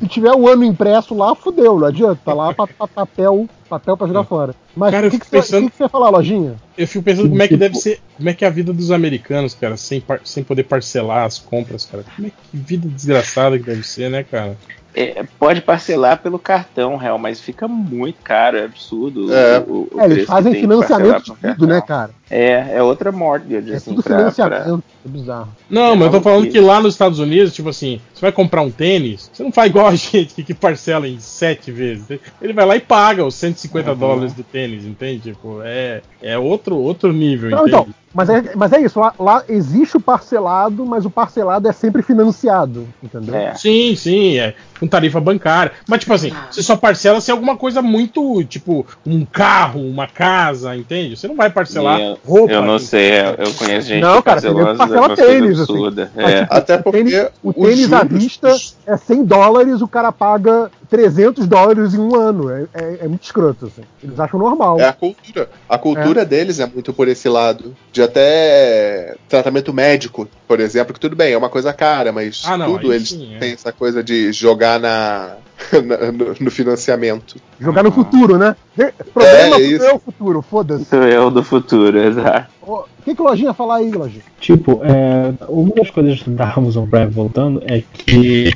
[SPEAKER 5] Se tiver um ano impresso lá, fudeu, não adianta. Tá lá pa- pa- papel, papel pra jogar fora. Mas
[SPEAKER 2] É. Cara,
[SPEAKER 5] o
[SPEAKER 2] eu
[SPEAKER 5] que, que,
[SPEAKER 2] fico
[SPEAKER 5] você-
[SPEAKER 2] pensando-
[SPEAKER 5] o que que você ia falar, lojinha?
[SPEAKER 2] Eu fico pensando como é que
[SPEAKER 5] Tipo,
[SPEAKER 2] deve ser. Como é que é a vida dos americanos, cara, sem, par- sem poder parcelar as compras, cara. Como é que vida desgraçada que deve ser, né, cara?
[SPEAKER 9] É, pode parcelar pelo cartão, real, mas fica muito caro, é absurdo.
[SPEAKER 5] É.
[SPEAKER 9] o- o
[SPEAKER 5] É, eles
[SPEAKER 9] preço que
[SPEAKER 5] fazem
[SPEAKER 9] tem de parcelar
[SPEAKER 5] financiamento
[SPEAKER 9] por
[SPEAKER 5] de tudo, né, cara?
[SPEAKER 9] É, é outra mortgage, assim,
[SPEAKER 5] Tudo
[SPEAKER 9] pra, pra-
[SPEAKER 5] financiamento, é bizarro.
[SPEAKER 2] Não, mas
[SPEAKER 9] É
[SPEAKER 2] eu tô
[SPEAKER 9] maluquice.
[SPEAKER 2] falando que lá nos Estados Unidos, tipo assim, você vai comprar um tênis, você não faz igual a gente que- que parcela em sete vezes. Ele vai lá e paga os 150 dólares do tênis, entende? Tipo, é, é outro, outro nível,
[SPEAKER 5] Não, então,
[SPEAKER 2] entende?
[SPEAKER 5] mas é, mas é isso, lá, lá existe o parcelado, mas o parcelado é sempre financiado,
[SPEAKER 9] então,
[SPEAKER 5] entendeu?
[SPEAKER 2] Sim, sim, é com tarifa bancária. Mas, tipo assim, você só parcela se é alguma coisa muito, tipo, um carro, uma casa, entende? Você não vai parcelar
[SPEAKER 9] Eu,
[SPEAKER 2] roupa. assim.
[SPEAKER 9] eu não sei, é, eu, eu conheço gente
[SPEAKER 2] Não,
[SPEAKER 9] que
[SPEAKER 2] cara,
[SPEAKER 9] parcelou
[SPEAKER 2] tem
[SPEAKER 9] umas,
[SPEAKER 2] que parcelar
[SPEAKER 9] umas coisas
[SPEAKER 2] tênis, assim.
[SPEAKER 9] absurdas.
[SPEAKER 2] Mas,
[SPEAKER 9] é.
[SPEAKER 2] tipo, Até
[SPEAKER 5] O tênis, o tênis à vista é 100 dólares, o cara paga 300 dólares em um ano. É, é- é muito escroto, assim. Eles acham normal.
[SPEAKER 10] É a cultura. A cultura deles é muito por esse lado. De até tratamento médico, por exemplo, que tudo bem, é uma coisa cara, mas
[SPEAKER 2] Ah, não,
[SPEAKER 10] tudo
[SPEAKER 2] aí
[SPEAKER 10] eles
[SPEAKER 2] sim, é.
[SPEAKER 10] têm essa coisa de jogar na, na- no, no financiamento.
[SPEAKER 5] Jogar no futuro, né? De- Problema
[SPEAKER 10] É,
[SPEAKER 5] é,
[SPEAKER 10] é isso.
[SPEAKER 5] o futuro, foda-se.
[SPEAKER 9] Isso é o do futuro, exato.
[SPEAKER 5] Ô, O que, que o Lojinha ia falar aí, Lojinha?
[SPEAKER 13] Tipo, é, uma das coisas da Amazon Prime voltando é que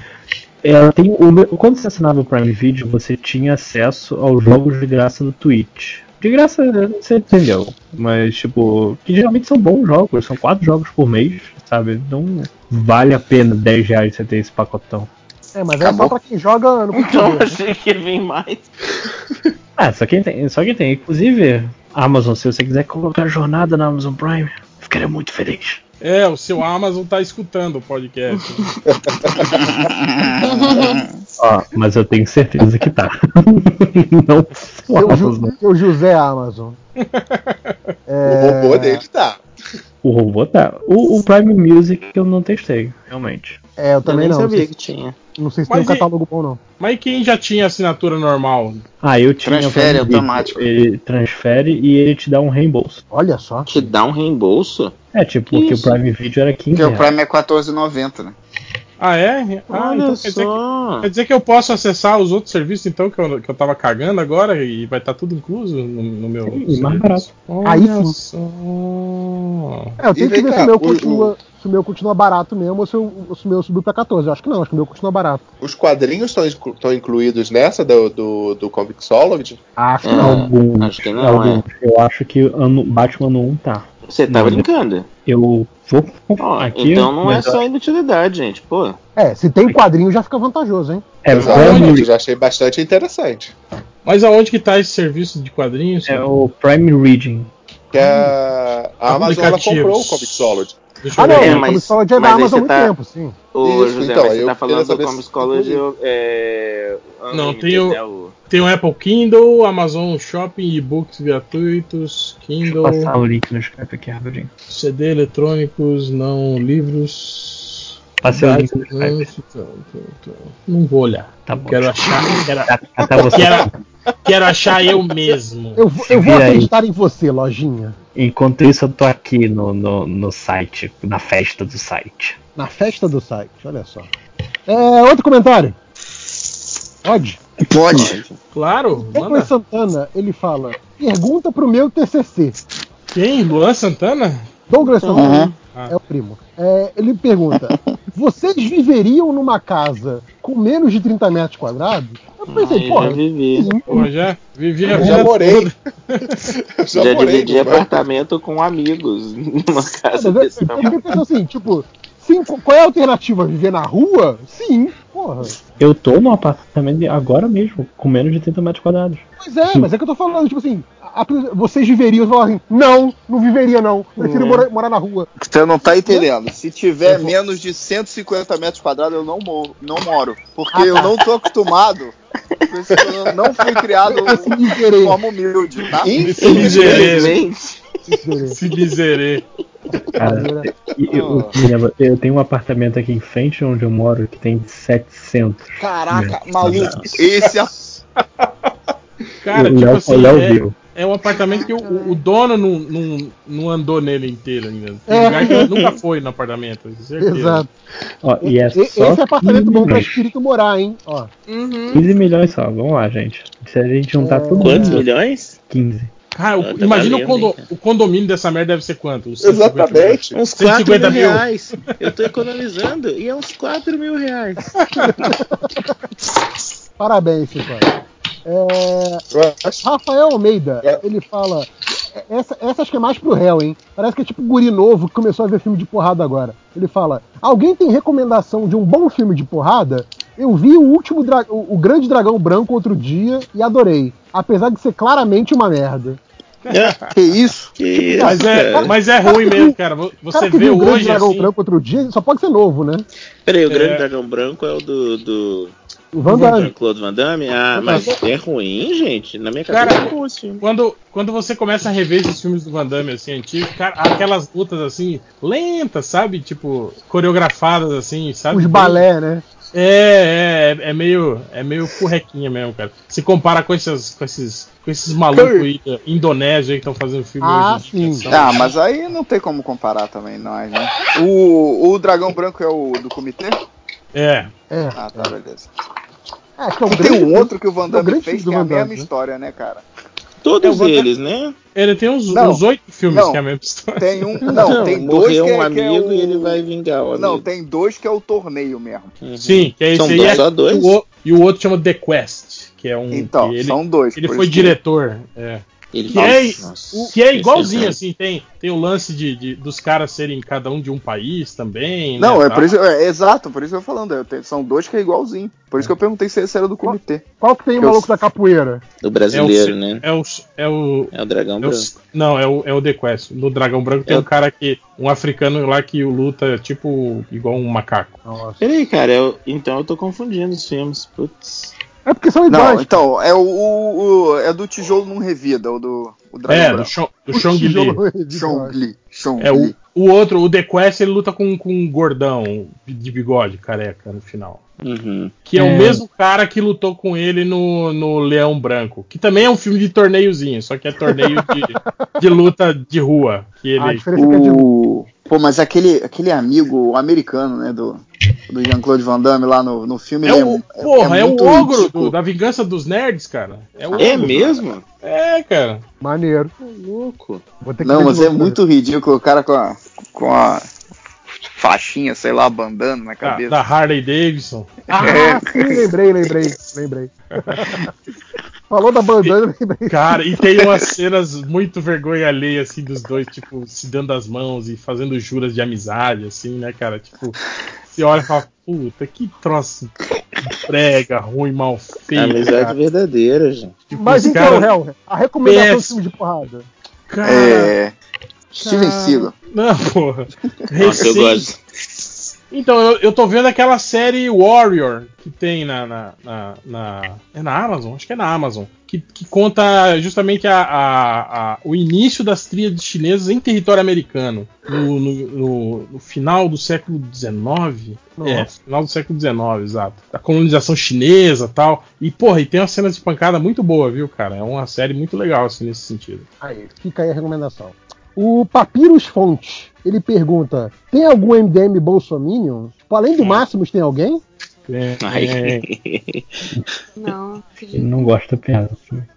[SPEAKER 13] ela tem o- quando você assinava o Prime Video, você tinha acesso aos jogos de graça do Twitch. De graça, né, você entendeu. Mas, tipo, que geralmente são bons jogos, são quatro jogos por mês, sabe? Não vale a pena 10 reais você ter esse pacotão.
[SPEAKER 5] É, mas é só pra quem joga no
[SPEAKER 9] Então
[SPEAKER 5] computador.
[SPEAKER 9] achei que ia vir mais.
[SPEAKER 13] Ah, só quem tem. Só quem tem. Inclusive, Amazon, se você quiser colocar jornada na Amazon Prime, eu ficaria muito feliz.
[SPEAKER 2] É, o seu Amazon tá escutando o podcast.
[SPEAKER 13] Ó, mas eu tenho certeza que tá. Não sou
[SPEAKER 5] Seu,
[SPEAKER 13] Amazon.
[SPEAKER 5] Ju, seu José Amazon. é,
[SPEAKER 10] O robô dele tá.
[SPEAKER 13] O robô tá. O, o Prime Music eu não testei, realmente.
[SPEAKER 5] É, eu também
[SPEAKER 13] nem
[SPEAKER 5] não.
[SPEAKER 13] sabia
[SPEAKER 5] não sei-
[SPEAKER 13] que tinha.
[SPEAKER 5] Não sei se
[SPEAKER 2] Mas
[SPEAKER 5] tem um
[SPEAKER 2] e-
[SPEAKER 5] catálogo bom, não.
[SPEAKER 2] Mas e quem já tinha assinatura normal?
[SPEAKER 13] Ah, eu tinha.
[SPEAKER 2] Transfere
[SPEAKER 13] o Prime Video.
[SPEAKER 2] automático.
[SPEAKER 13] Ele transfere e ele te dá um reembolso.
[SPEAKER 5] Olha só.
[SPEAKER 9] Te dá um reembolso?
[SPEAKER 13] É, tipo,
[SPEAKER 9] Que
[SPEAKER 13] porque
[SPEAKER 9] isso?
[SPEAKER 13] o Prime Video era 15
[SPEAKER 4] Porque o
[SPEAKER 13] reais.
[SPEAKER 4] Prime é 14,90, né?
[SPEAKER 2] Ah, é? Ah,
[SPEAKER 4] Olha
[SPEAKER 2] então quer dizer,
[SPEAKER 9] que,
[SPEAKER 2] quer dizer que eu posso acessar os outros serviços, então, que eu, que eu tava cagando agora e vai estar tudo incluso no, no meu.
[SPEAKER 13] e mais
[SPEAKER 2] serviço? Olha
[SPEAKER 5] Aí sim.
[SPEAKER 2] só.
[SPEAKER 5] É, eu tenho
[SPEAKER 2] E
[SPEAKER 5] que
[SPEAKER 2] vem
[SPEAKER 5] ver
[SPEAKER 2] cá,
[SPEAKER 5] se o meu
[SPEAKER 2] o-
[SPEAKER 5] continua. Se o meu continua barato mesmo ou se, eu, se o meu subir pra 14. Eu acho que não, acho que o meu continua barato.
[SPEAKER 10] Os quadrinhos estão inclu- estão incluídos nessa do, do, do Convixology?
[SPEAKER 5] Acho
[SPEAKER 13] que não. Alguns,
[SPEAKER 9] É, acho que não, é.
[SPEAKER 13] alguns. Eu acho que ano, Batman ano 1 tá.
[SPEAKER 9] Você tá brincando?
[SPEAKER 13] Eu vou confirmar aqui.
[SPEAKER 9] então não é
[SPEAKER 13] mas eu
[SPEAKER 9] só
[SPEAKER 13] acho-
[SPEAKER 9] inutilidade, gente, pô.
[SPEAKER 5] É, se tem quadrinho já fica vantajoso, hein?
[SPEAKER 13] É,
[SPEAKER 10] Exatamente, eu já achei bastante interessante.
[SPEAKER 2] Mas aonde que tá esse serviço de quadrinhos? Hum.
[SPEAKER 13] É o Prime Reading.
[SPEAKER 10] Que a, a Amazon ela
[SPEAKER 2] Aplicativos.
[SPEAKER 10] comprou o Convixology.
[SPEAKER 5] Ah, não,
[SPEAKER 9] É,
[SPEAKER 5] o
[SPEAKER 9] mas-
[SPEAKER 5] Comissão de é da
[SPEAKER 9] mas aí
[SPEAKER 5] Amazon há
[SPEAKER 9] você
[SPEAKER 5] muito
[SPEAKER 9] tá-
[SPEAKER 5] tempo, sim.
[SPEAKER 9] Ô,
[SPEAKER 10] Isso,
[SPEAKER 9] José,
[SPEAKER 10] então,
[SPEAKER 9] mas você
[SPEAKER 10] eu
[SPEAKER 9] tá falando
[SPEAKER 10] queria saber
[SPEAKER 9] do
[SPEAKER 10] se-
[SPEAKER 9] Comics College. É...
[SPEAKER 2] Não,
[SPEAKER 9] Unlimited,
[SPEAKER 2] tem o-
[SPEAKER 9] né, o-
[SPEAKER 2] Tem o Apple Kindle, Amazon Shopping, e-books gratuitos, Kindle,
[SPEAKER 13] Passar o link no Skype aqui rapidinho.
[SPEAKER 2] CD eletrônicos, não livros.
[SPEAKER 13] Passei o link no
[SPEAKER 2] Dados,
[SPEAKER 5] Então,
[SPEAKER 2] Não vou olhar.
[SPEAKER 13] Tá bom.
[SPEAKER 2] Quero achar. Quero,
[SPEAKER 13] tá você.
[SPEAKER 2] quero, quero achar eu mesmo.
[SPEAKER 5] Eu, vou- eu vou
[SPEAKER 13] Vira aí.
[SPEAKER 5] acreditar em você, lojinha.
[SPEAKER 13] Enquanto isso, eu tô aqui no, no, no site, na festa do site.
[SPEAKER 5] Na festa do site, olha só. É, outro comentário. Pode?
[SPEAKER 4] Pode.
[SPEAKER 2] Claro,
[SPEAKER 5] Luan
[SPEAKER 2] manda.
[SPEAKER 5] Santana, ele fala: pergunta pro meu TCC.
[SPEAKER 2] Quem? Luan Santana?
[SPEAKER 5] Douglas
[SPEAKER 2] Então,
[SPEAKER 9] Uhum.
[SPEAKER 5] Santana.
[SPEAKER 2] ah.
[SPEAKER 5] É o primo. É, ele pergunta: vocês viveriam numa casa com menos de 30 metros quadrados? Eu pensei,
[SPEAKER 9] Eu já
[SPEAKER 5] porra.
[SPEAKER 9] vivi.
[SPEAKER 2] Pô, já vivi a
[SPEAKER 10] Eu
[SPEAKER 2] vida
[SPEAKER 10] já morei.
[SPEAKER 2] toda.
[SPEAKER 10] Eu
[SPEAKER 9] Já,
[SPEAKER 10] já, morei.
[SPEAKER 9] dividi
[SPEAKER 10] numa-
[SPEAKER 9] apartamento com amigos numa casa
[SPEAKER 5] Eu
[SPEAKER 9] desse
[SPEAKER 5] fiquei
[SPEAKER 9] tamanho.
[SPEAKER 5] pensando assim, tipo, sim, qu- qual é a alternativa? Viver na rua? Sim, porra.
[SPEAKER 13] Eu tô num apartamento agora mesmo, com menos de 30 metros quadrados.
[SPEAKER 5] Pois é, mas é que eu tô falando, tipo assim, a- a- vocês viveriam, falar assim, não, não viveria não, prefiro
[SPEAKER 4] Hum.
[SPEAKER 5] morar, morar na rua.
[SPEAKER 4] Você não tá entendendo. Se tiver menos de 150 metros quadrados, eu não moro. Não moro porque
[SPEAKER 5] Ah, tá.
[SPEAKER 4] eu não tô acostumado. com isso, Eu não fui criado de forma humilde, tá?
[SPEAKER 2] Ah,
[SPEAKER 9] Infelizmente.
[SPEAKER 2] Se miserê.
[SPEAKER 13] Cara, e- e- eu,
[SPEAKER 5] Ah.
[SPEAKER 13] me lembro, eu tenho um apartamento aqui em frente onde eu moro que tem 700.
[SPEAKER 4] Caraca, maluco. Esse é.
[SPEAKER 2] Cara,
[SPEAKER 13] O
[SPEAKER 2] tipo
[SPEAKER 13] Léo- o
[SPEAKER 2] assim,
[SPEAKER 13] Léo
[SPEAKER 2] é,
[SPEAKER 13] viu.
[SPEAKER 2] é um apartamento que o, o dono não, não, não andou nele inteiro ainda. Tem
[SPEAKER 5] É.
[SPEAKER 2] lugar que ele nunca foi no apartamento, com certeza.
[SPEAKER 5] Exato.
[SPEAKER 13] Ó, e é
[SPEAKER 5] E- Esse
[SPEAKER 13] só
[SPEAKER 5] é apartamento bom pra
[SPEAKER 13] 15
[SPEAKER 5] espírito morar, hein? Ó.
[SPEAKER 13] 15 milhões só, vamos lá, gente. Se a gente
[SPEAKER 5] Ah.
[SPEAKER 13] juntar tudo.
[SPEAKER 9] Quantos milhões?
[SPEAKER 13] 15.
[SPEAKER 2] Cara, o-
[SPEAKER 9] Ah, tá
[SPEAKER 2] imagina o,
[SPEAKER 9] valendo,
[SPEAKER 2] condo-
[SPEAKER 9] hein,
[SPEAKER 2] o condomínio dessa merda deve ser quanto? Uns 150 mil?
[SPEAKER 10] Exatamente.
[SPEAKER 9] Uns 4 mil,
[SPEAKER 2] 150 mil.
[SPEAKER 9] reais. Eu tô economizando e é uns 4 mil reais.
[SPEAKER 5] Parabéns, cara. É, Rafael Almeida,
[SPEAKER 9] É.
[SPEAKER 5] ele fala. Essa, essa acho que é mais pro réu, hein? Parece que é tipo guri novo que começou a ver filme de porrada agora. Ele fala: Alguém tem recomendação de um bom filme de porrada? Eu vi o último dra- o, o Grande Dragão Branco outro dia e adorei. Apesar de ser claramente uma merda.
[SPEAKER 9] É,
[SPEAKER 4] Que isso?
[SPEAKER 9] Que isso,
[SPEAKER 2] Mas é,
[SPEAKER 9] cara. um
[SPEAKER 2] mas é ruim mesmo, cara. Vo-
[SPEAKER 5] O
[SPEAKER 2] Você vê
[SPEAKER 5] que viu o Grande
[SPEAKER 2] hoje
[SPEAKER 5] Dragão
[SPEAKER 2] assim.
[SPEAKER 5] Branco outro dia, só pode ser novo, né?
[SPEAKER 9] Peraí, o Grande
[SPEAKER 2] É.
[SPEAKER 9] Dragão Branco é o do. do...
[SPEAKER 5] O Van Damme.
[SPEAKER 9] Jean-Claude Van Damme? Ah, mas é ruim, gente? Na minha cabeça
[SPEAKER 2] Cara,
[SPEAKER 9] é bom esse filme.
[SPEAKER 2] quando, quando você começa a rever esses filmes do Van Damme, assim, antigos, cara, aquelas lutas, assim, lentas, sabe? Tipo, coreografadas, assim, sabe?
[SPEAKER 5] Os
[SPEAKER 2] Bem-
[SPEAKER 5] balé, né?
[SPEAKER 2] É, é, é meio, é meio porrequinha mesmo, cara. Se compara com esses, com esses, com esses malucos aí, da Indonésia aí que estão fazendo filme
[SPEAKER 4] Ah,
[SPEAKER 2] hoje. em dia, que são-
[SPEAKER 4] Ah, mas aí não tem como comparar também, nós, né? O, o dragão branco é o do comitê?
[SPEAKER 2] É.
[SPEAKER 5] É.
[SPEAKER 4] Ah, tá, beleza.
[SPEAKER 5] É, que é o
[SPEAKER 4] E
[SPEAKER 5] grande-
[SPEAKER 4] tem um outro que o Van
[SPEAKER 5] é o
[SPEAKER 4] Damme
[SPEAKER 5] grande
[SPEAKER 4] fez
[SPEAKER 5] filme do
[SPEAKER 4] que é a
[SPEAKER 5] Van Damme,
[SPEAKER 4] mesma
[SPEAKER 5] né?
[SPEAKER 4] história, né, cara?
[SPEAKER 2] É,
[SPEAKER 9] Todos
[SPEAKER 2] o Van-
[SPEAKER 9] eles, né?
[SPEAKER 2] Ele tem uns
[SPEAKER 4] Não,
[SPEAKER 2] uns oito filmes
[SPEAKER 4] não.
[SPEAKER 2] que é a mesma história.
[SPEAKER 4] Tem um. Não, tem dois
[SPEAKER 9] Morreu
[SPEAKER 4] que
[SPEAKER 9] um
[SPEAKER 4] é, que é
[SPEAKER 9] amigo
[SPEAKER 4] o.
[SPEAKER 9] e ele vai vingar o amigo.
[SPEAKER 4] Não, tem dois que é o torneio mesmo.
[SPEAKER 9] Uhum.
[SPEAKER 2] Sim, que é esse
[SPEAKER 9] São
[SPEAKER 2] aí.
[SPEAKER 9] dois,
[SPEAKER 2] é-
[SPEAKER 9] só dois?
[SPEAKER 2] E o, o outro chama The Quest, que é um.
[SPEAKER 4] Então,
[SPEAKER 2] que ele,
[SPEAKER 4] são dois.
[SPEAKER 2] ele
[SPEAKER 4] por
[SPEAKER 2] foi
[SPEAKER 4] isso que-
[SPEAKER 2] diretor. É.
[SPEAKER 9] Ele
[SPEAKER 2] Que
[SPEAKER 9] fala-
[SPEAKER 2] é,
[SPEAKER 9] Nossa,
[SPEAKER 2] o- que é
[SPEAKER 9] esse
[SPEAKER 2] igualzinho,
[SPEAKER 9] cara.
[SPEAKER 2] assim, tem, tem o lance de, de- dos caras serem cada um de um país também. né,
[SPEAKER 4] Não, é
[SPEAKER 2] tá?
[SPEAKER 4] por isso, é, é exato, por isso que eu tô falando. é, tem- são dois que é igualzinho. Por isso que eu perguntei se esse era do comitê.
[SPEAKER 5] Qual que tem o
[SPEAKER 4] Eu-
[SPEAKER 5] maluco da capoeira?
[SPEAKER 9] Do brasileiro,
[SPEAKER 2] é o,
[SPEAKER 9] né?
[SPEAKER 2] É o, é o,
[SPEAKER 9] é o Dragão
[SPEAKER 2] é o-
[SPEAKER 9] Branco.
[SPEAKER 2] não, é o, é o The Quest. No Dragão Branco tem
[SPEAKER 9] É.
[SPEAKER 2] um cara que. Um africano lá que luta tipo igual um macaco.
[SPEAKER 9] Peraí, cara, eu- então eu tô confundindo os filmes. Putz.
[SPEAKER 5] É porque são
[SPEAKER 4] Não,
[SPEAKER 9] iguais,
[SPEAKER 4] então, é o, o- o- é do tijolo não revida, o do o Dragão
[SPEAKER 2] É, do
[SPEAKER 4] Branco.
[SPEAKER 2] Cho- do O Chong tijolo Li. não revida,
[SPEAKER 4] Chong Li. Chong
[SPEAKER 2] É o,
[SPEAKER 4] Li.
[SPEAKER 2] o outro, o The Quest, ele luta com, com um gordão de bigode, careca, no final. Que é, o
[SPEAKER 13] É.
[SPEAKER 2] mesmo cara que lutou com ele no, no Leão Branco. Que também é um filme de torneiozinho, só que é torneio de, de luta de rua. Que
[SPEAKER 5] Ah,
[SPEAKER 2] ele... é.
[SPEAKER 5] é
[SPEAKER 4] é
[SPEAKER 5] um.
[SPEAKER 4] O- Pô, mas aquele, aquele amigo americano, né, do, do Jean-Claude Van Damme lá no, no filme,
[SPEAKER 2] É
[SPEAKER 4] ele
[SPEAKER 2] o, porra, é,
[SPEAKER 4] muito
[SPEAKER 2] o ogro
[SPEAKER 4] ridículo.
[SPEAKER 2] do- da vingança dos nerds, cara. o
[SPEAKER 4] É
[SPEAKER 2] ogro.
[SPEAKER 4] mesmo?
[SPEAKER 2] É, cara.
[SPEAKER 5] Maneiro.
[SPEAKER 9] Louco.
[SPEAKER 5] Vou ter que
[SPEAKER 4] Não,
[SPEAKER 5] ver de
[SPEAKER 4] mas é
[SPEAKER 5] novo,
[SPEAKER 4] muito ridículo o cara com a, com a faixinha, sei lá, bandana na
[SPEAKER 2] Ah,
[SPEAKER 4] cabeça. É.
[SPEAKER 2] da Harley Davidson. É.
[SPEAKER 5] Ah, sim, lembrei, lembrei, lembrei. Falou da bandana, lembrei.
[SPEAKER 2] Cara, e tem umas cenas muito vergonha alheia, assim, dos dois, tipo, se dando as mãos e fazendo juras de amizade, assim, né, cara? Tipo, você olha e fala, puta, que troço prega, ruim, mal feito.
[SPEAKER 9] Amizade
[SPEAKER 2] cara.
[SPEAKER 9] verdadeira, gente.
[SPEAKER 2] Tipo,
[SPEAKER 5] Mas
[SPEAKER 2] os
[SPEAKER 5] então,
[SPEAKER 2] cara-
[SPEAKER 5] Hel, a recomendação do
[SPEAKER 2] Péssimo.
[SPEAKER 5] filme de porrada.
[SPEAKER 2] Cara,
[SPEAKER 4] É. Steven
[SPEAKER 2] cara.
[SPEAKER 4] Seagal.
[SPEAKER 2] Não, porra.
[SPEAKER 9] Nossa,
[SPEAKER 2] Recém-
[SPEAKER 9] eu gosto.
[SPEAKER 2] Então, eu, eu tô vendo aquela série Warrior que tem na. na, na, na- é na Amazon? Acho que é na Amazon. Que, que conta justamente a, a- a- o início das tríades chinesas em território americano. No, no- no- no final do século XIX. É, final do século XIX, exato. Da colonização chinesa e tal. E, porra, e tem uma cena de pancada muito boa, viu, cara? É uma série muito legal, assim, nesse sentido.
[SPEAKER 5] Aí, fica aí a recomendação. O Papyrus Fonte, ele pergunta: tem algum MDM Bolsominion? Tipo, além do Máximos, tem alguém?
[SPEAKER 2] É,
[SPEAKER 9] Ai.
[SPEAKER 6] Não, acredito. É.
[SPEAKER 13] Ele não gosta da piada.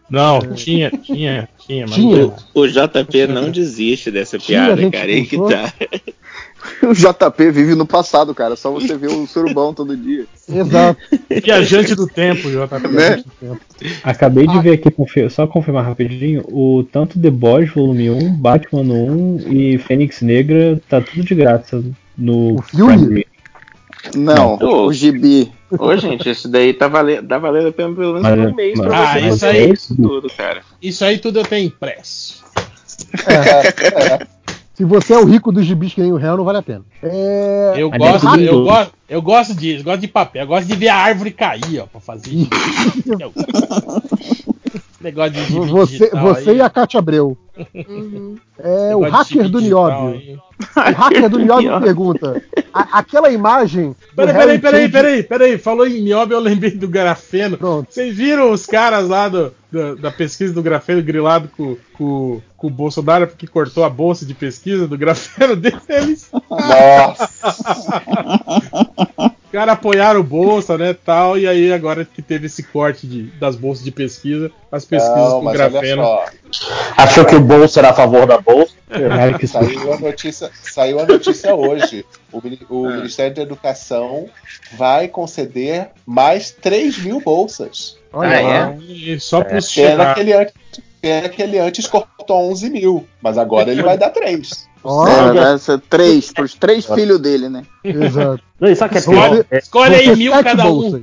[SPEAKER 2] Não, tinha, tinha, tinha, mas
[SPEAKER 5] Tinha.
[SPEAKER 2] não-
[SPEAKER 9] O JP não desiste dessa
[SPEAKER 5] Tinha,
[SPEAKER 9] piada,
[SPEAKER 5] gente,
[SPEAKER 9] cara. Aí que
[SPEAKER 5] pensou.
[SPEAKER 9] tá.
[SPEAKER 4] O JP vive no passado, cara. Só você vê o surubão todo dia.
[SPEAKER 5] Exato.
[SPEAKER 2] Viajante do tempo, JP.
[SPEAKER 4] Né?
[SPEAKER 13] Acabei
[SPEAKER 6] Ah.
[SPEAKER 13] de ver aqui, confi- só confirmar rapidinho, o tanto The Boys Volume 1, Batman 1 e Fênix Negra tá tudo de graça no
[SPEAKER 5] filme?
[SPEAKER 13] Prime Video.
[SPEAKER 4] Não,
[SPEAKER 9] Ô.
[SPEAKER 4] o gibi.
[SPEAKER 9] Ô, gente, isso daí tá valendo, tá valendo pelo pelo menos
[SPEAKER 13] Mas-
[SPEAKER 9] por um mês pra
[SPEAKER 13] mas-
[SPEAKER 9] você
[SPEAKER 2] Ah, isso
[SPEAKER 9] fazer
[SPEAKER 2] aí-
[SPEAKER 9] isso tudo, cara.
[SPEAKER 2] Isso aí tudo eu tenho impresso.
[SPEAKER 5] Se você é o rico dos gibis que nem o réu, não vale a pena. É...
[SPEAKER 2] Eu
[SPEAKER 13] Aliás,
[SPEAKER 2] gosto,
[SPEAKER 13] tudo
[SPEAKER 2] eu,
[SPEAKER 13] junto.
[SPEAKER 2] gosto, eu gosto disso, gosto de papel, eu gosto de ver a árvore cair, ó, pra fazer. isso. Eu gosto. Esse Negócio de gibi
[SPEAKER 5] Você,
[SPEAKER 2] digital
[SPEAKER 5] você
[SPEAKER 2] aí,
[SPEAKER 5] e a Cátia Abreu. É o
[SPEAKER 2] negócio de
[SPEAKER 5] hacker
[SPEAKER 2] gibi
[SPEAKER 5] do
[SPEAKER 2] digital
[SPEAKER 5] Nióbio.
[SPEAKER 2] aí.
[SPEAKER 5] O hacker do Nióbio pergunta: "A- aquela imagem. do
[SPEAKER 2] Peraí, peraí,
[SPEAKER 5] Harry
[SPEAKER 2] peraí,
[SPEAKER 5] Chang-
[SPEAKER 2] peraí, peraí. Falou em nióbio, eu lembrei do grafeno.
[SPEAKER 5] Pronto.
[SPEAKER 2] Vocês viram os caras lá do- do- da pesquisa do grafeno grilado com, com, com o Bolsonaro porque cortou a bolsa de pesquisa do grafeno deles? Os caras apoiaram o bolsa, né, tal, e aí agora que teve esse corte de- das bolsas de pesquisa, as pesquisas
[SPEAKER 10] Não,
[SPEAKER 2] com
[SPEAKER 10] mas olha
[SPEAKER 2] grafeno.
[SPEAKER 10] só.
[SPEAKER 13] Achou que o bolso era a favor da bolsa?
[SPEAKER 5] É,
[SPEAKER 13] Cara, que susto.
[SPEAKER 10] Saiu a notícia, saiu a notícia hoje. O, mini- o
[SPEAKER 9] É.
[SPEAKER 10] Ministério da Educação vai conceder mais 3 mil bolsas.
[SPEAKER 9] Ah,
[SPEAKER 5] Olha lá.
[SPEAKER 9] é?
[SPEAKER 5] É.
[SPEAKER 2] E
[SPEAKER 10] É.
[SPEAKER 2] só pros
[SPEAKER 10] Pena
[SPEAKER 2] chegar.
[SPEAKER 10] que, ele, an- pena que ele antes cortou 11 mil, mas agora ele vai dar 3.
[SPEAKER 5] Ó,
[SPEAKER 4] É, vai ser três, pros três filhos dele, né?
[SPEAKER 5] exato.
[SPEAKER 17] Não, e sabe o que é
[SPEAKER 2] Escolhe,
[SPEAKER 17] pior? É,
[SPEAKER 2] escolhe aí
[SPEAKER 5] Vão ter
[SPEAKER 2] mil
[SPEAKER 5] sete
[SPEAKER 2] cada um.
[SPEAKER 5] bolsas.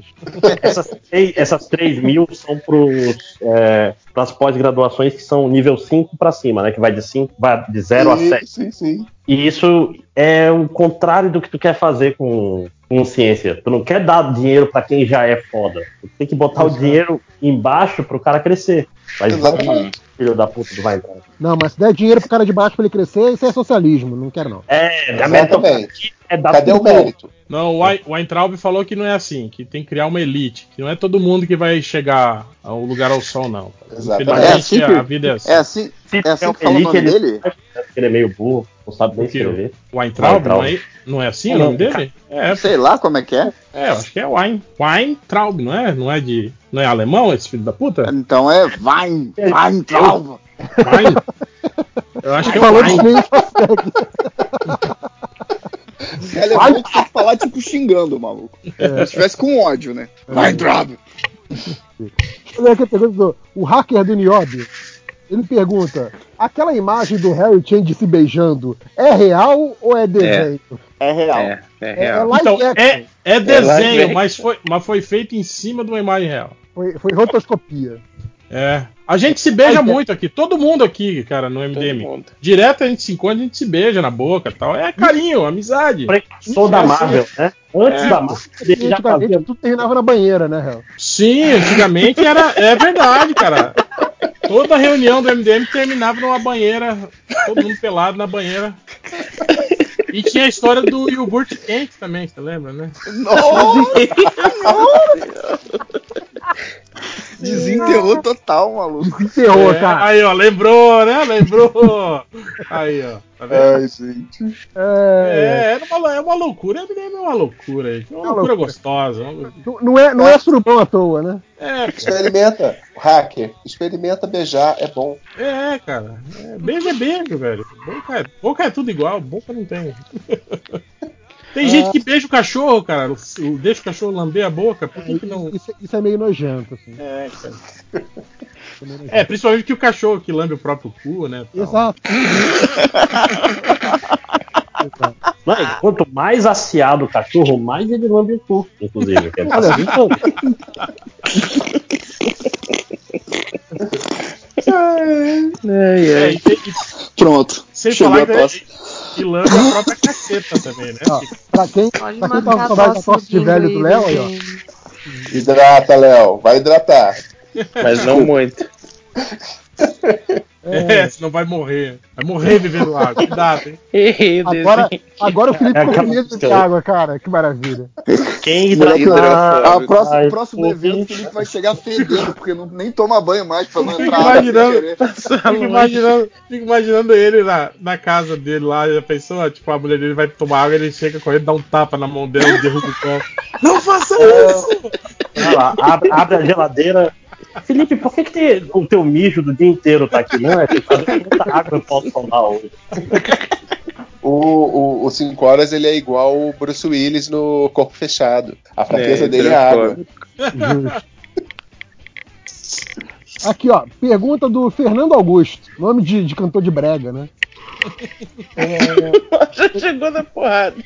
[SPEAKER 17] essas, três, essas 3 mil são para as pós-graduações que são nível 5 para cima, né? Que vai de 5, vai de 0 a 7.
[SPEAKER 10] Sim, sim.
[SPEAKER 17] E isso é o contrário do que tu quer fazer com, com ciência. Tu não quer dar dinheiro para quem já é foda. Tu tem que botar o dinheiro embaixo pro cara crescer. Mas vai,
[SPEAKER 9] Exatamente.
[SPEAKER 17] filho da puta, tu vai entrar.
[SPEAKER 5] Não, mas se der dinheiro pro cara de baixo pra ele crescer, isso é socialismo. Não quero, não.
[SPEAKER 17] É, a
[SPEAKER 10] Exatamente.
[SPEAKER 17] é dar
[SPEAKER 10] Cadê o
[SPEAKER 17] tudo pro-
[SPEAKER 10] mérito?
[SPEAKER 2] Não, o Ai- o Weintraub falou que não é assim, que tem que criar uma elite, que não é todo mundo que vai chegar ao lugar ao sol, não.
[SPEAKER 10] Exato.
[SPEAKER 2] Infelizmente,
[SPEAKER 4] É assim que-
[SPEAKER 2] a vida é assim.
[SPEAKER 4] É assim, é
[SPEAKER 17] É
[SPEAKER 4] assim
[SPEAKER 17] um
[SPEAKER 4] que fala o
[SPEAKER 17] elite,
[SPEAKER 4] nome
[SPEAKER 17] ele-
[SPEAKER 4] dele?
[SPEAKER 17] Ele é meio burro, não sabe nem
[SPEAKER 2] O quê?
[SPEAKER 17] escrever.
[SPEAKER 2] Weintraub,
[SPEAKER 17] Weintraub.
[SPEAKER 2] Não, é, não é assim o nome dele? É,
[SPEAKER 4] Sei lá como é que é.
[SPEAKER 2] é, eu acho que é Wein, Weintraub, não é? Não é de, não é alemão esse filho da puta?
[SPEAKER 4] Então é Wein, Weintraub.
[SPEAKER 2] Wein. Eu acho que é
[SPEAKER 5] Falou
[SPEAKER 2] Wein.
[SPEAKER 5] de mim,
[SPEAKER 4] Ela é muito tem que falar, tipo, xingando, maluco.
[SPEAKER 2] É.
[SPEAKER 4] Se tivesse com ódio, né? Weintraub.
[SPEAKER 5] Olha aqui a pergunta do- o hacker do Niobe. ele pergunta: aquela imagem do Harry Change se beijando é real ou é desenho?
[SPEAKER 9] É real. É,
[SPEAKER 5] é live
[SPEAKER 2] Então, é,
[SPEAKER 5] action.
[SPEAKER 2] é
[SPEAKER 5] É
[SPEAKER 2] desenho,
[SPEAKER 5] live
[SPEAKER 2] mas, foi, mas foi feito em cima de uma imagem real.
[SPEAKER 5] Foi, foi rotoscopia.
[SPEAKER 2] É. A gente se beija muito aqui, todo mundo aqui, cara, no MDM. Direto a gente se encontra, a gente se beija na boca e tal. É carinho, amizade.
[SPEAKER 17] Sou da Marvel, né? Antes
[SPEAKER 2] É.
[SPEAKER 17] da Marvel, ele já
[SPEAKER 5] Antigamente,
[SPEAKER 17] fazia
[SPEAKER 5] tudo terminava na banheira, né, Hel?
[SPEAKER 2] Sim, antigamente era. É verdade, cara. Toda reunião do MDM terminava numa banheira, todo mundo pelado na banheira. E tinha a história do iogurte quente também, você lembra, né?
[SPEAKER 4] Desenterrou total, maluco.
[SPEAKER 2] É, Aí, ó, lembrou, né? Lembrou. Aí, ó. Tá vendo?
[SPEAKER 4] Ai, gente.
[SPEAKER 2] É, era uma, é uma loucura, é mesmo uma loucura. gente. É uma loucura gostosa. uma loucura.
[SPEAKER 5] Não é, não é surubão à toa, né?
[SPEAKER 2] É,
[SPEAKER 10] Experimenta, hacker. Experimenta beijar, é bom.
[SPEAKER 2] É, cara. É, beijo é beijo, velho. Boca é, boca é tudo igual, boca não tem. tem gente
[SPEAKER 5] É.
[SPEAKER 2] que beija o cachorro, cara. o- o- Deixa o cachorro lamber a boca. Por que, que não.
[SPEAKER 5] Isso, isso é meio nojento, assim.
[SPEAKER 2] É, cara. É, principalmente que o cachorro que lambe o próprio cu, né? tal.
[SPEAKER 5] Exato.
[SPEAKER 17] Mano, quanto mais aciado o cachorro, mais ele lambe o cu, inclusive. que é
[SPEAKER 5] Olha, então,
[SPEAKER 17] assim,
[SPEAKER 2] É, e tem-
[SPEAKER 12] Pronto.
[SPEAKER 2] Sem
[SPEAKER 12] Chegou
[SPEAKER 2] falar
[SPEAKER 12] a
[SPEAKER 2] que
[SPEAKER 12] tosse.
[SPEAKER 2] e lambe a própria caceta também, né?
[SPEAKER 5] Ó, pra quem, pra quem tá com saudade da tosse de velho do Léo, aí, ó.
[SPEAKER 10] Hidrata, Léo. Vai hidratar.
[SPEAKER 9] Mas não muito.
[SPEAKER 2] É, senão vai morrer. Vai morrer vivendo água. Cuidado, hein?
[SPEAKER 5] Agora, agora o Felipe
[SPEAKER 2] É
[SPEAKER 5] ficou
[SPEAKER 2] aquela
[SPEAKER 5] com medo de
[SPEAKER 2] música.
[SPEAKER 5] água, cara. Que maravilha.
[SPEAKER 17] Quem
[SPEAKER 4] Moleque,
[SPEAKER 17] hidrata?
[SPEAKER 4] a próxima-
[SPEAKER 17] Ai,
[SPEAKER 4] próximo
[SPEAKER 17] pô,
[SPEAKER 4] evento, o Felipe vai chegar fedendo, porque não, nem toma banho mais pra não
[SPEAKER 2] Fico
[SPEAKER 4] entrar. água sem
[SPEAKER 2] imaginando,
[SPEAKER 4] querer.
[SPEAKER 2] Tá fico imaginando, fico imaginando ele na, na casa dele lá, já pensou? Tipo, a mulher dele vai tomar água, ele chega correndo, dá um tapa na mão dela e derruba o copo. Não faça isso!
[SPEAKER 17] Vai lá, abre, abre a geladeira. Felipe, por que, que te- o teu mijo do dia inteiro tá aqui? Não, é que faz muita água eu posso tomar hoje.
[SPEAKER 10] O 5 horas ele é igual o Bruce Willis no Corpo Fechado. A fraqueza
[SPEAKER 9] É,
[SPEAKER 10] dele é a água.
[SPEAKER 5] Aqui, ó. Pergunta do Fernando Augusto. Nome de, de cantor de brega, né?
[SPEAKER 9] Já chegou na porrada.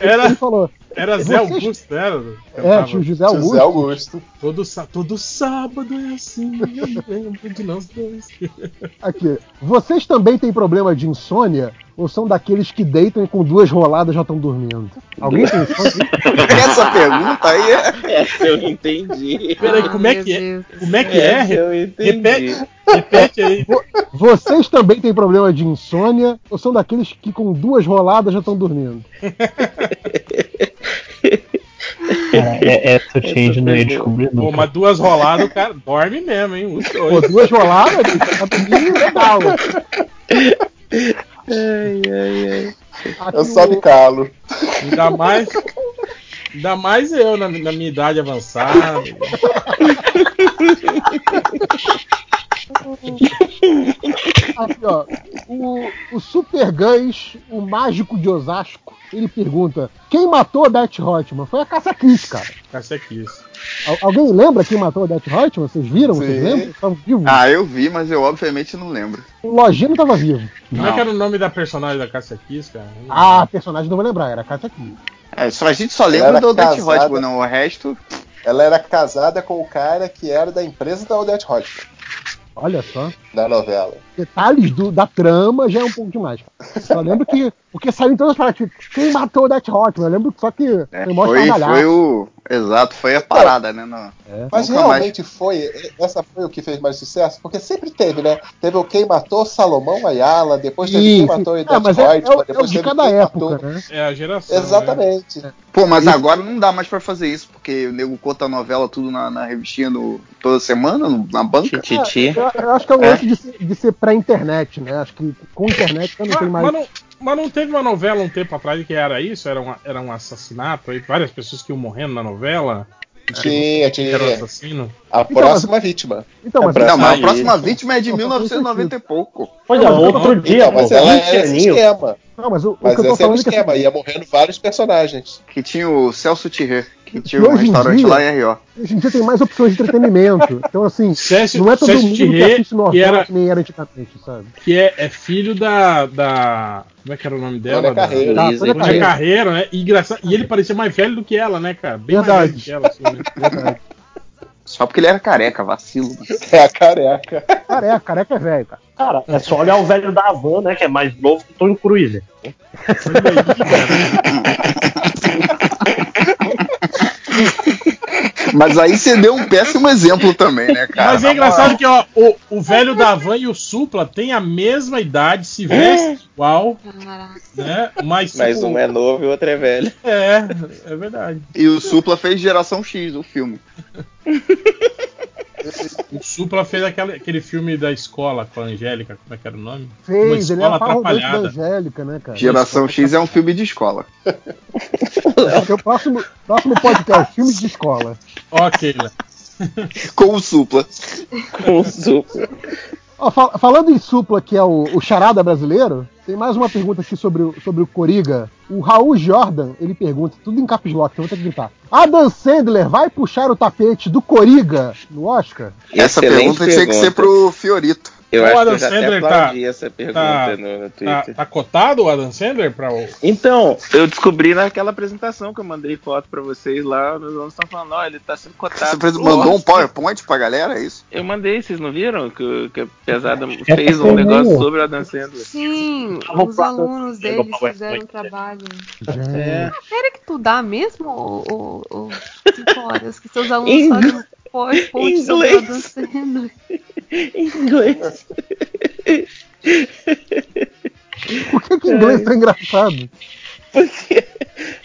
[SPEAKER 2] Era,
[SPEAKER 5] Ele falou.
[SPEAKER 2] era Zé Augusto, né? era?
[SPEAKER 5] É,
[SPEAKER 2] Cantava.
[SPEAKER 5] tio José Augusto. José
[SPEAKER 10] Augusto.
[SPEAKER 2] Todo, sá- Ah, todo sábado é assim, eu me lembro de nós dois.
[SPEAKER 5] Aqui. Vocês também têm problema de insônia? Ou são daqueles que deitam e com duas roladas já estão dormindo? Alguém tem insônia?
[SPEAKER 4] Essa pergunta aí é.
[SPEAKER 9] Essa eu entendi.
[SPEAKER 2] Peraí, como é que é? Como é que é?
[SPEAKER 9] Essa eu entendi.
[SPEAKER 2] Repete, repete aí.
[SPEAKER 5] Vocês também têm problema de insônia? Ou são daqueles que com duas roladas já estão dormindo?
[SPEAKER 13] É, essa change não ia descobrir
[SPEAKER 2] Pô,
[SPEAKER 13] nunca.
[SPEAKER 2] mas duas roladas, o cara dorme mesmo, hein? Os dois.
[SPEAKER 5] Pô, duas roladas? bicho, Tá dormindo legal.
[SPEAKER 10] Eu só me calo.
[SPEAKER 2] Ainda mais. Ainda mais eu, na, na minha idade avançada.
[SPEAKER 5] Aqui, ó. O, o Super Gans, o mágico de Osasco, ele pergunta: quem matou a Beth Hotman? Foi a Caça Kiss, cara.
[SPEAKER 2] Cássia Kiss.
[SPEAKER 5] Al- alguém lembra quem matou a Beth Hotman? Vocês viram? Vocês lembram? Tava vivo?
[SPEAKER 4] Ah, eu vi, mas eu obviamente não lembro.
[SPEAKER 5] O Lojinha não tava vivo.
[SPEAKER 2] Como é que era o nome da personagem da Cássia Kiss, cara?
[SPEAKER 5] Ah, a personagem não vou lembrar, era a Caça Kiss.
[SPEAKER 4] É, só, a gente só
[SPEAKER 10] Ela
[SPEAKER 4] lembra
[SPEAKER 10] era
[SPEAKER 4] do Dutch
[SPEAKER 10] casada.
[SPEAKER 4] Hotman, não. O resto.
[SPEAKER 10] Ela era casada com o cara que era da empresa da Odette Hot,
[SPEAKER 5] Olha só.
[SPEAKER 10] da novela.
[SPEAKER 5] Detalhes do- da trama já é um pouco demais. Só lembro que. Porque saiu em todas as paradas. tipo, Quem matou a Death Hotman? Eu lembro que só que foi mó
[SPEAKER 4] É, né? Foi,
[SPEAKER 5] estardalhaço.
[SPEAKER 4] foi o. Exato, foi a parada, né? não.
[SPEAKER 10] Mas
[SPEAKER 4] Nunca mais.
[SPEAKER 10] realmente foi, essa foi o que fez mais sucesso? Porque sempre teve, né? Teve o Quem Matou Salomão Ayala, depois teve
[SPEAKER 5] Isso.
[SPEAKER 10] Quem Matou
[SPEAKER 5] É,
[SPEAKER 10] Odette
[SPEAKER 5] mas é- é o-
[SPEAKER 10] Hotman,
[SPEAKER 5] é o
[SPEAKER 10] depois
[SPEAKER 5] de
[SPEAKER 10] teve
[SPEAKER 5] cada
[SPEAKER 10] Quem
[SPEAKER 5] época,
[SPEAKER 10] Matou...
[SPEAKER 5] né?
[SPEAKER 2] É a geração.
[SPEAKER 10] Exatamente.
[SPEAKER 4] Pô, mas agora não dá mais pra fazer isso, porque o nego conta a novela tudo na, na revistinha do, toda semana, no- na banca.
[SPEAKER 5] É, Eu, eu acho que é um
[SPEAKER 4] É.
[SPEAKER 5] lance de ser, de ser pré-internet, né? Acho que com internet eu não
[SPEAKER 2] Mas,
[SPEAKER 5] tem mais.
[SPEAKER 2] Ah, mas não, mas não teve uma novela um tempo atrás que era isso? Era um, era um assassinato aí? Várias pessoas que iam morrendo na novela?
[SPEAKER 10] Tinha, tinha.
[SPEAKER 2] Era um assassino?
[SPEAKER 10] A
[SPEAKER 5] Então,
[SPEAKER 10] próxima vítima.
[SPEAKER 5] Então, mas,
[SPEAKER 4] Não, mas a
[SPEAKER 10] Aí.
[SPEAKER 4] próxima vítima é de 1990 e pouco.
[SPEAKER 17] Pois é, outro dia,
[SPEAKER 10] Então,
[SPEAKER 17] pô,
[SPEAKER 10] mas ela
[SPEAKER 17] 20
[SPEAKER 10] era esse
[SPEAKER 17] aninhos.
[SPEAKER 10] esquema.
[SPEAKER 5] Não, mas o, o
[SPEAKER 10] Mas
[SPEAKER 5] que eu tô
[SPEAKER 10] esse era o
[SPEAKER 5] falando é que
[SPEAKER 10] esquema,
[SPEAKER 5] assim,
[SPEAKER 10] ia morrendo vários personagens.
[SPEAKER 4] Que tinha o Celso Tirrer, que tinha
[SPEAKER 5] E
[SPEAKER 4] um
[SPEAKER 5] hoje em
[SPEAKER 4] restaurante
[SPEAKER 5] dia-
[SPEAKER 4] lá em R.O.
[SPEAKER 5] hoje em dia tem mais opções de entretenimento. Então, assim, não é todo
[SPEAKER 2] Césio
[SPEAKER 5] mundo que
[SPEAKER 2] Thierry,
[SPEAKER 5] assiste Normal
[SPEAKER 2] que era-
[SPEAKER 5] que nem era antigamente, sabe?
[SPEAKER 2] que é, é filho da, da. Como é que era o nome dela?
[SPEAKER 5] Sônia
[SPEAKER 2] Da-
[SPEAKER 5] Carreiro.
[SPEAKER 2] Da,
[SPEAKER 5] Luísa
[SPEAKER 2] Sônia
[SPEAKER 5] Carreiro.
[SPEAKER 2] Carreiro. né? E, engraçado, e ele parecia mais velho do que ela, né, cara? Bem mais
[SPEAKER 4] Verdade.
[SPEAKER 2] velho que ela, assim, né?
[SPEAKER 4] Só porque ele era careca, vacilo.
[SPEAKER 10] É a careca.
[SPEAKER 5] Careca, careca é velho, cara.
[SPEAKER 17] Cara, é só olhar o velho da Havan, né? Que é mais novo que o Tony Cruz.
[SPEAKER 4] Mas aí você deu um péssimo exemplo também, né, cara?
[SPEAKER 2] Mas é engraçado que ó, o, o velho da Van e o Supla têm a mesma idade, se
[SPEAKER 5] É.
[SPEAKER 2] vestem igual, né? Mas,
[SPEAKER 9] Mas
[SPEAKER 2] tipo,
[SPEAKER 9] um é novo e o outro é velho.
[SPEAKER 2] É, é verdade.
[SPEAKER 4] E o Supla fez Geração X, o filme.
[SPEAKER 2] O Supla fez aquela- aquele filme da escola com a Angélica, como é que era o nome? Uma
[SPEAKER 5] Fez, ele
[SPEAKER 2] escola
[SPEAKER 5] era parrodante da
[SPEAKER 2] atrapalhada.
[SPEAKER 5] Angélica, né, cara?
[SPEAKER 4] Geração X é um filme de escola.
[SPEAKER 5] É o próximo, próximo podcast, filmes de escola.
[SPEAKER 2] Ok, né?
[SPEAKER 4] Com o Supla.
[SPEAKER 9] Com o Supla.
[SPEAKER 5] Ó, fal- falando em Supla, que é o, o charada brasileiro, tem mais uma pergunta aqui sobre, o- sobre o Coriga. O Raul Jordan, ele pergunta, tudo em caps lock, eu vou ter que gritar. Adam Sandler vai puxar o tapete do Coriga no Oscar?
[SPEAKER 4] Essa
[SPEAKER 9] Excelente
[SPEAKER 4] pergunta, tinha que
[SPEAKER 9] pergunta.
[SPEAKER 4] ser pro Fiorito. né?
[SPEAKER 9] Eu
[SPEAKER 2] O
[SPEAKER 9] acho
[SPEAKER 2] Adam
[SPEAKER 9] que eu já
[SPEAKER 2] Sandler
[SPEAKER 9] até
[SPEAKER 2] tá-
[SPEAKER 9] aplaudi essa pergunta
[SPEAKER 2] tá-
[SPEAKER 9] no, no Twitter.
[SPEAKER 2] Tá, tá cotado o Adam Sandler pra o.
[SPEAKER 9] Então, eu descobri naquela apresentação que eu mandei foto pra vocês lá, nós vamos estar falando, ó, ele tá sendo cotado.
[SPEAKER 4] Você fez-
[SPEAKER 9] pro
[SPEAKER 4] mandou um
[SPEAKER 9] Oscar.
[SPEAKER 4] PowerPoint pra galera, é isso?
[SPEAKER 9] Eu mandei, vocês não viram? Que, que a Pesada
[SPEAKER 4] que
[SPEAKER 9] fez
[SPEAKER 4] foi
[SPEAKER 9] um negócio
[SPEAKER 4] meio-
[SPEAKER 9] sobre o Adam Sandler.
[SPEAKER 6] Sim,
[SPEAKER 9] Vamos
[SPEAKER 6] os
[SPEAKER 9] pra-
[SPEAKER 6] alunos
[SPEAKER 9] Chegou
[SPEAKER 6] deles
[SPEAKER 9] pra
[SPEAKER 6] fizeram um
[SPEAKER 9] Westminster.
[SPEAKER 6] trabalho.
[SPEAKER 9] É.
[SPEAKER 6] Era que tu dá mesmo, ô, ô, ô Vitórias, que seus alunos fazem um PowerPoint sobre o Adam
[SPEAKER 9] Inglês.
[SPEAKER 6] Sandler.
[SPEAKER 9] Inglês.
[SPEAKER 5] Por que que inglês tá engraçado?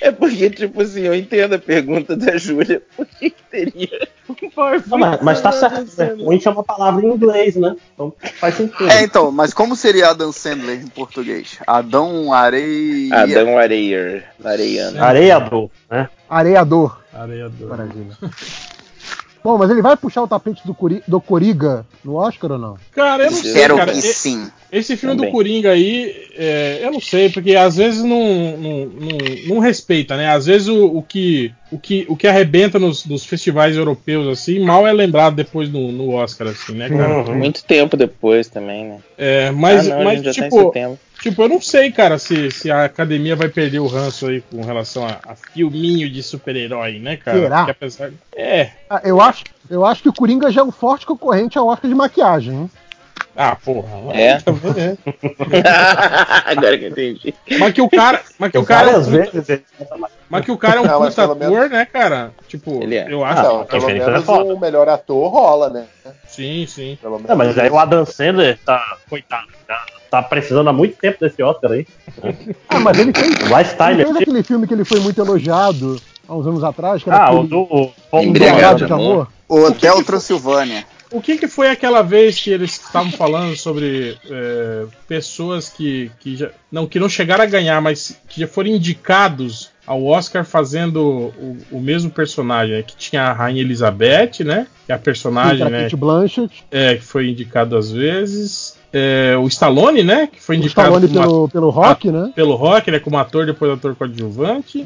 [SPEAKER 9] É porque, tipo assim, eu entendo a pergunta da Júlia. Por que, que teria um PowerPoint?
[SPEAKER 17] Não, mas, mas tá
[SPEAKER 9] do
[SPEAKER 17] certo,
[SPEAKER 9] Adam
[SPEAKER 17] né?
[SPEAKER 9] Sandler?
[SPEAKER 17] Winch é uma palavra em inglês, né? Então faz sentido.
[SPEAKER 4] É, então, mas como seria Adam Sandler em português? Adão Areia.
[SPEAKER 9] Adão Areia. Areiano.
[SPEAKER 17] Areiador, né?
[SPEAKER 5] Areador.
[SPEAKER 2] Areiador.
[SPEAKER 5] Maravilha. Bom, mas ele vai puxar o tapete do, Cori do Coriga no Oscar ou não?
[SPEAKER 2] Cara, eu não sei.
[SPEAKER 4] Quero
[SPEAKER 2] cara.
[SPEAKER 4] que
[SPEAKER 2] E-
[SPEAKER 4] sim.
[SPEAKER 2] Esse filme
[SPEAKER 5] Também.
[SPEAKER 2] do Coringa aí, é, eu não sei, porque às vezes não, não, não, não respeita, né? Às vezes o, o que, o, que, o que arrebenta nos, nos festivais europeus, assim, mal é lembrado depois no, no Oscar, assim, né, cara?
[SPEAKER 9] Uhum. Muito tempo depois também, né?
[SPEAKER 2] É, mas,
[SPEAKER 9] Ah, não, a
[SPEAKER 2] mas
[SPEAKER 9] gente já tá em
[SPEAKER 2] tipo,
[SPEAKER 9] setembro.
[SPEAKER 2] tipo, eu não sei, cara, se, se a academia vai perder o ranço aí com relação a, a filminho de super-herói, né, cara?
[SPEAKER 5] Será?
[SPEAKER 2] Porque apesar- É.
[SPEAKER 5] Ah, eu, acho, eu acho que o Coringa já é um forte concorrente ao Oscar de maquiagem. hein?
[SPEAKER 2] Ah, porra.
[SPEAKER 9] É?
[SPEAKER 2] É.
[SPEAKER 9] Agora que eu entendi.
[SPEAKER 2] Mas que o cara. Mas que o cara é um
[SPEAKER 17] Várias
[SPEAKER 2] puta,
[SPEAKER 17] vezes ele
[SPEAKER 2] mas que o cara é um
[SPEAKER 10] Não, mas
[SPEAKER 2] puta
[SPEAKER 10] pelo
[SPEAKER 2] ator, né, cara? Tipo,
[SPEAKER 17] é.
[SPEAKER 2] eu
[SPEAKER 5] Ah,
[SPEAKER 2] acho. é
[SPEAKER 10] Não, pelo menos o melhor ator rola, né?
[SPEAKER 2] Sim, sim.
[SPEAKER 10] Pelo menos.
[SPEAKER 17] Não, mas aí o Adam Sandler tá, coitado, tá, tá precisando há muito tempo desse Oscar aí.
[SPEAKER 5] Ah, mas ele fez,
[SPEAKER 17] O Lifetime
[SPEAKER 5] ele fez
[SPEAKER 17] aqui.
[SPEAKER 5] aquele filme que ele foi muito elogiado há uns anos atrás, que era
[SPEAKER 17] Ah, o
[SPEAKER 5] aquele-
[SPEAKER 17] do. o-
[SPEAKER 5] Embriagado de amor.
[SPEAKER 4] O Hotel Transilvânia.
[SPEAKER 2] O que, que foi aquela vez que eles estavam falando sobre é, pessoas que, que já. Não, que não chegaram a ganhar, mas que já foram indicados ao Oscar fazendo o, o mesmo personagem, né? Que tinha a Rainha Elizabeth, né? Que é a personagem,
[SPEAKER 5] Sim, que era
[SPEAKER 2] né?
[SPEAKER 5] Kate Blanchett.
[SPEAKER 2] É, que foi indicado às vezes. É, o Stallone, né? Que foi
[SPEAKER 5] O
[SPEAKER 2] indicado
[SPEAKER 5] Stallone
[SPEAKER 2] como
[SPEAKER 5] pelo, pelo rock, né?
[SPEAKER 2] pelo rock, né? Como ator, depois ator coadjuvante.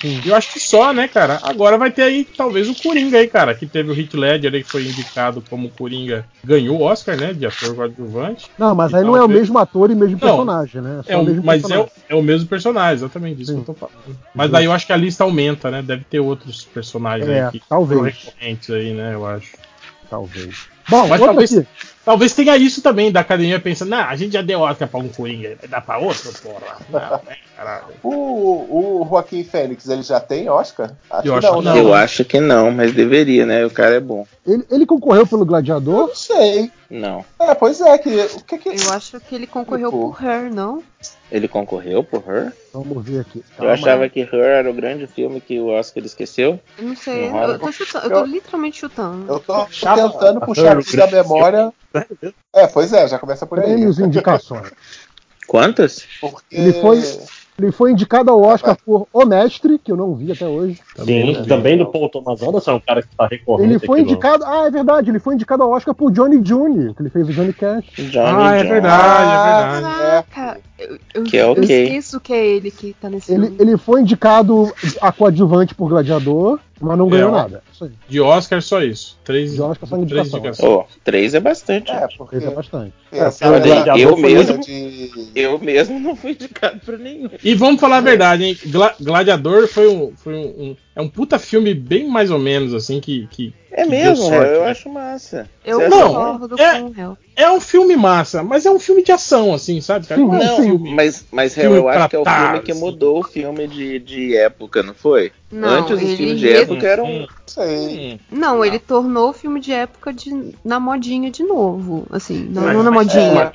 [SPEAKER 5] sim.
[SPEAKER 2] E eu acho que só, né, cara? Agora vai ter aí, talvez, o Coringa aí, cara. Que teve o Heath Ledger aí, que foi indicado como Coringa. Ganhou o Oscar, né? De ator coadjuvante.
[SPEAKER 5] Não, mas aí
[SPEAKER 2] E
[SPEAKER 5] não é o
[SPEAKER 2] talvez-
[SPEAKER 5] mesmo ator e o mesmo
[SPEAKER 2] Não,
[SPEAKER 5] personagem, né? só
[SPEAKER 2] É o,
[SPEAKER 5] mesmo
[SPEAKER 2] mas é o,
[SPEAKER 5] personagem.
[SPEAKER 2] é o mesmo personagem, exatamente isso que eu tô falando. Mas
[SPEAKER 5] Sim.
[SPEAKER 2] daí eu acho que a lista aumenta, né? Deve ter outros personagens
[SPEAKER 5] É,
[SPEAKER 2] aí que
[SPEAKER 5] talvez.
[SPEAKER 2] são recorrentes aí, né? Eu acho.
[SPEAKER 5] Talvez. Bom,
[SPEAKER 2] mas
[SPEAKER 5] outra
[SPEAKER 2] talvez,
[SPEAKER 5] aqui.
[SPEAKER 2] talvez tenha isso também da academia pensando, não, a gente já deu Oscar pra um Coringa, vai dar pra outro, porra. Não, né, caralho.
[SPEAKER 10] O, o Joaquim Fênix, ele já tem Oscar? Acho
[SPEAKER 9] Eu acho,
[SPEAKER 10] né?
[SPEAKER 9] que não, mas deveria, né? O cara é bom.
[SPEAKER 5] Ele, ele concorreu pelo Gladiador?
[SPEAKER 10] Não sei.
[SPEAKER 9] Não.
[SPEAKER 10] É, pois é, que. O que que.
[SPEAKER 6] Eu acho que tipo? ele concorreu
[SPEAKER 9] Pô.
[SPEAKER 6] por Her, não?
[SPEAKER 9] Ele concorreu por Her?
[SPEAKER 5] Vamos ver aqui.
[SPEAKER 9] eu achava que Her era o grande filme que o Oscar esqueceu.
[SPEAKER 6] Eu não sei,
[SPEAKER 9] Não,
[SPEAKER 6] eu tô chutando, eu tô
[SPEAKER 10] eu-
[SPEAKER 6] literalmente chutando.
[SPEAKER 10] Eu tô tentando puxar aqui da memória. É, pois é, já começa por aí.
[SPEAKER 5] Prêmios e indicações.
[SPEAKER 10] É.
[SPEAKER 9] Quantas?
[SPEAKER 5] Ele foi, Ele foi indicado ao Oscar por O Mestre, que eu não vi até hoje.
[SPEAKER 17] Sim, também do Paul Thomas Anderson, é um cara que tá recorrente.
[SPEAKER 5] Ele foi
[SPEAKER 17] aqui no-
[SPEAKER 5] indicado. Ah, é verdade, ele foi indicado ao Oscar por Johnny Jr., que ele fez o Johnny Cash.
[SPEAKER 17] Ah, é Johnny.
[SPEAKER 5] verdade,
[SPEAKER 17] é
[SPEAKER 6] Caraca, eu, eu,
[SPEAKER 5] Que é
[SPEAKER 6] eu
[SPEAKER 5] ok.
[SPEAKER 6] esqueço que é ele que tá nesse
[SPEAKER 5] Ele,
[SPEAKER 6] filme.
[SPEAKER 5] ele foi indicado a coadjuvante por Gladiador, mas não ganhou
[SPEAKER 2] É, ó.
[SPEAKER 5] nada. Isso aí.
[SPEAKER 2] De Oscar, só isso. Três, de Oscar,
[SPEAKER 5] só
[SPEAKER 2] três
[SPEAKER 5] indicação.
[SPEAKER 2] indicações.
[SPEAKER 9] Ó, três é bastante. É,
[SPEAKER 5] porque... é bastante.
[SPEAKER 9] eu, mesmo, eu mesmo não fui indicado pra nenhum.
[SPEAKER 2] E vamos falar a verdade, hein? Gla- Gladiador foi um, foi um, um- É um puta filme bem mais ou menos, assim, que. que
[SPEAKER 9] É
[SPEAKER 2] que deu
[SPEAKER 9] mesmo,
[SPEAKER 2] sorte,
[SPEAKER 9] eu
[SPEAKER 2] né?
[SPEAKER 9] acho massa.
[SPEAKER 6] Eu
[SPEAKER 9] Você acha
[SPEAKER 2] não,
[SPEAKER 6] concordo com o
[SPEAKER 2] É um filme massa, mas é um filme de ação, assim, sabe? cara? Não é um
[SPEAKER 9] Não,
[SPEAKER 2] filme-
[SPEAKER 9] mas, mas
[SPEAKER 2] filme
[SPEAKER 9] Hel, eu acho que é o
[SPEAKER 2] tratado,
[SPEAKER 9] filme que
[SPEAKER 2] assim.
[SPEAKER 9] mudou o filme de, de época, não foi?
[SPEAKER 6] Não,
[SPEAKER 9] Antes os
[SPEAKER 6] ele assim.
[SPEAKER 9] filmes de
[SPEAKER 6] re-
[SPEAKER 9] época um-
[SPEAKER 5] um-
[SPEAKER 9] eram. Sei.
[SPEAKER 6] Não, ele tornou o filme de época de, na modinha de novo. Assim, não,
[SPEAKER 17] Mas-
[SPEAKER 6] não na
[SPEAKER 17] mas-
[SPEAKER 6] modinha.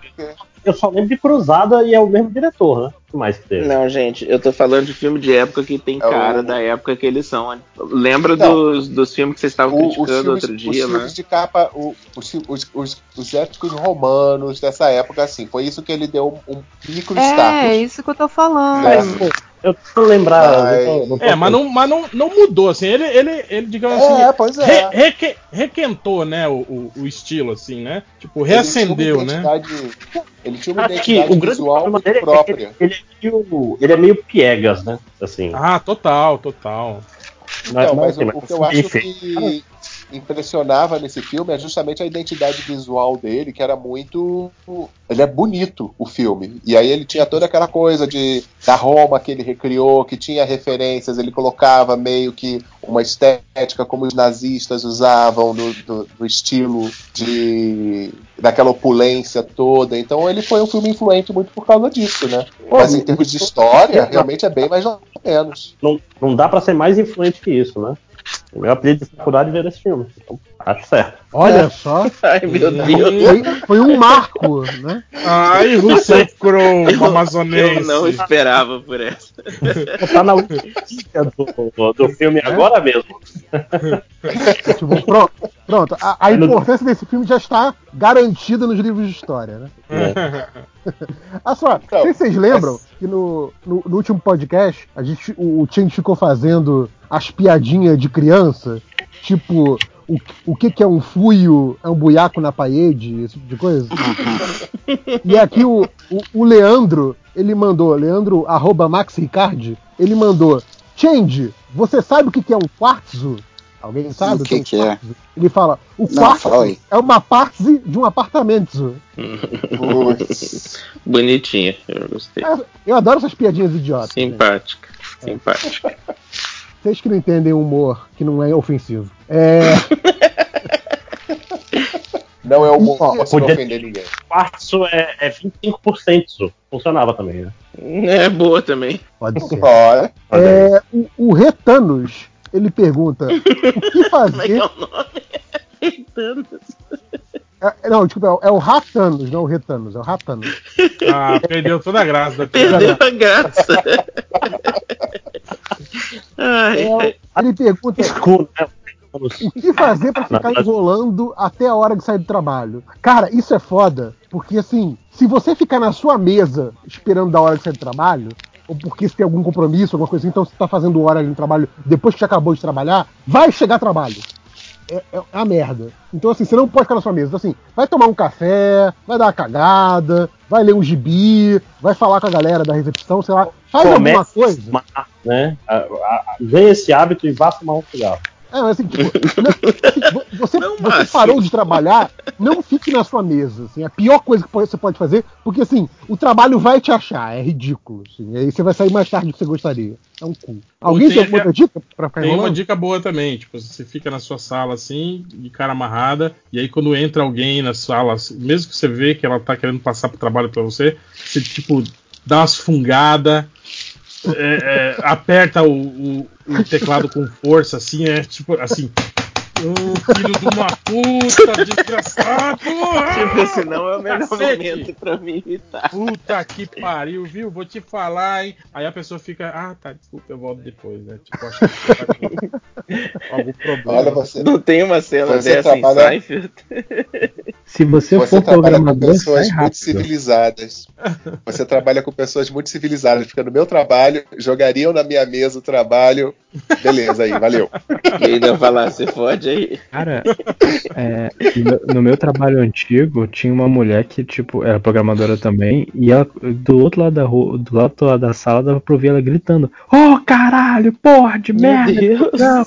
[SPEAKER 17] Eu só lembro de Cruzada e é o mesmo diretor, né? O que mais que teve?
[SPEAKER 9] Não, gente, eu tô falando de filme de época que tem cara da época que eles são. Lembra
[SPEAKER 19] Não.
[SPEAKER 9] dos, dos filmes que vocês estavam
[SPEAKER 19] O-
[SPEAKER 9] criticando outro
[SPEAKER 19] os
[SPEAKER 9] dia, né?
[SPEAKER 19] filmes de capa, o- os, fi- os, os, os épicos romanos dessa época, assim, foi isso que ele deu um, um micro
[SPEAKER 6] É, é
[SPEAKER 19] status. né?
[SPEAKER 6] isso que eu tô falando.
[SPEAKER 17] Eu tô lembrado.
[SPEAKER 19] Mas-
[SPEAKER 17] eu tô- não tô-
[SPEAKER 2] É, mas não, mas não, não mudou, assim. Ele, ele, ele digamos
[SPEAKER 19] É,
[SPEAKER 2] assim.
[SPEAKER 19] pois é.
[SPEAKER 2] re- reque- requentou, né, o, o, o estilo, assim, né? Tipo, reacendeu,
[SPEAKER 19] ele tinha
[SPEAKER 2] né?
[SPEAKER 19] uma identidade- Ele tinha uma
[SPEAKER 17] Acho que
[SPEAKER 19] identidade
[SPEAKER 17] o grande
[SPEAKER 19] visual
[SPEAKER 17] problema dele é que
[SPEAKER 19] própria.
[SPEAKER 17] Ele é meio, ele é meio piegas, né? Assim.
[SPEAKER 2] Ah, total, total.
[SPEAKER 19] Então, mas, o, o que eu acho que impressionava nesse filme é justamente a identidade visual dele, que era muito. Ele é bonito, o filme. E aí ele tinha toda aquela coisa de da Roma que ele recriou, que tinha referências, ele colocava meio que uma estética como os nazistas usavam, do, do- do estilo de. daquela opulência toda. Então ele foi um filme influente muito por causa disso, né? Mas em termos de história, realmente é bem mais ou menos.
[SPEAKER 17] Não, não dá pra ser mais influente que isso, né? O meu apelido de faculdade ver esse filme. Então, acho certo.
[SPEAKER 19] É.
[SPEAKER 5] Olha só.
[SPEAKER 9] Ai, meu
[SPEAKER 5] Foi, foi um marco, né?
[SPEAKER 17] É.
[SPEAKER 2] Ai, Russell
[SPEAKER 5] um
[SPEAKER 2] Crowe, amazonense.
[SPEAKER 9] Eu não esperava por essa.
[SPEAKER 17] Tá na lista do, do- do filme
[SPEAKER 5] É?
[SPEAKER 17] agora mesmo.
[SPEAKER 5] Tipo, pronto, pronto. A, a
[SPEAKER 17] Aí no-
[SPEAKER 5] importância desse filme já está garantida nos livros de história, né?
[SPEAKER 17] É.
[SPEAKER 5] Ah, só, não sei se vocês lembram que no, no, no último podcast a gente, o, o Change ficou fazendo as piadinhas de criança? Tipo, o, o que, que é um fuio? É um buiaco na parede? Esse tipo de coisa? e aqui o, o, o Leandro, ele mandou, Leandro, arroba Max Ricardi, ele mandou, Change, você sabe o que, que é um quartzo? Alguém sabe?
[SPEAKER 4] O que
[SPEAKER 5] tem
[SPEAKER 4] que é?
[SPEAKER 5] quartzo? Ele fala, o
[SPEAKER 4] Não, fala
[SPEAKER 5] quartzo
[SPEAKER 4] aí.
[SPEAKER 5] é uma parte de um apartamento.
[SPEAKER 9] Bonitinha, eu gostei.
[SPEAKER 5] Eu- Eu adoro essas piadinhas idiotas.
[SPEAKER 9] Simpática, simpática.
[SPEAKER 5] Vocês que não entendem o humor, que não é ofensivo. É.
[SPEAKER 19] Não é o humor
[SPEAKER 5] Ó,
[SPEAKER 19] pra se não
[SPEAKER 5] podia-
[SPEAKER 19] ofender ninguém.
[SPEAKER 17] Quartzo é, é 25% isso. Funcionava também, né?
[SPEAKER 9] É boa também.
[SPEAKER 5] Pode ser.
[SPEAKER 19] Olha.
[SPEAKER 5] É, o, o Retanos, ele pergunta: o que fazer. É, não, desculpa, é o Ratanos, não o Retanos, é o Ratanos.
[SPEAKER 2] Ah, perdeu toda a graça da
[SPEAKER 5] Perdeu
[SPEAKER 9] a graça.
[SPEAKER 5] É, ele pergunta o que fazer pra ficar enrolando até a hora de sair do trabalho. Cara, isso é foda, porque assim, se você ficar na sua mesa esperando da hora de sair do trabalho, ou porque você tem algum compromisso, alguma coisa assim, então você tá fazendo hora ali no trabalho depois que você acabou de trabalhar, vai chegar trabalho. É, é a merda. Então, assim, você não pode ficar na sua mesa. Então, assim, vai tomar um café, vai dar uma cagada, vai ler um gibi, vai falar com a galera da recepção, sei lá. Faz alguma
[SPEAKER 17] Comece
[SPEAKER 5] coisa.
[SPEAKER 17] a fumar, né? A- a- a- Ganha esse hábito e vá fumar um cigarro.
[SPEAKER 5] É, mas assim, tipo, não, assim, você, você
[SPEAKER 17] Márcio.
[SPEAKER 5] parou de trabalhar, não fique na sua mesa. Assim, é a pior coisa que pode- você pode fazer, porque assim, o trabalho vai te achar, é ridículo. Assim, e aí você vai sair mais tarde do que você gostaria. É um cu. Alguém
[SPEAKER 2] Tem
[SPEAKER 5] tem alguma
[SPEAKER 2] até-
[SPEAKER 5] outra dica pra ficar
[SPEAKER 2] Tem uma
[SPEAKER 5] enrolando?
[SPEAKER 2] dica boa também, tipo, você fica na sua sala assim, de cara amarrada, e aí quando entra alguém na sala, assim, mesmo que você vê que ela tá querendo passar pro trabalho pra você, você, tipo, dá umas é, fungadas, aperta o, o- o teclado com força, assim, é tipo, assim, Ô, filho de uma puta, desgraçado! ah!
[SPEAKER 9] Tipo, esse não é o melhor
[SPEAKER 2] Cacete.
[SPEAKER 9] momento pra me irritar.
[SPEAKER 2] Puta que pariu, viu? Vou te falar, hein? Aí a pessoa fica, ah, tá, desculpa, eu volto depois, né? Tipo, acho que você tá com algum problema.
[SPEAKER 9] Olha, você- Não tem uma cena você dessa em trabalha- Seinfeld?
[SPEAKER 13] Se você,
[SPEAKER 10] Você
[SPEAKER 13] for
[SPEAKER 10] trabalha com
[SPEAKER 13] programador, sai
[SPEAKER 10] pessoas muito
[SPEAKER 13] é rápido.
[SPEAKER 10] civilizadas. Você trabalha com pessoas muito civilizadas, porque no meu trabalho, jogariam na minha mesa o trabalho. Beleza aí, valeu.
[SPEAKER 9] E ainda falar, você fode aí.
[SPEAKER 13] Cara, É, no, meu- no meu trabalho antigo tinha uma mulher que tipo era programadora também e ela do outro lado da rua, do outro lado da sala dava pra ouvir ela gritando Ô caralho, porra de merda! não."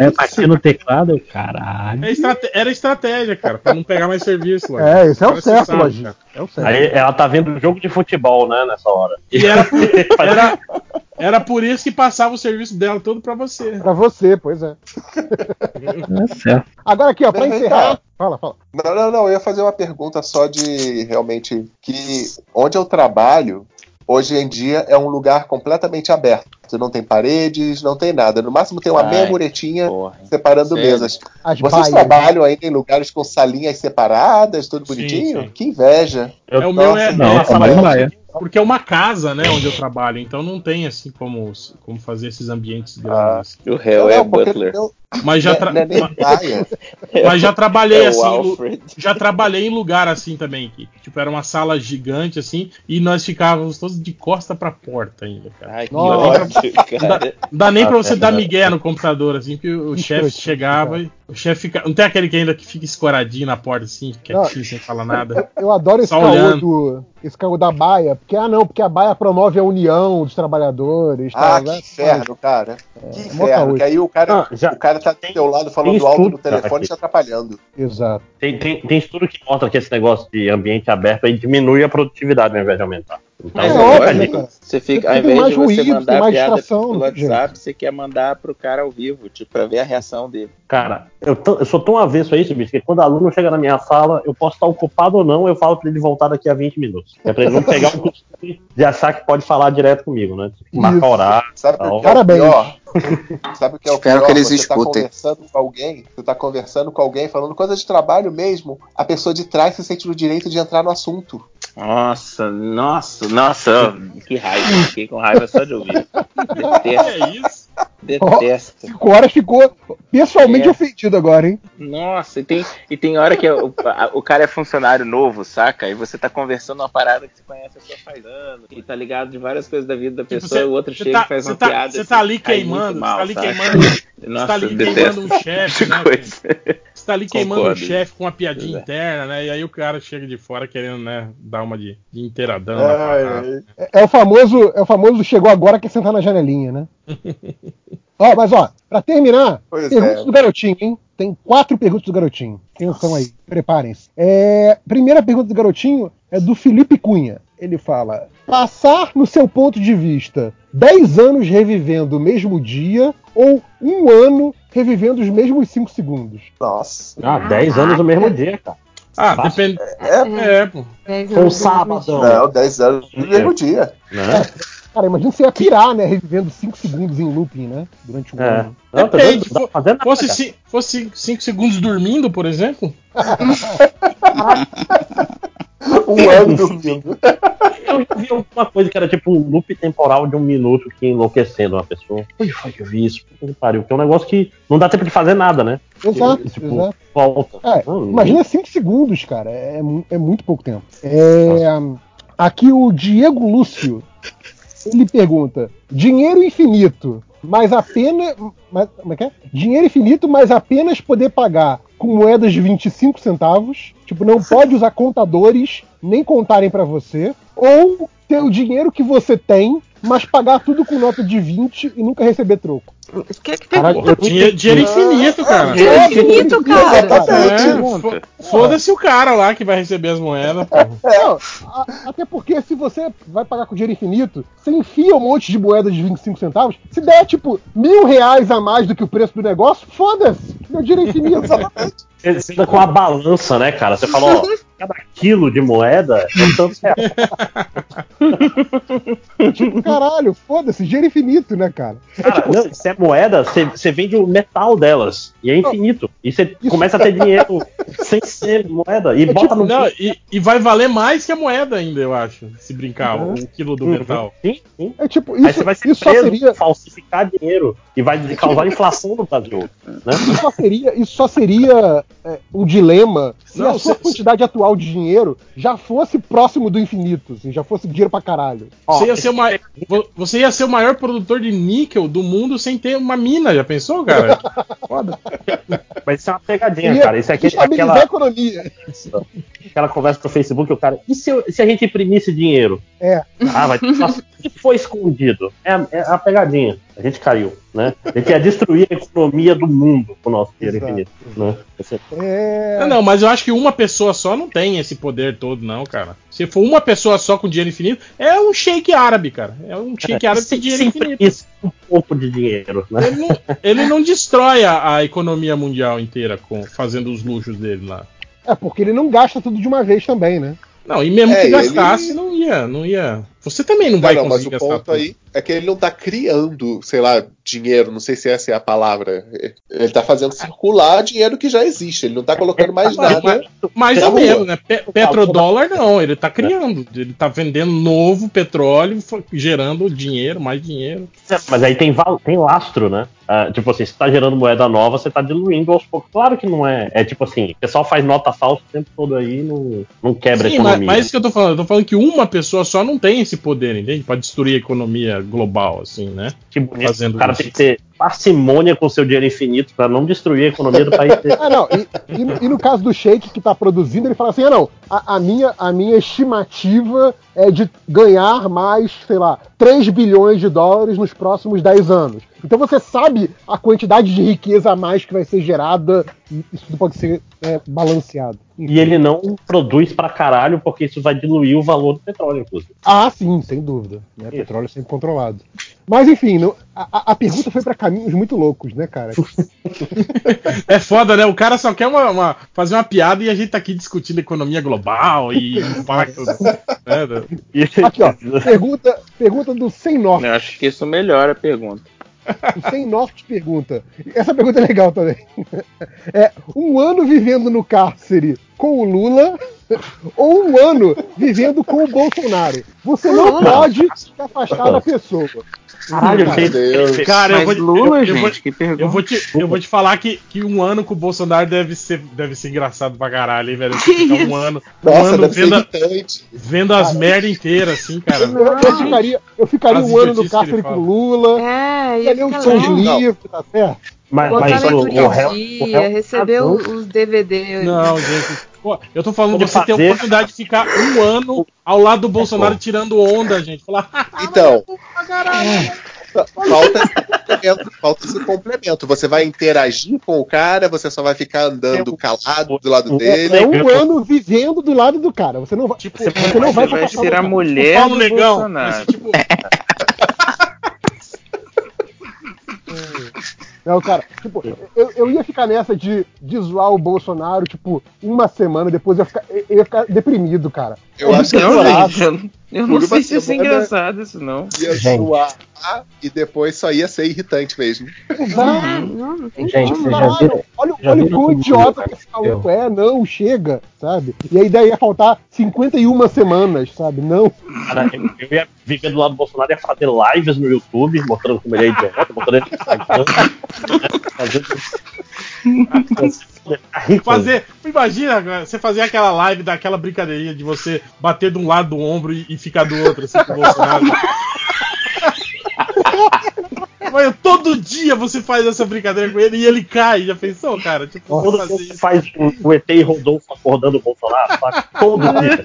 [SPEAKER 13] Aí eu bati no teclado, eu, caralho.
[SPEAKER 2] É estrate- Era estratégia, cara, pra não pegar mais serviço lá.
[SPEAKER 5] É, esse é o
[SPEAKER 2] Agora você
[SPEAKER 5] certo,
[SPEAKER 2] sabe,
[SPEAKER 5] Lojinha.
[SPEAKER 2] cara.
[SPEAKER 5] É o certo.
[SPEAKER 17] Aí ela tá vendo jogo de futebol, né, nessa hora.
[SPEAKER 2] E era por, era, era por isso que passava o serviço dela todo pra você.
[SPEAKER 5] Pra você, pois é.
[SPEAKER 13] É certo.
[SPEAKER 5] Agora aqui, ó, pra
[SPEAKER 10] Mas,
[SPEAKER 5] encerrar.
[SPEAKER 10] então,
[SPEAKER 5] Fala, fala.
[SPEAKER 10] Não, não, não. Eu ia fazer uma pergunta só de realmente que onde eu trabalho hoje em dia é um lugar completamente aberto. Você não tem paredes, não tem nada. No máximo tem uma
[SPEAKER 9] Ai,
[SPEAKER 10] meia muretinha separando
[SPEAKER 9] Sério?
[SPEAKER 10] mesas.
[SPEAKER 5] As
[SPEAKER 10] Vocês
[SPEAKER 5] baias.
[SPEAKER 10] trabalham ainda em lugares com salinhas separadas, tudo bonitinho?
[SPEAKER 2] sim.
[SPEAKER 10] Que inveja.
[SPEAKER 2] É, o meu
[SPEAKER 17] assim,
[SPEAKER 2] é, é
[SPEAKER 10] Nossa,
[SPEAKER 2] uma sala
[SPEAKER 9] tá
[SPEAKER 10] mas-
[SPEAKER 2] de- Porque é uma casa, né, onde eu trabalho, então não tem assim como, como fazer esses ambientes grandes.
[SPEAKER 9] O réu
[SPEAKER 10] Não,
[SPEAKER 9] é
[SPEAKER 10] não, porque
[SPEAKER 9] Butler.
[SPEAKER 10] eu-
[SPEAKER 2] Mas já,
[SPEAKER 10] Não é-
[SPEAKER 2] tra-
[SPEAKER 10] não é nem
[SPEAKER 2] ma-
[SPEAKER 10] praia.
[SPEAKER 2] mas já trabalhei
[SPEAKER 9] É o
[SPEAKER 2] assim. lu-
[SPEAKER 9] Alfred.
[SPEAKER 2] Já trabalhei em lugar assim também. Que, tipo, era uma sala gigante assim. E nós ficávamos todos de costa pra porta ainda, cara.
[SPEAKER 9] Ai, que
[SPEAKER 2] Nossa.
[SPEAKER 9] ódio,
[SPEAKER 2] Não dá,
[SPEAKER 9] cara.
[SPEAKER 2] não dá nem pra
[SPEAKER 17] Ah,
[SPEAKER 2] você
[SPEAKER 17] é
[SPEAKER 2] dar
[SPEAKER 17] verdade.
[SPEAKER 2] migué no computador, assim, que o chefe chegava e o chefe fica. Não tem aquele que ainda que fica escoradinho na porta, assim, quietinho, sem falar nada.
[SPEAKER 5] Eu adoro esse
[SPEAKER 2] Só
[SPEAKER 5] caô,
[SPEAKER 2] olhando.
[SPEAKER 5] do, esse caô da baia, porque, ah não, porque a baia promove a união dos trabalhadores.
[SPEAKER 10] Ah,
[SPEAKER 5] tal, né?
[SPEAKER 10] que inferno, cara.
[SPEAKER 2] É,
[SPEAKER 10] Que
[SPEAKER 5] mó
[SPEAKER 10] inferno.
[SPEAKER 5] caô.
[SPEAKER 10] Que aí o cara,
[SPEAKER 17] Ah, já-
[SPEAKER 10] o cara tá do teu lado falando
[SPEAKER 17] tem
[SPEAKER 10] alto
[SPEAKER 17] estudo,
[SPEAKER 10] no telefone
[SPEAKER 17] cara,
[SPEAKER 10] e te atrapalhando.
[SPEAKER 5] Exato.
[SPEAKER 17] Tem, tem, tem estudo que mostra que esse negócio de ambiente aberto aí diminui a produtividade ao invés de aumentar. Então,
[SPEAKER 5] Mas é
[SPEAKER 17] a
[SPEAKER 5] óbvio,
[SPEAKER 17] gente-
[SPEAKER 5] cara.
[SPEAKER 9] Você fica,
[SPEAKER 5] Porque
[SPEAKER 9] ao
[SPEAKER 5] tem
[SPEAKER 9] invés
[SPEAKER 5] mais
[SPEAKER 9] de você
[SPEAKER 5] ruído, tem
[SPEAKER 9] mandar a
[SPEAKER 5] mais
[SPEAKER 9] piada
[SPEAKER 5] distração,
[SPEAKER 9] pelo
[SPEAKER 5] né,
[SPEAKER 9] WhatsApp, você quer mandar pro cara ao vivo, tipo, pra ver a reação dele.
[SPEAKER 17] Cara, eu, tô- eu sou tão avesso a isso, bicho, que quando aluno chega na minha sala, eu posso estar ocupado ou não, eu falo pra ele voltar daqui a 20 minutos. É pra ele não pegar o costume de achar que pode falar direto comigo, né? Tem que
[SPEAKER 5] Isso.
[SPEAKER 17] Marcar horário e
[SPEAKER 10] Sabe o
[SPEAKER 17] tal.
[SPEAKER 10] que é o
[SPEAKER 5] Parabéns.
[SPEAKER 10] pior? Sabe o que é o
[SPEAKER 4] Espero
[SPEAKER 10] pior?
[SPEAKER 4] que eles
[SPEAKER 10] você tá
[SPEAKER 4] escutem.
[SPEAKER 10] conversando com alguém, você tá conversando com alguém, falando coisa de trabalho mesmo, a pessoa de trás se sente no direito de entrar no assunto.
[SPEAKER 9] Nossa, nossa, nossa, que raiva. Fiquei com raiva só de ouvir. Detesto,
[SPEAKER 2] É isso.
[SPEAKER 9] detesto.
[SPEAKER 5] Cinco horas ficou pessoalmente
[SPEAKER 9] É.
[SPEAKER 5] ofendido agora, hein?
[SPEAKER 9] Nossa, e tem, e tem hora que o, a- o cara é funcionário novo, saca? E você tá conversando uma parada que você conhece a pessoa faz anos, e tá ligado de várias coisas da vida da
[SPEAKER 2] Tipo,
[SPEAKER 9] pessoa,
[SPEAKER 2] cê-
[SPEAKER 9] o outro
[SPEAKER 2] cê
[SPEAKER 9] chega
[SPEAKER 2] tá-
[SPEAKER 9] e faz
[SPEAKER 2] cê
[SPEAKER 9] uma
[SPEAKER 2] tá-
[SPEAKER 9] piada.
[SPEAKER 2] cê
[SPEAKER 9] e
[SPEAKER 2] tá
[SPEAKER 9] você
[SPEAKER 2] ali
[SPEAKER 9] cai
[SPEAKER 2] queimando,
[SPEAKER 9] muito
[SPEAKER 2] cê
[SPEAKER 9] mal,
[SPEAKER 2] tá ali
[SPEAKER 9] saca?
[SPEAKER 2] queimando- cê
[SPEAKER 9] Nossa,
[SPEAKER 2] tá ali
[SPEAKER 9] detesto
[SPEAKER 2] queimando um
[SPEAKER 9] esse
[SPEAKER 2] chefe,
[SPEAKER 9] tipo de
[SPEAKER 2] né,
[SPEAKER 9] coisa.
[SPEAKER 2] Você tá ali queimando o
[SPEAKER 9] Concordo.
[SPEAKER 2] chefe com uma piadinha
[SPEAKER 9] Pois é.
[SPEAKER 2] interna, né? E aí o cara chega de fora querendo, né, dar uma de, de inteiradão na parada.
[SPEAKER 10] Ai, ai.
[SPEAKER 5] É, é o famoso, é o famoso chegou agora quer sentar na janelinha, né? ó, mas ó, pra terminar,
[SPEAKER 10] Pois
[SPEAKER 5] perguntas
[SPEAKER 10] é.
[SPEAKER 5] do garotinho, hein? Tem quatro perguntas do garotinho. Atenção aí, preparem-se. É, primeira pergunta do garotinho é do Felipe Cunha. Ele fala: passar no seu ponto de vista 10 anos revivendo o mesmo dia ou um ano revivendo os mesmos 5 segundos?
[SPEAKER 10] Nossa.
[SPEAKER 17] Ah, 10 anos no mesmo dia, cara.
[SPEAKER 2] Ah,
[SPEAKER 17] Fácil.
[SPEAKER 2] depende.
[SPEAKER 10] É,
[SPEAKER 2] É, pô.
[SPEAKER 6] Dez
[SPEAKER 17] Foi um
[SPEAKER 6] anos,
[SPEAKER 17] sábado.
[SPEAKER 10] não, 10 anos no mesmo
[SPEAKER 17] É.
[SPEAKER 10] dia.
[SPEAKER 17] Né?
[SPEAKER 5] Cara, imagina você ia pirar, né? Revivendo 5 segundos em looping, né? Durante um
[SPEAKER 17] É.
[SPEAKER 5] ano.
[SPEAKER 17] Não, tá
[SPEAKER 2] Depende,
[SPEAKER 17] dando- tá fazendo nada,
[SPEAKER 2] Fosse,
[SPEAKER 17] cara.
[SPEAKER 2] ci- fosse cinco segundos dormindo, por exemplo?
[SPEAKER 10] Um ano dormindo.
[SPEAKER 17] Eu já vi alguma coisa que era tipo um loop temporal de um minuto que ia enlouquecendo uma pessoa. Onde foi que eu vi isso? Puta que pariu. Que é um negócio que não dá tempo de fazer nada, né?
[SPEAKER 5] Exato,
[SPEAKER 17] Tipo,
[SPEAKER 5] exato.
[SPEAKER 17] volta.
[SPEAKER 5] É,
[SPEAKER 17] Não,
[SPEAKER 5] imagina 5 segundos, cara. É, mu- é muito pouco tempo. É, aqui o Diego Lúcio. Ele pergunta: dinheiro infinito, mas apenas. Mas, como é que é? Dinheiro infinito, mas apenas poder pagar com moedas de 25 centavos. Tipo, não pode usar contadores, nem contarem pra você. Ou ter o dinheiro que você tem, mas pagar tudo com nota de 20 e nunca receber troco.
[SPEAKER 6] Que que
[SPEAKER 17] Caraca,
[SPEAKER 6] pergunta?
[SPEAKER 17] eu
[SPEAKER 2] Dinheiro, dinheiro É infinito, cara.
[SPEAKER 6] É infinito, cara.
[SPEAKER 2] É, fo- Foda-se o cara lá que vai receber as moedas, pô.
[SPEAKER 5] Não, a- até porque se você vai pagar com dinheiro infinito, você enfia um monte de moedas de 25 centavos, se der tipo mil reais a mais do que o preço do negócio, foda-se, meu dinheiro é infinito.
[SPEAKER 17] Você você anda com a balança, né, cara? Você fala, ó, cada quilo de moeda é um tanto real.
[SPEAKER 5] Tipo, caralho, foda-se, dinheiro infinito, né, cara?
[SPEAKER 17] Cara, não, se é moeda, você- você vende o metal delas. E é infinito. E você começa a ter dinheiro sem ser moeda. E
[SPEAKER 2] É
[SPEAKER 17] bota
[SPEAKER 2] tipo-
[SPEAKER 17] no.
[SPEAKER 2] Não, e, e vai valer mais que a moeda ainda, eu acho. Se brincar, o quilo do metal.
[SPEAKER 17] Uhum. Sim, sim.
[SPEAKER 5] É tipo,
[SPEAKER 17] Aí você vai ser preso por falsificar dinheiro e vai causar inflação no Brasil. Né?
[SPEAKER 5] Isso só seria, isso só seria é, um dilema se
[SPEAKER 2] Não,
[SPEAKER 5] a sua
[SPEAKER 2] cê-
[SPEAKER 5] quantidade atual de dinheiro já fosse próximo do infinito, assim, já fosse dinheiro pra caralho.
[SPEAKER 2] Você ia, ser um o mai- vo- você ia ser o maior produtor de níquel do mundo sem ter uma mina, já pensou, cara?
[SPEAKER 5] Foda.
[SPEAKER 17] Mas isso é uma pegadinha,
[SPEAKER 2] Ia
[SPEAKER 17] cara. Isso aqui é
[SPEAKER 2] estabilizar
[SPEAKER 17] aquela.
[SPEAKER 2] a
[SPEAKER 5] economia.
[SPEAKER 17] Aquela conversa no Facebook, o cara. E se, eu- se a gente imprimisse dinheiro?
[SPEAKER 5] É.
[SPEAKER 17] Ah, vai. Nossa, o que foi escondido? É, a- é a pegadinha. A gente caiu, né? A gente ia destruir a economia do mundo com o nosso dinheiro
[SPEAKER 2] Exato. É.
[SPEAKER 17] infinito. Né? Esse-
[SPEAKER 5] né?
[SPEAKER 2] Não, não, mas eu acho que uma pessoa só não tem esse poder todo, não, cara. Se for uma pessoa só com dinheiro infinito, é um shake árabe, cara. É um shake
[SPEAKER 17] É,
[SPEAKER 2] árabe
[SPEAKER 17] se-
[SPEAKER 2] com dinheiro
[SPEAKER 17] se
[SPEAKER 2] infinito.
[SPEAKER 17] imprimisse um pouco de dinheiro, né?
[SPEAKER 2] Ele não, ele não destrói a, a economia mundial inteira com, fazendo os luxos dele lá.
[SPEAKER 5] É, porque ele não gasta tudo de uma vez também, né?
[SPEAKER 2] Não, e mesmo
[SPEAKER 5] É,
[SPEAKER 2] que
[SPEAKER 5] ele-
[SPEAKER 2] gastasse, não ia, não ia. Você também não, vai
[SPEAKER 10] não, mas
[SPEAKER 2] conseguir
[SPEAKER 10] o
[SPEAKER 2] gastar
[SPEAKER 10] ponto
[SPEAKER 2] tudo.
[SPEAKER 10] aí é que ele não tá criando, sei lá, dinheiro, não sei se essa é a palavra. Ele tá fazendo circular dinheiro que já existe, ele não tá colocando mais
[SPEAKER 2] Mas-
[SPEAKER 10] nada.
[SPEAKER 2] Mais
[SPEAKER 10] na
[SPEAKER 2] ou
[SPEAKER 10] rua.
[SPEAKER 2] menos, né? Pe-
[SPEAKER 10] é
[SPEAKER 2] Petrodólar não, ele tá criando. Ele tá vendendo novo petróleo, fa- gerando dinheiro, mais dinheiro.
[SPEAKER 17] Mas aí tem, val- tem lastro, né? Ah, tipo assim, se tá gerando moeda nova, você tá diluindo aos poucos. Claro que não é. É tipo assim, o pessoal faz nota falsa o tempo todo aí e não, não quebra
[SPEAKER 2] Sim,
[SPEAKER 17] a
[SPEAKER 2] mas,
[SPEAKER 17] economia.
[SPEAKER 2] mas é isso que eu tô falando, eu tô falando que uma pessoa só não tem esse poder, entende? Pra destruir a economia global, assim, né?
[SPEAKER 17] Que bonito.
[SPEAKER 2] Fazendo
[SPEAKER 17] o cara
[SPEAKER 2] isso.
[SPEAKER 17] tem que ter parcimônia com seu dinheiro infinito pra não destruir a economia do país dele.
[SPEAKER 5] Ah, não, e, e no- e no caso do Shake que tá produzindo, ele fala assim: ah, não, a, a minha, a minha estimativa é de ganhar mais, sei lá, 3 bilhões de dólares nos próximos 10 anos. Então você sabe a quantidade de riqueza a mais que vai ser gerada, e isso tudo pode ser é, balanceado.
[SPEAKER 17] E ele não produz pra caralho, porque isso vai diluir o valor do petróleo, inclusive.
[SPEAKER 5] Ah, sim, sem dúvida. Né? Petróleo é sempre controlado. Mas enfim, não- a, a- a pergunta foi pra caminhos muito loucos, né, cara?
[SPEAKER 2] É foda, né? O cara só quer uma, uma- fazer uma piada e a gente tá aqui discutindo economia global e impacto. né,
[SPEAKER 5] Aqui, ó, pergunta, pergunta do Sem Norte.
[SPEAKER 9] Eu acho que isso melhora a pergunta.
[SPEAKER 5] O Sem Norte pergunta. Essa pergunta é legal também. É um ano vivendo no cárcere com o Lula ou um ano vivendo com o Bolsonaro. Você não
[SPEAKER 1] Lula.
[SPEAKER 5] pode se afastar da pessoa.
[SPEAKER 2] Caralho,
[SPEAKER 5] Hum,
[SPEAKER 2] gente. Cara, eu vou, te- eu, eu vou, eu vou te, eu vou te falar que, que um ano com o Bolsonaro deve ser, deve ser engraçado pra caralho, hein, velho? Você ficar um ano,
[SPEAKER 5] Nossa,
[SPEAKER 2] um ano
[SPEAKER 5] deve ser
[SPEAKER 2] vendo, vendo as merda inteiras, assim, cara.
[SPEAKER 5] Eu, eu ficaria, eu ficaria
[SPEAKER 2] As
[SPEAKER 5] um ano no
[SPEAKER 2] idiotices que ele
[SPEAKER 5] cárcere com
[SPEAKER 2] fala.
[SPEAKER 5] o Lula.
[SPEAKER 6] É,
[SPEAKER 5] ia
[SPEAKER 6] ia
[SPEAKER 5] ler os
[SPEAKER 6] ficar
[SPEAKER 5] seus
[SPEAKER 6] lá.
[SPEAKER 5] livros, tá certo?
[SPEAKER 17] Mas,
[SPEAKER 6] Botar
[SPEAKER 2] mas
[SPEAKER 6] a
[SPEAKER 2] o-
[SPEAKER 6] leitura
[SPEAKER 2] o réu-
[SPEAKER 6] em
[SPEAKER 2] o
[SPEAKER 6] dia,
[SPEAKER 2] réu-
[SPEAKER 6] receber
[SPEAKER 2] Ah, não.
[SPEAKER 6] os os DVD.
[SPEAKER 2] Não, gente. Pô, eu tô falando
[SPEAKER 6] Como
[SPEAKER 2] de você ter a
[SPEAKER 6] fazer?
[SPEAKER 2] oportunidade de ficar um ano ao lado do Bolsonaro tirando onda, gente. Falar,
[SPEAKER 10] Então,
[SPEAKER 17] É.
[SPEAKER 2] caralho.
[SPEAKER 10] falta, esse complemento, falta esse complemento. Você vai interagir com o cara, você só vai ficar andando calado do lado dele.
[SPEAKER 5] É um ano vivendo do lado do cara. Você não vai. Tipo, você, não vai, se afastar do cara.
[SPEAKER 2] Paulo Negão, mas, tipo,
[SPEAKER 5] Não, cara, tipo, eu, eu ia ficar nessa de, de zoar o Bolsonaro, tipo, uma semana depois eu ia ficar, eu ia ficar deprimido, cara.
[SPEAKER 10] Eu acho que
[SPEAKER 5] ia
[SPEAKER 10] eu
[SPEAKER 5] chorar.
[SPEAKER 17] é
[SPEAKER 10] acho.
[SPEAKER 9] Eu não
[SPEAKER 10] Por
[SPEAKER 9] sei
[SPEAKER 10] uma
[SPEAKER 9] se isso é
[SPEAKER 5] né?
[SPEAKER 10] semana-
[SPEAKER 9] engraçado, isso não.
[SPEAKER 10] né? Ia zoar e depois só ia ser irritante mesmo.
[SPEAKER 6] Não, não tem
[SPEAKER 10] Gente,
[SPEAKER 6] como.
[SPEAKER 10] vocês
[SPEAKER 5] Caralho,
[SPEAKER 10] já viram-
[SPEAKER 5] olha,
[SPEAKER 10] já
[SPEAKER 5] olha o
[SPEAKER 10] viram
[SPEAKER 5] quão
[SPEAKER 10] como
[SPEAKER 5] idiota
[SPEAKER 10] eu-
[SPEAKER 5] que esse maluco é, não, chega, sabe? E aí daí ia faltar 51 semanas, sabe? Não.
[SPEAKER 17] Cara, eu, eu ia viver do lado do Bolsonaro, ia fazer lives no YouTube, mostrando como ele é idiota, mostrando ele no Instagram, né? Fazendo-
[SPEAKER 2] fazer. Imagina cara, você fazer aquela live daquela brincadeirinha de você bater de um lado do ombro e, e ficar do outro, assim, com o Bolsonaro. Mas todo dia você faz essa brincadeira com ele e ele cai, já pensou, cara? Tipo, vou
[SPEAKER 17] Todo
[SPEAKER 2] fazer
[SPEAKER 17] dia você faz o, o ET e Rodolfo acordando o Bolsonaro, sabe? Todo dia.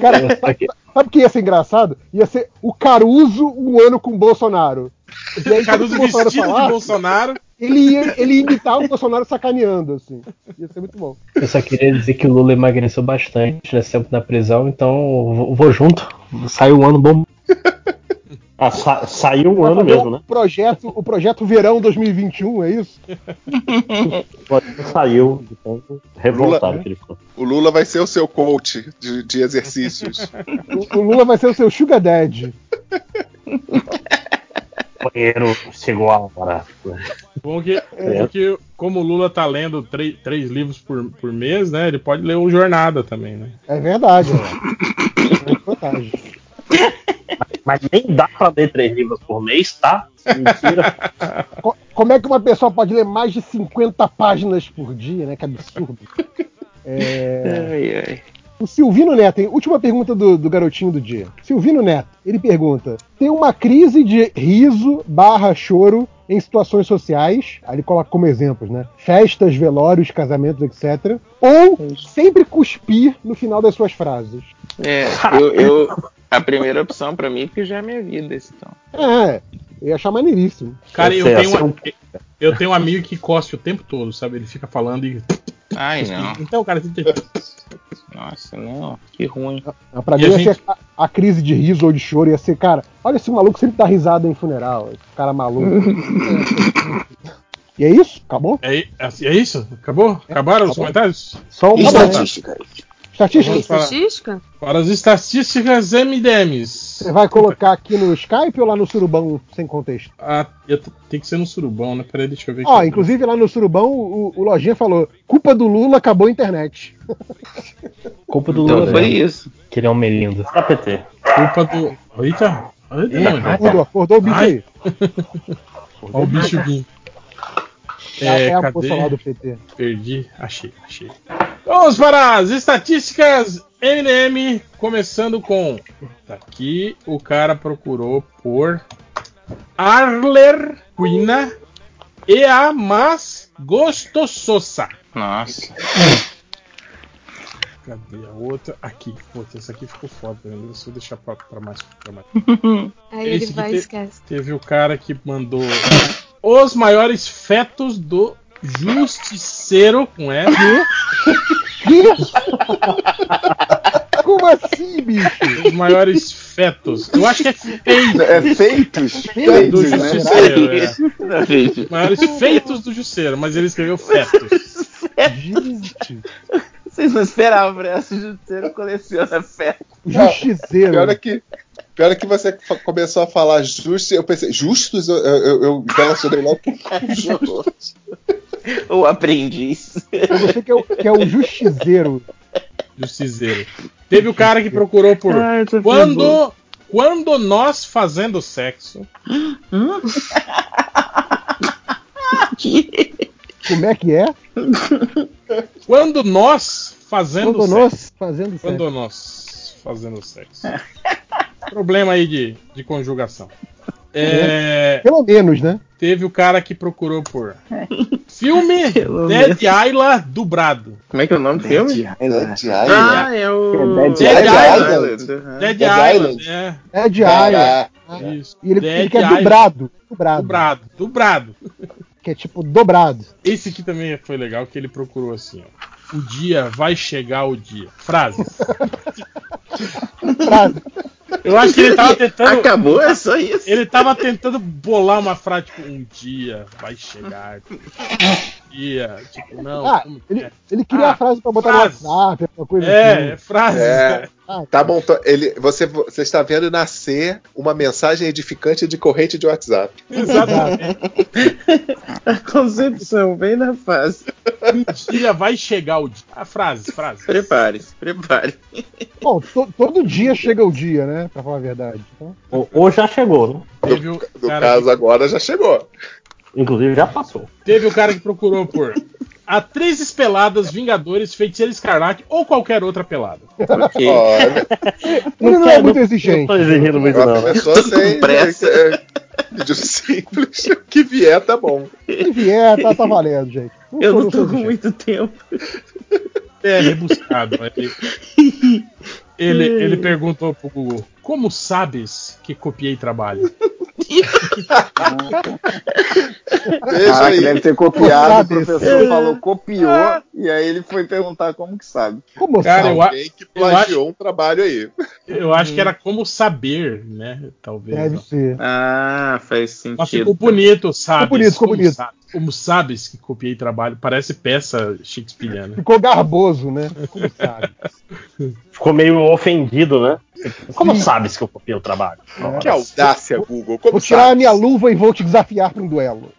[SPEAKER 5] Cara, sabe, sabe o que ia ser engraçado? Ia ser o Caruso um ano com o Bolsonaro. E aí,
[SPEAKER 2] Caruso
[SPEAKER 5] quando o Bolsonaro
[SPEAKER 2] vestido de
[SPEAKER 5] falar,
[SPEAKER 2] Bolsonaro.
[SPEAKER 5] Ele ia, ele ia imitar o Bolsonaro sacaneando, assim. Ia ser muito bom.
[SPEAKER 13] Eu só queria dizer que o Lula emagreceu bastante nesse tempo na prisão, então eu vou- vou junto. Sai um ano bom.
[SPEAKER 17] Ah, sa- saiu um
[SPEAKER 5] Vai
[SPEAKER 17] ano
[SPEAKER 5] fazer
[SPEAKER 17] mesmo,
[SPEAKER 5] o
[SPEAKER 17] né?
[SPEAKER 5] Projeto, o projeto Verão 2021, é isso?
[SPEAKER 17] Saiu, então, revoltado que ele ficou.
[SPEAKER 10] O Lula vai ser o seu coach de, de exercícios.
[SPEAKER 5] O, o Lula vai ser o seu Sugar Daddy.
[SPEAKER 17] Banheiro chegou a hora.
[SPEAKER 2] Bom que, bom que como o Lula tá lendo três, três livros por, por mês, né? Ele pode ler o Jornada também, né?
[SPEAKER 5] É verdade. É vantagem.
[SPEAKER 17] Mas nem dá pra ler três livros por mês, tá? Mentira.
[SPEAKER 5] Co- Como é que uma pessoa pode ler mais de 50 páginas por dia, né? Que absurdo. É... O Silvino Neto, hein? última pergunta do, do garotinho do dia. Silvino Neto, ele pergunta: tem uma crise de riso barra choro em situações sociais, aí ele coloca como exemplos, né? Festas, velórios, casamentos, etc. Ou sempre cuspir no final das suas frases.
[SPEAKER 9] É, eu, eu- a primeira opção pra mim, porque já é minha vida, esse então.
[SPEAKER 5] É, eu ia achar maneiríssimo.
[SPEAKER 2] Cara, eu
[SPEAKER 5] é
[SPEAKER 9] Você
[SPEAKER 2] tenho,
[SPEAKER 9] acha
[SPEAKER 2] um- eu tenho um amigo que cospe o tempo todo, sabe? Ele fica falando e.
[SPEAKER 9] Ai, não.
[SPEAKER 2] Então, cara, você tem...
[SPEAKER 9] Nossa, não. Que ruim.
[SPEAKER 5] Ah, Pra
[SPEAKER 9] E
[SPEAKER 5] mim,
[SPEAKER 9] a
[SPEAKER 5] ia
[SPEAKER 9] gente-
[SPEAKER 5] ser a, a crise de riso ou de choro ia ser, cara, olha esse maluco sempre dá risada em funeral, esse cara maluco. e é isso? Acabou?
[SPEAKER 2] É, i- é isso? Acabou? Acabaram os comentários?
[SPEAKER 5] Só
[SPEAKER 2] uma
[SPEAKER 5] Estatísticas.
[SPEAKER 2] Estatística? Para as estatísticas MDMs.
[SPEAKER 5] Você vai colocar aqui no Skype ou lá no Surubão sem contexto?
[SPEAKER 2] Ah, eu t- tem que ser no surubão, né? Peraí, deixa eu ver.
[SPEAKER 5] Ó,
[SPEAKER 2] aqui.
[SPEAKER 5] inclusive lá no Surubão o, o Lojinha falou: culpa do Lula, acabou a internet.
[SPEAKER 13] Culpa do
[SPEAKER 9] Então
[SPEAKER 13] Lula.
[SPEAKER 9] foi
[SPEAKER 13] né?
[SPEAKER 9] isso.
[SPEAKER 13] Que ele é um melindo.
[SPEAKER 17] Pra PT.
[SPEAKER 2] Culpa do. Eita! Eita,
[SPEAKER 13] Eita,
[SPEAKER 2] mano.
[SPEAKER 13] acordou,
[SPEAKER 5] acordou o bicho aí.
[SPEAKER 2] Olha o bicho aqui.
[SPEAKER 5] É, é a
[SPEAKER 2] cadê?
[SPEAKER 5] Bolsonaro do PT.
[SPEAKER 2] Perdi. Achei, achei. Vamos para as estatísticas MDM, começando com. Tá aqui, o cara procurou por Arler Quina e a mais gostososa.
[SPEAKER 9] Nossa.
[SPEAKER 2] Cadê a outra? Aqui. Putz, essa aqui ficou foda. né? Deixa eu deixar pra, pra mais. Pra mais.
[SPEAKER 6] Aí ele
[SPEAKER 2] que
[SPEAKER 6] vai e esquece.
[SPEAKER 2] Teve o cara que mandou né, os maiores fetos do Justiceiro com F.
[SPEAKER 5] Como assim, bicho?
[SPEAKER 2] Os maiores fetos. Eu acho que é feitos.
[SPEAKER 4] É feitos?
[SPEAKER 2] do
[SPEAKER 4] Feitos, né?
[SPEAKER 2] Justiceiro. é.
[SPEAKER 9] Não, gente.
[SPEAKER 2] Os maiores feitos do Justiceiro, mas ele escreveu fetos.
[SPEAKER 9] Vocês não esperavam pra essa juteira coleciona ferro.
[SPEAKER 5] Justiceiro.
[SPEAKER 10] Pior é que, pior é que você fa- começou a falar justos, eu pensei, justos? Eu, eu, eu relacionei logo com justos.
[SPEAKER 9] Ou aprendiz.
[SPEAKER 5] Eu gostei que é o, que é o Justiceiro.
[SPEAKER 2] Justiceiro. Teve o cara que procurou por
[SPEAKER 5] Ah, essa foi
[SPEAKER 2] quando,
[SPEAKER 5] boa.
[SPEAKER 2] quando nós fazendo sexo.
[SPEAKER 5] Como é que é?
[SPEAKER 2] Quando nós fazendo
[SPEAKER 5] Quando
[SPEAKER 2] sexo.
[SPEAKER 5] nós fazendo
[SPEAKER 2] Quando
[SPEAKER 5] sexo.
[SPEAKER 2] nós fazendo sexo. Problema aí de, de conjugação. É,
[SPEAKER 5] Pelo menos, né?
[SPEAKER 2] teve o cara que procurou por filme
[SPEAKER 9] Pelo
[SPEAKER 2] Dead Isla dubrado.
[SPEAKER 9] Como é que é o nome do filme?
[SPEAKER 10] Dead
[SPEAKER 9] Ah, é o.
[SPEAKER 2] Dead Island.
[SPEAKER 9] é.
[SPEAKER 2] Dead Island, é.
[SPEAKER 5] É de Island.
[SPEAKER 10] Caraca.
[SPEAKER 2] Isso.
[SPEAKER 5] E ele,
[SPEAKER 2] Dead
[SPEAKER 5] ele quer
[SPEAKER 2] Island.
[SPEAKER 5] dobrado. Dobrado.
[SPEAKER 2] Dubrado, dubrado.
[SPEAKER 5] Que é tipo dobrado.
[SPEAKER 2] Esse aqui também foi legal, que ele procurou assim, ó. O dia vai chegar o dia. Frases.
[SPEAKER 5] Frase.
[SPEAKER 2] Eu acho que ele tava tentando.
[SPEAKER 9] Acabou, é só isso.
[SPEAKER 2] Ele tava tentando bolar uma frase, tipo, um dia vai chegar. tipo, Um dia. Tipo, não.
[SPEAKER 5] Ah,
[SPEAKER 2] como que
[SPEAKER 5] ele,
[SPEAKER 2] é?
[SPEAKER 5] ele queria
[SPEAKER 2] Ah,
[SPEAKER 5] a frase pra botar
[SPEAKER 2] frases.
[SPEAKER 5] no WhatsApp, alguma coisa
[SPEAKER 2] É,
[SPEAKER 5] assim.
[SPEAKER 2] frases.
[SPEAKER 10] É.
[SPEAKER 2] né?
[SPEAKER 10] Tá bom, tô- ele, você, você está vendo nascer uma mensagem edificante de corrente de WhatsApp.
[SPEAKER 2] Exatamente.
[SPEAKER 9] A concepção, bem na fase.
[SPEAKER 2] Um dia vai chegar o dia. A frase, frase.
[SPEAKER 9] Prepare-se, prepare.
[SPEAKER 5] Bom, to- todo dia chega o dia, né? Pra falar a verdade. Então,
[SPEAKER 17] Ou, ou já chegou, né?
[SPEAKER 2] Teve o,
[SPEAKER 10] No
[SPEAKER 2] cara
[SPEAKER 10] caso, agora já chegou.
[SPEAKER 17] Inclusive já passou.
[SPEAKER 2] que, teve o cara que procurou por Atrizes Peladas, Vingadores, Feiticeira Escarlate ou qualquer outra pelada.
[SPEAKER 9] Ok.
[SPEAKER 10] Olha,
[SPEAKER 5] ele não, é
[SPEAKER 17] quero-
[SPEAKER 5] muito
[SPEAKER 17] Não
[SPEAKER 5] exigente.
[SPEAKER 17] tô exigindo muito,
[SPEAKER 10] uma
[SPEAKER 17] não.
[SPEAKER 10] pessoa
[SPEAKER 9] Tô com
[SPEAKER 10] sem.
[SPEAKER 9] pressa.
[SPEAKER 10] é, de um simples. o que vier, tá bom.
[SPEAKER 5] Se vier, tá, tá valendo, gente.
[SPEAKER 9] Eu
[SPEAKER 5] sou-
[SPEAKER 9] não tô
[SPEAKER 5] sou
[SPEAKER 9] com
[SPEAKER 5] exigente.
[SPEAKER 9] muito tempo.
[SPEAKER 2] É, rebuscado. mas Ele, ele, ele perguntou pro Google: Como sabes que copiei trabalho?
[SPEAKER 4] Caraca, deve ter copiado, o professor falou, copiou, e aí ele foi perguntar como que sabe. É. Como
[SPEAKER 2] Cara, eu, a- eu acho,
[SPEAKER 10] um trabalho aí.
[SPEAKER 2] eu acho que era como saber, né? Talvez.
[SPEAKER 5] Uhum. Deve
[SPEAKER 2] não.
[SPEAKER 5] ser.
[SPEAKER 9] Ah, faz sentido.
[SPEAKER 2] Mas ficou bonito, sabe?
[SPEAKER 5] Ficou bonito, ficou
[SPEAKER 2] como
[SPEAKER 5] bonito.
[SPEAKER 2] Sabes, como sabes que copiei trabalho, parece peça shakespeariana.
[SPEAKER 5] Ficou garboso, né? Como sabe?
[SPEAKER 17] Ficou meio ofendido, né? Como sabes que eu copiei o trabalho?
[SPEAKER 2] é
[SPEAKER 10] Que audácia, Google. Como
[SPEAKER 5] Ah, Vou tirar a
[SPEAKER 10] sabe?
[SPEAKER 5] minha luva e vou te desafiar para um duelo.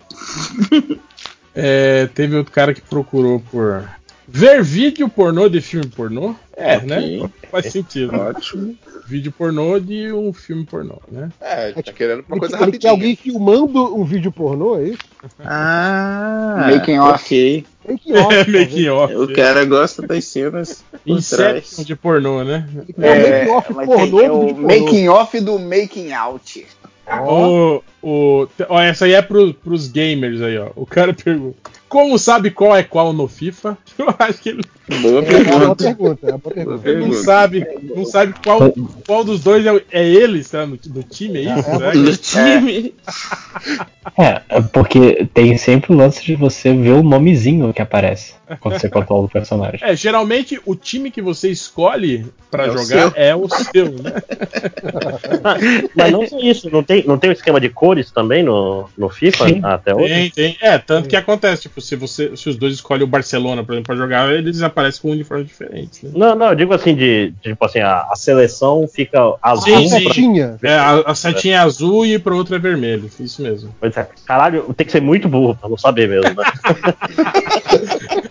[SPEAKER 2] É, teve outro cara que procurou por ver vídeo pornô de filme pornô.
[SPEAKER 10] É,
[SPEAKER 2] né?
[SPEAKER 10] sim.
[SPEAKER 2] Faz sentido.
[SPEAKER 10] Ótimo.
[SPEAKER 2] Vídeo pornô de um filme pornô, né?
[SPEAKER 10] É, ele tá querendo uma coisa
[SPEAKER 5] tipo, Ele quer
[SPEAKER 10] rapidinha.
[SPEAKER 5] alguém filmando um vídeo pornô, é isso?
[SPEAKER 9] Ah,
[SPEAKER 5] Making
[SPEAKER 4] off.
[SPEAKER 9] ok.
[SPEAKER 5] Making off, É, talvez.
[SPEAKER 2] making off. é
[SPEAKER 9] O cara gosta das cenas por trás.
[SPEAKER 2] Inception de pornô, né?
[SPEAKER 5] um
[SPEAKER 4] É, mas tem- é o making off do making out.
[SPEAKER 2] Ó, o, te- ó, essa aí é pro, pros gamers aí, ó. O cara pergunta: Como sabe qual é qual no FIFA? Eu acho que ele.
[SPEAKER 9] Boa
[SPEAKER 5] É uma boa pergunta, é uma boa pergunta.
[SPEAKER 2] Ele não sabe, não sabe qual, qual dos dois é, o- é ele, será? No, do time, é isso?
[SPEAKER 5] um
[SPEAKER 2] será?
[SPEAKER 9] Do time.
[SPEAKER 13] É, porque tem sempre o lance de você ver o nomezinho que aparece quando você controla o personagem.
[SPEAKER 2] É, geralmente o time que você escolhe pra
[SPEAKER 17] É o
[SPEAKER 2] jogar
[SPEAKER 17] seu.
[SPEAKER 2] é o seu, né?
[SPEAKER 17] Mas não só isso, não tem, não tem um esquema de cores também no, no FIFA
[SPEAKER 2] Sim.
[SPEAKER 17] até
[SPEAKER 2] Tem,
[SPEAKER 17] hoje?
[SPEAKER 2] tem. É, tanto que acontece, tipo, se, você, se os dois escolhem o Barcelona, por exemplo, pra jogar, eles aparecem com um uniforme diferente, né?
[SPEAKER 17] Não, não, eu digo assim, de, de, tipo assim, a, a seleção fica azul. né?
[SPEAKER 2] Sim,
[SPEAKER 17] pra-
[SPEAKER 2] sim. É, a, a setinha é azul e pra outra é vermelho, isso mesmo.
[SPEAKER 17] Pois é, caralho, tem que ser muito burro pra não saber mesmo, né?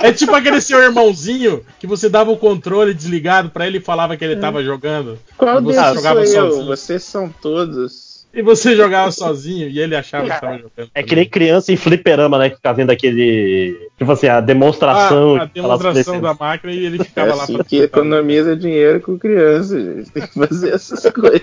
[SPEAKER 2] É tipo aquele seu irmãozinho que você dava o controle desligado pra ele e falava que ele tava jogando.
[SPEAKER 9] É. Qual
[SPEAKER 2] e você
[SPEAKER 9] desses
[SPEAKER 2] jogava
[SPEAKER 9] sou eu?
[SPEAKER 2] sozinho.
[SPEAKER 9] Vocês são todos.
[SPEAKER 2] E você jogava sozinho e ele achava que tava jogando.
[SPEAKER 17] É que nem criança em fliperama, né? Que fica vendo aquele. Tipo assim, a demonstração.
[SPEAKER 2] Ah, a demonstração da máquina e ele
[SPEAKER 9] É
[SPEAKER 2] ficava lá
[SPEAKER 9] assim que economiza dinheiro com criança, gente. Tem que fazer essas coisas.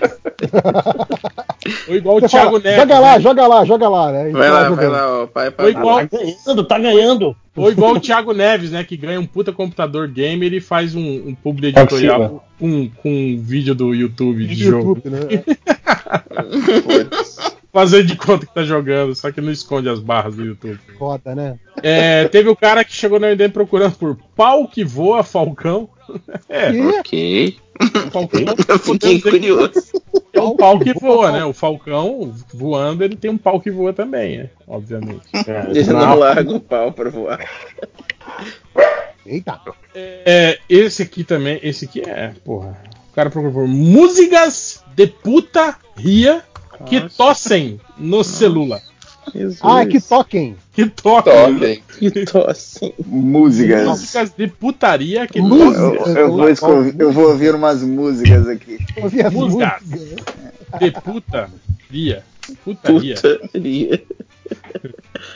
[SPEAKER 2] Ou igual
[SPEAKER 5] Você fala, Joga lá, joga lá, joga lá, né? E
[SPEAKER 9] Vai
[SPEAKER 5] tá
[SPEAKER 9] lá, vai
[SPEAKER 5] jogando.
[SPEAKER 9] lá, ó, pai,
[SPEAKER 2] Ou
[SPEAKER 9] pai.
[SPEAKER 2] igual,
[SPEAKER 9] pai.
[SPEAKER 17] tá ganhando.
[SPEAKER 2] Ou igual o Thiago Neves, né? Que ganha um puta computador gamer e faz um, um
[SPEAKER 17] É
[SPEAKER 2] publi
[SPEAKER 13] Tá
[SPEAKER 2] editorial
[SPEAKER 13] possível.
[SPEAKER 2] com, com um vídeo do YouTube de
[SPEAKER 5] De
[SPEAKER 2] jogo.
[SPEAKER 5] YouTube, né?
[SPEAKER 2] Fazendo de conta que tá jogando, só que não esconde as barras do YouTube.
[SPEAKER 5] Foda, né?
[SPEAKER 2] É, teve o cara que chegou na IDM procurando por pau que voa, Falcão. É,
[SPEAKER 9] Ok.
[SPEAKER 2] Falcão.
[SPEAKER 9] Eu fiquei curioso.
[SPEAKER 2] É um pau que voa, né? O Falcão voando, ele tem um pau que voa também, né? Obviamente.
[SPEAKER 9] É,
[SPEAKER 2] É,
[SPEAKER 9] Ele não larga um o pau pra voar.
[SPEAKER 5] Eita.
[SPEAKER 2] É, esse aqui também, esse aqui é, porra. O cara procurou por músicas de puta ria que tossem no celular.
[SPEAKER 5] Ah, é que toquem.
[SPEAKER 2] Que toca.
[SPEAKER 10] Totem.
[SPEAKER 9] Que tosse.
[SPEAKER 4] Músicas.
[SPEAKER 2] Músicas de putaria que
[SPEAKER 4] Eu,
[SPEAKER 2] tossem.
[SPEAKER 4] eu vou, esco- eu vou ouvir umas músicas aqui.
[SPEAKER 5] Ouvi as
[SPEAKER 2] Músicas.
[SPEAKER 5] músicas.
[SPEAKER 2] de puta ria. Putaria
[SPEAKER 9] Putaria.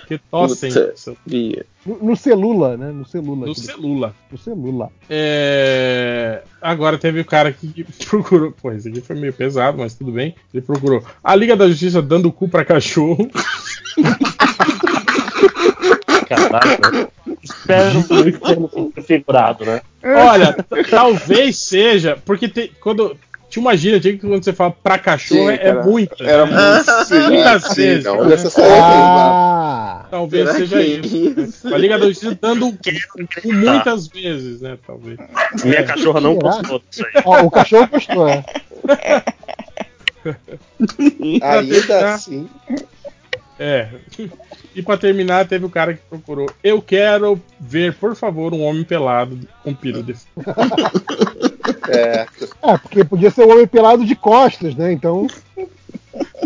[SPEAKER 2] que tossem no celu-
[SPEAKER 9] Putaria.
[SPEAKER 5] No, no celula, né? No celula.
[SPEAKER 2] no
[SPEAKER 5] Aquele-
[SPEAKER 2] celular.
[SPEAKER 5] No celula.
[SPEAKER 2] É, Agora teve o cara que procurou. Pô, esse aqui foi meio pesado, mas tudo bem. Ele procurou a Liga da Justiça dando o cu pra cachorro.
[SPEAKER 17] Caralho. Espero muito ter não sido figurado, né?
[SPEAKER 2] Olha, t- talvez seja, porque te- quando. Tinha uma gíria antiga que quando você fala pra cachorro
[SPEAKER 10] Sim,
[SPEAKER 2] é,
[SPEAKER 10] era-
[SPEAKER 2] muita.
[SPEAKER 10] Era
[SPEAKER 2] né?
[SPEAKER 10] muito
[SPEAKER 2] Muitas
[SPEAKER 10] sim,
[SPEAKER 2] vezes,
[SPEAKER 10] Não, é
[SPEAKER 2] né?
[SPEAKER 10] necessariamente.
[SPEAKER 5] Ah!
[SPEAKER 2] Talvez
[SPEAKER 9] Será
[SPEAKER 2] seja
[SPEAKER 9] que
[SPEAKER 2] isso. né?
[SPEAKER 9] é
[SPEAKER 2] A Liga da Justiça dando o cu muitas vezes, né? Talvez.
[SPEAKER 17] Minha cachorra não
[SPEAKER 5] Será?
[SPEAKER 17] gostou disso aí.
[SPEAKER 5] Ó, o cachorro gostou, né?
[SPEAKER 9] tá-
[SPEAKER 10] Ainda assim.
[SPEAKER 2] É. E pra terminar, teve o cara que procurou. Eu quero ver, por favor, um homem pelado com piro de fora."
[SPEAKER 10] É.
[SPEAKER 5] É, porque podia ser o homem pelado de costas, né? Então,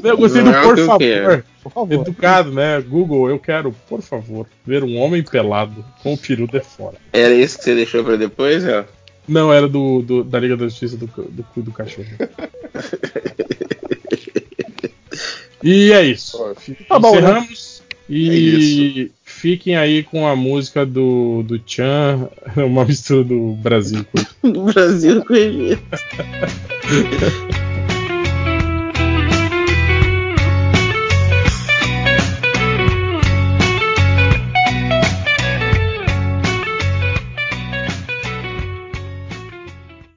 [SPEAKER 2] Eu gostei do
[SPEAKER 9] Não é o
[SPEAKER 2] por
[SPEAKER 9] que eu
[SPEAKER 2] favor.
[SPEAKER 9] quero.
[SPEAKER 5] por favor.
[SPEAKER 2] Educado, né? Google, eu quero, por favor, ver um homem pelado com o peru de fora.
[SPEAKER 9] Era isso que você deixou pra depois, ó?
[SPEAKER 2] Não, era do, do- da Liga da Justiça do, cu- do cu do cachorro. e é isso.
[SPEAKER 5] Tá bom, né?
[SPEAKER 2] Encerramos.
[SPEAKER 10] É
[SPEAKER 2] E fiquem aí com a música do, do Chan, uma mistura do Brasil com
[SPEAKER 9] No Brasil com Egito.